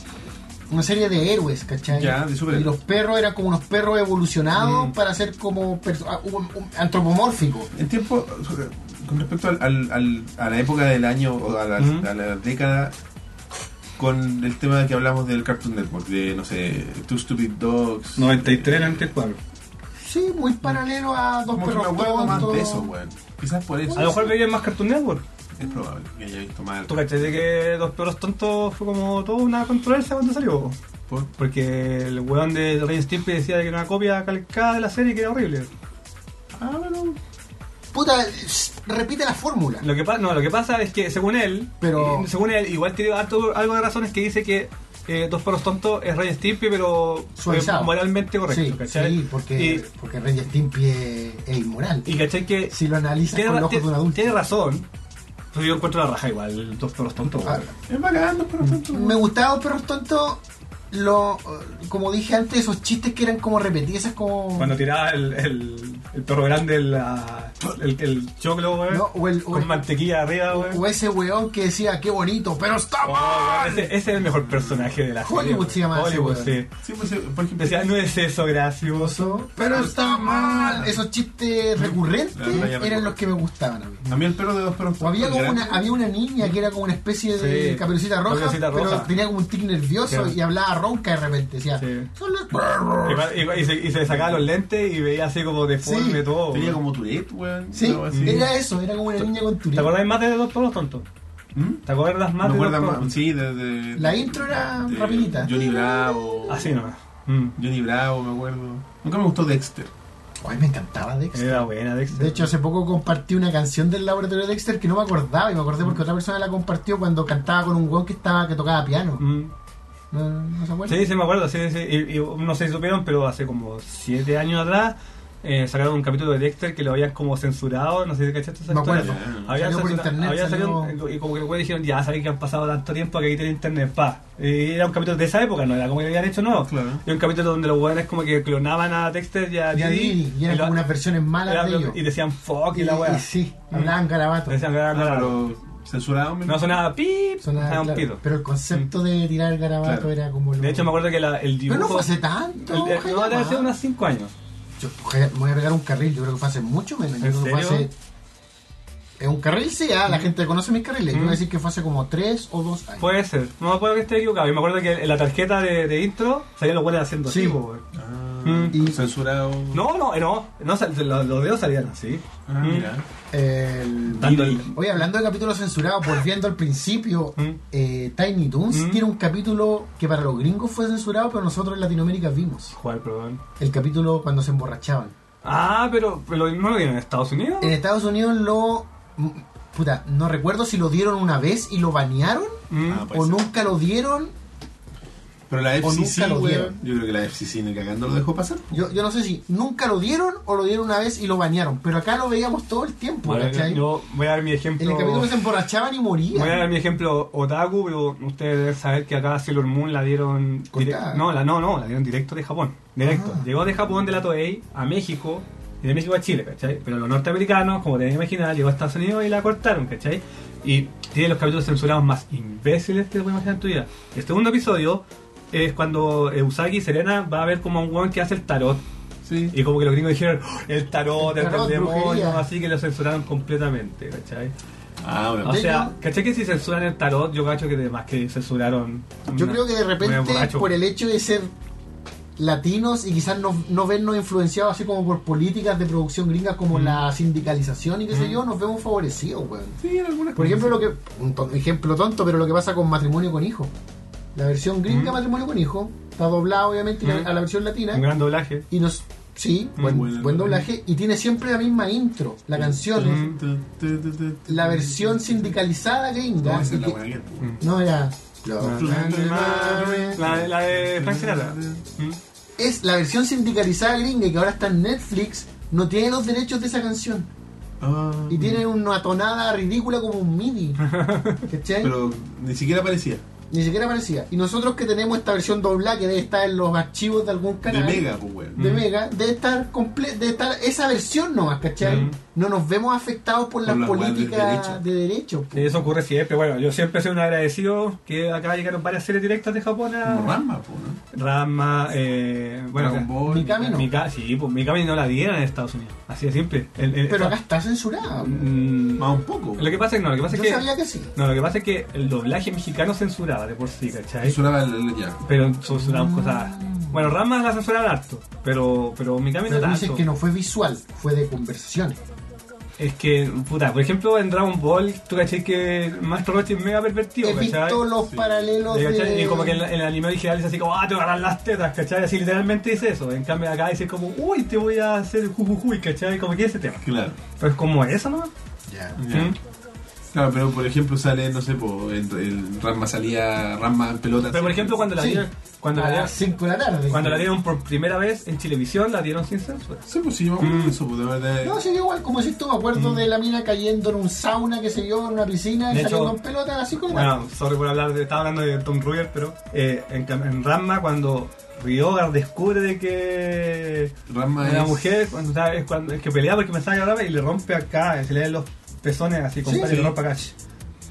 S2: una serie de héroes, ¿cachai?
S1: Ya, de superhéroes. Mm.
S2: y los perros eran como unos perros evolucionados para ser como perso- ah, un- un- antropomórficos.
S1: En tiempo, con respecto al, al- al- a la época del año o a la,
S3: Ujú.
S1: a la década, con el tema que hablamos del Cartoon Network, de, no sé, Two Stupid Dogs. eh,
S4: 93, 94.
S2: Sí, muy paralelo a dos
S1: Como que me
S2: perros
S1: acuerdo más
S2: tontos.
S1: de eso, weón. Quizás por eso.
S3: A lo mejor veía más Cartoon Network.
S1: Es probable que haya visto mal.
S3: ¿Tú cachai de que Dos Perros Tontos fue como toda una controversia cuando salió?
S1: Por-
S3: Porque el weón de Rey Stimpy decía que era una copia calcada de la serie que era horrible.
S1: Ah, bueno.
S2: Puta, s- repite la fórmula.
S3: Lo que, pa- no, lo que pasa es que según él,
S2: Pero-
S3: eh, según él, igual tiene harto- algo de razones que dice que eh, Dos Perros Tontos es Rey Stimpy, pero eh,
S2: Suavizado.
S3: moralmente correcto,
S2: sí,
S3: ¿cachai?
S2: sí, porque, porque Rey Stimpy es, es inmoral.
S3: Y, y cachai que
S2: si lo analizas
S3: tiene,
S2: con
S3: ra-
S2: los ojos de un
S3: tiene-
S2: adulto.
S3: tiene razón, pero yo encuentro la raja igual, Dos Perros Tontos.
S2: Ah,
S3: weón.
S1: Es bacán, no es para tanto.
S2: Me gustaba Dos Perros Tontos, lo, como dije antes, esos chistes que eran como repetidas, esas como...
S3: Cuando tiraba el, el, el perro grande el, ah, el, el choclo, weón,
S2: No, o el- o
S3: con
S2: el-
S3: mantequilla arriba, weón.
S2: O ese weón que decía, qué bonito, pero está
S3: Oh,
S2: mal.
S3: weón, ese, ese es el mejor personaje de la serie.
S2: Hollywood
S3: weón.
S2: se llama ese,
S3: Hollywood,
S2: weón.
S3: sí.
S1: Sí, pues, eh, por ejemplo,
S3: Decía, no es eso gracioso.
S2: Pero está mal. Esos chistes recurrentes
S1: La raya
S2: eran
S1: recurrente.
S2: los que me gustaban a mí.
S1: a mí el perro de dos perros.
S2: O había, como
S1: Gran-
S2: una, había una niña que era como una especie de
S3: Sí,
S2: caperucita roja,
S3: Caperucita
S2: pero
S3: Roja.
S2: tenía como un tic nervioso
S3: Sí.
S2: y hablaba ronca de repente. Decía,
S3: Sí.
S2: son los perros.
S3: Igual- igual- Y, se, y se sacaba los lentes y veía así como deforme
S2: Sí,
S3: todo.
S1: Tenía
S3: Oh, weón.
S1: como Tourette, weón.
S2: Sí,
S1: algo así.
S2: era eso, era como una niña con
S3: ¿Te
S2: turista.
S3: acordás más de Dos Perros Tontos?
S1: ¿Mm?
S3: ¿Te acuerdas
S1: Me
S3: más de Dos
S1: acuerdo
S3: Perros
S1: más. Sí, de, de-
S2: La intro era
S1: de
S2: rapidita.
S1: Johnny Bravo.
S3: Tontos? Así no. Mm.
S1: Johnny Bravo, me acuerdo. Nunca me gustó Dexter.
S2: Ay, me encantaba Dexter.
S3: Era buena, Dexter.
S2: De hecho, hace poco compartí una canción del laboratorio de Dexter que no me acordaba y me acordé porque otra persona la compartió cuando cantaba con un weón que estaba que tocaba piano.
S3: Mm.
S2: ¿No, no se acuerdan?
S3: Sí, sí, me acuerdo, sí, sí. Y, y no sé si supieron, pero hace como siete años atrás eh, sacaron un capítulo de Dexter que lo habían como censurado, no sé si cachaste esa
S2: Me
S3: historia.
S2: acuerdo.
S3: Habían
S2: Salió por
S3: censurado-
S2: internet,
S3: habían
S2: salió-
S3: salido- y como que los güeyes dijeron, ya sabéis que han pasado tanto tiempo que aquí tiene internet, pa. Y era un capítulo de esa época, no era como que lo habían hecho nuevo.
S1: Claro.
S3: Y un capítulo donde los güeyes como que clonaban a Dexter y a
S2: Y,
S3: Didi.
S2: y eran
S3: lo-
S2: como unas versiones malas
S3: era-
S2: de ellos.
S3: y decían fuck y, la
S2: Y-
S3: weá.
S2: y sí, hablaban garabato.
S3: Decían que era
S1: Ah,
S3: raro.
S1: pero censurado. me-
S3: No sonaba pip,
S2: Sonaba,
S3: sonaba, un
S2: claro,
S3: pito. Mm.
S2: Pero el concepto de tirar garabato
S1: Claro.
S2: era como. lo-
S3: De hecho, me acuerdo que la- el
S2: Pero
S3: dibujo.
S2: no fue hace tanto.
S3: el- el- no,
S2: Jaime,
S3: debe hace
S2: ma.
S3: unos 5 años.
S2: Yo, joder, me voy a pegar un carril, yo creo que fue hace mucho menos. Yo
S3: ¿En
S2: creo que fue
S3: serio?
S2: hace- Es un carril, sí, ah, la gente conoce mis carriles. Yo
S3: Mm.
S2: voy a decir que fue hace como tres o dos años.
S3: Puede ser, no me acuerdo que esté equivocado. Yo me acuerdo que en la tarjeta de, de intro salían los buenos haciendo
S2: Sí.
S3: así, po, weón.
S1: Ah,
S3: Mm.
S2: Y-
S1: Censurado.
S3: No, no, eh, no, no sal- los, los dedos salían así.
S1: Ah,
S3: Mm.
S1: mira.
S2: El-
S3: Dando el-
S2: Oye, hablando de capítulos censurados, volviendo al principio,
S3: Mm.
S2: eh, Tiny Toons
S3: Mm.
S2: tiene un capítulo que para los gringos fue censurado, pero nosotros en Latinoamérica vimos.
S3: Joder, perdón.
S2: El capítulo cuando se emborrachaban.
S3: Ah, pero pero no lo dieron en Estados Unidos.
S2: En Estados Unidos lo. m- Puta, no recuerdo si lo dieron una vez y lo banearon,
S3: Mm.
S1: Ah,
S2: o
S1: puede ser.
S2: nunca lo dieron.
S1: Pero la
S2: O
S1: FCC,
S2: nunca lo
S1: weón.
S2: dieron.
S1: Yo creo que la FCC ni cagando lo dejó pasar.
S2: Yo, yo no sé si nunca lo dieron o lo dieron una vez y lo banearon, pero acá lo veíamos todo el tiempo,
S3: Bueno,
S2: ¿cachai?
S3: yo voy a dar mi
S2: En el
S3: ejemplo.
S2: capítulo se emborrachaban y morían.
S3: Voy a dar mi ejemplo Otaku, pero ustedes deben saber que acá Sailor Moon la dieron
S2: Cortada.
S3: direc- no, la no, no, la dieron directo de Japón, directo.
S2: Ah.
S3: Llegó de Japón de la Toei a México y de México a Chile, ¿cachai? Pero los norteamericanos, como te debes imaginar, llegó a Estados Unidos y la cortaron, ¿cachai? Y tiene los capítulos censurados más imbéciles que te puedes imaginar en tu vida. El segundo episodio es cuando eh, Usagi Serena va a ver como a un weón que hace el tarot.
S1: Sí.
S3: Y como que los gringos dijeron, "Oh, el tarot,
S2: El
S3: el,
S2: tarot,
S3: demonio,
S2: brujería.
S3: así que lo censuraron completamente, ¿cachai?
S1: Ah, bueno.
S3: O
S2: De
S3: sea,
S2: hecho-
S3: caché que si censuran el tarot, yo cacho que además que censuraron.
S2: Yo
S3: una-
S2: creo que de
S3: una
S2: repente,
S3: borracho.
S2: por el hecho de ser latinos y quizás no, no vernos influenciados así como por políticas de producción gringa como
S3: Mm.
S2: la sindicalización y qué sé
S3: Mm.
S2: yo, nos vemos favorecidos, weón.
S1: Sí, en algunas
S2: Por ejemplo,
S1: cosas.
S2: lo que un ton- ejemplo tonto, pero lo que pasa con matrimonio con hijo. La versión gringa de
S3: Mm.
S2: matrimonio con hijo está doblada obviamente
S3: Mm.
S2: a la versión
S3: Un
S2: latina
S3: gran doblaje.
S2: y nos sí,
S3: Mm.
S2: buen,
S1: Bueno,
S2: buen
S1: bueno.
S2: doblaje y tiene siempre la misma intro, la
S1: Mm.
S2: canción, es la versión sindicalizada gringa.
S1: No, esa
S2: y
S1: es la
S2: que-
S1: buena que-
S2: no era
S3: La, la de Frank Sinatra. Mm.
S2: es la versión sindicalizada gringa y que ahora está en Netflix, no tiene los derechos de esa canción.
S1: Ah.
S2: Y tiene una tonada ridícula como un MIDI. ¿Cachai?
S1: Pero ni siquiera aparecía.
S2: Ni siquiera aparecía. Y nosotros que tenemos esta versión doblada que debe estar en los archivos de algún
S1: De
S2: canal.
S1: Mega, pues, weón.
S2: de
S3: Mm.
S2: Mega, debe estar comple- debe estar esa versión nomás, ¿cachai?
S3: Mm.
S2: No nos vemos afectados por,
S1: Por
S2: las
S1: las weas de derecha.
S2: políticas de derechos. po.
S3: Eso ocurre siempre. Bueno, yo siempre soy un agradecido que acá llegaron varias series directas de Japón a
S1: Como Ranma, pues, ¿no?
S3: Rama, eh, bueno,
S1: Dragon Ball.
S2: Mikami no.
S3: Mika- sí, pues Mikami no la dieron en Estados Unidos. Así de simple. El- el-
S2: Pero acá está censurada. po.
S3: Mm,
S1: Más un poco.
S3: Lo que pasa es que no, lo que pasa
S2: Yo
S3: es que
S2: sabía que sí.
S3: no, lo que pasa es que el doblaje mexicano censuraba de por sí, ¿cachai?
S1: Censuraba el- el- ya.
S3: Pero censuraban cosas. Bueno, Rama la censuraban harto, pero pero Mikami
S2: Pero
S3: no
S2: tú dices
S3: tanto.
S2: que no fue visual, fue de conversaciones.
S3: Es que, puta, por ejemplo, en Dragon Ball, tú cachai que el Maestro Roshi es mega pervertido,
S2: He
S3: ¿cachai?
S2: visto los paralelos
S3: Y, ¿cachai?
S2: de...
S3: Y como que en, la- en el anime original dice así como, ah, te voy a agarrar las tetas, ¿cachai? Así literalmente dice eso. En cambio acá dice como, uy, te voy a hacer jujujuy, ¿cachai? Como que ese tema.
S1: Claro.
S3: Pero es como eso, ¿no? Mm.
S2: Ya.
S1: Ya. Claro, pero por ejemplo sale, no sé, po, el, el Ranma salía, Ranma en pelota.
S3: Pero por ejemplo, cuando la
S2: Sí. Ah,
S3: dieron, cuando
S2: a
S3: la
S2: las
S3: dieron,
S2: 5 de la tarde.
S3: cuando la dieron por primera vez en televisión, la dieron sin censura.
S1: Sí, pues sí, yo me acuerdo
S3: Mm.
S1: de eso, pues, de verdad.
S2: No, sí, igual, como si tú me acuerdo de la mina cayendo en un sauna que se vio en una piscina y
S3: De hecho-
S2: saliendo en pelota a las 5 de la tarde.
S3: Bueno, sorry por hablar de, estaba hablando de Tom Ruger, pero eh, en, cam- en Ranma cuando Ryoga descubre de que
S2: Pues
S1: Ranma
S3: la
S1: es-
S3: mujer cuando, está- es cuando es que pelea porque pensaba que hablaba y le rompe acá, se le den los pezones así con
S2: Sí,
S3: palo y
S2: sí.
S3: le rompe acá. ch.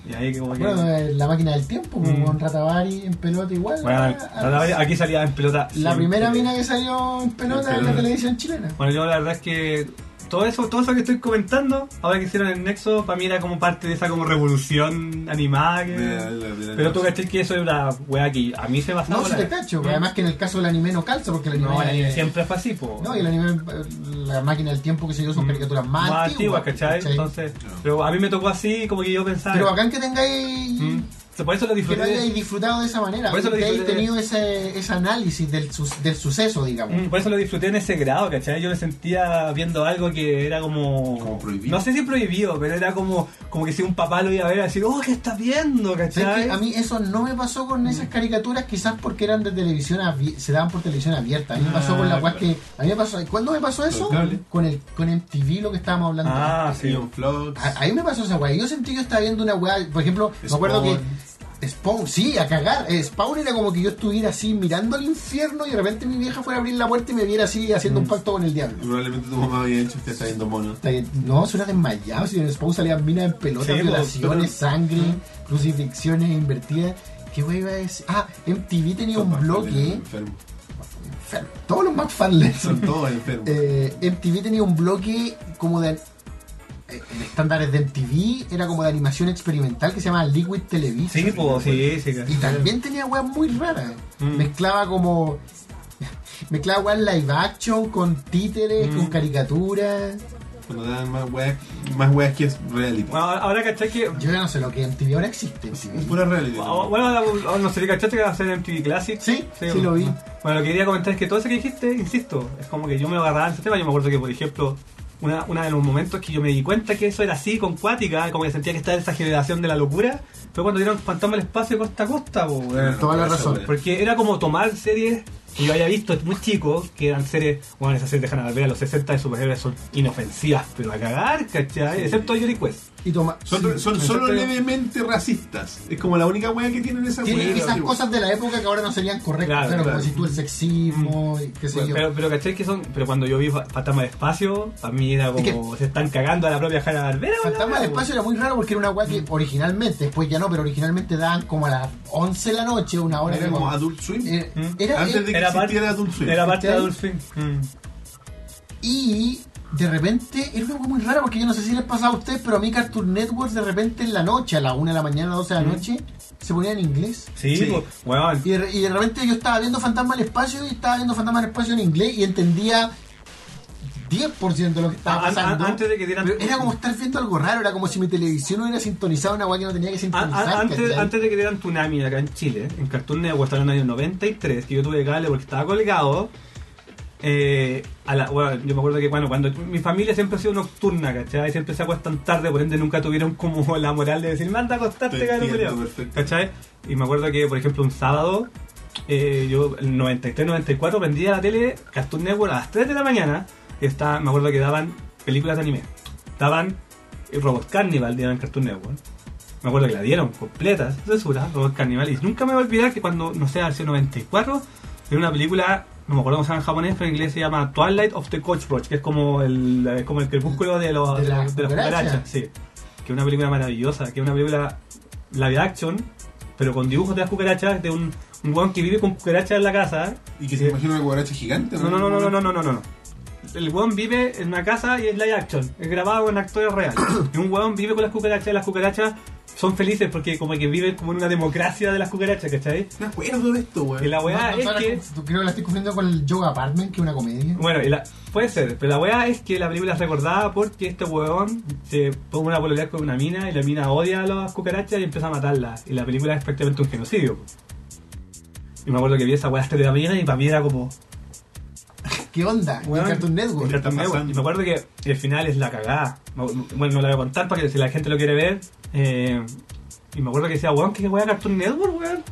S3: Y ahí que como que.
S2: Bueno, eh, la máquina del tiempo, pues,
S3: Mm.
S2: con Ratavari en pelota igual.
S3: Bueno,
S2: a-
S3: Ratavari- aquí salía en pelota.
S2: eh, La
S3: siempre.
S2: primera mina que salió en pelota en la
S1: Pelota.
S2: televisión chilena.
S3: Bueno, yo la verdad es que todo eso, todo eso que estoy comentando, ahora que hicieron el Nexo, para mí era como parte de esa como revolución animada que-
S1: De la- de la- de la-
S3: Pero tú caché que eso es una wea que a mí se basaba.
S2: No, se
S3: la-
S2: te cacho,
S3: Mm.
S2: además que en el caso del anime no calza, porque el anime,
S3: No, el anime siempre fue así, po.
S2: No, y el anime, eh, la máquina del tiempo que se dio son
S3: Mm.
S2: caricaturas más,
S3: Más antiguas, ¿cachai?
S2: ¿cachai?
S3: Entonces,
S1: No.
S3: pero a mí me tocó así, como que yo pensaba.
S2: Pero bacán que tengáis.
S3: Mm. Por eso lo
S2: Que lo hayáis
S3: disfruté.
S2: disfrutado de esa manera,
S3: Por eso lo
S2: que hayáis
S3: disfruté.
S2: tenido ese, ese análisis del, su- del suceso, digamos.
S3: Mm, Por eso lo disfruté en ese grado, ¿cachai? Yo me sentía viendo algo que era como...
S1: Como prohibido.
S3: No sé si prohibido, pero era como, como que si un papá lo iba a ver, a decir, oh, ¿qué estás viendo,
S2: ¿Sabes
S3: cachai?
S2: qué? A mí eso no me pasó con
S3: Mm.
S2: esas caricaturas, quizás porque eran de televisión abie- se daban por televisión abierta. A mí me pasó con la
S3: Ah,
S2: cual que. A mí me pasó, ¿Cuándo me pasó eso?
S1: Con el cable.
S2: Con el con MTV, lo que estábamos hablando.
S3: Ah, sí.
S1: Neon Flux.
S2: A, a mí me pasó esa weá. Yo sentí que yo estaba viendo una weá. Por ejemplo, ah, me acuerdo
S1: Spawn.
S2: que. Spawn, sí, a cagar. Eh, Spawn era como que yo estuviera así mirando al infierno y de repente mi vieja fuera a abrir la puerta y me viera así haciendo un
S3: Mm.
S2: pacto con el diablo.
S1: Probablemente tu mamá había hecho que está viendo mono.
S2: Está bien. No, suena desmayado. Si en Spawn salían minas en pelotas,
S3: Sí,
S2: violaciones,
S3: pues,
S2: sangre, crucifixiones invertidas. ¿Qué wey iba a decir? Ah, MTV tenía un bloque.
S1: Enfermo.
S2: enfermo. Todos los McFarlane
S1: Son todos enfermos.
S2: Eh, MTV tenía un bloque como de. eh, En estándares de MTV era como de animación experimental que se llamaba Liquid Television.
S3: Sí, pues, sí, sí,
S2: Y
S3: cachai.
S2: también tenía weas muy raras.
S3: Mm.
S2: Mezclaba como. Mezclaba weas live action con títeres,
S3: Mm.
S2: con caricaturas.
S1: Cuando dan más weas, más weas que es reality.
S3: Bueno, ahora, ¿cachai? Que...
S2: Yo ya no sé lo que MTV ahora existe. MTV.
S1: Es pura reality. ¿no?
S3: Oh, Bueno, ahora- no sé, ¿cachaste que va a ser MTV Classic?
S2: Sí, sí, lo vi.
S3: Bueno, lo que quería comentar es que todo eso que dijiste, insisto, es como que yo me lo agarraba en ese tema. Yo me acuerdo que, por ejemplo, una, una de los momentos que yo me di cuenta que eso era así, con cuática, como que sentía que estaba en esa generación de la locura, fue cuando dieron Fantasma al Espacio de costa a costa, po, weón.
S1: Claro,
S2: toda la
S1: esa
S2: razón.
S1: wea.
S3: Porque era como tomar series que yo había visto muy chico, que eran series, bueno, esas series de Hanna Barbera, los 60 de superhéroes son inofensivas, pero a cagar, ¿cachai?
S1: Sí.
S3: Excepto Yuri Quest.
S2: Y toma.
S1: Son,
S2: sí.
S1: son solo
S3: Exacto.
S1: levemente racistas. Es como la única wea que tienen esa
S2: Tienen
S1: wea.
S2: esas cosas de la época que ahora no serían correctas.
S3: Claro,
S2: Claro,
S3: claro. Mm.
S2: como si tú el sexismo y qué sé yo.
S3: Pero, pero ¿cachai? Que son, pero cuando yo vi Fa- Fantasma del Espacio, a mí era como,
S2: Es
S3: se están cagando a la propia Hanna Barbera.
S2: Fantasma del Espacio era muy raro porque era una weá
S3: Mm.
S2: que originalmente, después ya no, pero originalmente daban como a las 11 de la noche, una hora.
S1: Era
S2: que
S1: como
S2: cuando-
S1: Adult Swim.
S2: Eh,
S3: Mm.
S2: era-
S1: Antes de que
S3: Era
S1: existiera
S3: parte-
S1: Adult Swim.
S3: Era parte de
S2: ¿Cachai?
S3: Adult Swim. Mm.
S2: Y de repente era una weá muy rara porque yo no sé si les pasaba a ustedes, pero a mí Cartoon Network de repente en la noche, a las 1 de la mañana, 12 de la
S3: Mm.
S2: noche, se ponía en inglés.
S3: Sí,
S1: Sí.
S3: po, weón.
S2: Y de, y de repente yo estaba viendo Fantasma del Espacio y estaba viendo Fantasma del Espacio en inglés y entendía 10% de lo que estaba
S3: Ah, an-
S2: pasando.
S3: an- antes de que dieran-
S2: Pero Era como estar viendo algo raro, era como si mi televisión hubiera sintonizado una weá que no tenía que
S3: A-
S2: sintonizar.
S3: a- Ah, antes,
S2: ¿cachai?
S3: antes de que dieran Tsunami acá en Chile, en Cartoon Network, estaba en el año 93, que yo tuve que cable porque estaba colgado. eh, a la- bueno, yo me acuerdo que bueno, cuando mi familia siempre ha sido nocturna, ¿cachai? Siempre se acuestan tarde, por ende nunca tuvieron como la moral de decir, manda a acostarte,
S1: Te
S3: cabrón,
S1: entiendo,
S3: culiao",
S1: perfecto.
S3: ¿cachai? Y me acuerdo que, por ejemplo, un sábado, eh, yo, el 93-94, prendía la tele Cartoon Network a las 3 de la mañana, y estaba, me acuerdo que daban películas de anime. Daban eh, Robot Carnival, daban Cartoon Network. Me acuerdo que la dieron completa, censura, Robot Carnival. Y nunca me voy a olvidar que cuando, no sé, hace 94, era una película, no me acuerdo cómo se llama en japonés, pero en inglés se llama Twilight of the Cockroach, que es como el, es como el crepúsculo de, los,
S2: De
S3: de,
S2: la
S3: los- de las
S2: cucaracha.
S3: cucarachas. Sí. Que es una película maravillosa, que es una película live action, pero con dibujos de las cucarachas, de un, un weón que vive con cucarachas en la casa,
S1: Y que se imagina una cucaracha gigante.
S3: no, no, no, no, no, no, no, no, no. El weón vive en una casa y es live action, es grabado con actores reales. Y un weón vive con las cucarachas y las cucarachas son felices porque como que viven como en una democracia de las cucarachas, ¿cachai?
S1: Me acuerdo de esto,
S3: Y
S1: weón.
S3: la weá
S2: No, no,
S3: es
S2: ahora
S3: que...
S2: conf- tú Creo que la estoy confundiendo con el Yoga Apartment, que es una comedia.
S3: Bueno, y la- puede ser, pero la weá es que la película es recordada porque este weón se pone una pololear con una mina y la mina odia a las cucarachas y empieza a matarlas. Y la película es prácticamente un genocidio. Y me acuerdo que vi esa weá hasta de la mañana y para mí era como...
S2: ¿Qué onda? En
S3: Weón,
S2: Cartoon
S3: en
S2: Network.
S3: Cartoon
S1: Está
S3: Network.
S1: pasando.
S3: Y me acuerdo que el final es la cagada. Me- Bueno, no la voy a contar para que si la gente lo quiere ver. eh, y me acuerdo que decía, weón, ¿qué weá Cartoon Network, weón?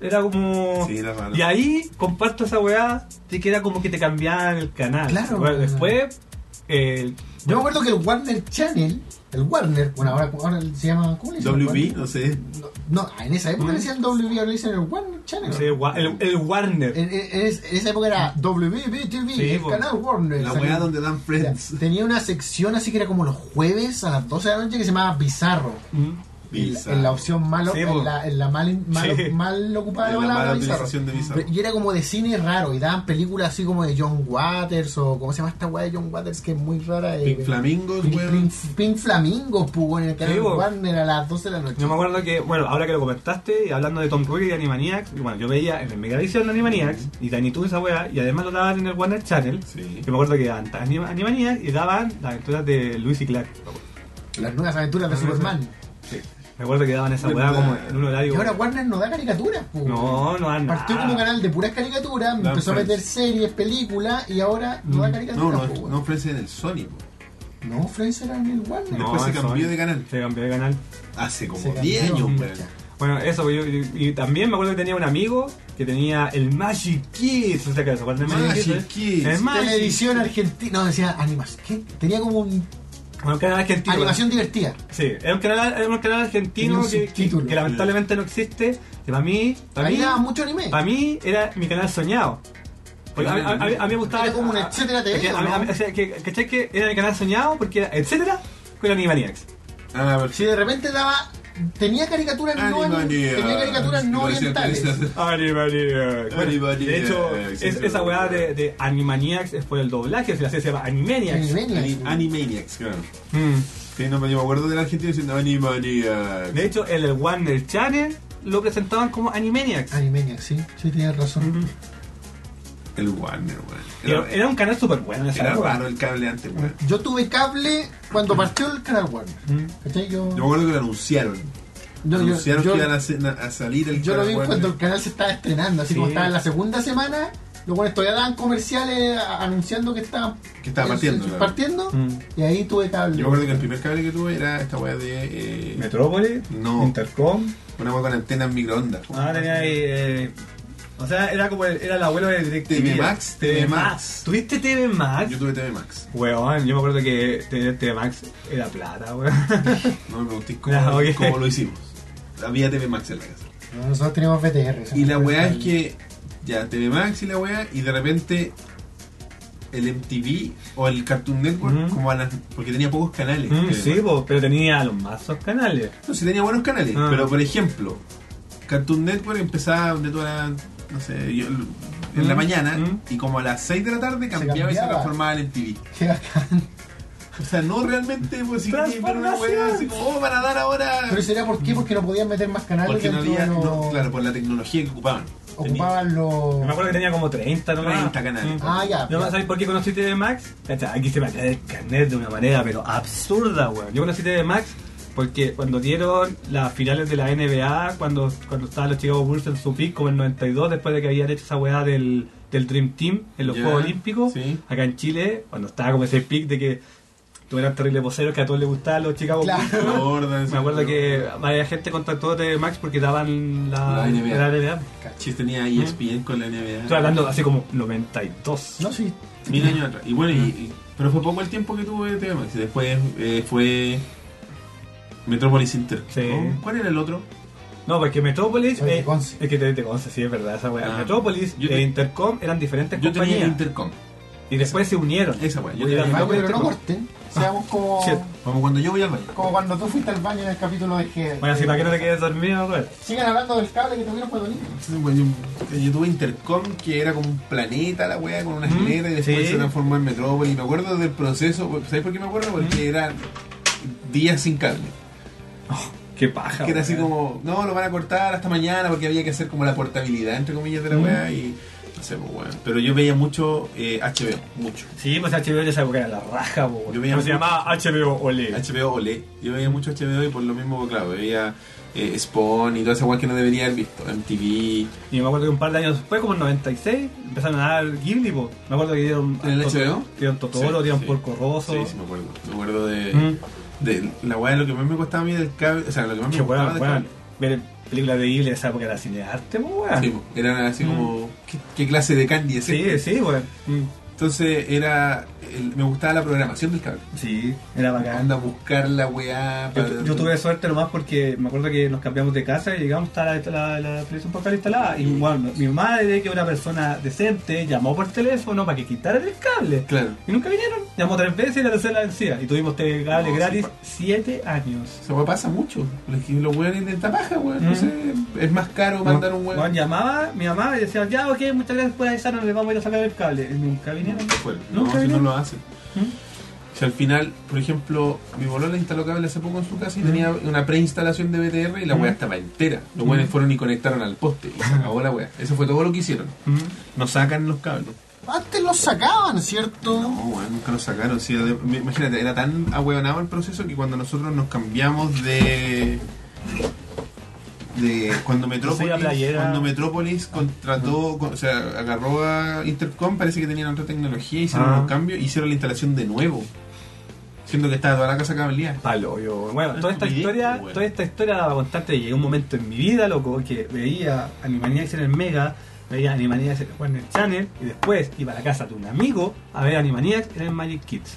S3: Era como.
S1: Sí, era raro.
S3: Y ahí comparto esa weá de que era como que te cambiaban el canal.
S2: Claro.
S3: Bueno, después. eh,
S2: Yo me acuerdo que el Warner Channel, el Warner, bueno, ahora, ahora se llama. ¿Cómo le dicen?
S1: WB, no sé.
S2: No, no, en esa época
S3: Mm.
S2: le decían WB, ahora le dicen el Warner Channel.
S3: no sé, wa- el, el Warner.
S2: En, en- en es- en esa época era WB, TV,
S3: Sí,
S2: el
S3: po.
S2: canal Warner.
S1: Ah. La
S2: Salió-
S1: weá donde dan
S2: Mira,
S1: Friends.
S2: Tenía una sección así que era como los jueves a las 12 de la noche que se llamaba Bizarro.
S3: Mm.
S2: En la-
S1: Bizarro.
S2: En la opción malo,
S3: Sí, po.
S2: en, la, en la mal, mal,
S3: Sí.
S2: mal ocupada
S1: En
S2: la
S1: la
S2: palabra
S1: mala
S2: Bizarro.
S1: utilización de Bizarro.
S2: Pero- Y era como de cine raro y daban películas así como de John Waters o ¿cómo se llama esta weá de John Waters que es muy rara? eh,
S1: Pink Flamingos,
S2: Pink,
S1: weón.
S2: Pink- Pink Flamingo, pues, en el canal
S3: Sí, po.
S2: Warner a las 12 de la noche.
S3: Yo me acuerdo que, bueno, ahora que lo comentaste, y hablando de Tom Cruise y de Animaniacs, y bueno, yo veía en el Megavisión Animaniacs y Tiny Toons esa weá, y además lo daban en el Warner Channel.
S1: Sí.
S3: Yo me acuerdo que daban Anim- Animaniacs y daban las aventuras de Luis y Clark.
S2: Las nuevas aventuras de
S3: Ah,
S2: Superman.
S3: Sí. Me acuerdo que daban esa
S1: ¿Verdad?
S3: weá como en un
S2: Y
S3: horario.
S2: ahora Warner no da caricaturas, pues.
S3: No, no dan
S2: Partió
S3: nada.
S2: como canal de puras caricaturas,
S1: Dan
S2: empezó a
S1: Ah. Friends.
S2: meter series, películas y ahora no
S3: Mm.
S2: da
S1: No,
S2: caricaturas.
S1: no,
S2: po,
S1: no Friends en el Sony, po.
S2: weón. no Friends era en el Warner.
S1: Después se
S3: eso-
S1: cambió de canal.
S3: Se cambió de canal.
S1: Hace
S2: Se
S1: como
S2: cambió,
S1: 10 años,
S3: mm,
S1: weón.
S2: ya.
S3: Bueno, eso, yo, y, y también me acuerdo que tenía un amigo que tenía el Magic Kids. ¿Usted qué se acuerdan del Magic, ¿eh?
S1: Magic Kids.
S3: El Magic
S2: Televisión argentina, no decía animación. ¿Qué? Tenía como un-
S3: Bueno, un canal argentino.
S2: animación divertida.
S3: Sí, era un canal, era un canal argentino
S2: Tenía un
S3: que, que-
S2: subtítulo.
S3: que lamentablemente no existe. Que para mí, para
S2: Ahí
S3: mí,
S2: daba mucho anime.
S3: para mí era mi canal soñado. Porque a, mí- a mí- a mí me gustaba.
S2: Era como un etcétera TV,
S3: es que a mí-
S2: ¿o
S3: a mí-
S2: no?
S3: o sea, que- ¿Cachai que era mi canal soñado? Porque era etcétera con Animaniacs.
S1: Ah, pero
S2: Si de repente daba tenía caricaturas no
S1: Animaniacs.
S2: tenía caricaturas no
S1: Lo decía,
S2: orientales.
S1: lo decía.
S3: Animaniacs. Bueno,
S1: Animaniacs.
S3: De hecho, es-
S1: Sí, sí,
S3: esa
S1: sí.
S3: weá de, de Animaniacs es por el doblaje, si la serie se llama Animaniacs.
S2: Animaniacs.
S1: Ani- Animaniacs, claro.
S3: Mm.
S1: Sí, no, pero yo me acuerdo del argentino diciendo Animaniacs.
S3: De hecho, en el Warner Channel lo presentaban como Animaniacs.
S2: Animaniacs, sí, sí tenías razón.
S3: Mm.
S1: El Warner, weón.
S3: Era, era un canal súper bueno en esa
S1: era
S3: época.
S1: raro el cable antes, weón.
S2: Yo tuve cable cuando partió el canal Warner.
S3: Mm.
S2: ¿Cachai? Yo,
S1: Yo me acuerdo que lo anunciaron.
S2: yo- yo-
S1: anunciaron
S2: yo-
S1: que iban a, se- a salir el
S2: yo lo vi
S1: Warner.
S2: cuando el canal se estaba estrenando, así
S3: Sí.
S2: como estaba en la segunda semana. Luego todavía daban comerciales a- anunciando que estaba,
S1: Que estaba partiendo, claro.
S2: partiendo,
S3: Mm.
S2: y ahí tuve
S1: Yo
S2: cable.
S1: me acuerdo que el primer cable que tuve era esta weá de. eh,
S4: Metrópoli,
S1: No.
S4: Intercom.
S1: una weá con antenas microondas.
S3: Ah, tenía ahí. eh, o sea, era como el, era el abuelo de DirecTV.
S1: TV Max,
S3: TV
S1: TV
S3: Max.
S1: Max.
S3: ¿Tuviste TV Max?
S1: Yo tuve TV Max.
S3: Weón, yo me acuerdo que TV, Max era plata, weón.
S1: No me preguntéis cómo,
S3: Ya, Ah, ok.
S1: cómo lo hicimos. Había TV Max en la casa.
S2: No, Nosotros teníamos VTR.
S1: Y la
S2: ¿no?
S1: weá es que. Ya, TV Max y la weá, y de repente. El MTV o el Cartoon Network,
S3: Mm.
S1: como a las- porque tenía pocos canales.
S3: Mm,
S1: TV
S3: sí,
S1: Max.
S3: po, pero tenía los mazos canales.
S1: No, sí tenía buenos canales,
S3: Ah.
S1: pero por ejemplo, Cartoon Network empezaba de toda la, no sé, yo- en la
S3: Mm,
S1: mañana
S3: mm.
S1: y como a las 6 de la tarde cambiaba, y se
S2: cambiaba.
S1: transformaba en MTV.
S2: Qué bacán.
S1: O sea, no realmente, pues sí, pero una
S3: Transformación.
S1: wea así como, "Oh, van a dar ahora?
S2: Pero será por qué, porque no podían meter más canales
S1: Mm. Porque no
S2: dentro
S1: había,
S2: de los-
S1: no, claro, por la tecnología que ocupaban.
S2: ocupaban los.
S3: Yo me acuerdo que tenía como 30 nomás.
S1: 30 canales.
S3: Mm.
S2: Ah, ya.
S3: Yo, ¿Sabes por qué conocí TV Max? Cacha, Aquí se me cae el carnet de una manera, pero absurda, weón. Yo conocí TV Max porque cuando dieron las finales de la NBA, cuando, cuando estaban los Chicago Bulls en su pick, como en el 92, después de que habían hecho esa weá del, del Dream Team en los
S1: Ya,
S3: Juegos Olímpicos,
S1: sí.
S3: acá en Chile, cuando estaba como ese pick de que tuvieran terribles voceros que a todos les gustaban los Chicago
S2: Claro.
S3: Bulls.
S1: Tenía Jordan,
S3: Me acuerdo
S1: sí,
S3: que varias gente contactó de Max porque daban
S1: La
S3: la,
S1: NBA.
S3: la NBA.
S1: Sí, tenía E ESPN con la NBA.
S3: Estoy hablando hace como 92.
S2: No, sí.
S1: Mil años atrás. Y bueno, y- y- pero fue poco el tiempo que tuve de TV Max. Y después eh, fue Metropolis Inter.
S3: Sí.
S1: ¿Cuál era el otro?
S3: No, porque Metropolis.
S2: Oye,
S3: eh,
S2: Conce.
S3: es que te, te Conce, sí, es verdad, esa weá.
S1: Ah.
S3: Metropolis
S1: Yo
S3: e
S1: te-
S3: Intercom eran diferentes
S1: Yo tenía
S3: compañías.
S1: el Intercom.
S3: y después se unieron.
S1: Esa weá. Yo
S3: Voy
S1: tenía
S3: al
S1: el
S3: baño,
S1: Intercom.
S2: pero no corten. Seamos como,
S3: Sí.
S1: Como cuando yo voy al baño.
S2: como cuando tú fuiste al baño en el capítulo de que.
S3: Bueno, si para que no te quedes dormido, Robert.
S2: Sigan hablando del cable que tuvieron para dormir.
S1: Sí, bueno, Yo, yo tuve Intercom que era como un planeta la weá con una escalera y después
S3: sí.
S1: se transformó en Metrópolis. Me acuerdo del proceso, ¿sabes por qué me acuerdo? Porque eran días sin cable.
S3: Qué paja.
S1: que era así
S3: weá.
S1: como, no, lo van a cortar hasta mañana porque había que hacer como la portabilidad entre comillas de la weá y no sé, pues weón. Pero yo veía mucho eh, HBO, mucho.
S3: Sí, pues HBO de esa época era la raja, weón.
S1: Yo veía
S3: Pero se
S1: mucho-
S3: llamaba HBO Ole.
S1: HBO Olé. Yo veía mucho HBO y por lo mismo, claro, veía eh, Spawn y toda esa weá que no debería haber visto. MTV.
S3: Y me acuerdo que un par de años después, como en 96, empezaron a dar Ghibli, po. Me acuerdo que dieron.
S1: ¿En el
S3: Tot-
S1: HBO?
S3: Dieron Totoro,
S1: Sí,
S3: dieron
S1: sí.
S3: Porco Rosso.
S1: Sí, sí, me acuerdo. Me acuerdo de,
S3: Mm.
S1: de la weá, lo que más me costaba a mí del cable, o sea, lo que más Ah, me
S3: Qué
S1: gustaba
S3: weón,
S1: del
S3: weón.
S1: cable.
S3: Ver películas de Ghibli de esa época era cine de arte, po, weón.
S1: Sí, pues, eran así
S3: Mm.
S1: como, ¿qué, qué clase de candy es este?
S3: Sí, sí, weón. Mm.
S1: Entonces era, el- me gustaba la programación del cable.
S3: Sí, era bacán.
S1: Anda a buscar la weá.
S3: Yo,
S1: para-
S3: yo tuve suerte nomás porque me acuerdo que nos cambiamos de casa y llegamos a la, la, la televisión por cable instalada. Y bueno, mi madre, que era una persona decente, llamó por teléfono para que quitaran el cable.
S1: Claro.
S3: Y nunca vinieron. Llamó tres veces y la tercera la vencida. Y tuvimos este cable
S1: No, sí,
S3: gratis
S1: pa-
S3: siete años.
S1: Esa weá pasa mucho. Los que- Los weones intentan paja, weón. No
S3: Mm.
S1: sé, es más caro mandar un
S3: Juan
S1: weón.
S3: llamaba, mi mamá, y decía, ya, ok, muchas gracias por avisarnos, le vamos a ir a sacar el cable. Y nunca vinieron.
S1: Bueno,
S3: Nunca
S1: no, si no
S3: vinieron.
S1: lo hacen. Si al final, por ejemplo, mi bolón le instaló cable hace poco en su casa y tenía una preinstalación de BTR y la
S3: Mm.
S1: weá estaba entera. Los
S3: Mm.
S1: weones fueron y conectaron al poste. Y se acabó la weá. Eso fue todo lo que hicieron.
S3: Mm.
S1: No sacan los cables.
S2: Antes los sacaban, ¿cierto?
S1: No, weón, nunca nos sacaron. sí, de- me- imagínate, era tan ahueonado el proceso que cuando nosotros nos cambiamos de. de cuando Metrópolis,
S3: la playera.
S1: cuando Metrópolis contrató, con- o sea, agarró a Intercom, parece que tenían otra tecnología, hicieron
S3: Ah.
S1: unos cambios, hicieron la instalación de nuevo. Siendo que estaba toda la casa cableada.
S3: Palo, yo. Bueno,
S1: Una
S3: toda esta
S1: estupidez,
S3: historia,
S1: weón.
S3: toda esta historia la voy a contarte. Llegué un momento en mi vida, loco, que veía Animaniacs en el Mega, veía Animaniacs en el Warner Channel y después iba a la casa de un amigo a ver Animaniacs en el Magic Kids.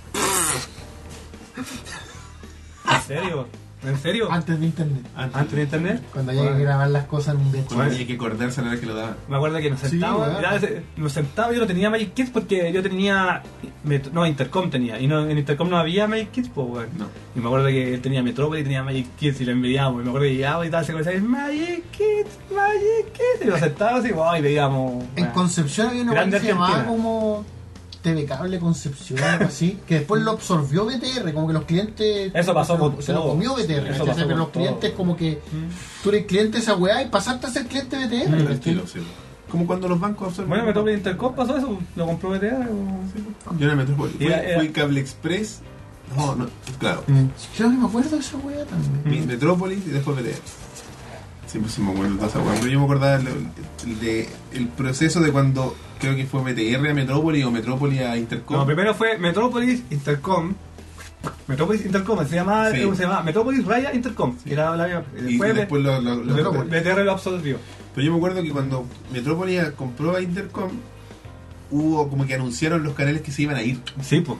S3: ¿En serio? ¿En serio?
S2: Antes de internet.
S3: ¿Antes de internet?
S2: Cuando había que grabar las cosas en un VHS.
S1: Cuando tenía que acordarse a la hora que lo daban.
S3: Me acuerdo que nos
S2: Sí,
S3: sentábamos,
S2: weón.
S3: ya, se- nos sentábamos, yo no tenía Magic Kids porque yo tenía, Met- no, Intercom tenía, y no, en Intercom no había Magic Kids, pues weón.
S1: No.
S3: Y me acuerdo que él tenía Metrópolis y tenía Magic Kids y lo envidiábamos. Y me acuerdo que llegaba y tal, se comenzaba a decir Magic Kids, Magic Kids. Y lo sentábamos y, wow, y veíamos.
S2: En
S3: weá.
S2: Concepción había una weá
S3: Grande
S2: que se llamaba
S3: Argentina.
S2: como TV Cable Concepción, algo así, que después lo absorbió BTR, como que los clientes.
S3: Eso pasó
S2: se lo-
S3: con
S2: Se lo
S3: todo.
S2: comió BTR,
S3: Eso
S2: ¿cachai?
S3: pasó
S2: pero
S3: con
S2: los clientes,
S3: todo.
S2: como que
S3: Mm.
S2: tú eres cliente de esa weá y pasaste a ser cliente de BTR.
S1: Era
S2: ¿cachai?
S1: el estilo, sí. Como cuando los bancos absorben.
S3: Bueno, Metrópolis Intercom pasó eso, lo compró BTA. o-
S1: Yo era Metrópolis. Fui,
S3: Era- era-
S1: fui Cable Express. No, no, claro.
S2: Creo que me acuerdo de esa weá también.
S1: Mi- Metrópolis y después BTR. Sí, pues sí me acuerdo de toda esa weá, Pero yo me acordaba de, de- el proceso de cuando creo que fue BTR a Metrópolis o Metrópolis a Intercom.
S3: No, primero fue Metrópolis Intercom. Metrópolis Intercom, se llamaba,
S1: Sí.
S3: eh, se llamaba Metrópolis Raya Intercom. que Era la misma.
S1: y después, lo, lo- lo-
S3: de-
S1: Metrópolis.
S3: BTR lo absorbió.
S1: Pero yo me acuerdo que cuando Metrópolis compró a Intercom, hubo como que anunciaron los canales que se iban a ir.
S3: Sí, pues.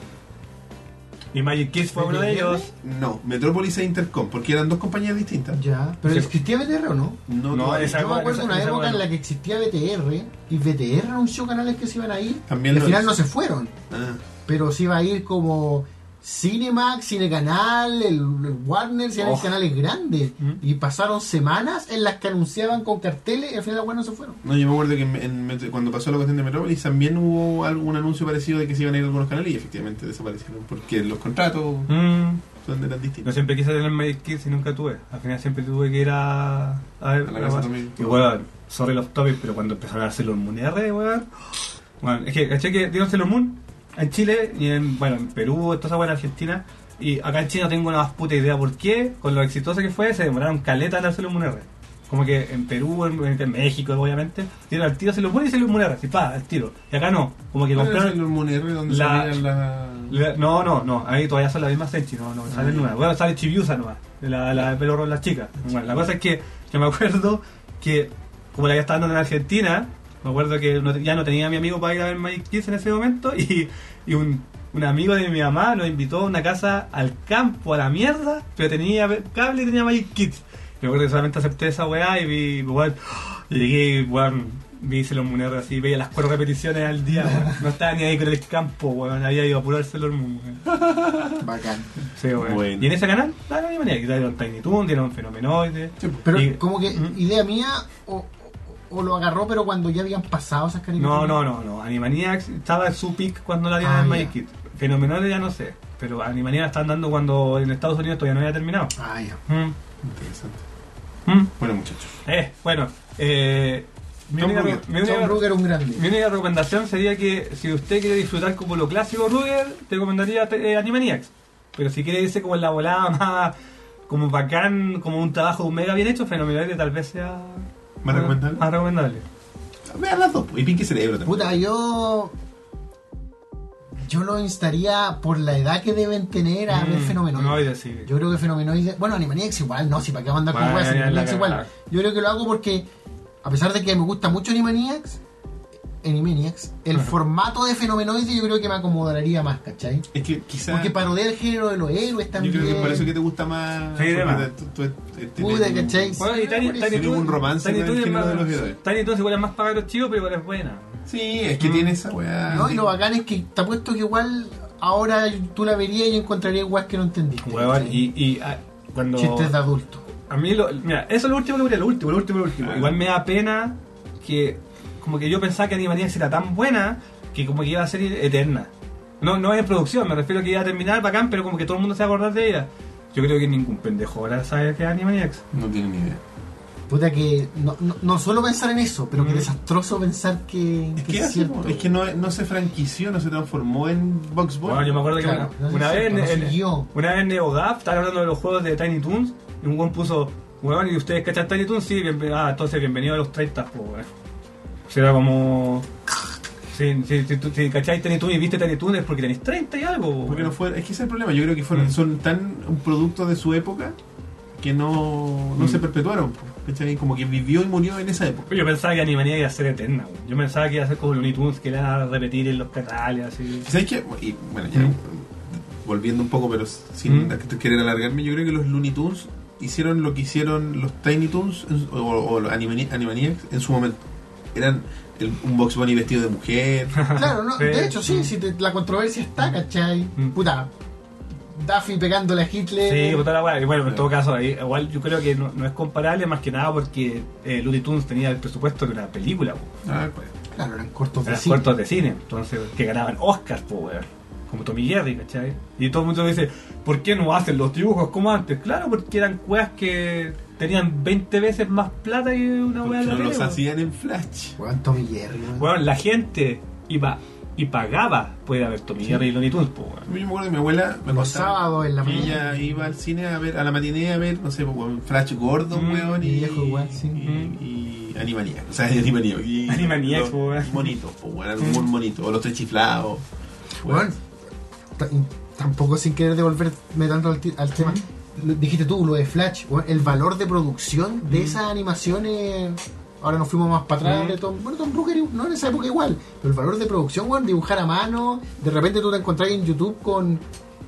S3: Y Magic Kids fue uno de ellos.
S1: No, Metrópolis e Intercom, porque eran dos compañías distintas.
S2: Ya, pero
S3: Sí.
S2: ¿existía BTR o no?
S1: No,
S3: No,
S1: todavía.
S3: esa-
S2: Yo me acuerdo
S3: esa-
S2: de una
S3: esa
S2: época
S3: weá
S2: en la
S3: no.
S2: que existía BTR y BTR anunció canales que se iban a ir.
S1: También
S2: y al
S1: lo
S2: final
S1: hizo.
S2: no se fueron.
S1: Ah,
S2: pero sí va a ir como Cinemax, Cinecanal, el, el Warner, si eran
S3: Oh.
S2: canales grandes.
S3: Mm.
S2: Y pasaron semanas en las que anunciaban con carteles y al final las weas no se fueron.
S1: no, yo me acuerdo que en- en Metro- cuando pasó la cuestión de Metrópolis también hubo algún anuncio parecido de que se iban a ir algunos canales y efectivamente desaparecieron porque los contratos
S3: Mm.
S1: son eran distintos.
S3: Yo siempre quise tener Magic Kids y nunca tuve. Al final siempre tuve que ir a. A ver,
S1: A la
S3: la
S1: casa
S3: weá.
S1: también.
S3: Y weón, sorry los topics, pero cuando empezaron a hacer los Moon R, weón. Bueno, es que caché que dieron Sailor Moon en Chile y en, bueno, en Perú, en toda esa weá en Argentina. Y acá en Chile no tengo la más puta idea por qué, con lo exitosa que fue, se demoraron caleta en dar Sailor Moon R. Como que en Perú, en, en México, obviamente, dieron al tiro Sailor Moon y Sailor Moon R, así pa, al tiro. Y acá no, como que
S1: ¿Cuál era
S3: compraron.
S1: el Monerre donde
S3: la-
S1: salían la...
S3: Le- No, no, no, ahí todavía son las mismas Senchi, no, no, salen nuevas. Bueno, sale Chibiusa nomás, la, la de pelo rojo, la chica. Bueno, la cosa es que yo me acuerdo que, como la que estaba dando en Argentina, me acuerdo que no te- ya no tenía a mi amigo para ir a ver Magic Kids en ese momento y, y un un amigo de mi mamá nos invitó a una casa al campo, a la mierda, pero tenía cable y tenía Magic Kids. Me acuerdo que solamente acepté esa weá y vi, weón, llegué, weón, vi Sailor Moon R así, veía las cuatro repeticiones al día, weón. No estaba ni ahí con el campo, weón, había ido a apurar Sailor Moon, weón.
S2: Bacán.
S3: Sí, weón.
S1: Bueno.
S3: Y en ese canal, la Animaniacs, dieron Tiny Toon, dieron Fenomenoide.
S2: Pero
S3: y-
S2: como que
S3: ¿Mm?
S2: idea mía o, o- o lo agarró pero cuando ya habían pasado esas
S3: No,
S2: caricaturas.
S3: no, no, no. Animaniacs estaba en su peak cuando la dieron
S2: Ah,
S3: en
S2: ya.
S3: Magic Kids. Fenomenoide ya no sé, pero Animaniacs la están dando cuando en Estados Unidos todavía no había terminado.
S2: Ah, ya.
S3: Mm,
S1: Interesante.
S3: mm.
S1: Bueno, muchachos.
S3: Eh, bueno, eh, mi,
S1: Tom
S3: única,
S1: Ruger.
S3: mi única-
S2: Tom Ruger un grande.
S3: mi única recomendación sería que si usted quiere disfrutar como lo clásico Ruger, te recomendaría eh, Animaniacs. Pero si quiere irse como en la volada más como bacán, como un trabajo mega bien hecho, Fenomenoide tal vez sea Ah,
S1: ¿Más recomendable?
S3: Más recomendable.
S1: Vean las dos. pues, Y Pinky Cerebro también.
S2: Puta, yo. Yo lo instaría por la edad que deben tener a ver
S3: Mm,
S2: Fenomenoide.
S3: Fenomenoide, sí.
S2: Yo creo que Fenomenoide. Bueno, Animaniacs igual, no, si para qué vamos a andar
S3: Bueno,
S2: con weas,
S3: ya, ya,
S2: Animaniacs
S3: la
S2: igual.
S3: cagada.
S2: Yo creo que lo hago porque, a pesar de que me gusta mucho Animaniacs, Animaniacs, el
S3: Ajá.
S2: formato de Fenomenoide yo creo que me acomodaría más, ¿cachai?
S1: Es que quizás.
S2: Porque parodia el género de los héroes
S1: Yo
S2: también.
S1: creo que por eso que te gusta más.
S3: Sí, de más.
S1: tú- tú- eh, tenés
S2: Puta,
S1: un-
S2: ¿cachai?
S3: Bueno, y Tiny,
S2: Tiene
S3: Tiny Toon-
S1: un romance con
S3: Tiny
S1: el
S3: Toon es
S1: género de
S3: más-
S1: los héroes.
S3: Tiny Toon igual es más para los chicos, pero igual es buena.
S1: Sí, es que
S3: Mm.
S1: tiene esa weá.
S2: No, y lo bacán es que te apuesto que igual ahora tú la verías y encontrarías weas que no entendiste.
S3: Huevón,
S2: ¿cachai?
S3: y, y ah, cuando...
S2: Chistes de adulto.
S3: A mí, lo, mira, eso es lo último que voy a- lo último, lo último, lo último.
S1: Ah.
S3: Igual me da pena que, como que yo pensaba que Animaniacs era tan buena que como que iba a ser eterna. No, no es en producción, me refiero a que iba a terminar bacán, pero como que todo el mundo se va a acordar de ella. Yo creo que ningún pendejo ahora sabe que es Animaniacs.
S1: No tiene ni idea.
S2: Puta que no, no, no solo pensar en eso, pero que
S3: Mm.
S2: desastroso pensar que,
S1: Es
S2: que
S1: que,
S2: es
S1: así,
S2: cierto.
S1: es que no, no se franquició, no se transformó en Box Bunny.
S3: Bueno, yo me acuerdo que
S2: Claro,
S3: una,
S2: no
S3: una
S2: sé,
S3: vez en,
S2: no
S3: en-
S2: siguió.
S3: una vez en NeoGAF estaban hablando de los juegos de Tiny Toons y un buen puso, weón, ¿y ustedes cachan Tiny Toons? Sí, bien- ah, entonces bienvenido a los 30, pues, weón. Será como... Si, si, si, tú- si cacháis Tiny Toons y viste Tiny Toons es porque tenéis 30 y algo, po,
S1: Porque
S3: weón.
S1: no fue, es que ese es el problema. Yo creo que fueron,
S3: Mm.
S1: son tan un producto de su época que no, no
S3: Mm.
S1: se perpetuaron. ¿cachai? Como que vivió y murió en esa época.
S3: Yo pensaba que Animania iba a ser eterna, weón. Yo pensaba que iba a ser como Looney Tunes, que la iban a repetir en los canales, así...
S1: ¿Sabes qué? Y, bueno, ya
S3: Mm.
S1: volviendo un poco, pero sin
S3: Mm.
S1: querer alargarme, yo creo que los Looney Tunes hicieron lo que hicieron los Tiny Tunes en su- o, o los Animani- Animaniacs en su momento. Eran el- un Box Bunny vestido de mujer.
S2: Claro, no,
S3: Sí.
S2: de hecho sí,
S3: Mm.
S2: si te- la controversia está, ¿cachai?
S3: Mm.
S2: Puta, Daffy pegándole a Hitler.
S3: Sí, puta la weá. Y bueno, en todo caso, ahí, igual yo creo que no, no es comparable más que nada porque eh, Looney Tunes tenía el presupuesto de una película, weón.
S1: Ah, pues.
S2: Claro, eran cortos de
S3: Eran
S2: cine.
S3: cortos de cine, entonces que ganaban Oscars, po, weón. Como Tommy Jerry, ¿cachai? Y todo el mundo dice, ¿por qué no hacen los dibujos como antes? Claro, porque eran weas que tenían 20 veces más plata que una wea
S1: Porque
S3: de la
S1: no
S3: tele,
S1: los
S3: weón.
S1: hacían en Flash.
S2: Weón, Tommy Jerry, weón.
S3: Weón, la gente iba y pagaba por ir a ver Tommy Jerry y Looney Tunes, po, weón.
S1: Yo me acuerdo que mi abuela me
S2: Los
S1: contaba
S2: sábados en la
S1: que
S2: mañana.
S1: ella iba al cine a ver, a la matiné a ver, no sé, pues, weón, Flash Gordon,
S3: Mm,
S1: weón, y,
S2: viejo igual, sí. Mm.
S1: y, y Animaniacs, o sea, Animaniacs. y-
S3: Animaniacs,
S1: los
S3: weón.
S1: Monitos, pues, weón, algún monito, o los tres chiflados.
S2: Mm. Weón, t- y tampoco sin querer devolverme tanto al, ti- al tema. Lo- dijiste tú, lo de Flash, weón, el valor de producción de esas animaciones. Ahora nos fuimos más para atrás
S3: Mm.
S2: de Tom. Bueno, Tom Brooker no en esa época igual. Pero el valor de producción, weón, dibujar a mano. De repente tú te encontrás en YouTube con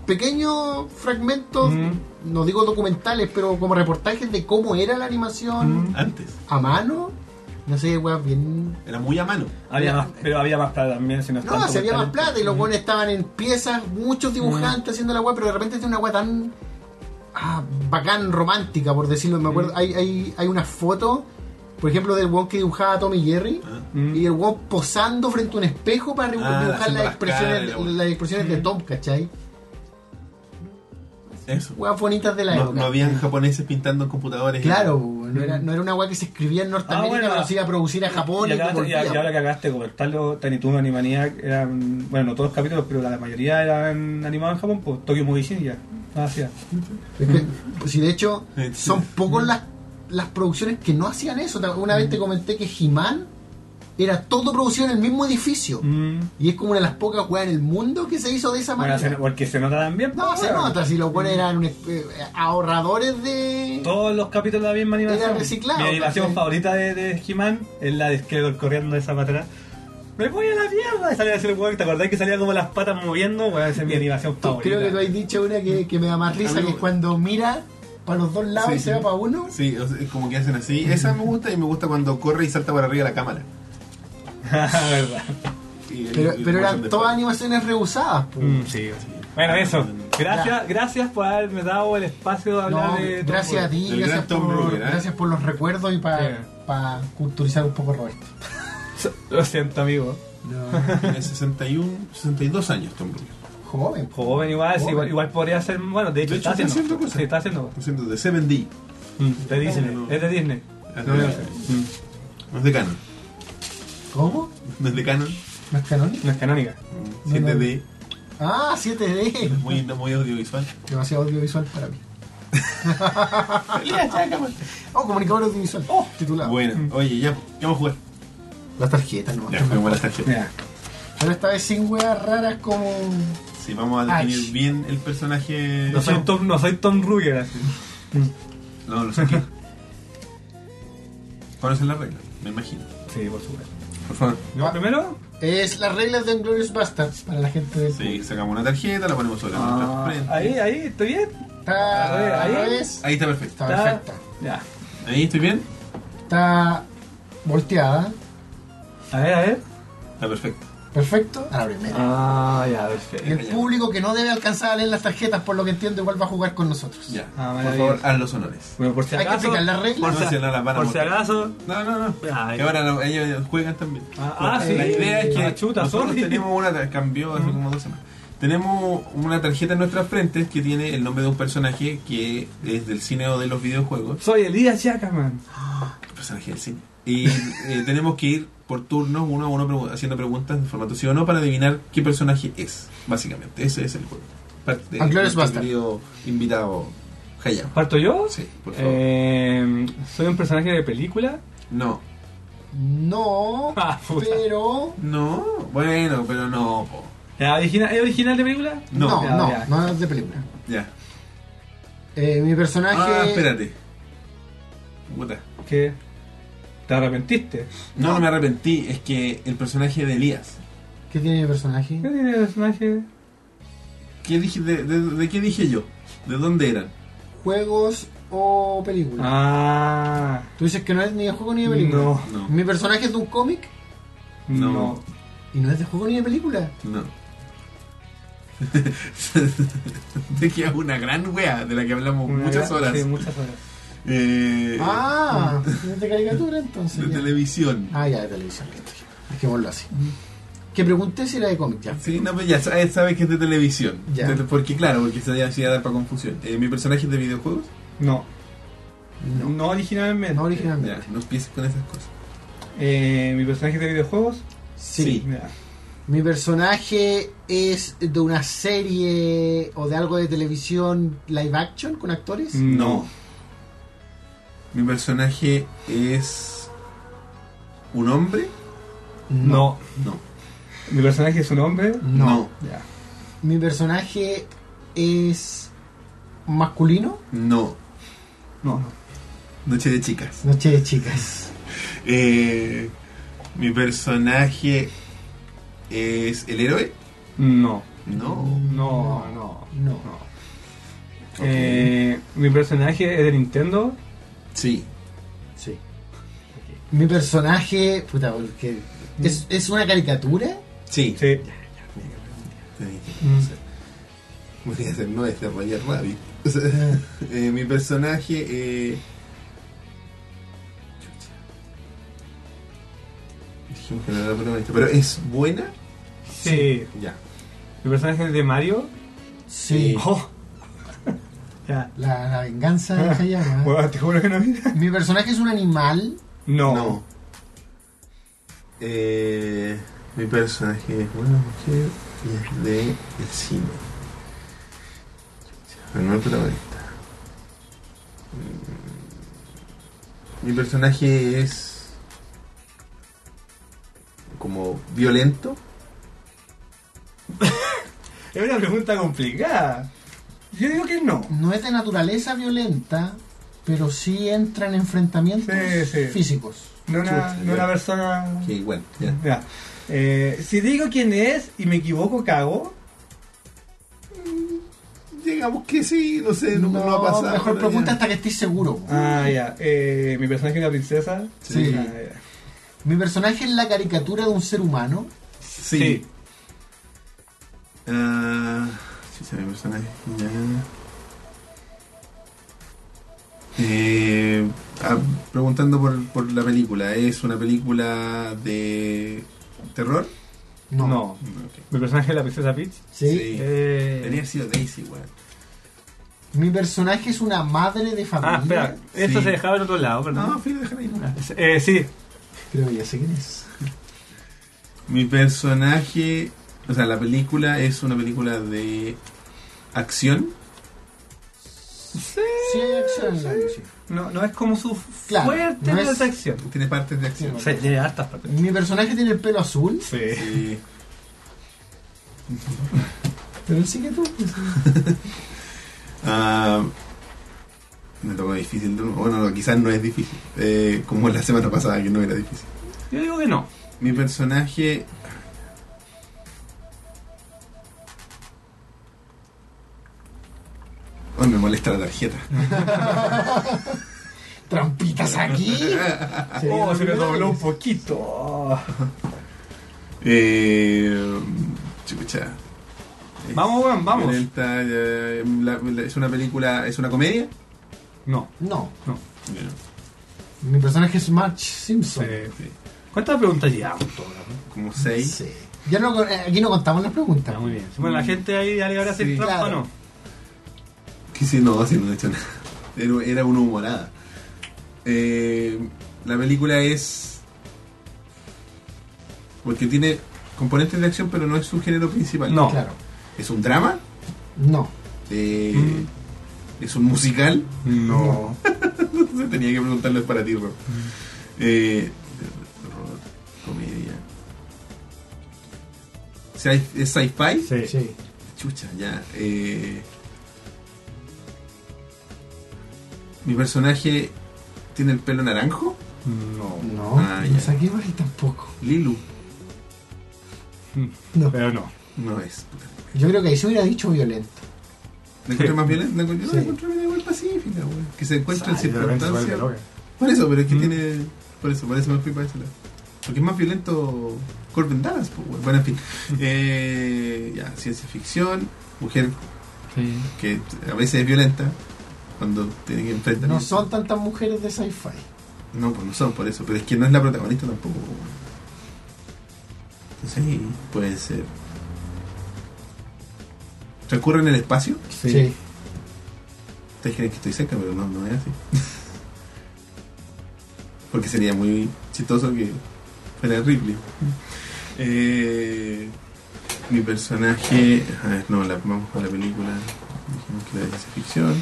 S2: pequeños fragmentos,
S3: Mm.
S2: no digo documentales, pero como reportajes de cómo era la animación
S3: Mm.
S1: Antes,
S2: a mano. No sé, weón, bien
S1: era muy a mano.
S3: Había más, pero había más plata también, si no es
S2: no,
S3: tanto
S2: se había
S3: por
S2: más
S3: talento.
S2: plata y los buenos estaban en piezas, muchos dibujantes haciendo la weá, pero de repente tiene una weá tan ah, bacán, romántica, por decirlo. Me acuerdo, hay, hay, hay una foto, por ejemplo, del weón que dibujaba a Tommy Jerry
S1: Ah.
S3: Mm.
S2: y el weón posando frente a un espejo para re-
S1: Ah,
S2: dibujar
S1: haciendo
S2: las
S1: las
S2: expresiones,
S1: caras y la weá.
S2: las expresiones de Tom, ¿cachai?
S1: Eso.
S2: Weas bonitas de la
S1: No,
S2: época.
S1: no habían japoneses pintando en computadores.
S2: Claro, no era, no era una weá que se escribía en Norteamérica,
S3: Ah, bueno.
S2: pero se iba a producir a Japón y,
S3: Y, acá- y-
S2: volvía.
S3: y ahora que acabaste de comentarlo, Tiny Toon Animaniac eran, bueno, no todos los capítulos, pero la mayoría eran animados en Japón, pues Tokyo Movie Shin ya. Gracias.
S2: Es que, pues, si de hecho,
S1: Sí.
S2: son pocos las, las producciones que no hacían eso. Una vez te comenté que He-Man era todo producido en el mismo edificio.
S3: Mm.
S2: Y es como una de las pocas weas en el mundo que se hizo de esa
S3: Bueno,
S2: manera.
S3: se- porque se nota también.
S2: no,
S3: pues,
S2: se
S3: bueno.
S2: nota, si los
S1: Mm.
S2: weones eran un- eh, ahorradores de.
S3: Todos los capítulos de la misma animación.
S2: Era reciclado, pues,
S3: Mi animación
S2: ¿cachai?
S3: favorita de, de He-Man es la de Skeletor corriendo de esa patada. ¡Me voy a la mierda! Y salía a decir el weón, ¿te acordás que salía como las patas moviendo? Weón, esa es mi animación
S2: Tú-
S3: favorita.
S2: Creo que tú has dicho una que, que me da más risa, que es cuando mira para los dos lados
S1: Sí,
S2: y
S1: sí.
S2: se va para uno.
S1: Sí, o sea, es como que hacen así. Esa me gusta y me gusta cuando corre y salta para arriba de la cámara.
S3: Ah, verdad.
S1: Y-
S2: Pero,
S1: y-
S2: pero
S1: y-
S2: eran todas animaciones reusadas. po.
S3: Mm, sí. Bueno, eso. Gracias, gracias por haberme dado el espacio de hablar
S2: No,
S3: de. Tom
S2: gracias a
S3: Cruise.
S2: ti,
S1: del gran
S2: gracias
S1: Tom
S2: por,
S1: Ruger, ¿eh?
S2: gracias por los recuerdos y para
S3: Sí.
S2: culturizar un poco a Roberto.
S3: Lo siento, amigo.
S1: Tiene 61, 62 años Tom Cruise.
S2: Joven. po.
S3: Joven igual, sí,
S2: Joven.
S3: igual, igual podría ser. Bueno, de hecho,
S1: De hecho,
S3: está,
S1: está
S3: haciendo,
S1: haciendo cosas.
S3: Sí, está haciendo.
S1: Por cierto, de 7D.
S3: Mm, de Disney.
S1: No.
S3: Es de Disney. Mm.
S1: No, es de Canon.
S2: ¿Cómo?
S1: No es de Canon.
S2: ¿No es canónico?
S3: No es canónica.
S2: No,
S1: 7D.
S2: Ah, 7D.
S1: Muy, muy audiovisual.
S2: Demasiado audiovisual para mí. oh, comunicador audiovisual. titulado.
S1: Bueno, oye, ya, ¿qué vamos a jugar?
S2: Las tarjetas, no.
S1: Ya, juguemos las tarjetas.
S3: Ya.
S2: Pero esta vez sin weas raras como.
S1: Sí, vamos a
S2: Ay.
S1: definir bien el personaje.
S3: No soy Tom, no soy Tom Ruger así.
S1: No, lo saqué. Conocen la regla, me imagino.
S3: Sí, por supuesto.
S1: Por favor.
S3: Yo primero,
S2: Es las reglas de Inglorious Bastards para la gente del.
S1: Sí, sacamos una tarjeta, la ponemos sobre nuestra frente.
S3: Ah. ahí, ahí, estoy bien.
S2: Está.
S3: Ahí, ahí.
S2: al revés.
S1: Ahí está perfecto.
S2: Está perfecta.
S3: Ya.
S1: Ahí estoy bien.
S2: Está volteada.
S3: A ver, a ver.
S1: Está perfecto.
S2: Perfecto. A la primera.
S3: Ah, ya,
S2: Y
S3: perfecto.
S2: el público que no debe alcanzar a leer las tarjetas, por lo que entiendo, igual va a jugar con nosotros.
S1: Ya.
S3: Ah,
S1: por
S3: maravilloso.
S1: favor, haz los honores.
S3: Bueno, por si
S2: Hay que
S3: acaso.
S2: explicar las
S1: No,
S2: reglas.
S3: Por si-
S1: si no las van a
S3: Por si
S1: mostrar.
S3: acaso.
S1: No, no, no.
S3: Ay.
S1: Que ahora no, ellos juegan también.
S3: Ah,
S1: No,
S3: sí.
S1: La idea es que
S3: Ah, chuta,
S1: nosotros
S3: sorry.
S1: tenemos una tar- cambió hace como dos semanas. Tenemos una tarjeta en nuestras frentes que tiene el nombre de un personaje que es del cine o de los videojuegos.
S3: Soy Elías Jackman.
S1: personaje del cine. Y eh, tenemos que ir por turnos, uno a uno, pregu- haciendo preguntas en formato sí o no para adivinar qué personaje es, básicamente. Ese es el juego. Parte de
S2: Anclares
S1: nuestro
S2: basta.
S1: querido invitado Hayama.
S3: ¿Parto yo?
S1: Sí, por favor.
S3: Eh, soy un personaje de película.
S1: No,
S2: No,
S3: Ah, puta.
S2: pero.
S1: no, bueno, pero no, po.
S3: ¿La origina- ¿Es original de película?
S1: No,
S2: No,
S3: ya,
S2: no,
S3: ya.
S2: no, es de película.
S1: ya.
S2: Eh, mi personaje.
S1: Ah, espérate. Puta.
S3: ¿Qué? ¿Te arrepentiste?
S1: No, no me arrepentí, es que el personaje de Elías.
S2: ¿Qué tiene mi personaje?
S3: ¿Qué tiene el personaje?
S1: ¿Qué dije, de, de- de qué dije yo? ¿De dónde eran?
S2: ¿Juegos o películas?
S3: Ah.
S2: Tú dices que no es ni de juego ni de película.
S3: No.
S1: No,
S2: Mi personaje es de un cómic
S1: No.
S2: y no es de juego ni de película.
S1: no. Te queda una gran wea de la que hablamos
S3: Una
S1: muchas
S3: gran-
S1: horas.
S3: Sí, muchas horas.
S1: Eh,
S2: Ah, es de caricatura entonces.
S1: Mm. de
S2: ya.
S1: televisión.
S2: Ah, ya, de televisión, listo. ya. Dejémoslo así. Que pregunté si era de cómic ya.
S1: Sí, no, pero ya sabes, sabes que es de televisión.
S2: Ya.
S1: De- porque, claro, porque se hacía dar para confusión. Eh, ¿Mi personaje es de videojuegos?
S3: No. No,
S2: No,
S3: originalmente.
S2: no
S1: Ya,
S2: originalmente.
S1: no empieces con esas cosas.
S3: Eh, ¿Mi personaje es de videojuegos?
S1: Sí.
S3: Ya.
S2: Mi personaje es de una serie o de algo de televisión live action con actores.
S1: No. ¿Mi personaje es un hombre?
S3: No.
S1: No.
S3: ¿Mi personaje es un hombre?
S2: No.
S3: Ya.
S2: Mi personaje es masculino.
S1: No. no.
S3: No, no.
S1: Noche de chicas.
S2: Noche de chicas.
S1: Eh, mi personaje es el héroe.
S3: No.
S1: No.
S3: No, no.
S2: No.
S3: no.
S1: Ok.
S3: Eh, ¿Mi personaje es de Nintendo?
S1: Sí.
S2: Sí. Mi personaje, puta, porque es, es una caricatura.
S1: Sí.
S3: Sí.
S1: Tenía que
S3: Mm.
S1: conocer. Voy a hacer no es de Roger Rabbit. O sea, eh, mi personaje. Eh... chucha. Dijimos que no era la protagonista, pero es buena.
S3: Sí.
S1: Ya.
S3: ¿Mi personaje es de Mario?
S2: Sí.
S3: Oh. ya.
S2: La, la venganza de Hayama.
S3: Bueno, te juro que no mira.
S2: Mi personaje es un animal.
S3: No.
S1: No. Eh, mi personaje es una mujer y es de el cine. Pero no el protagonista. Mm. Mi personaje es como violento.
S3: Es una pregunta complicada. Yo digo que no.
S2: No es de naturaleza violenta. pero sí entran enfrentamientos
S4: Sí, sí.
S2: físicos.
S4: No una,
S1: Chuta,
S4: no una
S1: ya.
S4: persona.
S1: Que igual, ya.
S4: Ya. Eh, si digo quién es y me equivoco, cago.
S1: Digamos que sí, no sé, no, no ha pasado.
S2: mejor
S1: ya.
S2: pregunta hasta que estés seguro. po.
S4: Ah, ya. Eh, mi personaje es una princesa.
S1: Sí.
S4: Ah, ya.
S2: Mi personaje es la caricatura de un ser humano.
S1: Sí.
S3: Sí.
S1: Ah, sí, se ve personaje. Ya. Eh, ah, preguntando por, por la película, ¿es una película de terror?
S2: No.
S3: No.
S1: Ok.
S3: Mi personaje es la princesa Peach.
S2: ¿Sí?
S1: Sí.
S3: Eh,
S1: Tenía que haber sido Daisy, weón.
S2: Mi personaje es una madre de familia.
S3: Ah, espera. Esto se dejaba en otro lado,
S1: No,
S3: perdón.
S1: fíjate, déjala ahí.
S3: Ah, Eh, sí.
S2: Creo que ya sé quién es.
S1: Mi personaje, o sea, la película es una película de acción.
S2: Sí, hay acción. sí.
S3: No, no es como su
S2: Claro,
S3: fuerte
S2: no
S3: de
S2: es-
S3: acción.
S1: Tiene partes de acción.
S3: Sí, tiene hartas partes.
S2: Mi personaje tiene el pelo azul.
S3: Sí.
S1: Sí.
S2: Pero él sí que tú. pues.
S1: Ah, me tocó difícil. ¿no? Bueno, no, quizás no es difícil. Eh, como la semana pasada que no era difícil.
S3: Yo digo que no.
S1: Mi personaje. Ay, me molesta la tarjeta.
S2: Trampitas aquí. Sería
S3: Oh,
S2: la
S3: se me
S2: primera
S3: dobló un
S2: vez.
S3: poquito.
S1: Eh, chucha. Es
S3: Vamos, weón, vamos.
S1: violenta, eh, la- la- es una película, es una comedia.
S3: No.
S2: No.
S1: Bueno,
S2: Mi personaje es March Simpson.
S3: Eh,
S1: sí,
S3: ¿Cuántas preguntas llevamos? todas?
S1: como seis.
S2: Sí. Ya no, eh, aquí no contamos las preguntas.
S3: Está Ah, muy bien. Bueno, la gente ahí ya le habrá
S1: Sí,
S3: sido trampa
S2: Mm. claro.
S3: o no.
S1: Que sí, no, así no he hecho nada. Era, era una humorada. Eh, la película es. Porque tiene componentes de acción, pero no es su género principal.
S3: No.
S2: Claro.
S1: Es un drama.
S2: No.
S1: eh, Es un musical.
S3: No.
S1: Entonces tenía que preguntarlo es para ti, Rob. Eh, terror, comedia. Sci- ¿Es sci-fi?
S3: Sí.
S2: Sí.
S1: Chucha, ya. eh. mi personaje tiene el pelo naranjo.
S3: No.
S2: No.
S1: Ah,
S2: no
S1: ya.
S2: saqué mal tampoco.
S1: Lilu
S2: No.
S3: Pero no.
S1: no es. puta.
S2: Yo creo que ahí se hubiera dicho violento.
S1: ¿La encuentro más violenta? No, yo
S2: Sí.
S1: la encuentro bien igual pacífica, güey. Que se encuentra en
S3: Ay, de repente se vuelve
S1: circunstancias.
S3: loca.
S1: Por eso, pero es que
S3: Mm.
S1: tiene. Por eso, por eso me fui para ese lado. Porque es más violento Corbin Dallas, pues, güey. Bueno, en fin. Eh, ya, ciencia ficción. Mujer
S3: Sí.
S1: que a veces es violenta cuando tiene que enfrentar.
S2: No son tantas mujeres de sci-fi.
S1: No, pues no son por eso, pero es que no es la protagonista tampoco. Sí, puede ser. ¿Recurre en el espacio?
S3: Sí.
S1: Ustedes creen que estoy cerca, pero no, no es así. Porque sería muy chistoso que fuera Ripley. Eh, mi personaje. A ver, no, la, vamos con la película. Dijimos que era de ciencia ficción.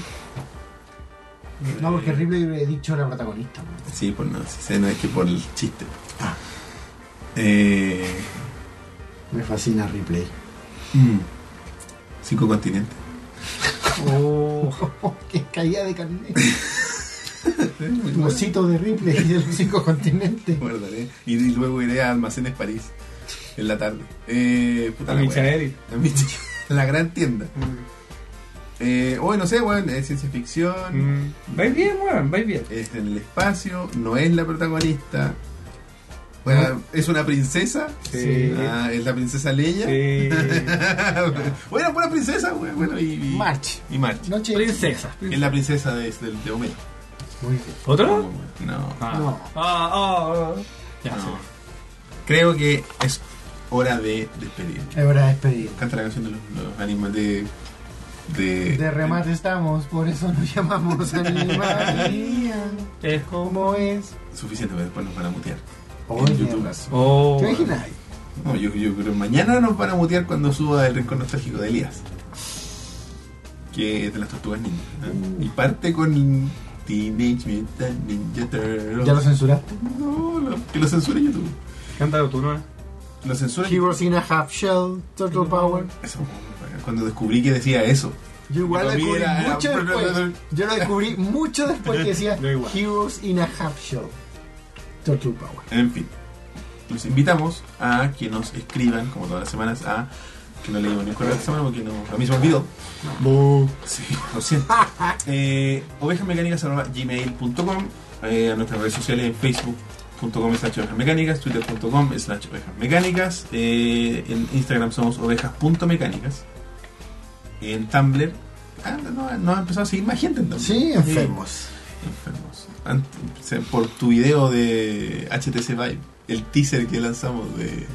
S2: No, porque
S1: Eh,
S2: Ripley hubiera dicho la protagonista. ¿no?
S1: Sí, por no, si sé, no es que por el chiste. Eh,
S2: Me fascina Ripley.
S1: mm, cinco continentes.
S3: Oh.
S2: que caía de carnet.
S1: Eh,
S2: Un osito de Ripley y de los cinco continentes.
S1: Guardaré. Y, y luego iré a Almacenes París en la tarde. Eh, puta
S3: A
S1: la wea.
S3: Michael.
S1: A Michael. La gran tienda. Eh, oh, no sé, weón, es ciencia ficción.
S3: Mm. Vais bien, weón, vais bien.
S1: Es en el espacio, no es la protagonista. Bueno, es una princesa.
S3: Ah. Sí.
S1: Ah, es la princesa Leia.
S3: Sí.
S1: bueno, buena princesa, weón. Bueno, y, y
S2: March.
S1: Y March.
S2: Noche.
S3: Princesa.
S1: Es la princesa de, de, de Homero.
S2: Muy bien.
S3: ¿Otro?
S1: No.
S3: Ah.
S2: No.
S3: Ah, ah, ah. Ya,
S1: No.
S3: sí.
S1: Creo que es hora de despedir.
S2: Es hora de despedir.
S1: Canta la canción de los, los animales de. De,
S2: De remate estamos, por eso nos llamamos Animalía.
S3: Es como.
S2: ¿Cómo es?
S1: Suficiente, pero después nos van a mutear.
S2: Oh,
S1: En YouTube.
S2: mierda.
S3: Oh.
S2: ¿Te imaginas?
S1: No, yo, yo creo que mañana nos van a mutear cuando suba el rincón nostálgico de Elías. Que es de las tortugas ninja. ¿eh?
S2: Uh.
S1: Y parte con Teenage Mutant Ninja Turtles.
S2: ¿Ya lo censuraste?
S1: No, lo- que lo censure YouTube.
S3: Cántalo tú, ¿no?
S1: Lo censura
S2: Heroes in a Half Shell, Turtle Power.
S1: Eso, cuando descubrí que decía eso.
S2: Yo igual lo
S1: Para mí
S2: descubrí
S1: era-
S2: mucho
S1: era-
S2: después. Yo lo descubrí mucho después que decía
S3: Yo igual.
S2: Heroes in a Half Shell. Total Power.
S1: En fin, los invitamos a que nos escriban, como todas las semanas, a que no leímos ni un correo esta semana porque no, a mí se me olvidó. Sí, lo siento. Eh, ovejasmecánicas.gmail.com eh, a nuestras redes sociales en facebook.com slash ovejasmecánicas, twitter.com slash ovejasmecánicas, eh, en Instagram somos ovejas.mecánicas, en Tumblr, ah, no, no, no ha empezado a seguir más gente en Tumblr.
S2: Sí, enfermos.
S1: Enfermos. Ant- se- por tu video de HTC Vive, el teaser que lanzamos de.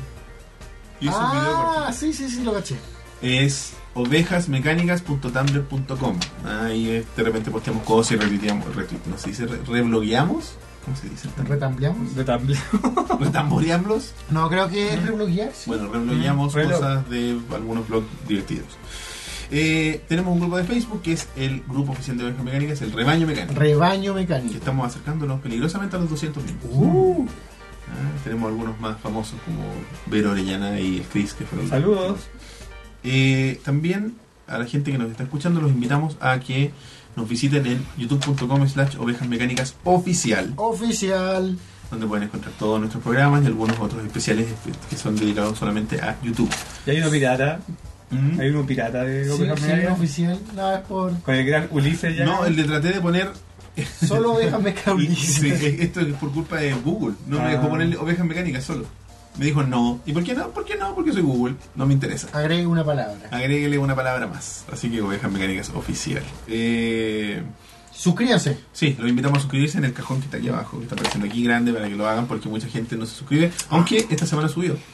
S1: Yo hice un video
S2: Ah,
S1: cortito.
S2: sí, sí, sí, lo caché.
S1: Es ovejasmecánicas.tumblr.com. Ahí eh, de repente posteamos cosas y retuiteamos. retuite- no se dice re- reblogueamos. ¿Cómo se dice?
S2: ¿Retambleamos?
S3: De tablet.
S1: Retamboreamos.
S2: No, creo que es rebloquearse.
S1: Bueno, reblogueamos
S3: Mm, reloj.
S1: cosas de algunos blogs divertidos. Eh, tenemos un grupo de Facebook que es el grupo oficial de ovejas mecánicas, el rebaño mecánico.
S2: Rebaño
S1: que
S2: mecánico.
S1: estamos acercándonos peligrosamente a los 200 miembros.
S2: Uh,
S1: Ah, tenemos algunos más famosos como Vero Orellana y el Chris que fueron los
S3: Saludos.
S1: Eh, también a la gente que nos está escuchando los invitamos a que nos visiten en youtube.com slash ovejas mecánicas oficial
S2: oficial.
S1: donde pueden encontrar todos nuestros programas y algunos otros especiales que son dedicados solamente a YouTube.
S3: Y hay uno pirata.
S1: Mm.
S3: Hay uno pirata de
S2: Sí,
S3: Oveja
S2: sí,
S3: Mecánica.
S2: oficial. No, es por.
S3: Con el gran Ulises ya.
S1: No, le traté de poner...
S2: Solo ovejas
S1: y-
S2: mecánicas.
S1: sí, es- esto es por culpa de Google. No me
S3: Ah.
S1: dejó ponerle ovejas mecánicas solo. Me dijo no. ¿Y por qué no? ¿Por qué no? Porque soy Google. No me interesa.
S2: Agregue una palabra.
S1: Agréguele una palabra más. Así que Ovejas Mecánicas Oficial. Eh,
S2: Suscríbanse.
S1: sí, los invitamos a suscribirse en el cajón que está aquí abajo, que está apareciendo aquí grande para que lo hagan porque mucha gente no se suscribe. Aunque esta semana subió.
S2: Ah.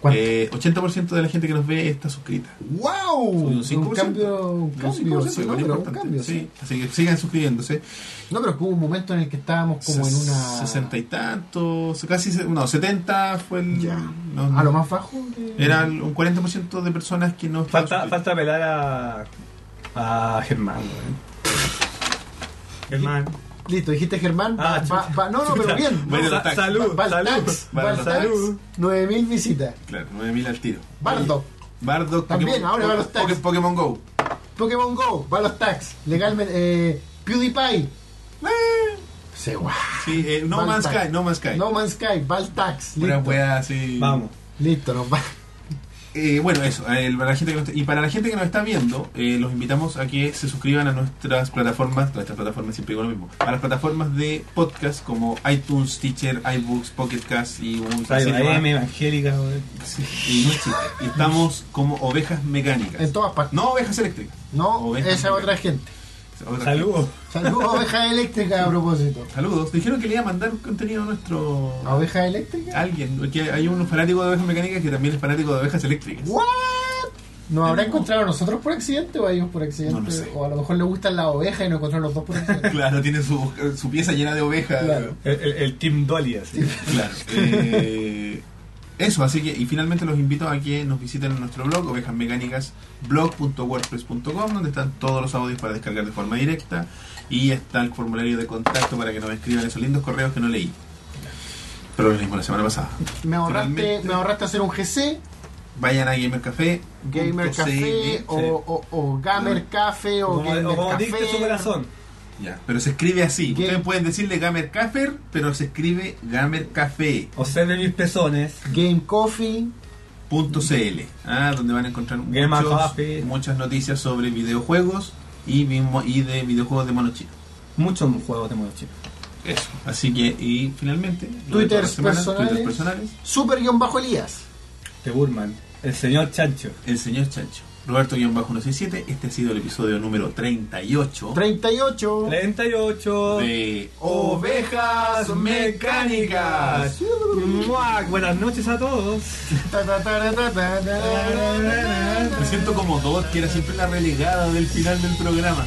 S2: ¿Cuánto?
S1: Eh, 80% de la gente que nos ve está suscrita.
S2: ¡Wow!
S1: Subió
S2: Un, cambio, un
S1: Subió un
S2: cambio,
S1: 5%,
S2: sí, no,
S1: igual
S2: pero un
S1: importante.
S2: cambio,
S1: Sí,
S2: sí.
S1: Así que sigan suscribiéndose.
S2: No, pero que hubo un momento en el que estábamos como en una.
S1: 60 y tantos, casi, se- no, 70 fue el...
S2: Ya.
S1: no, no.
S2: A lo más bajo. de-
S1: Era un 40% de personas que no... estaban
S3: Falta,
S1: suscritas.
S3: falta pelar a. a Germán, weón. Germán.
S2: Listo, dijiste Germán.
S3: Ah,
S2: va- va- va- no, no, pero bien.
S1: Bueno,
S2: no,
S1: tax.
S3: salud,
S2: Val-
S3: salud.
S2: Valtax,
S1: Val-
S2: Valtax,
S3: salud.
S2: 9000 visitas.
S1: Claro, 9000 al tiro.
S2: Bardo,
S1: Bardock
S2: También, ahora va a los tags.
S1: Poké- Pokémon Go.
S2: Pokémon Go, va a los tags. Legalmente, eh, PewDiePie. Se guau.
S1: Sí, eh, No Man's
S2: Baltax.
S1: Sky, No Man's Eh. Sky.
S2: No Man's Sky, Valtax.
S1: Una
S2: Listo,
S1: wea así.
S3: Vamos.
S2: listo, nos va.
S1: Eh, bueno, eso. eh, para la gente que nos está- y para la gente que nos está viendo, eh, los invitamos a que se suscriban a nuestras plataformas. Nuestras plataformas siempre digo lo mismo. A las plataformas de podcast como iTunes, Teacher, iBooks, Pocket Cast y un
S3: Radio
S1: etcétera.
S3: AM, Evangélica, weón.
S1: Sí, y no es chiste. Y estamos como ovejas mecánicas.
S2: En todas partes.
S1: no ovejas eléctricas.
S2: No,
S1: Ovejas
S2: esa es otra gente.
S1: Otra-
S3: Saludos.
S2: Saludos a Oveja Eléctrica a propósito.
S1: Saludos. Dijeron que le iba a mandar contenido a nuestro.
S2: ¿A Oveja Eléctrica?
S1: Alguien, porque hay un fanático de ovejas mecánicas que también es fanático de ovejas eléctricas.
S2: ¿What? ¿Nos habrá
S1: No.
S2: encontrado a nosotros por accidente o a ellos por accidente?
S1: No lo sé.
S2: O a lo mejor le gustan las ovejas y nos encontraron los dos por accidente.
S1: Claro, tiene su, su pieza llena de ovejas.
S2: Claro.
S3: El, el, el Team Dolly, así.
S1: Claro. Eh, eso, así que, y finalmente los invito a que nos visiten en nuestro blog, ovejasmecánicasblog.wordpress.com, donde están todos los audios para descargar de forma directa y está el formulario de contacto para que nos escriban esos lindos correos que no leí. Pero lo mismo la semana pasada.
S2: Me ahorraste,
S1: Finalmente.
S2: me ahorraste hacer un GC,
S1: Vayan a Gamer Café.
S2: Gamer
S1: punto CL.
S2: Café o, o, o Gamer Café o
S3: Como,
S2: Gamer
S3: o como dicta su
S2: Café.
S3: corazón.
S1: Ya, pero se escribe así.
S2: ¿Qué?
S1: Ustedes pueden decirle Gamer Café, pero se escribe gamercafé.cl,
S3: O ser de mis pezones.
S2: Game Coffee.
S1: ah, donde van a encontrar
S3: Gamer
S1: muchos-
S3: Café.
S1: muchas noticias sobre videojuegos y, mismo- y de videojuegos de mono chino.
S3: Muchos juegos de modo chino.
S1: Eso. Así que, y finalmente, lo de
S2: Twitters
S1: todas las semanas,
S2: personales.
S1: Twitters personales,
S2: Super guión bajo Elías.
S3: De Burman. El señor Chancho.
S1: el señor Chancho. Roberto-167, este ha sido el episodio número 38
S2: 38.
S3: 38.
S1: de
S3: Ovejas Mecánicas. Mua, Buenas noches a todos.
S2: Ta, ta, ta, ta, ta, ta.
S1: Me siento como Dot, que era siempre la relegada del final del programa.